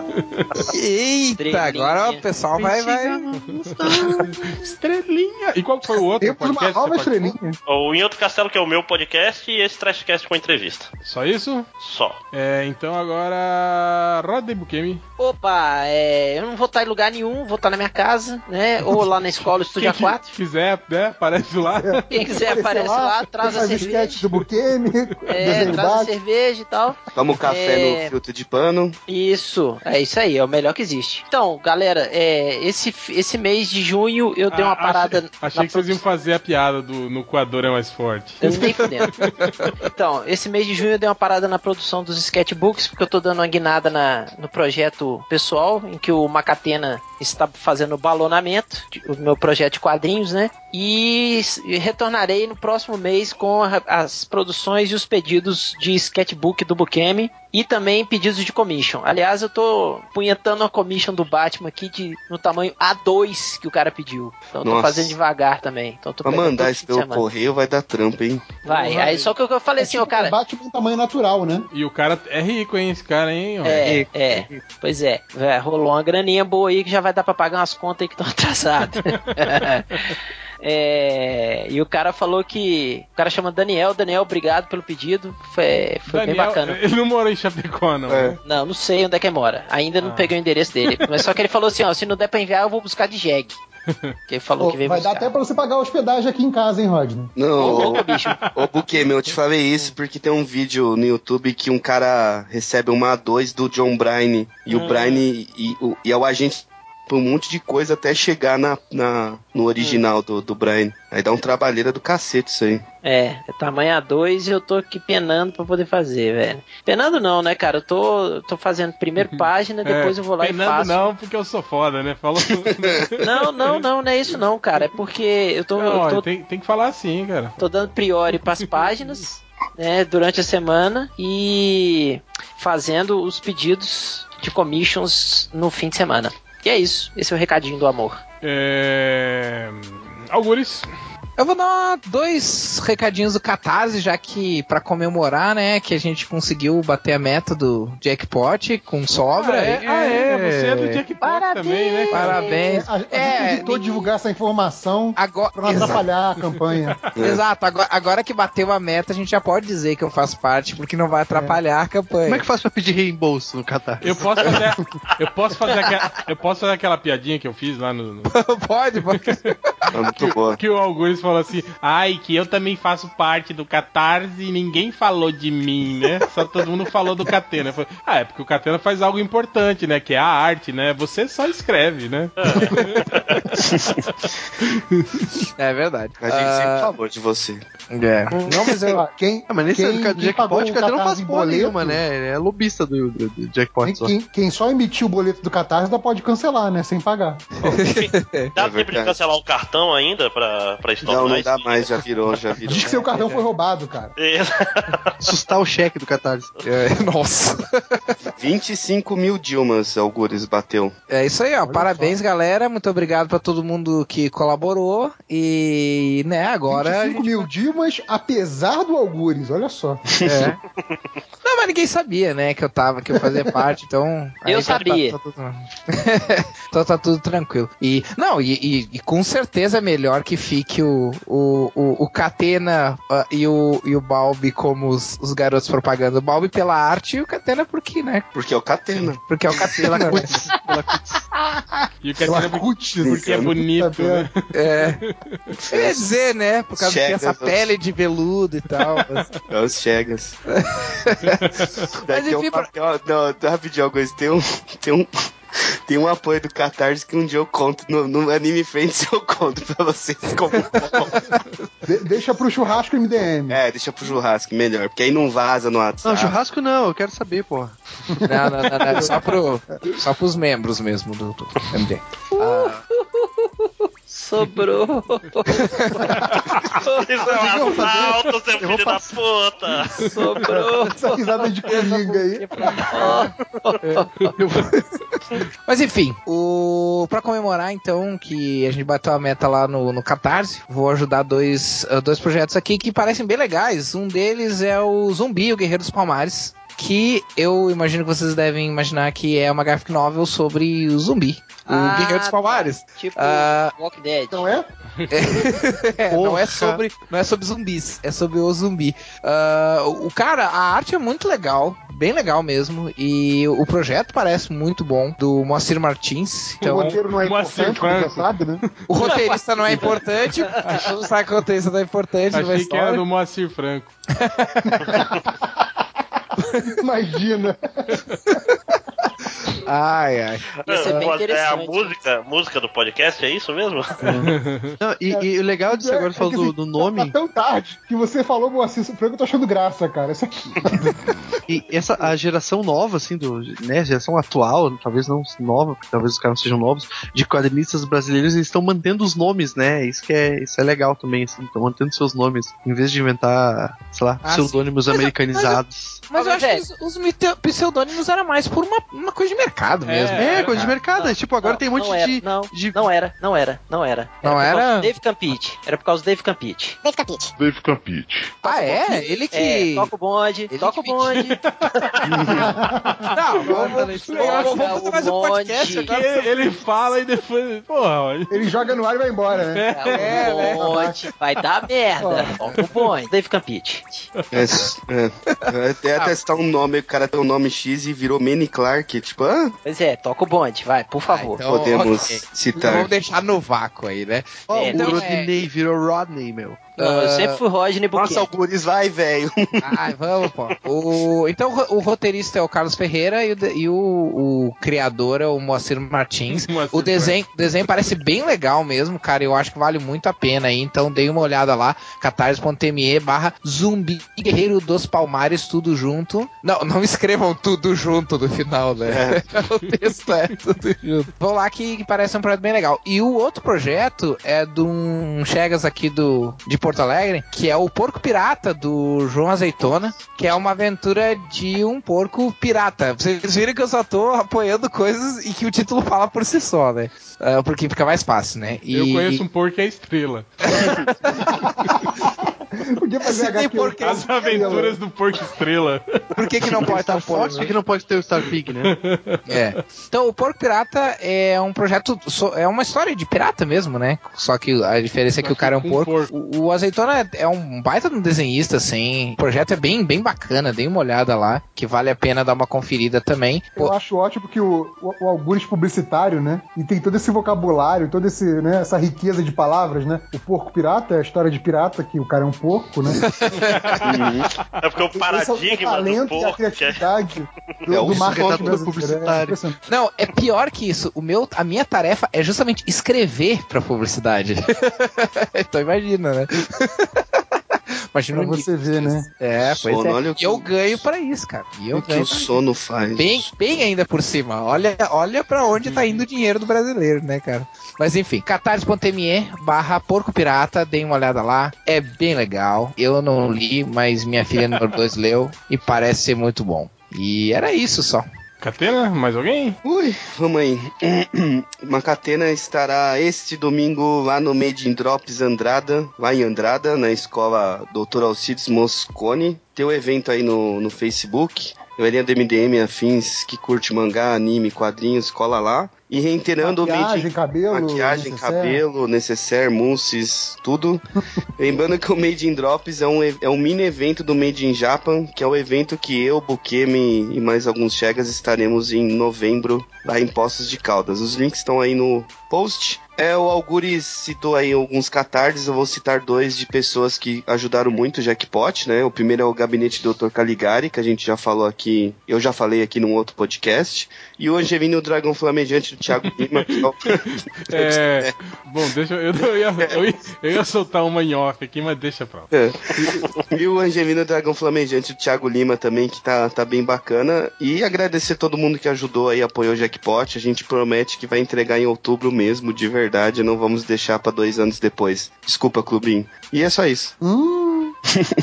Speaker 3: Eita, agora o pessoal vai. vai...
Speaker 2: [LAUGHS] Estrelinha. E qual que foi o outro podcast? que você participou?
Speaker 5: Ou em outro castelo, que é o meu podcast, e esse Trashcast com entrevista.
Speaker 2: Só isso?
Speaker 5: Só.
Speaker 2: É, então agora. Roda de Bukemi.
Speaker 1: Opa, é, eu não vou estar em lugar nenhum, vou estar na minha casa, né? Ou lá na escola,
Speaker 2: Quem
Speaker 1: Estúdio
Speaker 2: que
Speaker 1: 4.
Speaker 2: quiser, né? Aparece lá.
Speaker 1: Quem quiser aparece lá, traz a
Speaker 13: faz
Speaker 1: cerveja.
Speaker 13: esquete Um do Bukemi,
Speaker 1: É,
Speaker 13: desenho
Speaker 1: traz a
Speaker 13: básico.
Speaker 1: cerveja e tal.
Speaker 7: [LAUGHS] Toma um café
Speaker 1: É.
Speaker 7: no filtro de pano.
Speaker 1: Isso, é isso aí, é o melhor que existe. Então, galera, é, esse, esse mês de junho eu dei
Speaker 2: Ah,
Speaker 1: uma parada.
Speaker 2: Achei, achei
Speaker 1: na
Speaker 2: que vocês iam fazer a piada do no coador é mais forte.
Speaker 1: Eu nem fudendo. [LAUGHS] Então, esse mês de junho eu dei uma parada na produção dos sketchbooks, porque eu tô dando uma guinada na, no projeto pessoal, em que o Macatena está fazendo o balonamento, de- o meu projeto de quadrinhos, né? E, s- e retornarei no próximo mês com a- as produções e os pedidos de sketchbook do Bukemi. E também pedidos de commission. Aliás, eu tô punhetando a commission do Batman aqui de, no tamanho A2 que o cara pediu. Então eu tô
Speaker 7: Nossa.
Speaker 1: fazendo devagar também. Então eu tô
Speaker 7: Pra
Speaker 1: pegando todo
Speaker 7: mandar isso
Speaker 1: fim de
Speaker 7: pelo
Speaker 1: semana.
Speaker 7: correio vai dar trampa, hein?
Speaker 1: Vai, aí só que eu falei assim, ó, cara.
Speaker 13: Bate um tamanho natural, né?
Speaker 2: E o cara é rico, hein? Esse cara, hein? ó.
Speaker 1: É, é, pois é, Vai, rolou uma graninha boa aí que já vai dar pra pagar umas contas aí [LAUGHS] que estão atrasadas. É, e o cara falou que. O cara chama Daniel, Daniel, obrigado pelo pedido. Foi, foi
Speaker 2: Daniel,
Speaker 1: bem bacana.
Speaker 2: Ele não mora em Chapecó, não. né?
Speaker 1: Não, não sei onde é que ele mora. Ainda
Speaker 2: Ah.
Speaker 1: não peguei o endereço dele. Mas só que ele falou assim: ó, se não der pra enviar, eu vou buscar de
Speaker 2: [LAUGHS]
Speaker 1: jegue. Que ele falou que
Speaker 13: Vai
Speaker 1: veio buscar.
Speaker 13: dar até pra você pagar a hospedagem aqui em casa, hein, Rodney?
Speaker 7: Não, ô Bukemi, eu te falei isso porque tem um vídeo no YouTube que um cara recebe uma A2 do John Bryan e
Speaker 1: Hum.
Speaker 7: o Bryan e, o- e é o agente por um monte de coisa até chegar na, na- no original do, do Brian. Aí dá um trabalheira do cacete isso aí.
Speaker 1: É, é tamanho A2 e eu tô aqui penando pra poder fazer, velho. Penando não, né, cara? Eu tô, tô fazendo primeiro página, depois
Speaker 2: É,
Speaker 1: eu vou lá
Speaker 2: Fernando
Speaker 1: e faço.
Speaker 2: não, porque eu sou foda, né? Falou.
Speaker 1: Não, não, não, não é isso não, cara. É porque eu tô,
Speaker 2: Não,
Speaker 1: eu tô,
Speaker 2: tem, tem que falar assim, cara.
Speaker 1: tô dando priori pras páginas, né, durante a semana e fazendo os pedidos de commissions no fim de semana. E é isso. Esse é o recadinho do amor.
Speaker 2: É... Algures.
Speaker 3: Eu vou dar dois recadinhos do Catarse, já que pra comemorar, né, que a gente conseguiu bater a meta do jackpot com sobra.
Speaker 2: Ah, é? Ah, é, você é do jackpot
Speaker 3: Parabéns.
Speaker 2: também, né? cara?
Speaker 3: Parabéns.
Speaker 13: A, a gente evitou divulgar essa informação
Speaker 3: Agora,
Speaker 13: pra não atrapalhar a campanha.
Speaker 3: [LAUGHS] Exato, agora, agora que bateu a meta, a gente já pode dizer que eu faço parte, porque não vai atrapalhar a campanha.
Speaker 8: Como é que faz pra pedir reembolso no Catar?
Speaker 2: Eu
Speaker 7: [LAUGHS]
Speaker 2: posso fazer, eu posso fazer, aquela, eu posso fazer aquela piadinha que eu fiz lá no, no-
Speaker 3: [LAUGHS] pode, pode.
Speaker 7: É muito boa.
Speaker 2: que o Algures falou assim, ai que eu também faço parte do Catarse e ninguém falou de mim, né? Só todo mundo falou do Catena. Eu falei, ah, é porque o Catena faz algo importante, né? Que é a arte, né? Você só escreve, né?
Speaker 3: É verdade.
Speaker 7: A gente sempre
Speaker 3: Ah,
Speaker 7: falou de você.
Speaker 3: é. Não, mas eu.
Speaker 13: Ah, [LAUGHS] Quem,
Speaker 8: Ah, mas nesse
Speaker 13: quem-
Speaker 8: ca-
Speaker 13: quem pagou
Speaker 8: jackpot,
Speaker 13: o
Speaker 8: o cara não
Speaker 13: Catarse
Speaker 8: faz
Speaker 13: em
Speaker 8: porra
Speaker 13: boleto?
Speaker 8: nenhuma, né? Ele é lobista do, do- do jackpot só.
Speaker 13: quem, quem só emitiu o boleto do Catarse ainda pode cancelar, né? Sem pagar.
Speaker 5: Dá
Speaker 7: [LAUGHS] É
Speaker 5: tempo de
Speaker 7: verdade.
Speaker 5: cancelar o cartão ainda pra, pra
Speaker 7: Não, não
Speaker 5: estornar
Speaker 7: dá mais, já virou, já virou.
Speaker 13: Diz que seu cartão Então foi roubado, cara.
Speaker 5: isso?
Speaker 8: Assustar o cheque do Catarse.
Speaker 3: é, nossa.
Speaker 7: 25 mil Dilmas, Algures, bateu.
Speaker 3: É isso aí, ó. Parabéns, galera. Muito obrigado pra todo mundo que colaborou. E, né, agora.
Speaker 13: 25 mil Dimas, apesar do Algures, olha só. [LAUGHS]
Speaker 3: É. Não, mas ninguém sabia, né, que eu tava, que eu [LAUGHS] fazia parte, então.
Speaker 1: [LAUGHS] Eu
Speaker 3: aí tá-
Speaker 1: sabia.
Speaker 3: tá- tá tudo- então tá tudo tranquilo. E, não, e, e- e com certeza é melhor que fique o, o, o, o Catena ah, e, o, e o Balbi como os, os garotos propaganda. O Balbi pela arte e o Catena porque, né?
Speaker 7: Porque é o Catena.
Speaker 3: Porque é o Catena. né?
Speaker 2: E o cara
Speaker 13: Pelacutis,
Speaker 2: porque é
Speaker 13: cara,
Speaker 2: bonito,
Speaker 13: puta
Speaker 2: né?
Speaker 13: merda.
Speaker 3: É. Quer dizer, né? Por causa que
Speaker 7: Chegas,
Speaker 3: tem essa
Speaker 7: eu-
Speaker 3: pele de veludo e tal.
Speaker 7: É os Chegas.
Speaker 3: Mas
Speaker 7: [LAUGHS] Daqui é um
Speaker 3: enfim, pra-
Speaker 7: papel- Não, tá rapidinho, Augusto. Tem um. Tem um... Tem um apoio do Catarse que um dia eu conto, no, no Anime Friends eu conto pra vocês como.
Speaker 13: De- deixa pro churrasco MDM.
Speaker 7: É, deixa pro churrasco, melhor, porque aí não vaza no
Speaker 8: Não,
Speaker 7: WhatsApp.
Speaker 8: churrasco não, eu quero saber, porra.
Speaker 3: Não, não, não,
Speaker 8: [LAUGHS]
Speaker 3: não, só, pro, só pros membros mesmo do, do MD.
Speaker 1: Uh.
Speaker 3: Ah,
Speaker 1: Sobrou.
Speaker 5: [LAUGHS] Isso é um assalto, seu filho da
Speaker 2: [LAUGHS]
Speaker 5: puta!
Speaker 1: Sobrou. Ah,
Speaker 13: Essa risada de coringa aí.
Speaker 2: É.
Speaker 1: é?
Speaker 3: Mas enfim, o para comemorar então que a gente bateu a meta lá no, no Catarse, vou ajudar dois, ah, dois projetos aqui que parecem bem legais. Um deles é o Zumbi, o Guerreiro dos Palmares, que eu imagino que vocês devem imaginar que é uma graphic novel sobre o zumbi. O
Speaker 1: Ah,
Speaker 3: Guerreiro dos Palmares.
Speaker 1: [LAUGHS] Tipo,
Speaker 3: Ah.
Speaker 1: Walk Dead.
Speaker 13: Não é?
Speaker 3: [LAUGHS] É, não é
Speaker 8: Porra.
Speaker 3: sobre não é sobre zumbis, é sobre o zumbi. Ah, o cara, a arte é muito legal, bem legal mesmo, e o projeto parece muito bom do Moacir Martins. Então,
Speaker 13: o roteiro não é
Speaker 2: Moacir
Speaker 13: importante, porque
Speaker 2: Franco.
Speaker 13: sabe, né?
Speaker 3: o roteirista [LAUGHS] não
Speaker 2: [LAUGHS]
Speaker 3: é importante, o saco que o roteirista não é importante,
Speaker 2: Achei
Speaker 3: mas
Speaker 2: que era
Speaker 8: [LAUGHS]
Speaker 2: do Moacir Franco.
Speaker 13: Imagina.
Speaker 3: Ai, ai.
Speaker 1: Ia ser bem
Speaker 5: Pô, é a
Speaker 1: interessante. né?
Speaker 5: música, música do podcast, é isso
Speaker 2: [LAUGHS]
Speaker 5: mesmo?
Speaker 8: Não, e, e o legal disso agora,
Speaker 13: É,
Speaker 8: tu falou
Speaker 13: é que,
Speaker 8: do,
Speaker 13: assim,
Speaker 8: do
Speaker 13: Tá
Speaker 8: nome,
Speaker 13: tão tarde que você falou Moacir Franco, eu tô achando graça, cara. Isso aqui.
Speaker 8: e essa a geração nova, assim, do, né, geração atual, talvez não nova, porque talvez os caras não sejam novos, de quadrinistas brasileiros, eles estão mantendo os nomes, né, isso que é, isso é legal também, assim, estão mantendo seus nomes, em vez de inventar, sei lá,
Speaker 3: Ah, sim.
Speaker 8: pseudônimos
Speaker 2: é-
Speaker 3: Mas eu-
Speaker 8: americanizados.
Speaker 3: Mas eu
Speaker 1: Ah,
Speaker 3: acho
Speaker 1: velho.
Speaker 3: que os, os mite- pseudônimos era mais por uma, uma coisa de mercado mesmo.
Speaker 8: É,
Speaker 2: era,
Speaker 8: coisa de
Speaker 2: cara.
Speaker 8: mercado, é tipo, agora
Speaker 1: Não,
Speaker 8: tem um monte
Speaker 1: não era,
Speaker 8: de...
Speaker 1: Não,
Speaker 8: de-
Speaker 1: não era, não era, não era.
Speaker 3: Não
Speaker 1: por
Speaker 3: era?
Speaker 1: causa do Dave Campit. Era por causa do Dave Campit.
Speaker 14: Dave Capite.
Speaker 16: Dave Campite.
Speaker 3: Ah, é? Ele que.
Speaker 1: É, toca o bonde,
Speaker 3: Ele
Speaker 1: toca o
Speaker 3: que
Speaker 1: bonde.
Speaker 3: Não,
Speaker 1: Toca
Speaker 3: vamos fazer um
Speaker 1: o
Speaker 3: podcast
Speaker 1: bonde. É,
Speaker 2: Que ele fala e depois. Porra, olha.
Speaker 13: Ele joga no ar e vai embora, né?
Speaker 1: É,
Speaker 13: né?
Speaker 1: o bonde, vai dar merda. Toca o bonde, Dave Campit.
Speaker 7: É, é, é,
Speaker 3: Ah.
Speaker 7: até testar um nome, o cara tem um nome X e virou Manny Clark. Tipo, ah,
Speaker 1: Pois é, toca o bonde, vai, por favor.
Speaker 3: então,
Speaker 7: podemos
Speaker 3: ok.
Speaker 7: citar.
Speaker 3: Vamos deixar no vácuo aí, né?
Speaker 8: Ó,
Speaker 1: É,
Speaker 3: então
Speaker 8: o
Speaker 3: é-
Speaker 8: Rodney virou Rodney, meu.
Speaker 1: Não, eu
Speaker 3: ah,
Speaker 1: sempre fui Rodney Buquet.
Speaker 7: Nossa, Algures, vai, velho.
Speaker 3: Ai, vamos, pô. O, então o ro- o roteirista é o Carlos Ferreira e o, de- e o- o criador é o Moacir Martins.
Speaker 2: Moacir
Speaker 3: O desenho, o desenho parece bem legal mesmo, cara. Eu acho que vale muito a pena aí. Então dei uma olhada lá, catarse.me barra zumbi guerreiro dos palmares, tudo junto. Não, [LAUGHS] não escrevam tudo junto no final, né? o texto é tudo junto. Vão lá que, que parece um projeto bem legal. E o outro projeto é de um Chegas aqui do, de Porto Alegre, que é o Porco Pirata, do João Azeitona, que é uma aventura de um porco pirata. Vocês viram que eu só tô apoiando coisas e que o título fala por si só, né? Ah, porque fica mais fácil, né? E-
Speaker 2: Eu conheço um porco que é estrela.
Speaker 13: [LAUGHS] Podia fazer um
Speaker 3: Se tem
Speaker 13: HQ.
Speaker 3: porquê-
Speaker 2: As é- aventuras do porco estrela.
Speaker 3: Por que, que não pode estar
Speaker 8: Star Fox, por que não pode ter o Star Pig, né?
Speaker 3: É. Então, o Porco Pirata é um projeto, so- é uma história de pirata mesmo, né? Só que a diferença é que
Speaker 2: Só
Speaker 3: o cara é um
Speaker 2: que com
Speaker 3: porco.
Speaker 2: porco.
Speaker 3: O, o Azeitona é- é um baita de um desenhista, assim. O projeto é bem, bem bacana, dê uma olhada lá, que vale a pena dar uma conferida também.
Speaker 13: Eu
Speaker 3: Pô,
Speaker 13: acho ótimo que o, o, o Algures publicitário, né? E tem todo esse vocabulário, toda esse, né, essa riqueza de palavras, né? O porco pirata é a história de pirata, que o cara é um porco,
Speaker 7: [LAUGHS]
Speaker 13: né?
Speaker 5: É porque o
Speaker 13: Esse é o
Speaker 5: paradigma do
Speaker 13: talento e a
Speaker 5: porco é
Speaker 13: criatividade do,
Speaker 7: É,
Speaker 13: do
Speaker 7: o
Speaker 13: marketing
Speaker 8: redator
Speaker 13: brasileiro. É
Speaker 8: publicitário.
Speaker 13: impressionante.
Speaker 3: não, é pior que isso. O meu, a minha tarefa é justamente escrever pra publicidade. [LAUGHS] então
Speaker 13: [LAUGHS]
Speaker 3: imagina, né? imagina
Speaker 13: Pra
Speaker 3: o
Speaker 13: você
Speaker 3: nível
Speaker 13: ver,
Speaker 3: disso.
Speaker 13: né?
Speaker 3: É, pois
Speaker 7: Sono,
Speaker 3: é.
Speaker 7: olha o
Speaker 3: E
Speaker 7: que-
Speaker 3: eu ganho pra isso, cara. E eu
Speaker 7: O que
Speaker 3: ganho.
Speaker 7: o
Speaker 3: pra
Speaker 7: sono faz.
Speaker 3: Bem, bem ainda por cima. Olha, olha para onde tá indo o dinheiro do brasileiro, né, cara? Mas enfim, catarse.me barra porco pirata, deem uma olhada lá. É bem legal. Eu não li, mas minha filha número 2 leu e parece ser muito bom. E era isso só.
Speaker 2: Catena? Mais alguém?
Speaker 7: Ui, vamos aí. [CLEARS THROAT] Uma catena estará este domingo lá no Made in Drops Andrada, lá em Andrada, na escola Dr. Alcides Moscone. Tem o evento aí no, no Facebook. Galerinha do MDM Afins que curte mangá, anime, quadrinhos, cola lá. E reiterando
Speaker 13: Maquiagem,
Speaker 7: o made-
Speaker 13: cabelo, é
Speaker 7: maquiagem,
Speaker 13: necessaire.
Speaker 7: cabelo, necessaire, mousses, tudo. Lembrando que o Made in Drops é um, e- é um mini evento do Made in Japan, que é o evento que eu, Bukemi e mais alguns chegas estaremos em novembro lá em Poços de Caldas. Os links estão aí no post. É, o Algures citou aí alguns catardes, eu vou citar dois de pessoas que ajudaram muito o Jackpot, né? O primeiro é o gabinete do Dr. Caligari, que a gente já falou aqui, eu já falei aqui num outro podcast, e o Angelino Dragão Flamejante do Thiago Lima, que é o-
Speaker 2: É, bom, deixa eu, eu, ia, eu, ia, eu ia soltar uma em off aqui, mas deixa pra lá.
Speaker 7: É. E o Angelino Dragão Flamejante, o Thiago Lima também, que tá, tá bem bacana. E agradecer todo mundo que ajudou aí, apoiou o Jackpot. A gente promete que vai entregar em outubro mesmo, de verdade. Não vamos deixar pra dois anos depois. Desculpa, clubinho. E é só isso.
Speaker 13: Hum,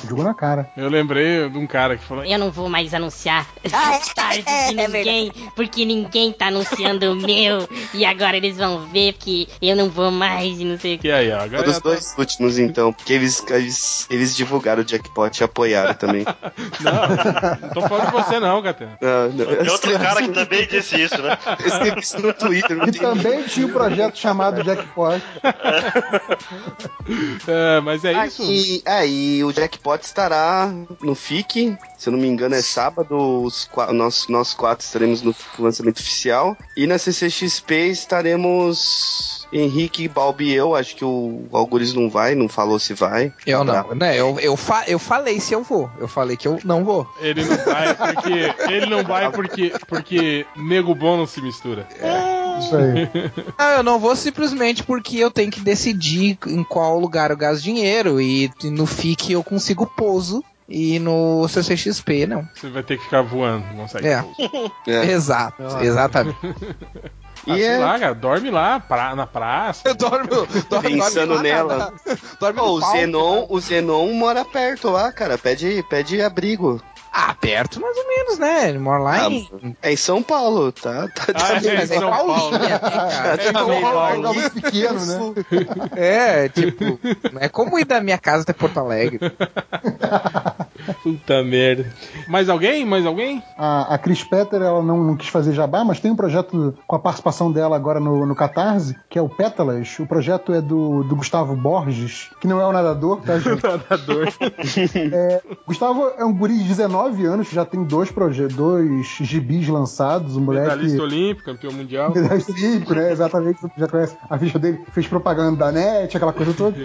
Speaker 13: jogou na cara.
Speaker 2: Eu lembrei de um cara que falou.
Speaker 16: Eu não vou mais anunciar [LAUGHS]
Speaker 14: Ah, é? [LAUGHS]
Speaker 16: as tardes de ninguém, porque ninguém tá anunciando o meu. E agora eles vão ver que eu não vou mais e não sei o
Speaker 2: que. aí, ó, agora tá
Speaker 7: Todos os dois últimos, então, porque eles, eles, eles divulgaram o Jackpot e apoiaram também.
Speaker 2: Não tô falando de você não, Catena.
Speaker 7: Não, não.
Speaker 5: Tem outro cara que também disse isso,
Speaker 7: [LAUGHS]
Speaker 5: né?
Speaker 7: Escrevi isso no Twitter.
Speaker 13: E também tinha um projeto chamado Jackpot.
Speaker 2: É, mas é
Speaker 7: isso. E, é, e o Jackpot estará no FIC, se eu não me engano, é sábado. Os, qua- nós, nós quatro estaremos no lançamento oficial. E na CCXP estaremos Henrique, Balbi e eu. Acho que o Algures não vai, não falou se vai.
Speaker 3: Eu
Speaker 7: Tá.
Speaker 3: não, né? Eu, eu, fa eu falei se eu vou. Eu falei que eu não vou.
Speaker 2: Ele não vai porque. Ele não vai porque. Porque nego bom não se mistura.
Speaker 13: Isso aí.
Speaker 2: [LAUGHS]
Speaker 3: Ah, eu não vou simplesmente porque eu tenho que decidir em qual lugar eu gasto dinheiro. E no FIC eu consigo pouso. E no CCXP, não.
Speaker 2: Você vai ter que ficar voando, não consegue.
Speaker 3: É.
Speaker 8: [LAUGHS]
Speaker 2: É.
Speaker 3: Exato,
Speaker 2: Ah.
Speaker 3: exatamente.
Speaker 2: Ah, sei
Speaker 8: é-
Speaker 2: lá, cara, dorme lá pra- na praça. Eu [LAUGHS]
Speaker 3: dormo,
Speaker 7: Pensando nela.
Speaker 3: Dorme
Speaker 7: Pô,
Speaker 3: no
Speaker 7: o,
Speaker 3: palco,
Speaker 7: Zenon, o Zenon mora perto lá, cara. Pede, pede abrigo.
Speaker 3: Ah, perto mais ou menos, né? Ele mora lá
Speaker 7: em... É em São Paulo, tá? [LAUGHS] tá
Speaker 3: Ah, é, mas é Paulinha, né, cara?
Speaker 7: É, tá bem, Paulinha.
Speaker 13: pequeno, né?
Speaker 3: [LAUGHS] É, tipo, não é como ir da minha casa até Porto Alegre.
Speaker 2: Puta merda. Mais alguém? Mais alguém?
Speaker 13: A, a Cris Petter, ela não, não quis fazer jabá, mas tem um projeto com a participação dela agora no, no Catarse, que é o Pétalas. O projeto é do, do Gustavo Borges, que não é o nadador, tá, gente?
Speaker 2: nadador.
Speaker 13: Gustavo [LAUGHS] é um guri de 19 anos, que já tem dois, proje- dois gibis lançados, um moleque...
Speaker 2: Medalhista olímpico, campeão
Speaker 13: [LAUGHS]
Speaker 2: mundial.
Speaker 13: Pedestre olímpico, né? Exatamente, você já conhece a ficha dele, fez propaganda da net, aquela coisa toda.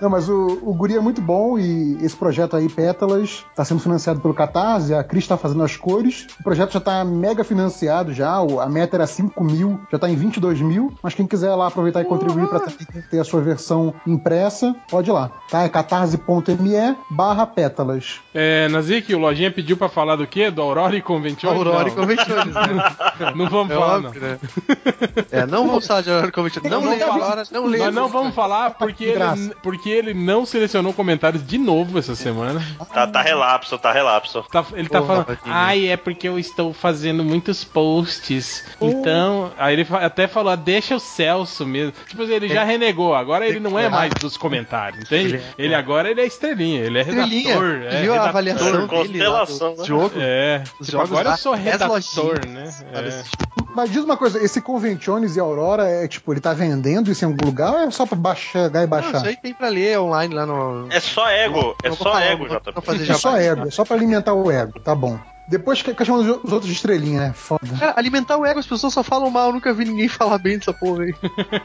Speaker 13: Não, mas o, o Guri é muito bom e esse projeto aí, Pétalas, está sendo financiado pelo Catarse, a Cris está fazendo as cores. O projeto já está mega financiado já, o- a meta era 5 mil, já está em 22 mil, mas quem quiser lá aproveitar e contribuir para ter a sua versão impressa, pode ir lá, tá? É catarse.me barra pétalas.
Speaker 2: É, Nazik, o Lojinha pediu pra falar do quê? Do Aurora e Convention?
Speaker 8: Aurora
Speaker 2: Não.
Speaker 8: e Convenções, né?
Speaker 2: [LAUGHS] Não vamos
Speaker 8: É
Speaker 2: falar,
Speaker 8: óbvio, né? É, não vamos falar de Aurora e Convenções. Não leia Aurora, não leia.
Speaker 2: Nós não vamos falar porque
Speaker 8: Que graça.
Speaker 2: ele, porque ele não selecionou comentários de novo essa semana.
Speaker 5: Tá, tá relapso, tá relapso.
Speaker 2: Tá- ele tá
Speaker 5: Porra,
Speaker 2: falando,
Speaker 5: Patinho.
Speaker 2: ai, é porque eu estou fazendo muitos posts. Então, aí ele fa- até falou, deixa o Celso mesmo. Tipo, ele já renegou, agora ele não é mais dos comentários, entende? Ele, agora ele é estrelinha, ele é redator.
Speaker 8: Estrelinha.
Speaker 2: É,
Speaker 8: Viu a
Speaker 2: redator.
Speaker 8: avaliação dele lá do Constelação, né? jogo?
Speaker 2: É,
Speaker 8: Os
Speaker 2: tipo,
Speaker 8: jogos
Speaker 2: agora
Speaker 8: lá,
Speaker 2: eu sou
Speaker 8: dez
Speaker 2: redator,
Speaker 8: lojinhas,
Speaker 2: né?
Speaker 8: sabe,
Speaker 2: É.
Speaker 13: Mas diz uma coisa, esse Conventiones e Aurora, é tipo, ele tá vendendo isso em algum lugar ou é só pra baixar e
Speaker 8: Não,
Speaker 13: baixar?
Speaker 8: isso aí tem pra ler online lá no.
Speaker 5: É só ego, é
Speaker 8: Não vou
Speaker 5: só
Speaker 8: falar,
Speaker 5: ego,
Speaker 8: não vou-
Speaker 5: JP.
Speaker 8: não fazer
Speaker 13: É só ego, é só pra alimentar o ego, tá bom. Depois que chamando os outros de estrelinha, né? Foda.
Speaker 8: Cara, alimentar o ego, as pessoas só falam mal, eu nunca vi ninguém [LAUGHS] falar bem dessa porra aí.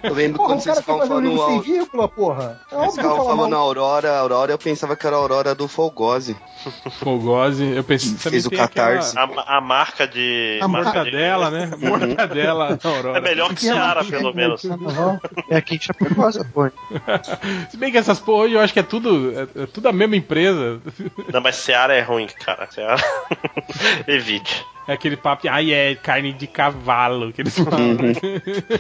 Speaker 7: Eu lembro
Speaker 13: Porra,
Speaker 7: quando
Speaker 13: o cara
Speaker 7: vocês
Speaker 13: quer
Speaker 7: estavam
Speaker 13: fazer um
Speaker 7: falando
Speaker 13: livro sem
Speaker 7: ao-
Speaker 13: vírgula, porra. É
Speaker 7: Eles
Speaker 13: óbvio que eu
Speaker 7: ficavam
Speaker 13: falo
Speaker 7: falando
Speaker 13: mal.
Speaker 7: Aurora, Aurora, eu pensava que era a Aurora do Folgose.
Speaker 2: Folgose, eu pensei também
Speaker 7: Fez o
Speaker 2: tem aquela-
Speaker 7: catarse. Uhum.
Speaker 5: A, a marca de.
Speaker 2: A
Speaker 5: marca
Speaker 2: mortadela, né?
Speaker 5: [LAUGHS]
Speaker 2: Mortadela na Aurora.
Speaker 5: Uhum.
Speaker 2: né?
Speaker 5: É melhor que Seara, pelo menos.
Speaker 8: É quem chapecou essa porra.
Speaker 2: [LAUGHS] Se bem que essas porra hoje eu acho que é tudo, é, é tudo a mesma empresa. [LAUGHS]
Speaker 5: Não, mas Seara é ruim, cara. Seara. [LAUGHS] Evite.
Speaker 2: É aquele papo, de, ai é carne de cavalo que eles
Speaker 5: Uhum.
Speaker 2: falam.
Speaker 7: Uhum.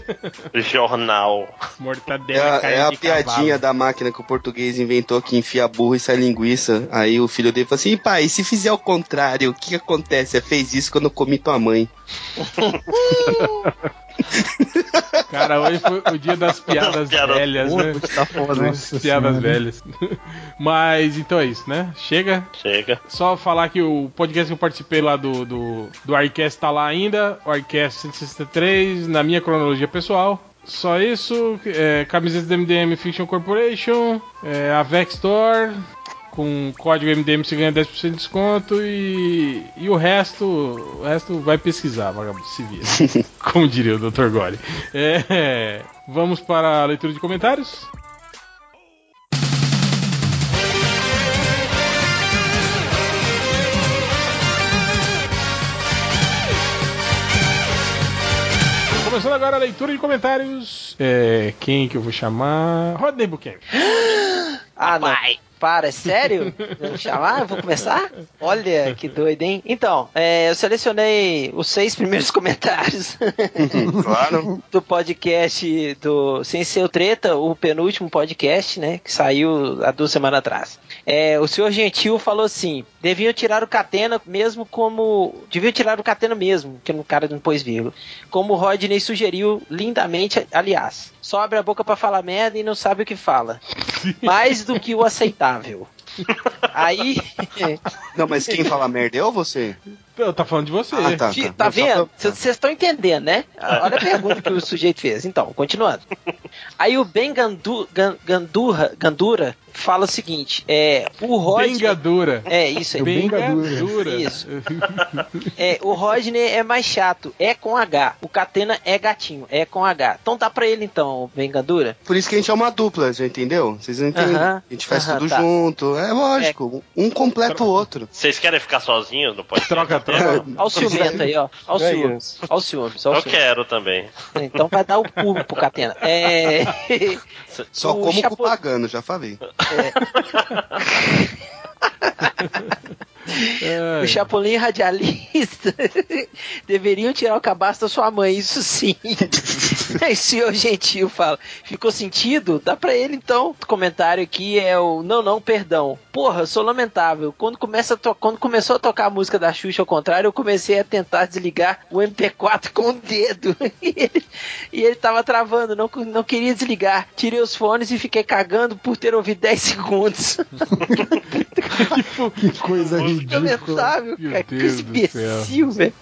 Speaker 2: [LAUGHS]
Speaker 5: Jornal.
Speaker 7: É
Speaker 2: [LAUGHS] Mortadela,
Speaker 7: a,
Speaker 2: carne
Speaker 7: é a
Speaker 2: de
Speaker 7: piadinha
Speaker 2: cavalo.
Speaker 7: da máquina que o português inventou que enfia burro e sai linguiça. Aí o filho dele falou assim: "Ih, pai, se fizer o contrário, o que acontece? É, fez isso quando eu comi tua mãe.
Speaker 2: Cara, hoje foi o dia das piadas
Speaker 5: piadas
Speaker 2: velhas, né?
Speaker 5: muito safado,
Speaker 2: Nossa
Speaker 5: tá
Speaker 2: piadas
Speaker 5: hein? Senhora.
Speaker 2: velhas. [LAUGHS] Mas então é isso, né? Chega.
Speaker 5: Chega.
Speaker 2: Só falar que o podcast que eu participei lá do, do, do Arcast tá lá ainda. O Arcast 163, na minha cronologia pessoal. Só isso. É, camisetas do MDM Fiction Corporation. É, a Vex Store. Com código MDM você ganha 10% de desconto e, e o resto o resto vai pesquisar, vagabundo, se vira. [LAUGHS] Como diria o Dr. Gore. É, vamos para a leitura de comentários? Começando agora a leitura de
Speaker 7: [LAUGHS]
Speaker 2: comentários. É, quem que eu vou chamar? Rodney Buchanan.
Speaker 1: [GASPS] Ah, não. Para, é sério? Vamos chamar? Eu Vou começar? Olha, que doido, hein? Então, é, eu selecionei os seis primeiros [LAUGHS] comentários.
Speaker 5: Claro.
Speaker 1: [LAUGHS] Do podcast do Sem Seu Treta, o penúltimo podcast, né? Que saiu há duas semanas atrás. É, o senhor Gentil falou assim: deviam tirar o Catena mesmo como. Deviam tirar o Catena mesmo, que o cara não pôs vírgula. Como o Rodney sugeriu lindamente, aliás. Só abre a boca pra falar merda e não sabe o
Speaker 2: [LAUGHS]
Speaker 1: que fala. Mais do que o aceitável. [LAUGHS] Aí.
Speaker 7: [LAUGHS] Não, mas quem fala merda, eu ou você?
Speaker 2: Eu tá falando de você.
Speaker 7: Ah, tá,
Speaker 1: Ti-
Speaker 7: tá.
Speaker 1: tá vendo? Vocês estão entendendo, né?
Speaker 7: Ah.
Speaker 1: Olha a pergunta que o sujeito fez. Então, continuando. Aí o Ben Gandu, Gan- Gandurra, Gandura fala o seguinte: é, o Rodney.
Speaker 2: Bengadura.
Speaker 1: É, isso aí.
Speaker 2: Bengadura.
Speaker 1: Isso. É, o Rodney é mais chato. É com H. O Catena é gatinho. É com H. Então dá pra ele então, Bengadura.
Speaker 7: Por isso que a gente é uma dupla, já entendeu? Vocês não entendem.
Speaker 1: Aham,
Speaker 7: a gente faz
Speaker 1: aham,
Speaker 7: tudo
Speaker 1: tá.
Speaker 7: junto. É lógico. Um completa o outro.
Speaker 5: Vocês querem ficar sozinhos? Não pode
Speaker 2: Troca,
Speaker 5: troca.
Speaker 1: Olha o ciumento aí, ó. Olha o
Speaker 5: É
Speaker 1: ciúmes. Olha o ciúmes. Olha o
Speaker 5: Eu
Speaker 1: ciúmes.
Speaker 5: quero também.
Speaker 1: Então vai dar o pulo pro Catena. É.
Speaker 7: Só
Speaker 1: [LAUGHS] o
Speaker 7: como
Speaker 1: chapo-
Speaker 7: cu pagando, já falei.
Speaker 1: O Chapolin radialista [LAUGHS] deveriam tirar o cabaço da sua mãe, isso sim. Aí o senhor gentil fala. Ficou sentido? Dá pra ele então. O comentário aqui é o não, não, perdão. Porra, sou lamentável. Quando, começa a to- Quando começou a tocar a música da Xuxa ao contrário, eu comecei a tentar desligar o MP4 com o dedo. [LAUGHS] E ele, e ele tava travando, não, não queria desligar. Tirei os fones e fiquei cagando por ter ouvido 10 [LAUGHS] segundos.
Speaker 13: Que coisa ridícula.
Speaker 1: lamentável, cara. Que imbecil, velho.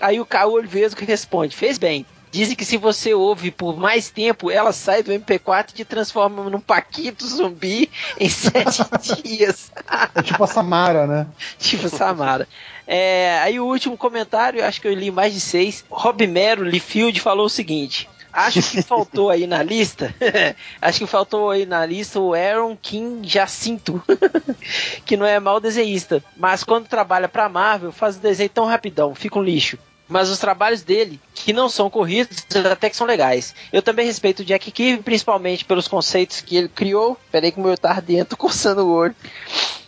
Speaker 1: Aí o Caio Olvesco responde: fez bem. Dizem que se você ouve por mais tempo, ela sai do MP4 e te transforma num paquito zumbi em [LAUGHS] sete dias.
Speaker 13: É tipo a Samara, né?
Speaker 1: [LAUGHS] tipo Samara. É, aí o último comentário, eu acho que eu li mais de seis. Rob Mero Lifield falou o seguinte. Acho que faltou aí na lista. [LAUGHS] acho que faltou aí na lista o Aaron King Jacinto, [LAUGHS] que não é mau desenhista, mas quando trabalha pra Marvel, faz o desenho tão rapidão, fica um lixo. Mas os trabalhos dele, que não são corridos, até que são legais. Eu também respeito o Jack Kirby, principalmente pelos conceitos que ele criou. Peraí que o meu tá ardendo, [LAUGHS] coçando o olho.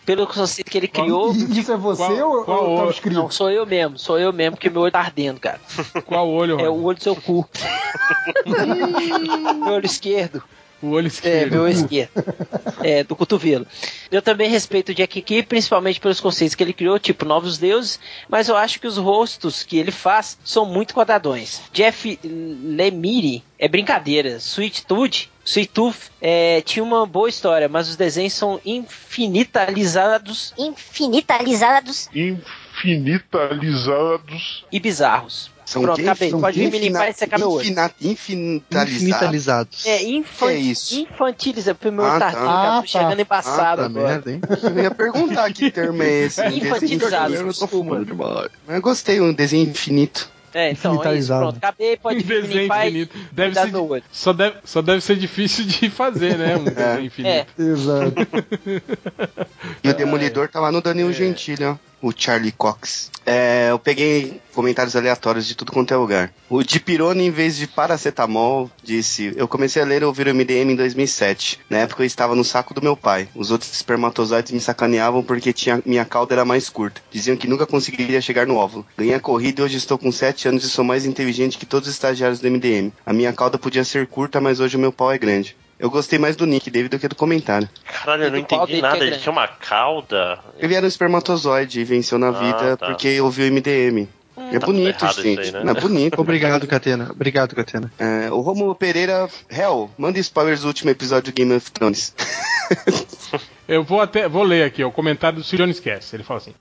Speaker 1: Pelo conceito que ele criou.
Speaker 13: E [LAUGHS] Isso é você ou, ou tá
Speaker 1: olho?
Speaker 13: escrito?
Speaker 1: Não, sou eu mesmo, sou eu mesmo, que meu olho tá ardendo, cara.
Speaker 2: [LAUGHS] Qual olho,
Speaker 1: É o olho do seu cu. meu olho esquerdo.
Speaker 2: O olho
Speaker 1: É,
Speaker 2: esquerdo.
Speaker 1: meu olho esquerdo. É, do cotovelo. Eu também respeito o Jack Key, principalmente pelos conceitos que ele criou, tipo Novos Deuses, mas eu acho que os rostos que ele faz são muito quadradões. Jeff Lemire é brincadeira. Sweet Tooth, Sweet Tooth é, tinha uma boa história, mas os desenhos são infinitalizados
Speaker 16: Infinitalizados.
Speaker 17: Infinitalizados.
Speaker 1: e bizarros.
Speaker 7: São
Speaker 1: Pronto,
Speaker 7: quem?
Speaker 1: acabei.
Speaker 7: São
Speaker 1: Pode
Speaker 7: quem?
Speaker 1: me limpar e secar meu olho.
Speaker 7: Infina- Infinitalizados.
Speaker 8: Infinitalizados.
Speaker 1: É, infan
Speaker 7: Que isso?
Speaker 1: infantiliza pro meu
Speaker 7: Ah,
Speaker 1: ah,
Speaker 7: tá.
Speaker 1: tá.
Speaker 7: Ah,
Speaker 1: tô chegando
Speaker 7: tá.
Speaker 1: embaçado
Speaker 7: Ah, tá,
Speaker 1: agora.
Speaker 7: merda, hein? Eu ia
Speaker 1: [LAUGHS]
Speaker 7: perguntar que termo é esse.
Speaker 1: Infantilizado,
Speaker 7: Eu tô fumando demais. Mas eu gitei um desenho infinito.
Speaker 1: É, então é isso,
Speaker 7: Infinitalizado.
Speaker 1: pronto. Acabei, pode me
Speaker 2: Desenho
Speaker 1: limpar e
Speaker 2: infinito. Deve ser,
Speaker 1: no olho.
Speaker 2: só, deve, só deve ser difícil de fazer, né? Um
Speaker 7: [LAUGHS] É.
Speaker 2: desenho
Speaker 1: É.
Speaker 2: infinito.
Speaker 13: Exato.
Speaker 7: E o Demolidor tá lá no
Speaker 2: É.
Speaker 7: Danilo Gentili, ó. O Charlie Cox. É, eu peguei comentários aleatórios de tudo quanto é lugar. O Dipirona, em vez de paracetamol, disse: Eu comecei a ler e ouvir o MDM em 2007. Na época eu estava no saco do meu pai. Os outros espermatozoides me sacaneavam porque tinha, minha cauda era mais curta. Diziam que nunca conseguiria chegar no óvulo. Ganhei a corrida e hoje estou com 7 anos e sou mais inteligente que todos os estagiários do MDM. A minha cauda podia ser curta, mas hoje o meu pau é grande. Eu gostei mais do nick dele do que do comentário.
Speaker 5: Caralho, eu não
Speaker 7: pau
Speaker 5: entendi
Speaker 7: dele que é
Speaker 5: nada. Ele
Speaker 7: grande.
Speaker 5: tinha uma cauda.
Speaker 7: Ele era um espermatozoide e venceu na
Speaker 5: Ah,
Speaker 7: vida
Speaker 5: tá. Hum.
Speaker 7: porque ouviu MDM. É bonito, gente.
Speaker 5: né?
Speaker 7: É
Speaker 8: [LAUGHS]
Speaker 7: bonito.
Speaker 8: Obrigado, Catena. Obrigado, Catena.
Speaker 7: [LAUGHS] É, o Romulo Pereira, Hell, manda spoilers do último episódio de Game of Thrones.
Speaker 2: Eu vou até vou ler aqui ó, o comentário do Sir John Esquece. Ele fala assim: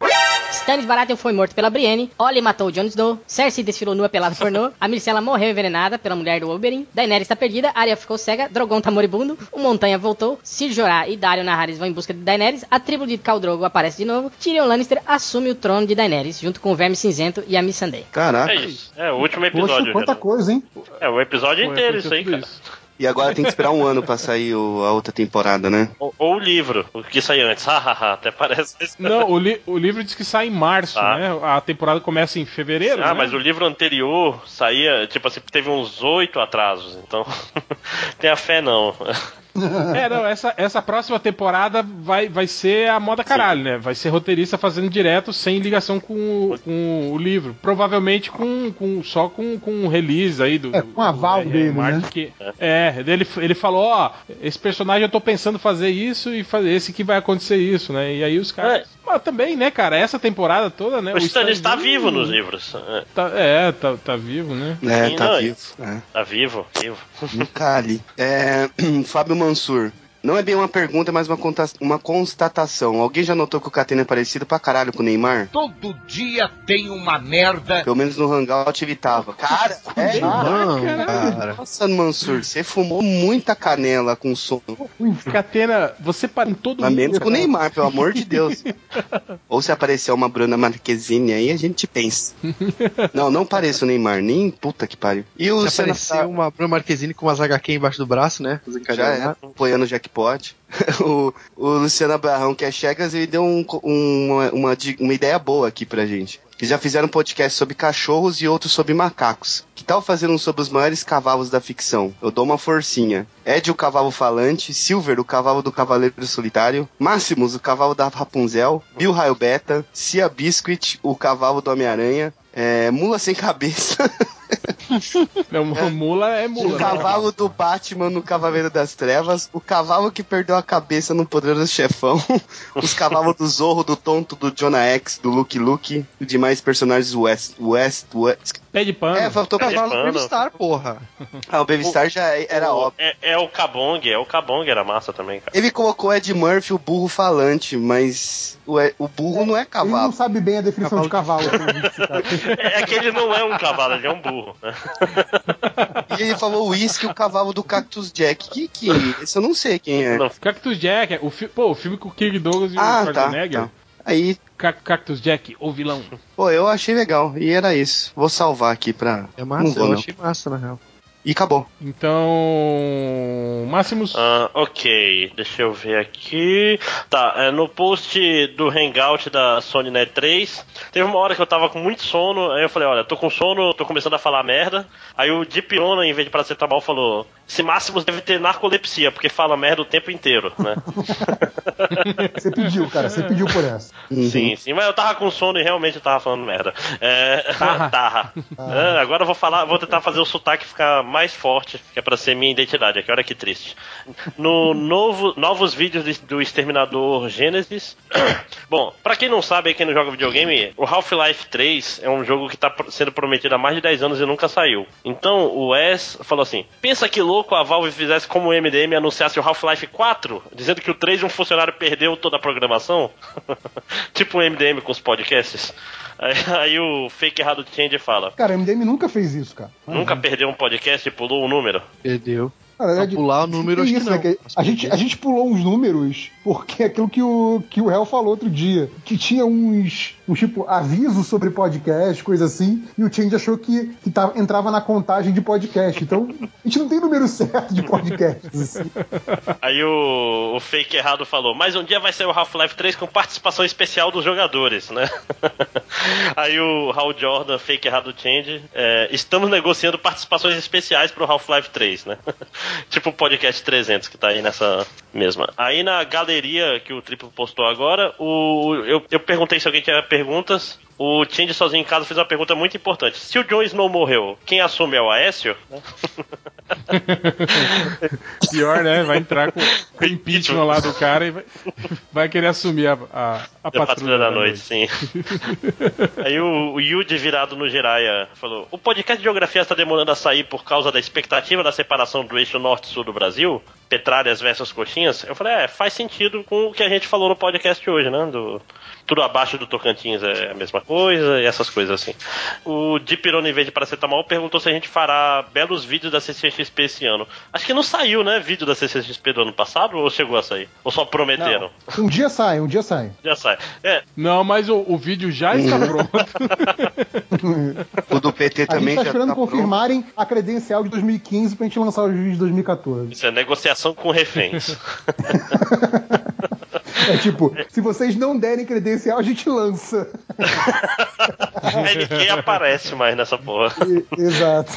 Speaker 16: Stannis Baratheon foi morto pela Brienne, Ollie matou Jon Snow, Cersei desfilou nua pelada por Nor, a Myrcella morreu envenenada pela mulher do Oberyn, Daenerys está perdida, Arya ficou cega, Drogon tá moribundo, o Montanha voltou, Sir Jorah e Dario Naharis vão em busca de Daenerys, a tribo de Khal Drogo aparece de novo, Tyrion Lannister assume o trono de Daenerys, junto com o Verme Cinzento e a Missandei.
Speaker 7: Caraca.
Speaker 5: É isso. É o último episódio. Renan.
Speaker 13: coisa, hein?
Speaker 5: É o episódio
Speaker 7: Pô,
Speaker 5: inteiro,
Speaker 7: aconteceu
Speaker 5: isso aí,
Speaker 7: tudo
Speaker 5: cara.
Speaker 7: E agora tem que esperar um ano pra sair o- a outra temporada, né?
Speaker 5: Ou, ou o livro, o que saiu antes. Hahaha, até parece.
Speaker 2: Não, o, li- o livro diz que sai em março,
Speaker 5: Ah.
Speaker 2: né? A temporada começa em fevereiro.
Speaker 5: Ah,
Speaker 2: né?
Speaker 5: mas o livro anterior saía, tipo assim, teve uns oito atrasos, então. [LAUGHS] Tenha fé não.
Speaker 2: É, não, essa, essa próxima temporada vai, vai ser a moda caralho, né? Vai ser roteirista fazendo direto sem ligação com, o- com o livro. Provavelmente com, com só com, com um release aí do.
Speaker 13: É, com a aval dele, né?
Speaker 2: Porque, é, ele, ele falou, ó, esse personagem eu tô pensando fazer isso e fazer esse que vai acontecer isso, né? E aí os caras. Mas também, né, cara, essa temporada toda, né?
Speaker 5: É. o Stannis tá
Speaker 2: Stan
Speaker 5: vivo nos livros. É.
Speaker 2: Tá, é, tá, tá vivo, né?
Speaker 7: É,
Speaker 5: Sim,
Speaker 7: tá
Speaker 5: não,
Speaker 7: vivo. É.
Speaker 5: Tá vivo, vivo.
Speaker 7: No Cali. É, [CLEARS THROAT] Fábio Mansur. Não é bem uma pergunta, é mais uma, conta- uma constatação. Alguém já notou que o Catena é parecido pra caralho com o Neymar?
Speaker 11: Todo dia tem uma merda.
Speaker 7: Pelo menos no Hangout ele tava. Cara, é,
Speaker 8: Não,
Speaker 7: cara. Nossa, Mansur, você fumou muita canela com sono.
Speaker 2: Catena, você para em todo
Speaker 7: Mas
Speaker 2: mundo.
Speaker 7: menos com o
Speaker 2: cara.
Speaker 7: Neymar, pelo amor
Speaker 2: [LAUGHS]
Speaker 7: de Deus. Ou se aparecer uma Bruna Marquezine aí, a
Speaker 2: [LAUGHS]
Speaker 7: gente pensa. Não, não pareço o Neymar, nem puta que pariu. E o
Speaker 8: Se aparecer
Speaker 7: Senna-
Speaker 8: uma Bruna Marquezine com umas HQ embaixo do braço, né?
Speaker 7: Já é,
Speaker 8: Desencadear.
Speaker 7: apoiando o jackpot. [LAUGHS] o, o Luciano Abraham, que é Chegas, ele deu um co- um- uma, uma di- uma ideia boa aqui pra gente. Que já fizeram um podcast sobre cachorros e outro sobre macacos. Que tal fazer um sobre os maiores cavalos da ficção? Eu dou uma forcinha. Ed, o cavalo falante. Silver, o cavalo do Cavaleiro Solitário. Maximus, o cavalo da Rapunzel. Bill Raio Beta. Cia Biscuit, o cavalo do Homem-Aranha. É, mula sem cabeça. [LAUGHS]
Speaker 2: Não, mula é mula.
Speaker 7: O
Speaker 2: né?
Speaker 7: cavalo do Batman no Cavaleiro das Trevas, o cavalo que perdeu a cabeça no Poderoso Chefão, [LAUGHS] os cavalos do Zorro, do Tonto, do Jonah X, do Luke Luke e demais personagens West. West, West.
Speaker 2: Pé de pano.
Speaker 7: É, faltou o
Speaker 8: Pé de
Speaker 7: cavalo do
Speaker 5: pano.
Speaker 7: Baby-Star,
Speaker 8: porra.
Speaker 7: Ah, o Baby-Star já era
Speaker 5: o,
Speaker 7: óbvio.
Speaker 5: é, é o Cabong, é o Cabong, era massa também, cara.
Speaker 7: Ele colocou Ed Murphy, o burro falante, mas o, E- o burro não é
Speaker 13: Ele não
Speaker 7: cavalo.
Speaker 13: sabe bem a definição de cavalo.
Speaker 5: É, é que ele não é um cavalo, ele é um burro. né?
Speaker 7: E ele falou o uísque, o cavalo do Cactus Jack. Que que? Esse eu não sei quem é.
Speaker 2: Cactus Jack, o fi... pô, o filme com o Kirk Douglas e
Speaker 7: Ah,
Speaker 2: o
Speaker 7: tá,
Speaker 2: Schwarzenegger.
Speaker 7: tá. Aí,
Speaker 2: Ca- Cactus Jack, o vilão.
Speaker 7: pô, eu achei legal. E era isso. Vou salvar aqui pra.
Speaker 8: É
Speaker 7: não
Speaker 8: massa,
Speaker 7: vou,
Speaker 8: eu
Speaker 7: não.
Speaker 8: achei massa, na real.
Speaker 7: E acabou.
Speaker 2: Então. Máximos.
Speaker 7: [LAUGHS]
Speaker 5: Ah, ok, deixa eu ver aqui. Tá, é, no post do Hangout da Sony Net 3, teve uma hora que eu tava com muito sono, aí eu falei, olha, tô com sono, tô começando a falar merda. Aí o Dipirona, em vez de paracetamol, falou, esse Máximos deve ter narcolepsia, porque fala merda o tempo inteiro, né?
Speaker 13: Você pediu, cara, você pediu por essa. Uhum.
Speaker 5: Sim, sim, mas eu tava com sono e realmente eu tava falando merda. É, [LAUGHS] tarra. É, agora eu vou falar, vou tentar fazer o sotaque ficar mais forte, que é pra ser minha identidade aqui, olha que triste. No novo, novos vídeos do- do Exterminador Gênesis. Bom, pra quem não sabe, aí, quem não joga videogame, o Half-Life 3 é um jogo que tá pro- sendo prometido há mais de 10 anos e nunca saiu. Então o Wes falou assim: pensa que louco a Valve fizesse como o MDM e anunciasse o Half-Life 4, dizendo que o 3 um funcionário perdeu toda a programação. [LAUGHS] tipo o MDM com os podcasts. Aí, aí o fake errado Change fala.
Speaker 13: Cara, o MDM nunca fez isso, cara.
Speaker 5: Nunca perdeu um podcast e pulou o número.
Speaker 8: Perdeu.
Speaker 13: Cara, é
Speaker 8: Pra
Speaker 13: de-
Speaker 8: pular o número,
Speaker 13: tem
Speaker 8: acho que
Speaker 13: isso,
Speaker 8: é
Speaker 13: né,
Speaker 8: não.
Speaker 13: que a, gente, a gente pulou uns números porque é aquilo que o, que o Hel falou outro dia, que tinha uns, uns tipo, aviso sobre podcast, coisa assim, e o Change achou que, que tava- entrava na contagem de podcast. Então, a gente não tem número [LAUGHS] certo de podcasts. assim.
Speaker 5: [LAUGHS] Aí o, o fake errado falou, mas um dia vai sair o Half-Life 3 com participação especial dos jogadores, né? [LAUGHS] Aí o Hal Jordan, fake errado change, é, estamos negociando participações especiais pro Half-Life 3, né? [LAUGHS] tipo o podcast 300 que tá aí nessa
Speaker 2: [LAUGHS]
Speaker 5: mesma. Aí na galeria que o Triplo postou agora, o, eu, eu perguntei se alguém tinha perguntas. O Change sozinho em casa fez uma pergunta muito importante. Se o Jon Snow morreu, quem assume é o Aécio?
Speaker 2: Pior, né? Vai entrar
Speaker 7: [LAUGHS]
Speaker 2: com com o impeachment lá do cara e vai, vai querer assumir a, a, a
Speaker 5: É
Speaker 2: patrulha,
Speaker 5: da noite, sim. Aí o, o Yudi virado no Jiraya falou: O podcast de geografia está demorando a sair por causa da expectativa da separação do eixo norte-sul do Brasil, Petralhas versus Coxinhas. Eu falei: É, faz sentido com o que a gente falou no podcast hoje, né? Do, tudo abaixo do Tocantins é a mesma coisa e essas coisas assim. O Dipirona, em vez de paracetamol, perguntou se a gente fará belos vídeos da CCXP esse ano. Acho que não saiu, né? Vídeo da CCXP do ano passado ou chegou a sair? Ou só prometeram?
Speaker 13: Um dia sai, um dia sai.
Speaker 5: Já sai. É,
Speaker 2: Não, mas o, o vídeo já está
Speaker 7: Uhum.
Speaker 2: pronto.
Speaker 7: O do
Speaker 13: A
Speaker 7: PT
Speaker 13: gente
Speaker 7: também
Speaker 13: tá
Speaker 7: já tá
Speaker 13: esperando
Speaker 7: pronto.
Speaker 13: confirmarem a credencial de 2015 pra gente lançar os vídeos de 2014.
Speaker 5: Isso é negociação
Speaker 13: [LAUGHS]
Speaker 5: com reféns.
Speaker 13: É tipo, se vocês não derem credencial, a gente
Speaker 8: [LAUGHS]
Speaker 13: lança.
Speaker 5: Aí ninguém aparece mais nessa porra.
Speaker 13: Exato.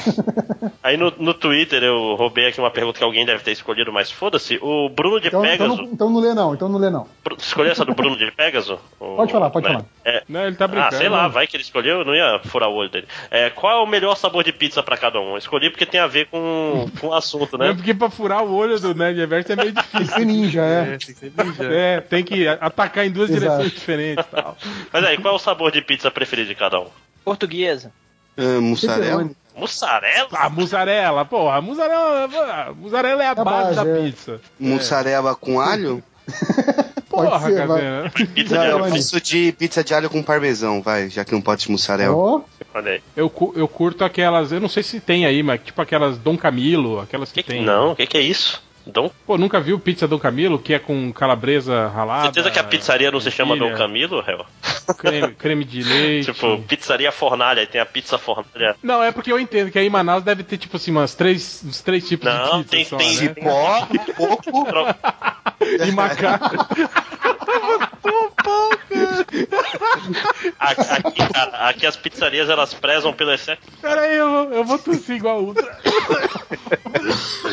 Speaker 5: Aí no, no Twitter eu roubei aqui uma pergunta que alguém deve ter escolhido, mas foda-se. O Bruno de
Speaker 13: Então, então,
Speaker 5: Pegasus.
Speaker 13: não, então não lê não, então não lê não.
Speaker 5: Bru- Escolheu essa do Bruno de
Speaker 13: [LAUGHS]
Speaker 5: Pegasus? O-
Speaker 13: Pode falar, pode
Speaker 5: né?
Speaker 13: falar.
Speaker 5: É,
Speaker 2: Não, ele tá brincando.
Speaker 5: Ah, sei lá, vai que ele escolheu, eu não ia furar o olho dele. É, qual é o melhor sabor de pizza pra cada um? Eu Escolhi porque tem a ver com, com o assunto,
Speaker 2: É
Speaker 5: né?
Speaker 2: porque pra furar o olho do Nerd Reverso é meio difícil. Tem que
Speaker 13: ser ninja, é.
Speaker 2: tem que atacar em duas
Speaker 5: Exato.
Speaker 2: direções diferentes e tal.
Speaker 5: Mas aí, qual é o sabor de pizza preferido de cada um?
Speaker 1: Portuguesa.
Speaker 7: Ah,
Speaker 2: mussarela.
Speaker 5: Mussarela?
Speaker 2: Ah, mussarela, porra. Mussarela, mussarela é a base, da pizza.
Speaker 8: é.
Speaker 7: Mussarela com alho?
Speaker 2: Porra,
Speaker 7: ser, vai.
Speaker 2: Caveira.
Speaker 5: Pizza
Speaker 7: Não,
Speaker 5: de
Speaker 7: eu
Speaker 5: alho.
Speaker 7: faço de pizza de alho com parmesão, vai, já que não pode de mussarela.
Speaker 5: Olha aí.
Speaker 2: Eu, cu- eu curto aquelas, eu não sei se tem aí, mas tipo aquelas Dom Camilo, aquelas que, tem.
Speaker 5: Não, o que, que é isso? Dom?
Speaker 2: Pô, nunca viu pizza Dom Camilo, que é com calabresa ralada?
Speaker 5: Certeza que a pizzaria não se chama Dom Camilo, réu?
Speaker 2: Creme, creme de leite.
Speaker 5: [LAUGHS] Tipo, pizzaria fornalha, aí tem a pizza fornalha.
Speaker 2: Não, é porque eu entendo que aí em Manaus deve ter, tipo assim, umas três, uns três tipos
Speaker 5: Não,
Speaker 2: de pizza
Speaker 5: tem-
Speaker 2: só,
Speaker 5: tem-
Speaker 2: né?
Speaker 5: tem- Cipó, [LAUGHS]
Speaker 7: coco
Speaker 2: e macaco.
Speaker 5: Aqui, aqui, cara, aqui as pizzarias elas prezam pelo excesso
Speaker 2: Pera aí, eu, vou- eu vou tossir igual a outra.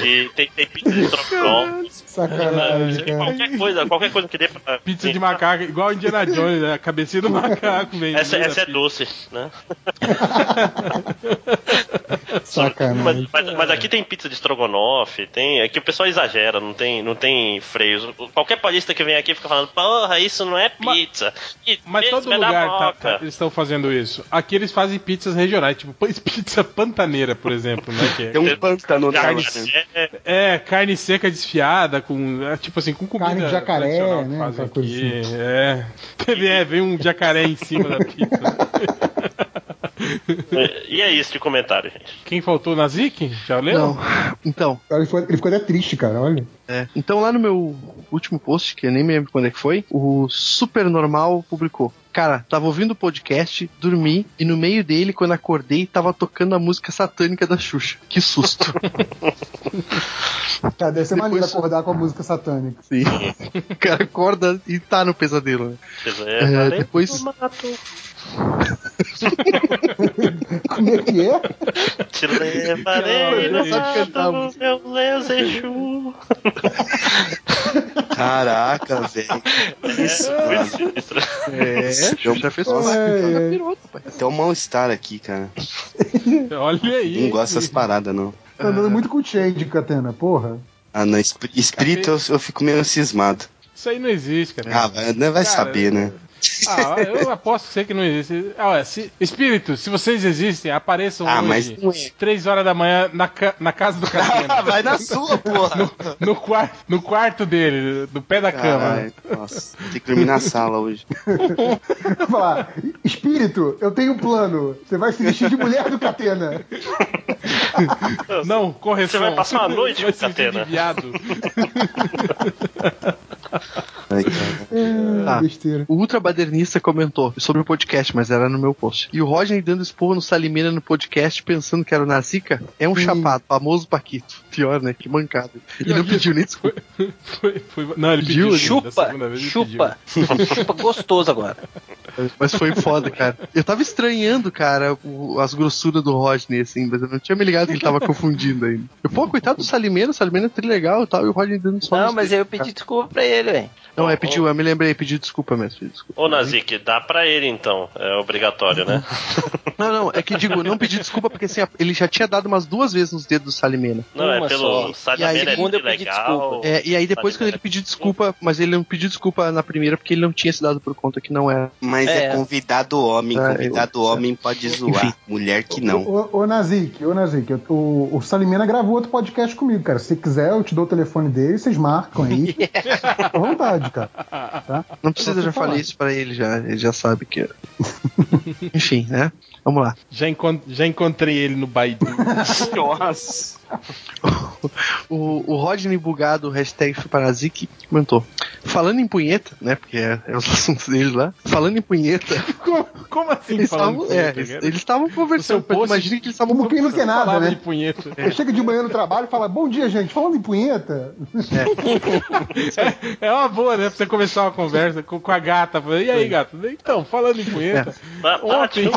Speaker 5: de. Tem, tem pizza de tropicão. é
Speaker 13: Sacanagem, cara.
Speaker 5: Qualquer coisa, qualquer coisa que dê pra.
Speaker 2: Pizza de macaco, igual a Indiana Jones, né? A cabecinha
Speaker 5: [LAUGHS]
Speaker 2: do macaco, velho.
Speaker 5: Essa, essa é doce, né? Mas,
Speaker 13: Sacanagem.
Speaker 5: mas- mas aqui tem pizza de estrogonofe, tem. Aqui o pessoal exagera, não tem, não tem freios. Qualquer paulista que vem aqui fica falando, porra, isso não é pizza. E
Speaker 2: Mas
Speaker 5: pizza
Speaker 2: todo
Speaker 5: é da
Speaker 2: lugar tá-
Speaker 5: Moca."
Speaker 2: tá- eles estão fazendo isso. Aqui eles fazem pizzas regionais, tipo pães- [LAUGHS] pizza pantaneira, por exemplo, né? Que é,
Speaker 7: Tem um pântano
Speaker 2: Carne
Speaker 7: nela, assim.
Speaker 2: é, carne seca desfiada, com. é, tipo assim, com comida.
Speaker 13: Carne de jacaré,
Speaker 2: tradicional que
Speaker 13: né?
Speaker 2: fazem
Speaker 13: aquela coisa
Speaker 2: aqui.
Speaker 13: assim.
Speaker 2: É. [LAUGHS] Teve, é, veio um jacaré em cima da pizza.
Speaker 5: E é isso de comentário, gente.
Speaker 2: Quem faltou na Zik? Já leu?
Speaker 8: Não. Então.
Speaker 13: Ele ficou, ele ficou até triste, cara, olha.
Speaker 8: É. Então lá no meu último post, que eu nem me lembro quando é que foi, o Supernormal publicou. Cara, tava ouvindo o podcast, dormi, e no meio dele, quando acordei, tava tocando a música satânica da Xuxa. Que susto.
Speaker 13: [LAUGHS] Cara, deve ser maneiro acordar com a música satânica.
Speaker 8: Sim. o cara acorda e tá no pesadelo, né?
Speaker 5: tá
Speaker 8: É, depois-
Speaker 13: [LAUGHS] Como é que é?
Speaker 5: Te levarei
Speaker 14: Não,
Speaker 5: no
Speaker 14: gente.
Speaker 5: mato do meu Leus Exu.
Speaker 7: Tá. Caraca,
Speaker 5: [LAUGHS]
Speaker 7: velho. Isso, cara.
Speaker 5: é
Speaker 8: É, já fez é.
Speaker 7: Nossa,
Speaker 8: uma
Speaker 7: um Até o mal-estar aqui, cara.
Speaker 2: Olha aí.
Speaker 7: Não gosto dessas paradas, não.
Speaker 13: Tá
Speaker 8: É.
Speaker 13: andando muito com o Change, Catena, porra. [LAUGHS]
Speaker 7: Ah, não. esp- Espírito eu, eu fico meio cismado.
Speaker 2: Isso aí não existe,
Speaker 8: É.
Speaker 2: cara.
Speaker 7: Ah, vai, né, vai
Speaker 2: Cara,
Speaker 7: saber, né?
Speaker 2: Ah, eu aposto que sei que não existe. Ah, ué, se- espíritos, se vocês existem, apareçam
Speaker 7: Ah,
Speaker 2: hoje.
Speaker 7: mas não é.
Speaker 2: Três horas da manhã na, ca- na casa do Catena.
Speaker 7: [LAUGHS]
Speaker 2: [LAUGHS]
Speaker 7: Vai na sua, porra.
Speaker 2: No, no quar- no quarto dele, do pé da
Speaker 7: Caralho,
Speaker 8: é.
Speaker 7: nossa, tem que dormir na
Speaker 8: [LAUGHS]
Speaker 7: sala hoje.
Speaker 13: Vai falar, espírito, eu tenho um plano. Você vai se vestir de mulher do Catena.
Speaker 2: cama. Não, correção.
Speaker 5: Você vai passar uma noite
Speaker 2: Vai
Speaker 5: com
Speaker 2: se vestir de
Speaker 5: Catena.
Speaker 2: viado.
Speaker 8: Tá. O ultrabadernista comentou sobre o podcast, mas era no meu post. E o Roger dando expor no Salimena no podcast, pensando que era o Narcica, é um chapado, famoso Paquito. Pior, né? Que mancada. E não pediu
Speaker 2: [LAUGHS]
Speaker 8: nem desculpa.
Speaker 2: Foi- foi- não, ele pediu.
Speaker 8: Pediu, né?
Speaker 2: sim, da
Speaker 1: Chupa,
Speaker 2: segunda vez ele
Speaker 1: chupa.
Speaker 2: pediu.
Speaker 1: Chupa gostoso agora.
Speaker 8: Mas foi foda, cara. Eu tava estranhando, cara, o- as grossuras do Rodney, assim, mas eu não tinha me ligado que ele tava confundindo ainda. Eu, pô, coitado do Salimeno, o Salimeno é trilegal e tal, e o Rodney dando só.
Speaker 1: Não,
Speaker 8: nos
Speaker 1: mas
Speaker 8: dedos,
Speaker 1: eu pedi
Speaker 8: cara.
Speaker 1: desculpa pra ele, velho.
Speaker 8: Não, é pediu, eu me lembrei, pediu desculpa mesmo, pedi desculpa.
Speaker 5: Ô, Nazik, dá pra ele então. É obrigatório,
Speaker 8: [LAUGHS]
Speaker 5: né?
Speaker 8: Não, não, é que digo, não pedi desculpa porque assim, ele já tinha dado umas duas vezes nos dedos do Salimena.
Speaker 5: Não, é pelo Salimena é
Speaker 8: segunda
Speaker 5: legal.
Speaker 8: É, e aí depois quando ele pediu desculpa, mas ele não pediu desculpa na primeira porque ele não tinha se dado por conta que não era.
Speaker 7: Mas é, convidado homem,
Speaker 8: Ah, eu-
Speaker 7: convidado homem pode zoar,
Speaker 8: [LAUGHS]
Speaker 7: mulher que não.
Speaker 13: Ô, ô Nazik, ô Nazik, eu- o, o Salimena gravou outro podcast comigo, cara. Se quiser, eu te dou o telefone dele, vocês marcam aí.
Speaker 2: [LAUGHS]
Speaker 13: Fica à vontade, cara. Tá?
Speaker 8: Não precisa,
Speaker 13: Eu
Speaker 8: eu
Speaker 13: vou
Speaker 8: já
Speaker 13: falar.
Speaker 8: falei isso pra ele já, ele já sabe que era. Enfim, né? Vamos lá.
Speaker 2: [LAUGHS] Já, encont- já encontrei ele no Baidu.
Speaker 7: [LAUGHS] Nossa.
Speaker 8: O, o Rodney Bugado, hashtag Parazik, comentou. Falando em punheta, né? Porque é, é os [LAUGHS] assuntos dele lá. Falando em punheta.
Speaker 2: [LAUGHS] Como, como assim
Speaker 8: eles
Speaker 2: falando
Speaker 8: estavam,
Speaker 2: em punheta,
Speaker 8: é, eles-
Speaker 2: cara?
Speaker 8: eles estavam
Speaker 2: O seu
Speaker 8: conversando.
Speaker 2: post-
Speaker 8: Imagina que eles estavam
Speaker 13: Como quem não quer nada,
Speaker 2: Falava
Speaker 13: né?
Speaker 2: de punheta.
Speaker 13: Eu chego de manhã no trabalho e falo, bom dia, gente. Falando em punheta. [LAUGHS]
Speaker 2: É uma boa, né? Pra você começar uma conversa com, com a gata. Fala, E aí, gata? Então, falando em punheta.
Speaker 7: É.
Speaker 2: Ontem.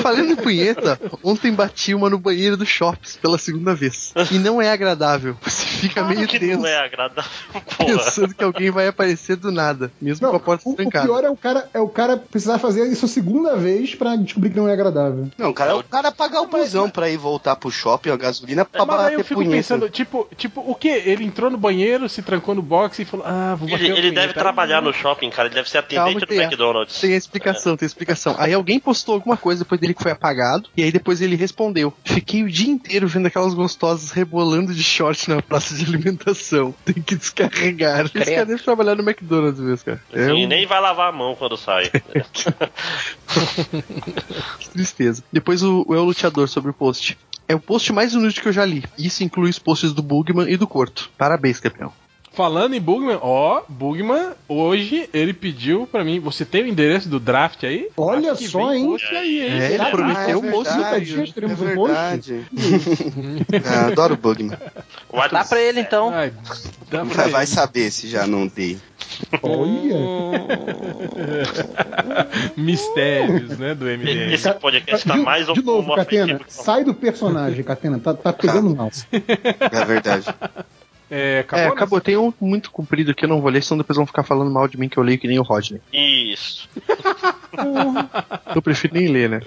Speaker 8: Falando em punheta, ontem bati uma no banheiro do Shops pela segunda vez. E não é agradável. Você fica meio
Speaker 5: que
Speaker 8: tenso
Speaker 5: não é agradável, porra.
Speaker 8: pensando que alguém vai aparecer do nada, mesmo com a porta
Speaker 13: O
Speaker 8: trancada.
Speaker 13: pior é o cara, é o cara precisar fazer isso a segunda vez pra descobrir que não é agradável.
Speaker 7: Não, cara, o cara pagar o busão pra ir voltar pro shopping, a gasolina [LAUGHS] pra
Speaker 2: Mas aí eu
Speaker 7: bater
Speaker 2: fico
Speaker 7: punheta.
Speaker 2: pensando, tipo, tipo, o que? Ele entrou no banheiro, se trancou no boxe e falou: Ah, vou bater
Speaker 5: Ele,
Speaker 2: uma
Speaker 5: ele
Speaker 2: punheta.
Speaker 5: deve trabalhar no shopping, cara. Ele deve ser
Speaker 8: Calma,
Speaker 5: atendente do
Speaker 8: tem a-
Speaker 5: McDonald's.
Speaker 8: Tem a explicação, tem a explicação. Aí alguém postou alguma coisa depois dele que foi apagado, e aí depois ele respondeu. Fiquei o dia inteiro vendo aquelas gostosas rebolando de short na praça de alimentação. [LAUGHS] Tem que descarregar. Esse cara deve trabalhar no McDonald's mesmo, cara.
Speaker 5: Sim,
Speaker 8: É
Speaker 5: né?
Speaker 8: um-
Speaker 5: nem vai lavar a mão quando
Speaker 8: [LAUGHS]
Speaker 5: sai.
Speaker 8: Que tristeza. Depois o, o El Luteador sobre o post. É o post mais inútil que eu já li. Isso inclui os posts do Bugman e do Corto. Parabéns, campeão.
Speaker 2: Falando em Bugman, ó, Bugman, hoje ele pediu pra mim: Você tem o endereço do draft aí?
Speaker 13: Olha
Speaker 2: que
Speaker 13: só,
Speaker 2: vem
Speaker 13: hein?
Speaker 2: post aí, hein?
Speaker 8: É, ele
Speaker 2: Será?
Speaker 8: prometeu
Speaker 2: Ah, é
Speaker 8: um post
Speaker 2: verdade.
Speaker 13: 30 dias teremos um post?
Speaker 7: Ah, adoro o Bugman.
Speaker 1: Dá pra ele então.
Speaker 2: Ai, dá pra
Speaker 7: Vai, vai
Speaker 2: ele.
Speaker 7: saber se já não dei.
Speaker 2: Mistérios, né, do MDM.
Speaker 5: Esse podcast tá mais
Speaker 13: De novo, Catena, sai do personagem, Catena. Tá, tá pegando mal.
Speaker 7: É verdade.
Speaker 2: É,
Speaker 8: acabou. Tem um muito comprido que eu não vou ler, senão depois vão ficar falando mal de mim que eu leio que nem o Rodney.
Speaker 5: Isso.
Speaker 8: Eu prefiro nem ler, né?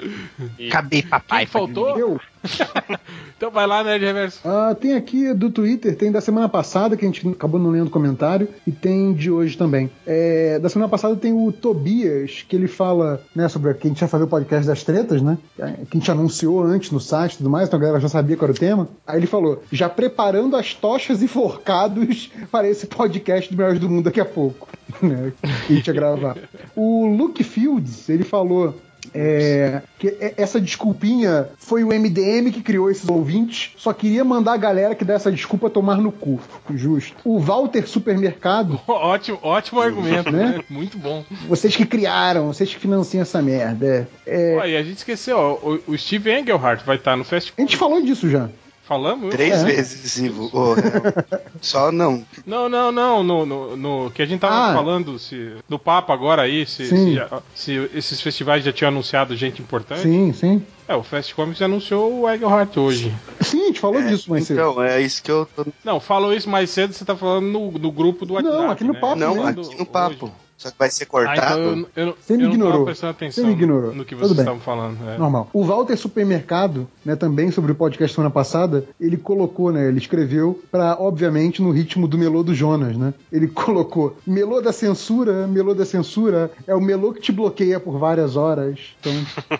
Speaker 8: Cadê papai?
Speaker 2: Quem faltou? [LAUGHS] então vai lá, Nerd Reverso.
Speaker 13: Ah, tem aqui do Twitter, tem da semana passada, que a gente acabou não lendo comentário, e tem de hoje também. É, da semana passada tem o Tobias, que ele fala, né, sobre que a gente ia fazer o podcast das tretas, né? Que a gente anunciou antes no site e tudo mais, então a galera já sabia qual era o tema. Aí ele falou, já preparando as tochas e forcados [LAUGHS] para esse podcast do Melhores do Mundo daqui a pouco, [LAUGHS] né? Que a gente ia gravar. O Luke Fields, ele falou. É, que e- essa desculpinha foi o MDM que criou esses ouvintes. Só queria mandar a galera que dá essa desculpa tomar no cu. Justo. O Walter Supermercado.
Speaker 2: Ótimo, ótimo argumento,
Speaker 13: Né?
Speaker 2: né? Muito bom.
Speaker 13: Vocês que criaram, vocês que financiam essa merda. É,
Speaker 2: Ó, e a gente esqueceu, ó, o, o Steve Engelhardt vai estar no Fast
Speaker 13: a gente falou disso já.
Speaker 2: Falamos?
Speaker 7: Três
Speaker 2: É.
Speaker 7: vezes, Ivo. Ô,
Speaker 13: [LAUGHS]
Speaker 7: é. Só não.
Speaker 2: Não, não, não, no, no, no- que a gente tava
Speaker 7: Ah.
Speaker 2: falando se, no papo agora aí, se,
Speaker 13: Sim.
Speaker 2: se já- se esses festivais já tinham anunciado gente importante.
Speaker 13: Sim, sim.
Speaker 2: É, o Fast Comics anunciou o Engelhardt hoje.
Speaker 13: Sim, a gente falou disso mais cedo.
Speaker 7: Então, é isso que eu tô.
Speaker 2: Não, falou isso mais cedo, você tá falando no, no grupo do WhatsApp.
Speaker 13: Não, aqui no
Speaker 2: né?
Speaker 13: papo,
Speaker 7: Não,
Speaker 13: né?
Speaker 7: aqui no papo. Só que vai ser cortado.
Speaker 2: Ah, então eu, eu,
Speaker 13: Você me
Speaker 2: eu não
Speaker 13: ignorou.
Speaker 2: tava prestando
Speaker 13: Você
Speaker 2: atenção
Speaker 13: me ignorou.
Speaker 2: no que
Speaker 13: Tudo
Speaker 2: vocês
Speaker 13: bem.
Speaker 2: estavam falando. é.
Speaker 13: Normal. O Walter Supermercado, né, também sobre o podcast semana passada, ele colocou, né, ele escreveu pra, obviamente no ritmo do melô do Jonas, né? Ele [LAUGHS] colocou: "Melô da censura, melô da censura, é o melô que te bloqueia por várias horas". Então,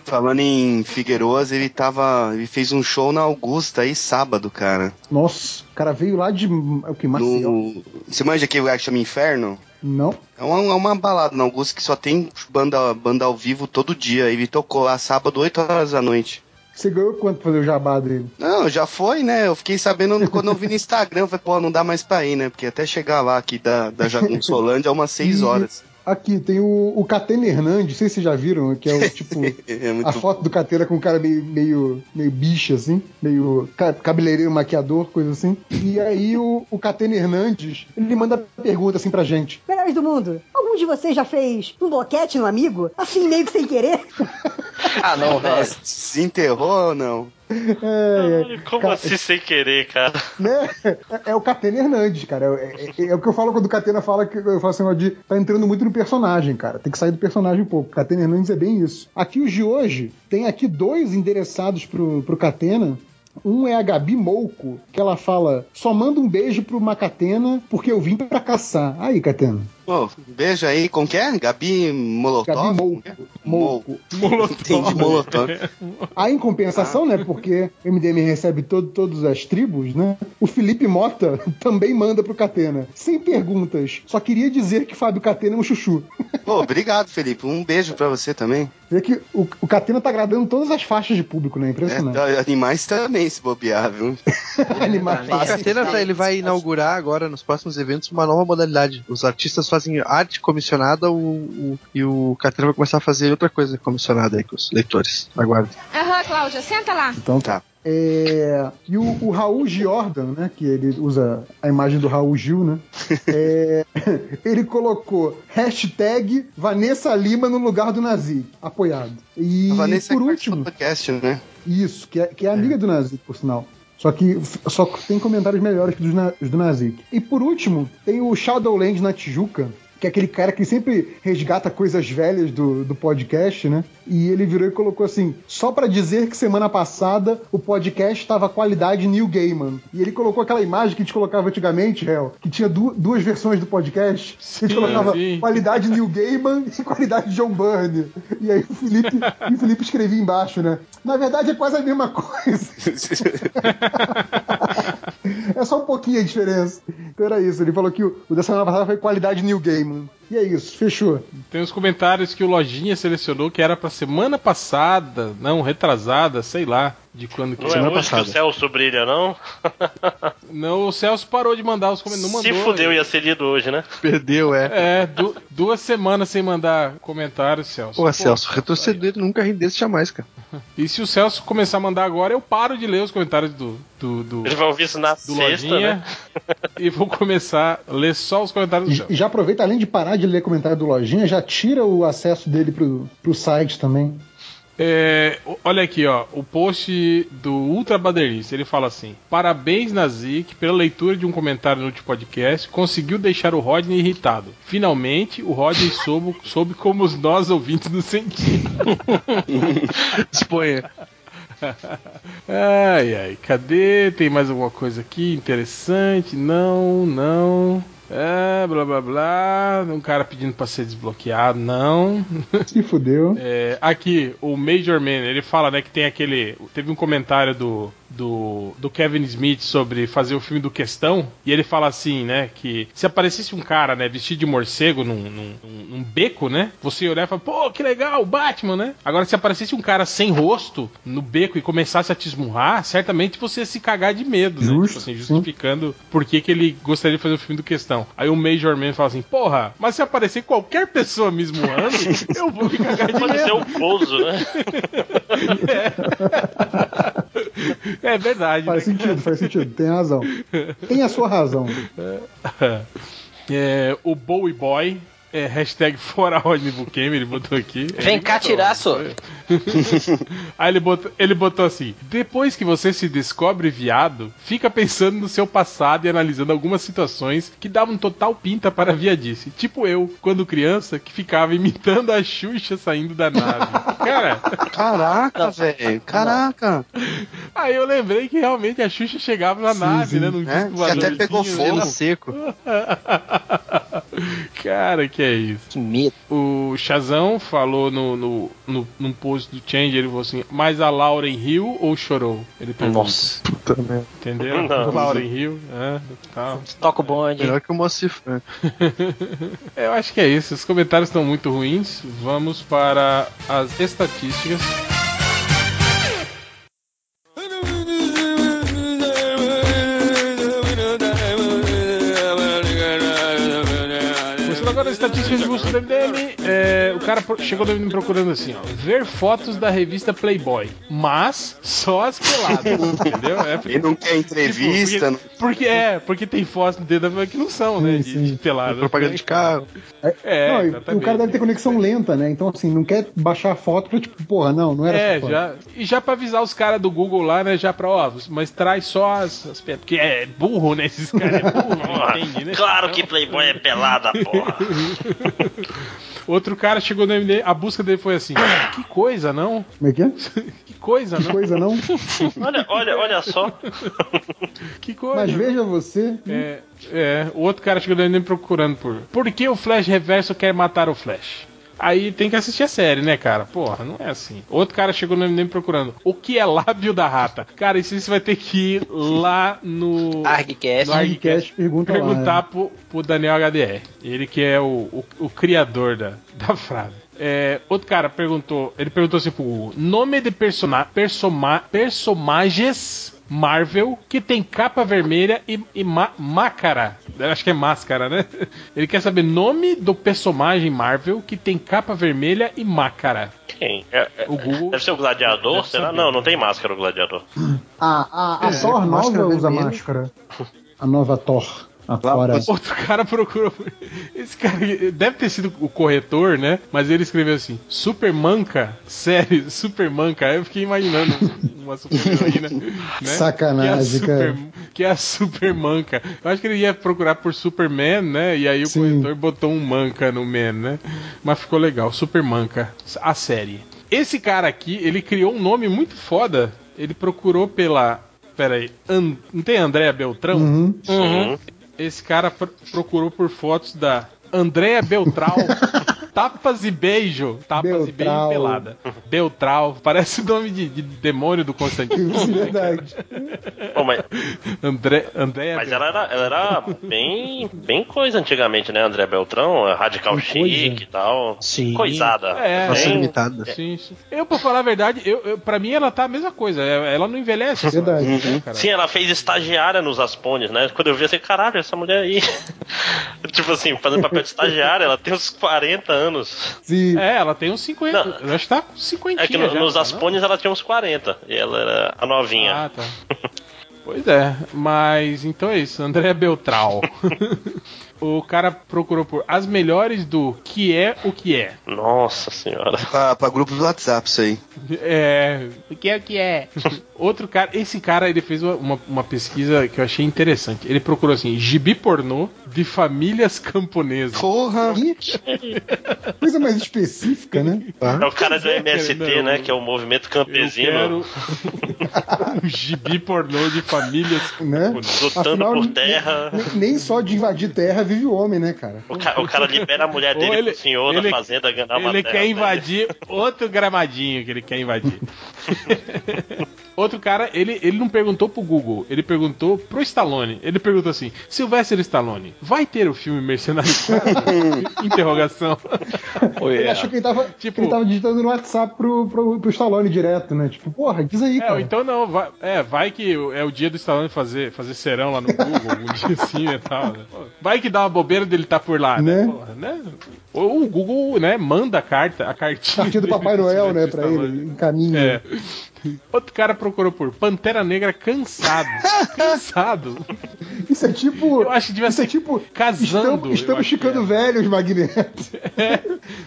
Speaker 7: Falando em Figueiroas, ele tava. Ele fez um show na Augusta aí sábado, cara.
Speaker 13: nossa, o cara veio lá de é o que Maceió.
Speaker 7: No... Você manja aquele lugar que chama Inferno?
Speaker 13: Não.
Speaker 7: É uma, é uma balada na Augusta que só tem banda, banda ao vivo todo dia. Ele tocou lá sábado, 8 horas da noite.
Speaker 13: Você ganhou quanto pra fazer o jabá dele?
Speaker 7: Não, já foi, né? Eu fiquei sabendo quando eu vi no
Speaker 5: [LAUGHS]
Speaker 7: Instagram. Eu falei, pô, não dá mais pra ir, né? Porque até chegar lá aqui da, da Jagunçolândia é umas 6 horas.
Speaker 13: Aqui tem o, o Catena Hernandes, não sei se vocês já viram, que é o tipo.
Speaker 7: É
Speaker 13: a foto do Catena com um cara meio, meio, meio bicho, assim, meio ca- cabeleireiro, maquiador, coisa assim. E aí o, o Catena Hernandes, ele manda pergunta assim pra gente.
Speaker 17: Melhores do mundo, algum de vocês já fez um boquete no amigo? Assim, meio que sem
Speaker 13: [LAUGHS]
Speaker 17: querer?
Speaker 7: Ah, não, velho. Se enterrou ou não?
Speaker 13: É, é,
Speaker 5: Como
Speaker 13: Ca-
Speaker 5: assim sem querer, cara?
Speaker 13: né? É, é o Catena Hernandes, cara. É, é- é o que eu falo quando o Catena fala que eu falo assim, ó, de tá entrando muito no personagem, cara. Tem que sair do personagem um pouco. Catena Hernandes é bem isso. Aqui os de hoje, tem aqui dois endereçados pro, pro Catena. Um é a Gabi Mouco, que ela fala: só manda um beijo pro Macatena, porque eu vim pra caçar. Aí, Catena.
Speaker 7: Pô, beijo aí, como que é? Gabi Molotov?
Speaker 13: Gabi Mouco.
Speaker 7: Mouco. Entendi, Molotov.
Speaker 13: Aí, em compensação, né? Porque o MDM recebe todo, todas as tribos, né? O Felipe Mota [LAUGHS] também manda pro Catena. Sem perguntas. Só queria dizer que Fábio Catena é um chuchu.
Speaker 7: Pô, obrigado, Felipe. Um beijo pra você também.
Speaker 13: Vê que o, o Catena tá agradando todas as faixas de público, né? Impressionante.
Speaker 7: É, animais também, se bobear, viu?
Speaker 13: [LAUGHS]
Speaker 7: É.
Speaker 13: Animais.
Speaker 8: O Catena tá- ele vai inaugurar agora nos próximos eventos uma nova modalidade. Os artistas fazem arte comissionada o, o- e o Catena vai começar a fazer outra coisa comissionada aí com os leitores. Aguardem.
Speaker 6: Aham, Cláudia, senta lá.
Speaker 13: Então tá. É, e o, o Raul Jordan, né? Que ele usa a imagem do Raul Gil, né? é, [LAUGHS] ele colocou hashtag Vanessa Lima no lugar do Nazi. Apoiado. E
Speaker 7: A Vanessa
Speaker 13: por
Speaker 7: é
Speaker 13: último.
Speaker 7: podcast, né?
Speaker 13: Isso, que é, que é amiga do Nazik, por sinal. Só que só que tem comentários melhores que os, na, os do Nazik. E por último, tem o Shadowlands na Tijuca, que é aquele cara que sempre resgata coisas velhas do, do podcast, né? E ele virou e colocou assim: só pra dizer que semana passada o podcast tava qualidade New Gaiman. E ele colocou aquela imagem que a gente colocava antigamente, réu, que tinha du- duas versões do podcast. a gente colocava
Speaker 2: sim.
Speaker 13: qualidade New Gaiman e qualidade John Byrne. E aí o Felipe, e o Felipe escrevia embaixo, né? Na verdade é quase a mesma coisa. [LAUGHS] é só um pouquinho a diferença. Então era isso. Ele falou que o, o da semana passada foi qualidade New Gaiman. E é isso, fechou.
Speaker 2: Tem uns comentários que o Lojinha selecionou que era pra semana passada, não, retrasada, sei lá, de quando que
Speaker 5: Não é hoje que o Celso brilha, não?
Speaker 2: [LAUGHS] Não, o Celso parou de mandar os comentários. Não
Speaker 5: Se
Speaker 2: mandou.
Speaker 5: fudeu, ia ser lido hoje, né?
Speaker 8: Perdeu,
Speaker 2: É, du- duas semanas sem mandar comentários, Celso.
Speaker 8: Pô, Celso, retroceder nunca rendesse jamais, cara.
Speaker 2: E se o Celso começar a mandar agora, eu paro de ler os comentários do. do, do
Speaker 5: Ele vai ouvir isso na
Speaker 2: do
Speaker 5: sexta,
Speaker 2: Lojinha
Speaker 5: né?
Speaker 2: [LAUGHS] e vou começar a ler só os comentários do
Speaker 13: E
Speaker 2: Celso.
Speaker 13: já aproveita, além de parar de ler comentário do Lojinha, já tira o acesso dele pro, pro site [LAUGHS] também.
Speaker 2: É, o- olha aqui, ó, o post do Ultra Badernista, ele fala assim: Parabéns, Nazik, pela leitura de um comentário no último podcast, conseguiu deixar o Rodney irritado. Finalmente, o Rodney soube, [LAUGHS] soube como os nós ouvintes nos sentimos. [LAUGHS]
Speaker 8: Exponha.
Speaker 2: Ai, ai, cadê? Tem mais alguma coisa aqui interessante? Não, não. É, blá blá blá. Um cara pedindo pra ser desbloqueado, não.
Speaker 13: Se fudeu.
Speaker 2: É, aqui, o Major Man, ele fala, né, que tem aquele. Teve um comentário do, do, do Kevin Smith sobre fazer o filme do Questão. E ele fala assim, né, que se aparecesse um cara, né, vestido de morcego num, num, num- num beco, né, você ia olhar e falar, pô, que legal, Batman, né? Agora, se aparecesse um cara sem rosto no beco e começasse a te esmurrar, certamente você ia se cagar de medo, né? Tipo assim, justificando por que, que ele gostaria de fazer o filme do Questão. Aí o Major Man fala assim, porra, mas se aparecer qualquer pessoa me esmurrando, eu vou me cagar de
Speaker 5: Pode ser
Speaker 2: medo.
Speaker 5: o Bozo, né?
Speaker 2: É verdade.
Speaker 13: Faz sentido, faz sentido. Tem razão. Tem a sua razão.
Speaker 2: [LAUGHS] É, o Bowie Boy, é, hashtag [LAUGHS] fora Rodney Bukemi, ele botou aqui.
Speaker 1: Vem
Speaker 2: Ele
Speaker 1: cá
Speaker 2: botou.
Speaker 1: tirar, só.
Speaker 2: [LAUGHS] Aí ele botou, ele botou assim: depois que você se descobre viado, fica pensando no seu passado e analisando algumas situações que davam total pinta para a viadice. Tipo eu, quando criança, que ficava imitando a Xuxa saindo da
Speaker 7: [LAUGHS]
Speaker 2: nave. Cara.
Speaker 7: Caraca, velho. Caraca.
Speaker 2: Aí eu lembrei que realmente a Xuxa chegava na nave, né? Num
Speaker 7: É,
Speaker 2: disco
Speaker 7: que até
Speaker 2: voadorzinho,
Speaker 7: pegou
Speaker 2: né?
Speaker 7: fogo.
Speaker 2: [LAUGHS] Cara, que é isso? Que medo. O Chazão falou no, no, no, num post do Change, ele falou assim, mas a Lauren riu ou chorou? Ele pergunta.
Speaker 1: Nossa.
Speaker 8: Puta merda.
Speaker 2: Entendeu?
Speaker 8: Não.
Speaker 2: Lauren riu, né? Tal.
Speaker 1: Toca o bonde.
Speaker 8: Melhor que o Mocif.
Speaker 2: [LAUGHS]
Speaker 8: né?
Speaker 2: É, Eu acho que é isso. Os comentários estão muito ruins. Vamos para as estatísticas. Começando agora as estatísticas Nesse Facebook do MDM, é, o cara pro- chegou me procurando assim, ó. Ver fotos da revista Playboy, mas só as peladas, [LAUGHS]
Speaker 7: [LAUGHS]
Speaker 2: entendeu? É,
Speaker 7: Ele não quer entrevista, não-
Speaker 2: porque, porque é, porque tem fotos dentro da que não são, né? De, de pelada. Propaganda de carro. É,
Speaker 13: Não, e-
Speaker 2: exatamente.
Speaker 13: o cara deve ter conexão lenta, né? Então, assim, não quer baixar a foto pra, tipo, porra, não, não era
Speaker 2: É,
Speaker 13: essa foto.
Speaker 2: já, e já pra avisar os caras do Google lá, né? Já pra ó, mas traz só as, as pe- Porque é burro, né? Esses caras
Speaker 13: [LAUGHS]
Speaker 2: é burro, não entende, né?
Speaker 5: Claro que Playboy é pelada,
Speaker 2: [LAUGHS]
Speaker 5: porra.
Speaker 2: Outro cara chegou no MD, a busca dele foi assim: que coisa, não?
Speaker 13: Como é que é?
Speaker 2: [LAUGHS] Que coisa, não? Que
Speaker 13: coisa, não?
Speaker 5: [LAUGHS] Olha, olha, olha só.
Speaker 2: que coisa. né?
Speaker 13: Mas veja você.
Speaker 2: É, é, o outro cara chegou no MD procurando por. Por que o Flash Reverso quer matar o Flash? Aí tem que assistir a série, né, cara? Porra, não é assim. Outro cara chegou no MDM procurando. O que é lábio da rata? Cara, isso você vai ter que ir lá no.
Speaker 1: Argcast.
Speaker 13: É,
Speaker 2: No Argcast
Speaker 13: pergunta lá,
Speaker 2: perguntar
Speaker 13: né?
Speaker 2: pro, pro Daniel HDR. Ele que é o, o, o criador da, da frase. É, outro cara perguntou. Ele perguntou assim pro Google, nome de persona, persoma, personagens Marvel que tem capa vermelha e, e ma- máscara. Eu Acho que é máscara, né? [LAUGHS] Ele quer saber nome do personagem Marvel que tem capa vermelha e máscara.
Speaker 5: Quem? É- é-
Speaker 2: O Google.
Speaker 5: Deve ser o gladiador,
Speaker 2: Deve
Speaker 5: será?
Speaker 2: saber.
Speaker 5: Não, não tem máscara
Speaker 2: [LAUGHS]
Speaker 5: o gladiador.
Speaker 13: A, ah, a, a
Speaker 2: É,
Speaker 13: Thor
Speaker 2: máscara
Speaker 13: nova usa
Speaker 2: vermelha.
Speaker 13: máscara. A nova Thor. é A Thora.
Speaker 2: Outro cara procurou. Esse cara deve ter sido o corretor, né? Mas ele escreveu assim: Supermanca? Sério, Supermanca? Aí Eu fiquei imaginando uma super-heroína. Né?
Speaker 13: Sacanagem,
Speaker 2: que é a super,
Speaker 13: cara.
Speaker 2: Que é a Supermanca. Eu acho que ele ia procurar por Superman, né? E aí o corretor botou um manca no man, né? Mas ficou legal, Supermanca, a série. Esse cara aqui, ele criou um nome muito foda. Ele procurou pela. Pera aí, An- não tem Andréa Beltrão?
Speaker 13: Uhum.
Speaker 2: Uhum. Esse cara pro- procurou por fotos da
Speaker 13: [LAUGHS]
Speaker 2: Andréa Beltrão. Tapas e beijo. Tapas e beijo
Speaker 13: Beltrão.
Speaker 2: pelada. Beltrão. Parece o nome de, de demônio do Constantino.
Speaker 13: Isso [LAUGHS] é verdade.
Speaker 5: Bom, mas,
Speaker 2: André, é Andréa
Speaker 5: mas ela era, ela era bem, bem coisa antigamente, né? André Beltrão, radical chique e tal. Sim. Coisada. Né?
Speaker 2: É,
Speaker 5: Bem-
Speaker 2: Sim, sim. Eu, pra falar a verdade, eu, eu, pra mim ela tá a mesma coisa. É- Ela não envelhece. essa- né, cara?
Speaker 5: Sim, ela fez estagiária nos Aspones, né? Quando eu vi, eu falei, caralho, essa mulher aí. [LAUGHS] tipo assim, fazendo papel de estagiária, ela tem uns 40 anos.
Speaker 2: É, ela tem uns 50. Ela está tá com 50
Speaker 5: É que no- nos Aspones ela tinha uns 40, e ela era a novinha.
Speaker 2: Ah, tá. Pois é, mas então é isso, André
Speaker 5: [LAUGHS]
Speaker 2: Beltrão. o cara procurou por as melhores do que é o que é.
Speaker 5: Nossa senhora.
Speaker 7: Pra, pra grupo do WhatsApp, isso aí.
Speaker 2: [LAUGHS] É. O que é o que é? [LAUGHS] Outro cara, esse cara ele fez uma- uma, uma pesquisa que eu achei interessante. Ele procurou assim: gibi pornô de famílias camponesas. [LAUGHS]
Speaker 7: Porra!
Speaker 13: Coisa mais específica, né?
Speaker 5: É o cara do MST, né? Que é o movimento campesino.
Speaker 2: [LAUGHS] um gibi pornô de famílias
Speaker 13: Né?
Speaker 2: camponesas.
Speaker 5: Lutando
Speaker 13: Afinal,
Speaker 5: por
Speaker 13: nem-
Speaker 5: terra.
Speaker 13: nem- Nem só de invadir terra vive o homem, né, cara?
Speaker 5: O, ca- o cara libera a mulher dele
Speaker 2: Ou ele-
Speaker 5: pro senhor
Speaker 2: ele-
Speaker 5: da fazenda ganhar uma
Speaker 2: Ele
Speaker 5: terra
Speaker 2: quer
Speaker 5: pra
Speaker 2: invadir outro gramadinho que ele quer invadir. outro cara, ele, ele não perguntou pro Google, ele perguntou pro Stallone. Ele perguntou assim: Sylvester Stallone, vai ter o filme Mercenário? Interrogação.
Speaker 13: Ele achou que ele, tava,
Speaker 2: Tipo,
Speaker 13: que ele tava digitando no WhatsApp pro, pro, pro Stallone direto, né? Tipo, porra, diz aí,
Speaker 2: É, ou
Speaker 13: cara.
Speaker 2: então não, vai, é, vai que é o dia do Stallone fazer, fazer serão lá no Google, um dia assim e tal. né? Pô, Vai que dá uma bobeira dele tá por lá, né?
Speaker 13: Né?
Speaker 2: Porra, né? Ou o Google, né, manda a carta, a cartinha.
Speaker 13: Partir do
Speaker 2: dele
Speaker 13: Papai
Speaker 2: pro
Speaker 13: Noel, né,
Speaker 2: Sylvester
Speaker 13: pra
Speaker 2: Stallone.
Speaker 13: ele, em caminho.
Speaker 2: É. Outro cara procurou por Pantera Negra cansado. cansado.
Speaker 13: Isso é tipo.
Speaker 2: Eu acho que devia
Speaker 13: isso
Speaker 2: ser
Speaker 13: é tipo.
Speaker 2: casando. eu
Speaker 13: Estamos, estamos
Speaker 2: acho que
Speaker 13: ficando velhos, Magneto.
Speaker 2: [LAUGHS] é.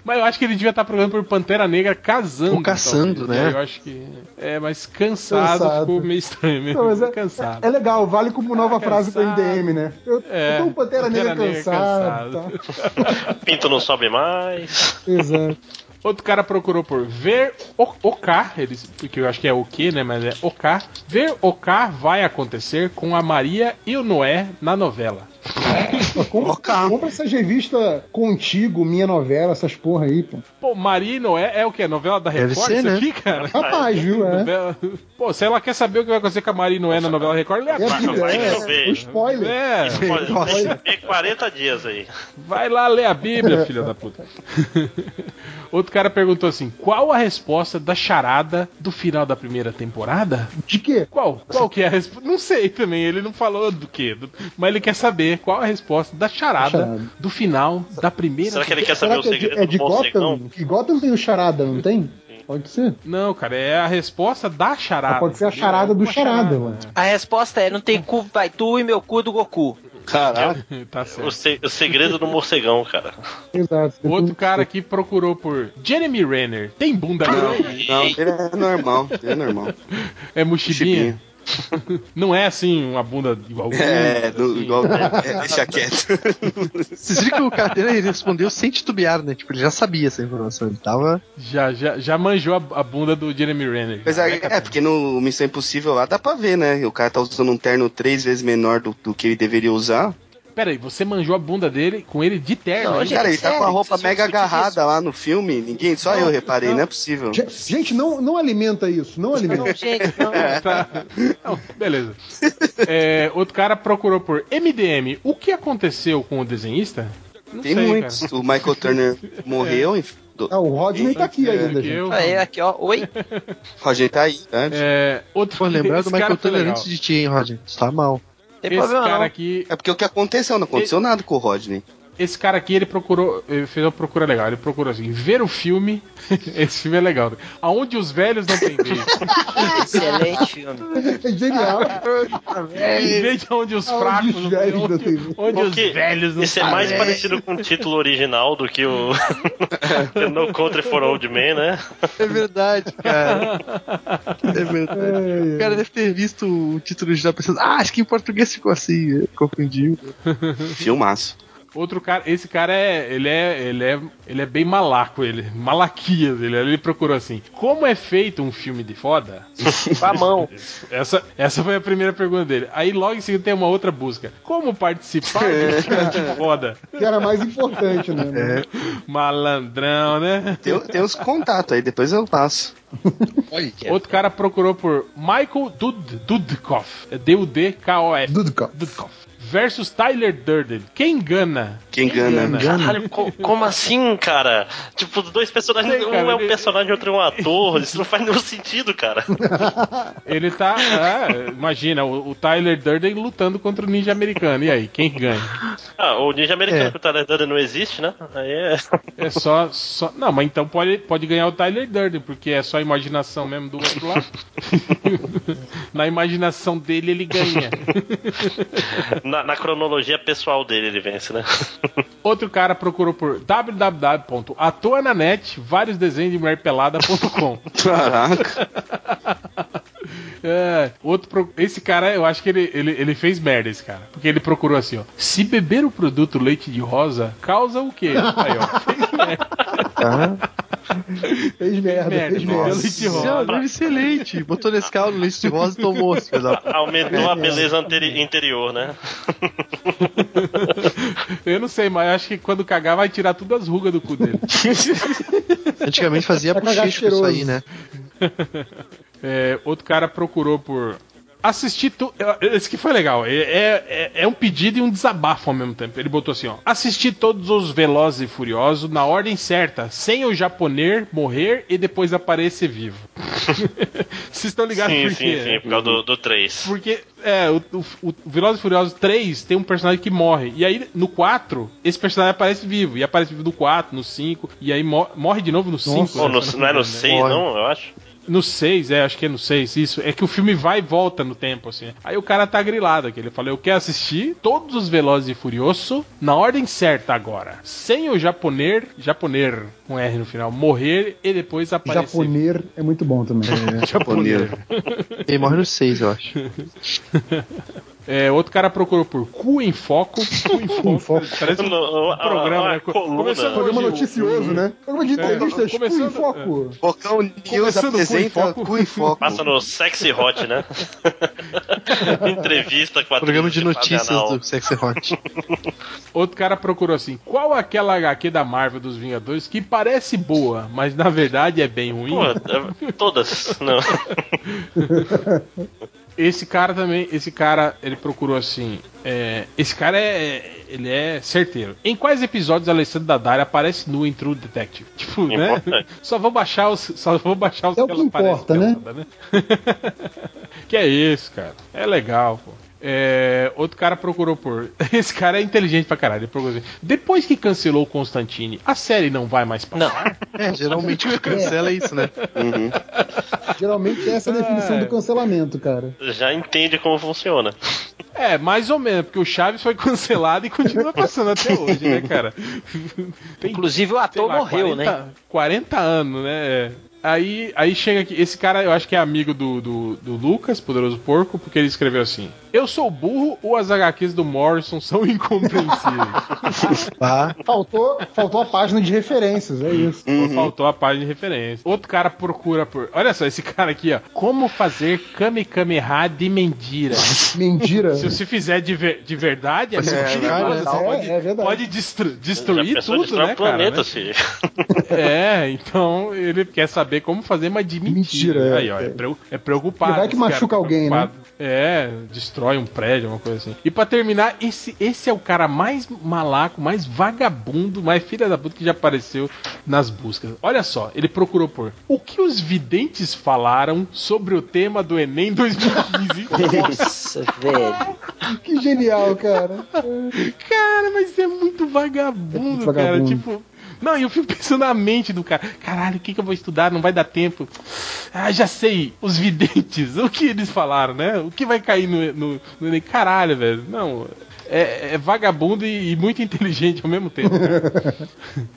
Speaker 2: Mas eu acho que ele devia estar procurando por Pantera Negra casando.
Speaker 8: Ou caçando,
Speaker 2: talvez.
Speaker 8: né?
Speaker 2: Eu acho que. É, mas cansado,
Speaker 13: Cansado.
Speaker 2: ficou meio estranho mesmo.
Speaker 13: Não, mas é,
Speaker 2: cansado. Ah,
Speaker 13: é legal, vale como nova frase do
Speaker 2: cansado.
Speaker 13: MDM, né? Eu,
Speaker 2: É,
Speaker 13: eu tô um Pantera, Negra
Speaker 2: Pantera Negra
Speaker 13: cansado.
Speaker 2: cansado.
Speaker 13: tá?
Speaker 5: terra. [LAUGHS] Pinto não sobe mais.
Speaker 13: Exato.
Speaker 2: Outro cara procurou por ver o, o K, eles, porque eu acho que é o que, né? Mas é o K. Ver o K vai acontecer com a Maria e o Noé na novela.
Speaker 13: Pô, compra, compra essas revistas Contigo, Minha Novela, essas porra aí, pô.
Speaker 2: Pô, Maria e Noé é o quê? Novela da Record?
Speaker 13: Deve ser,
Speaker 2: isso
Speaker 13: né?
Speaker 2: aqui, cara?
Speaker 13: [LAUGHS] Rapaz,
Speaker 2: [LAUGHS]
Speaker 13: viu, é.
Speaker 2: Novela- Pô, se ela quer saber o que vai acontecer com a Maria e Noé na novela Record, lê a
Speaker 13: É, é,
Speaker 2: Bíblia.
Speaker 5: que eu vejo.
Speaker 13: o spoiler.
Speaker 5: [LAUGHS]
Speaker 2: É,
Speaker 5: Olha, Tem que ter 40 dias aí.
Speaker 2: vai lá ler
Speaker 13: [LAUGHS]
Speaker 2: a
Speaker 13: É.
Speaker 2: Bíblia, filha da puta. Outro cara perguntou assim: qual a resposta da charada do final da primeira temporada?
Speaker 13: De quê?
Speaker 2: Qual? Qual que é a resposta? Não sei também, ele não falou do quê, do- mas ele quer saber saber qual é a resposta da charada,
Speaker 13: Charada.
Speaker 2: do final da primeira.
Speaker 5: Será que ele quer
Speaker 13: Será que é de, é de Gotham? Que Gotham tem o charada, não tem? Pode ser.
Speaker 2: Não, cara, é a resposta da charada.
Speaker 13: Pode ser a charada do é charada, mano.
Speaker 1: A resposta é: não tem cu, vai tu e meu cu do Goku.
Speaker 5: Caralho.
Speaker 2: [LAUGHS] tá
Speaker 5: O, se- o segredo do morcegão, cara.
Speaker 13: Exato.
Speaker 2: Outro cara aqui procurou por Jeremy Renner. Tem bunda grande?
Speaker 7: Não, ele Ah, é
Speaker 13: [LAUGHS]
Speaker 7: normal, ele é normal.
Speaker 2: [LAUGHS] É mochibinha? Não é assim uma bunda igual.
Speaker 7: É, do-
Speaker 2: assim.
Speaker 7: igual- é, deixa quieto.
Speaker 8: Vocês viram que o cara dele, ele respondeu sem titubear, né? Tipo, ele já sabia essa informação. Ele tava.
Speaker 2: Já, já, já manjou a, a bunda do Jeremy Renner.
Speaker 7: Pois é, é, porque no Missão Impossível lá dá pra ver, né? O cara tá usando um terno três vezes menor do, do que ele deveria usar.
Speaker 2: Pera aí, você manjou a bunda dele com ele de terno.
Speaker 7: Não,
Speaker 2: hein?
Speaker 7: cara, ele tá com a roupa mega
Speaker 2: é
Speaker 7: agarrada lá no filme. Ninguém, só eu reparei,
Speaker 13: não.
Speaker 7: não, é possível.
Speaker 13: Ge- Gente, não, não alimenta isso, não
Speaker 2: [LAUGHS]
Speaker 13: alimenta. [LAUGHS] É
Speaker 2: Tá. Não, beleza. É, outro cara procurou por MDM. O que aconteceu com o desenhista? Não
Speaker 7: Tem
Speaker 2: sei,
Speaker 7: muitos.
Speaker 2: cara.
Speaker 7: O
Speaker 2: [LAUGHS]
Speaker 7: Michael Turner morreu. É.
Speaker 13: Ah, o Rodney tá aqui ainda, gente.
Speaker 2: É, Eu-
Speaker 1: Aí, aqui,
Speaker 7: [LAUGHS]
Speaker 1: ó. Oi?
Speaker 7: Roger tá aí. Tá?
Speaker 2: É, outro...
Speaker 8: Pô, lembrar
Speaker 2: Esse
Speaker 8: do Michael
Speaker 2: cara foi
Speaker 8: Turner
Speaker 2: legal.
Speaker 8: antes de ti, hein, Roger? Você tá mal.
Speaker 1: Tem
Speaker 2: Esse
Speaker 1: problema
Speaker 2: cara
Speaker 1: não.
Speaker 2: aqui
Speaker 7: É porque o que aconteceu? Não aconteceu nada com o Rodney.
Speaker 2: Esse cara aqui, ele procurou, ele fez uma procura legal. Ele procurou assim: ver o filme. [LAUGHS] Esse filme é legal. né? Aonde os velhos não têm vez.
Speaker 1: Excelente filme.
Speaker 13: É genial. É,
Speaker 2: Em vez de onde os fracos não têm
Speaker 13: velhos assim. não têm
Speaker 2: onde,
Speaker 13: vez.
Speaker 2: onde os velhos não
Speaker 5: Isso é
Speaker 2: têm
Speaker 5: mais
Speaker 2: vez.
Speaker 5: parecido com o título original do que
Speaker 2: [LAUGHS]
Speaker 5: o [LAUGHS] No Country for Old Men, né?
Speaker 8: É verdade, cara. [LAUGHS] É verdade. O cara deve ter visto o título original pensando, ah, acho que em português ficou assim,
Speaker 2: [LAUGHS]
Speaker 8: confundiu.
Speaker 7: Filmaço.
Speaker 2: Outro cara, esse cara é, ele é, ele é, ele é bem malaco, ele, malaquias, ele, ele procurou assim: como é feito um filme de
Speaker 7: [LAUGHS]
Speaker 2: foda?
Speaker 1: Com a mão.
Speaker 2: Essa, essa foi a primeira pergunta dele. Aí logo em seguida tem uma outra busca: como participar de um filme
Speaker 7: [LAUGHS]
Speaker 2: de foda?
Speaker 13: Que era mais importante, né? mano?
Speaker 8: É.
Speaker 2: Malandrão, né?
Speaker 7: Tem, tem os contatos aí, depois eu passo.
Speaker 2: Outro cara procurou por Michael Dud Dudkoff. É D-U-D-K-O-F.
Speaker 13: Dudkoff.
Speaker 2: Versus Tyler Durden. Quem engana?
Speaker 7: Quem
Speaker 8: é
Speaker 7: engana?
Speaker 5: Caralho, co- como assim, cara? Tipo, dois personagens,
Speaker 2: Sei, cara,
Speaker 5: um é um
Speaker 2: ele-
Speaker 5: personagem, outro é um ator. Isso não faz nenhum
Speaker 2: [LAUGHS]
Speaker 5: sentido, cara.
Speaker 2: Ele tá. ah, imagina, o, o Tyler Durden lutando contra o ninja americano. E aí, quem ganha?
Speaker 5: Ah, o ninja americano
Speaker 2: É.
Speaker 5: que o Tyler Durden não existe, né? Aí é...
Speaker 2: É só. só... Não, mas então pode, pode ganhar o Tyler Durden, porque é só a imaginação mesmo do outro
Speaker 5: [LAUGHS]
Speaker 2: lado. Na imaginação dele, ele ganha.
Speaker 5: na, na cronologia pessoal dele ele vence, né?
Speaker 2: Outro cara procurou por www.atoananet, vários desenhos de mulher pelada.com.
Speaker 7: Caraca.
Speaker 2: [LAUGHS] É, outro pro- Esse cara, eu acho que ele, ele, ele fez merda, esse cara. Porque ele procurou assim, ó. Se beber o produto leite de rosa, causa o quê? Aí, ó. fez merda.
Speaker 13: Fez merda,
Speaker 2: merda,
Speaker 13: fez
Speaker 2: bebeu
Speaker 13: merda.
Speaker 2: leite de rosa.
Speaker 8: Seu anúncio excelente. Botou Nescau no leite de rosa e tomou. esse filho da-
Speaker 5: [LAUGHS] Aumentou a beleza anteri- interior, né?
Speaker 2: Eu não sei, mas eu acho que quando cagar vai tirar todas as rugas do cu
Speaker 5: [LAUGHS]
Speaker 2: dele.
Speaker 8: Antigamente fazia
Speaker 13: Vai cagar
Speaker 8: bochecha com isso aí,
Speaker 13: cheiroso.
Speaker 8: né?
Speaker 2: É, outro cara procurou por. Assistir tu... Esse que foi legal. É, é, é um pedido e um desabafo ao mesmo tempo. Ele botou assim, ó. Assistir todos os Velozes e Furiosos na ordem certa, sem o japoner morrer e depois aparecer
Speaker 5: [LAUGHS]
Speaker 2: vivo. Vocês estão ligados
Speaker 5: Sim,
Speaker 2: por quê?
Speaker 5: sim, sim, por causa do, do 3.
Speaker 2: Porque é, o, o, o Velozes e Furiosos 3 tem um personagem que morre. E aí, no 4, esse personagem aparece vivo. E aparece vivo no 4, no 5. E aí mo- morre de novo no 5.
Speaker 5: Pô,
Speaker 2: né?
Speaker 5: no-
Speaker 2: Se eu
Speaker 5: não é
Speaker 2: me engano,
Speaker 5: no
Speaker 2: né?
Speaker 5: 6, não, eu acho.
Speaker 2: No 6, é, acho que é no 6, isso. É que o filme vai e volta no tempo, assim. Aí o cara tá grilado aqui. Ele fala: Eu quero assistir todos os Velozes e Furioso na ordem certa agora. Sem o japoner, japoner, com R no final, morrer e depois aparecer. [LAUGHS]
Speaker 13: Japoneiro é muito bom também.
Speaker 2: Japoneiro.
Speaker 8: Ele morre no 6, eu acho.
Speaker 2: [LAUGHS] É, outro cara procurou por Cu em Foco. Cu em Foco. Parece um
Speaker 5: No- a-
Speaker 2: programa,
Speaker 5: a-
Speaker 2: né?
Speaker 5: a coluna.
Speaker 2: Começando
Speaker 13: Programa
Speaker 2: hoje o- É,
Speaker 13: noticioso, né? Programa de entrevistas, cu em
Speaker 2: começando- é.
Speaker 13: foco.
Speaker 7: Bocão News
Speaker 2: Começando com
Speaker 7: apresenta
Speaker 2: foco.
Speaker 7: cu em foco.
Speaker 5: Passa no Sexy Hot,
Speaker 2: [LAUGHS]
Speaker 5: né? Entrevista com a
Speaker 8: Programa de
Speaker 5: atriz
Speaker 8: notícias
Speaker 5: Fábio Anal.
Speaker 8: do Sexy Hot.
Speaker 2: Outro cara procurou assim: Qual aquela HQ da Marvel dos Vingadores que parece boa, mas na verdade é bem ruim?
Speaker 5: Pô, é- todas. Não.
Speaker 2: [LAUGHS] Esse cara também, esse cara, ele procurou assim. é, esse cara é. Ele é certeiro. Em quais episódios Alessandro Daddario aparece nu em True Detective? [LAUGHS] Tipo, né?
Speaker 5: Importante.
Speaker 2: Só vou baixar os. Só vou baixar os
Speaker 13: É o que importa, né?
Speaker 2: pelada, né? que é isso, cara. É legal, pô. É, outro cara procurou por. [LAUGHS] Esse cara é inteligente pra caralho. Ele procurou assim, Depois que cancelou o Constantine, a série não vai mais passar.
Speaker 8: É, geralmente o que cancela é isso, né?
Speaker 13: Geralmente essa é a definição
Speaker 2: É.
Speaker 13: do cancelamento, cara.
Speaker 5: Já entende como funciona.
Speaker 2: É, mais ou menos, porque o Chaves foi [LAUGHS] cancelado e continua passando até hoje, né, cara? Inclusive o ator
Speaker 1: morreu, né?
Speaker 2: 40 anos, né? Aí, aí chega aqui, esse cara eu acho que é amigo do, do, do Lucas, Poderoso Porco, porque ele escreveu assim: Eu sou burro ou as HQs do Morrison são incompreensíveis?
Speaker 13: Faltou, faltou a página de referências, é isso.
Speaker 2: Pô, Faltou a página de referência. Outro cara procura por. Olha só, esse cara aqui, ó. Como fazer Kame Kamehameha de mentira?
Speaker 13: Mentira.
Speaker 2: Se você fizer de, ver- de verdade, é,
Speaker 13: Vai ser
Speaker 2: muito
Speaker 13: verdade,
Speaker 2: perigoso.
Speaker 13: né?
Speaker 2: Você
Speaker 13: É,
Speaker 2: pode,
Speaker 13: é verdade.
Speaker 2: pode destru- destruir
Speaker 5: pessoa
Speaker 2: tudo,
Speaker 5: destrói
Speaker 2: né,
Speaker 5: o
Speaker 2: cara?
Speaker 5: planeta, assim?
Speaker 2: né?
Speaker 5: filho.
Speaker 2: [LAUGHS] É, então ele quer saber como fazer, mas de mentira.
Speaker 13: Mentira, é,
Speaker 2: Aí, ó, é,
Speaker 13: é.
Speaker 2: preu- é preocupado.
Speaker 13: Ele vai que
Speaker 2: esse cara, tá
Speaker 13: machuca alguém, né?
Speaker 2: preocupado. É, destrói um prédio, uma coisa assim. E pra terminar, esse, esse é o cara mais malaco, mais vagabundo, mais filha da puta que já apareceu nas buscas. Olha só, ele procurou por o que os videntes falaram sobre o tema do Enem 2015.
Speaker 1: [LAUGHS] Nossa, velho.
Speaker 13: Que genial, cara.
Speaker 2: Cara, mas é muito vagabundo,
Speaker 13: muito
Speaker 2: cara.
Speaker 13: vagabundo. [LAUGHS]
Speaker 2: Tipo. Não, e eu fico [LAUGHS] pensando na mente do cara. Caralho, o que, que eu vou estudar? Não vai dar tempo. Ah, já sei. Os videntes. [LAUGHS] O que eles falaram, né? O que vai cair no. no, no Enem? Caralho, velho. Não. É, é vagabundo e, e muito [LAUGHS] inteligente ao mesmo tempo. Cara.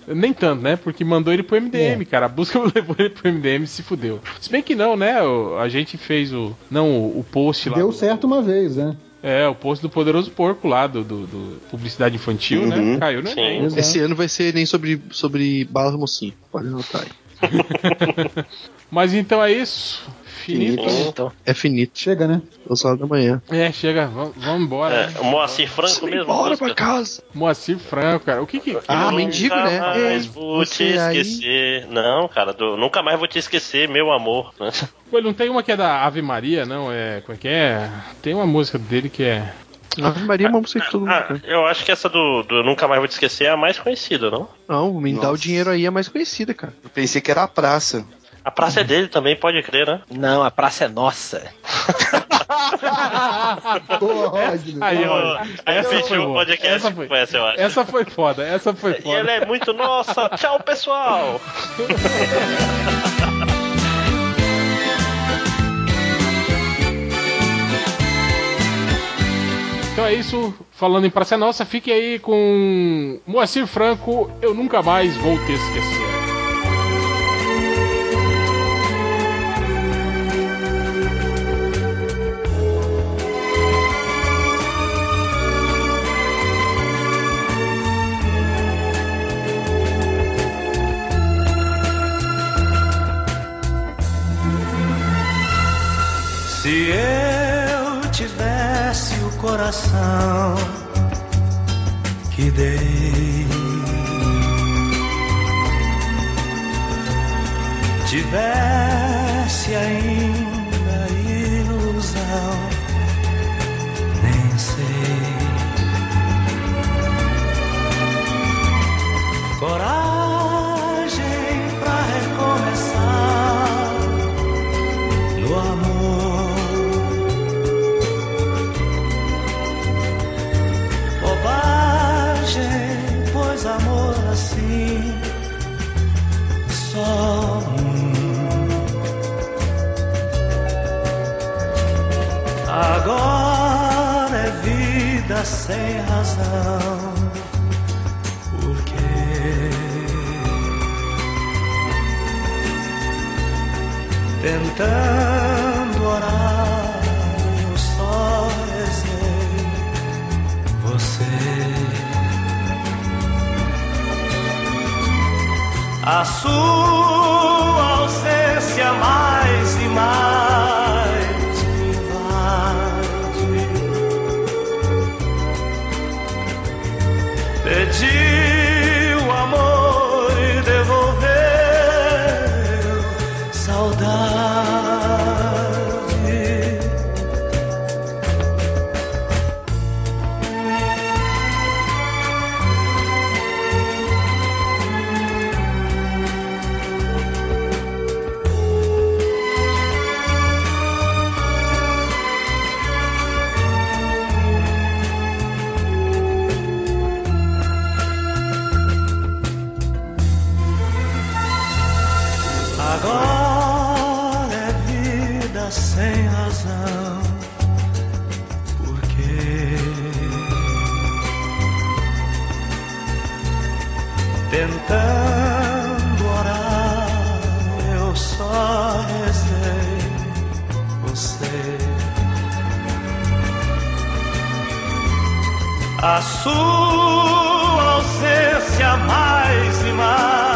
Speaker 2: Nem tanto, né? Porque mandou ele pro MDM, cara. A busca [LAUGHS] levou ele pro MDM e se fudeu. Se bem que não, né? O- a gente fez o. Não, o, o post lá.
Speaker 13: Deu
Speaker 2: do-
Speaker 13: certo uma vez, né?
Speaker 2: é, o post do Poderoso Porco lá, do, do, do Publicidade Infantil, né? Caiu, né?
Speaker 8: Uhum. Esse ano vai ser nem sobre, sobre bala do mocinho. Pode anotar aí.
Speaker 2: [LAUGHS] Mas então é isso. Finito.
Speaker 8: É finito.
Speaker 13: Chega, né?
Speaker 8: Duas horas da manhã.
Speaker 2: É, chega, vamos vamos embora.
Speaker 5: É, o Moacir Franco mesmo.
Speaker 8: Bora
Speaker 5: música.
Speaker 8: pra casa.
Speaker 2: Moacir Franco, cara. O que que.
Speaker 8: Ah, mendigo, né?
Speaker 5: Nunca mais
Speaker 2: É.
Speaker 8: Ei,
Speaker 5: vou te
Speaker 8: você aí-
Speaker 5: esquecer. Não, cara, do- nunca mais vou te esquecer, meu amor. né?
Speaker 2: Pô, não tem uma que é da Ave Maria, não? É. Como é que é? Tem uma música dele que é.
Speaker 8: Ave Maria é uma música que todo mundo
Speaker 5: Ah, eu acho que essa do, do Nunca Mais Vou Te Esquecer é a mais conhecida, não?
Speaker 8: Não, me dá o dinheiro aí é mais conhecida, cara.
Speaker 7: Eu pensei que era a praça.
Speaker 5: A praça
Speaker 2: Uhum.
Speaker 5: é dele também, pode crer, né?
Speaker 1: Não, a praça é nossa.
Speaker 13: Boa, Rodney.
Speaker 2: Aí, ó.
Speaker 5: Aí
Speaker 2: Essa foi
Speaker 5: fechou É, o
Speaker 2: boa.
Speaker 5: podcast
Speaker 2: Essa
Speaker 5: com essa, eu acho.
Speaker 2: Essa foi foda, essa foi
Speaker 5: E ela
Speaker 2: foda.
Speaker 5: é muito nossa. Tchau,
Speaker 2: [LAUGHS]
Speaker 5: pessoal.
Speaker 2: Então é isso. Falando em Praça é Nossa, fique aí com Moacir Franco, Eu Nunca Mais Vou Te Esquecer.
Speaker 6: Se eu tivesse o coração que dei, tivesse ainda a ilusão, nem sei. Coragem pra recomeçar no amor. Bobagem, pois amor assim só um. Agora é vida sem razão. Por quê? tentando orar, eu só rezei você. A sua ausência mais e mais me invade. Pedi o amor e devolveu saudade. Agora é vida sem razão. Por quê? Tentando orar, eu só rezei você. A sua ausência mais e mais.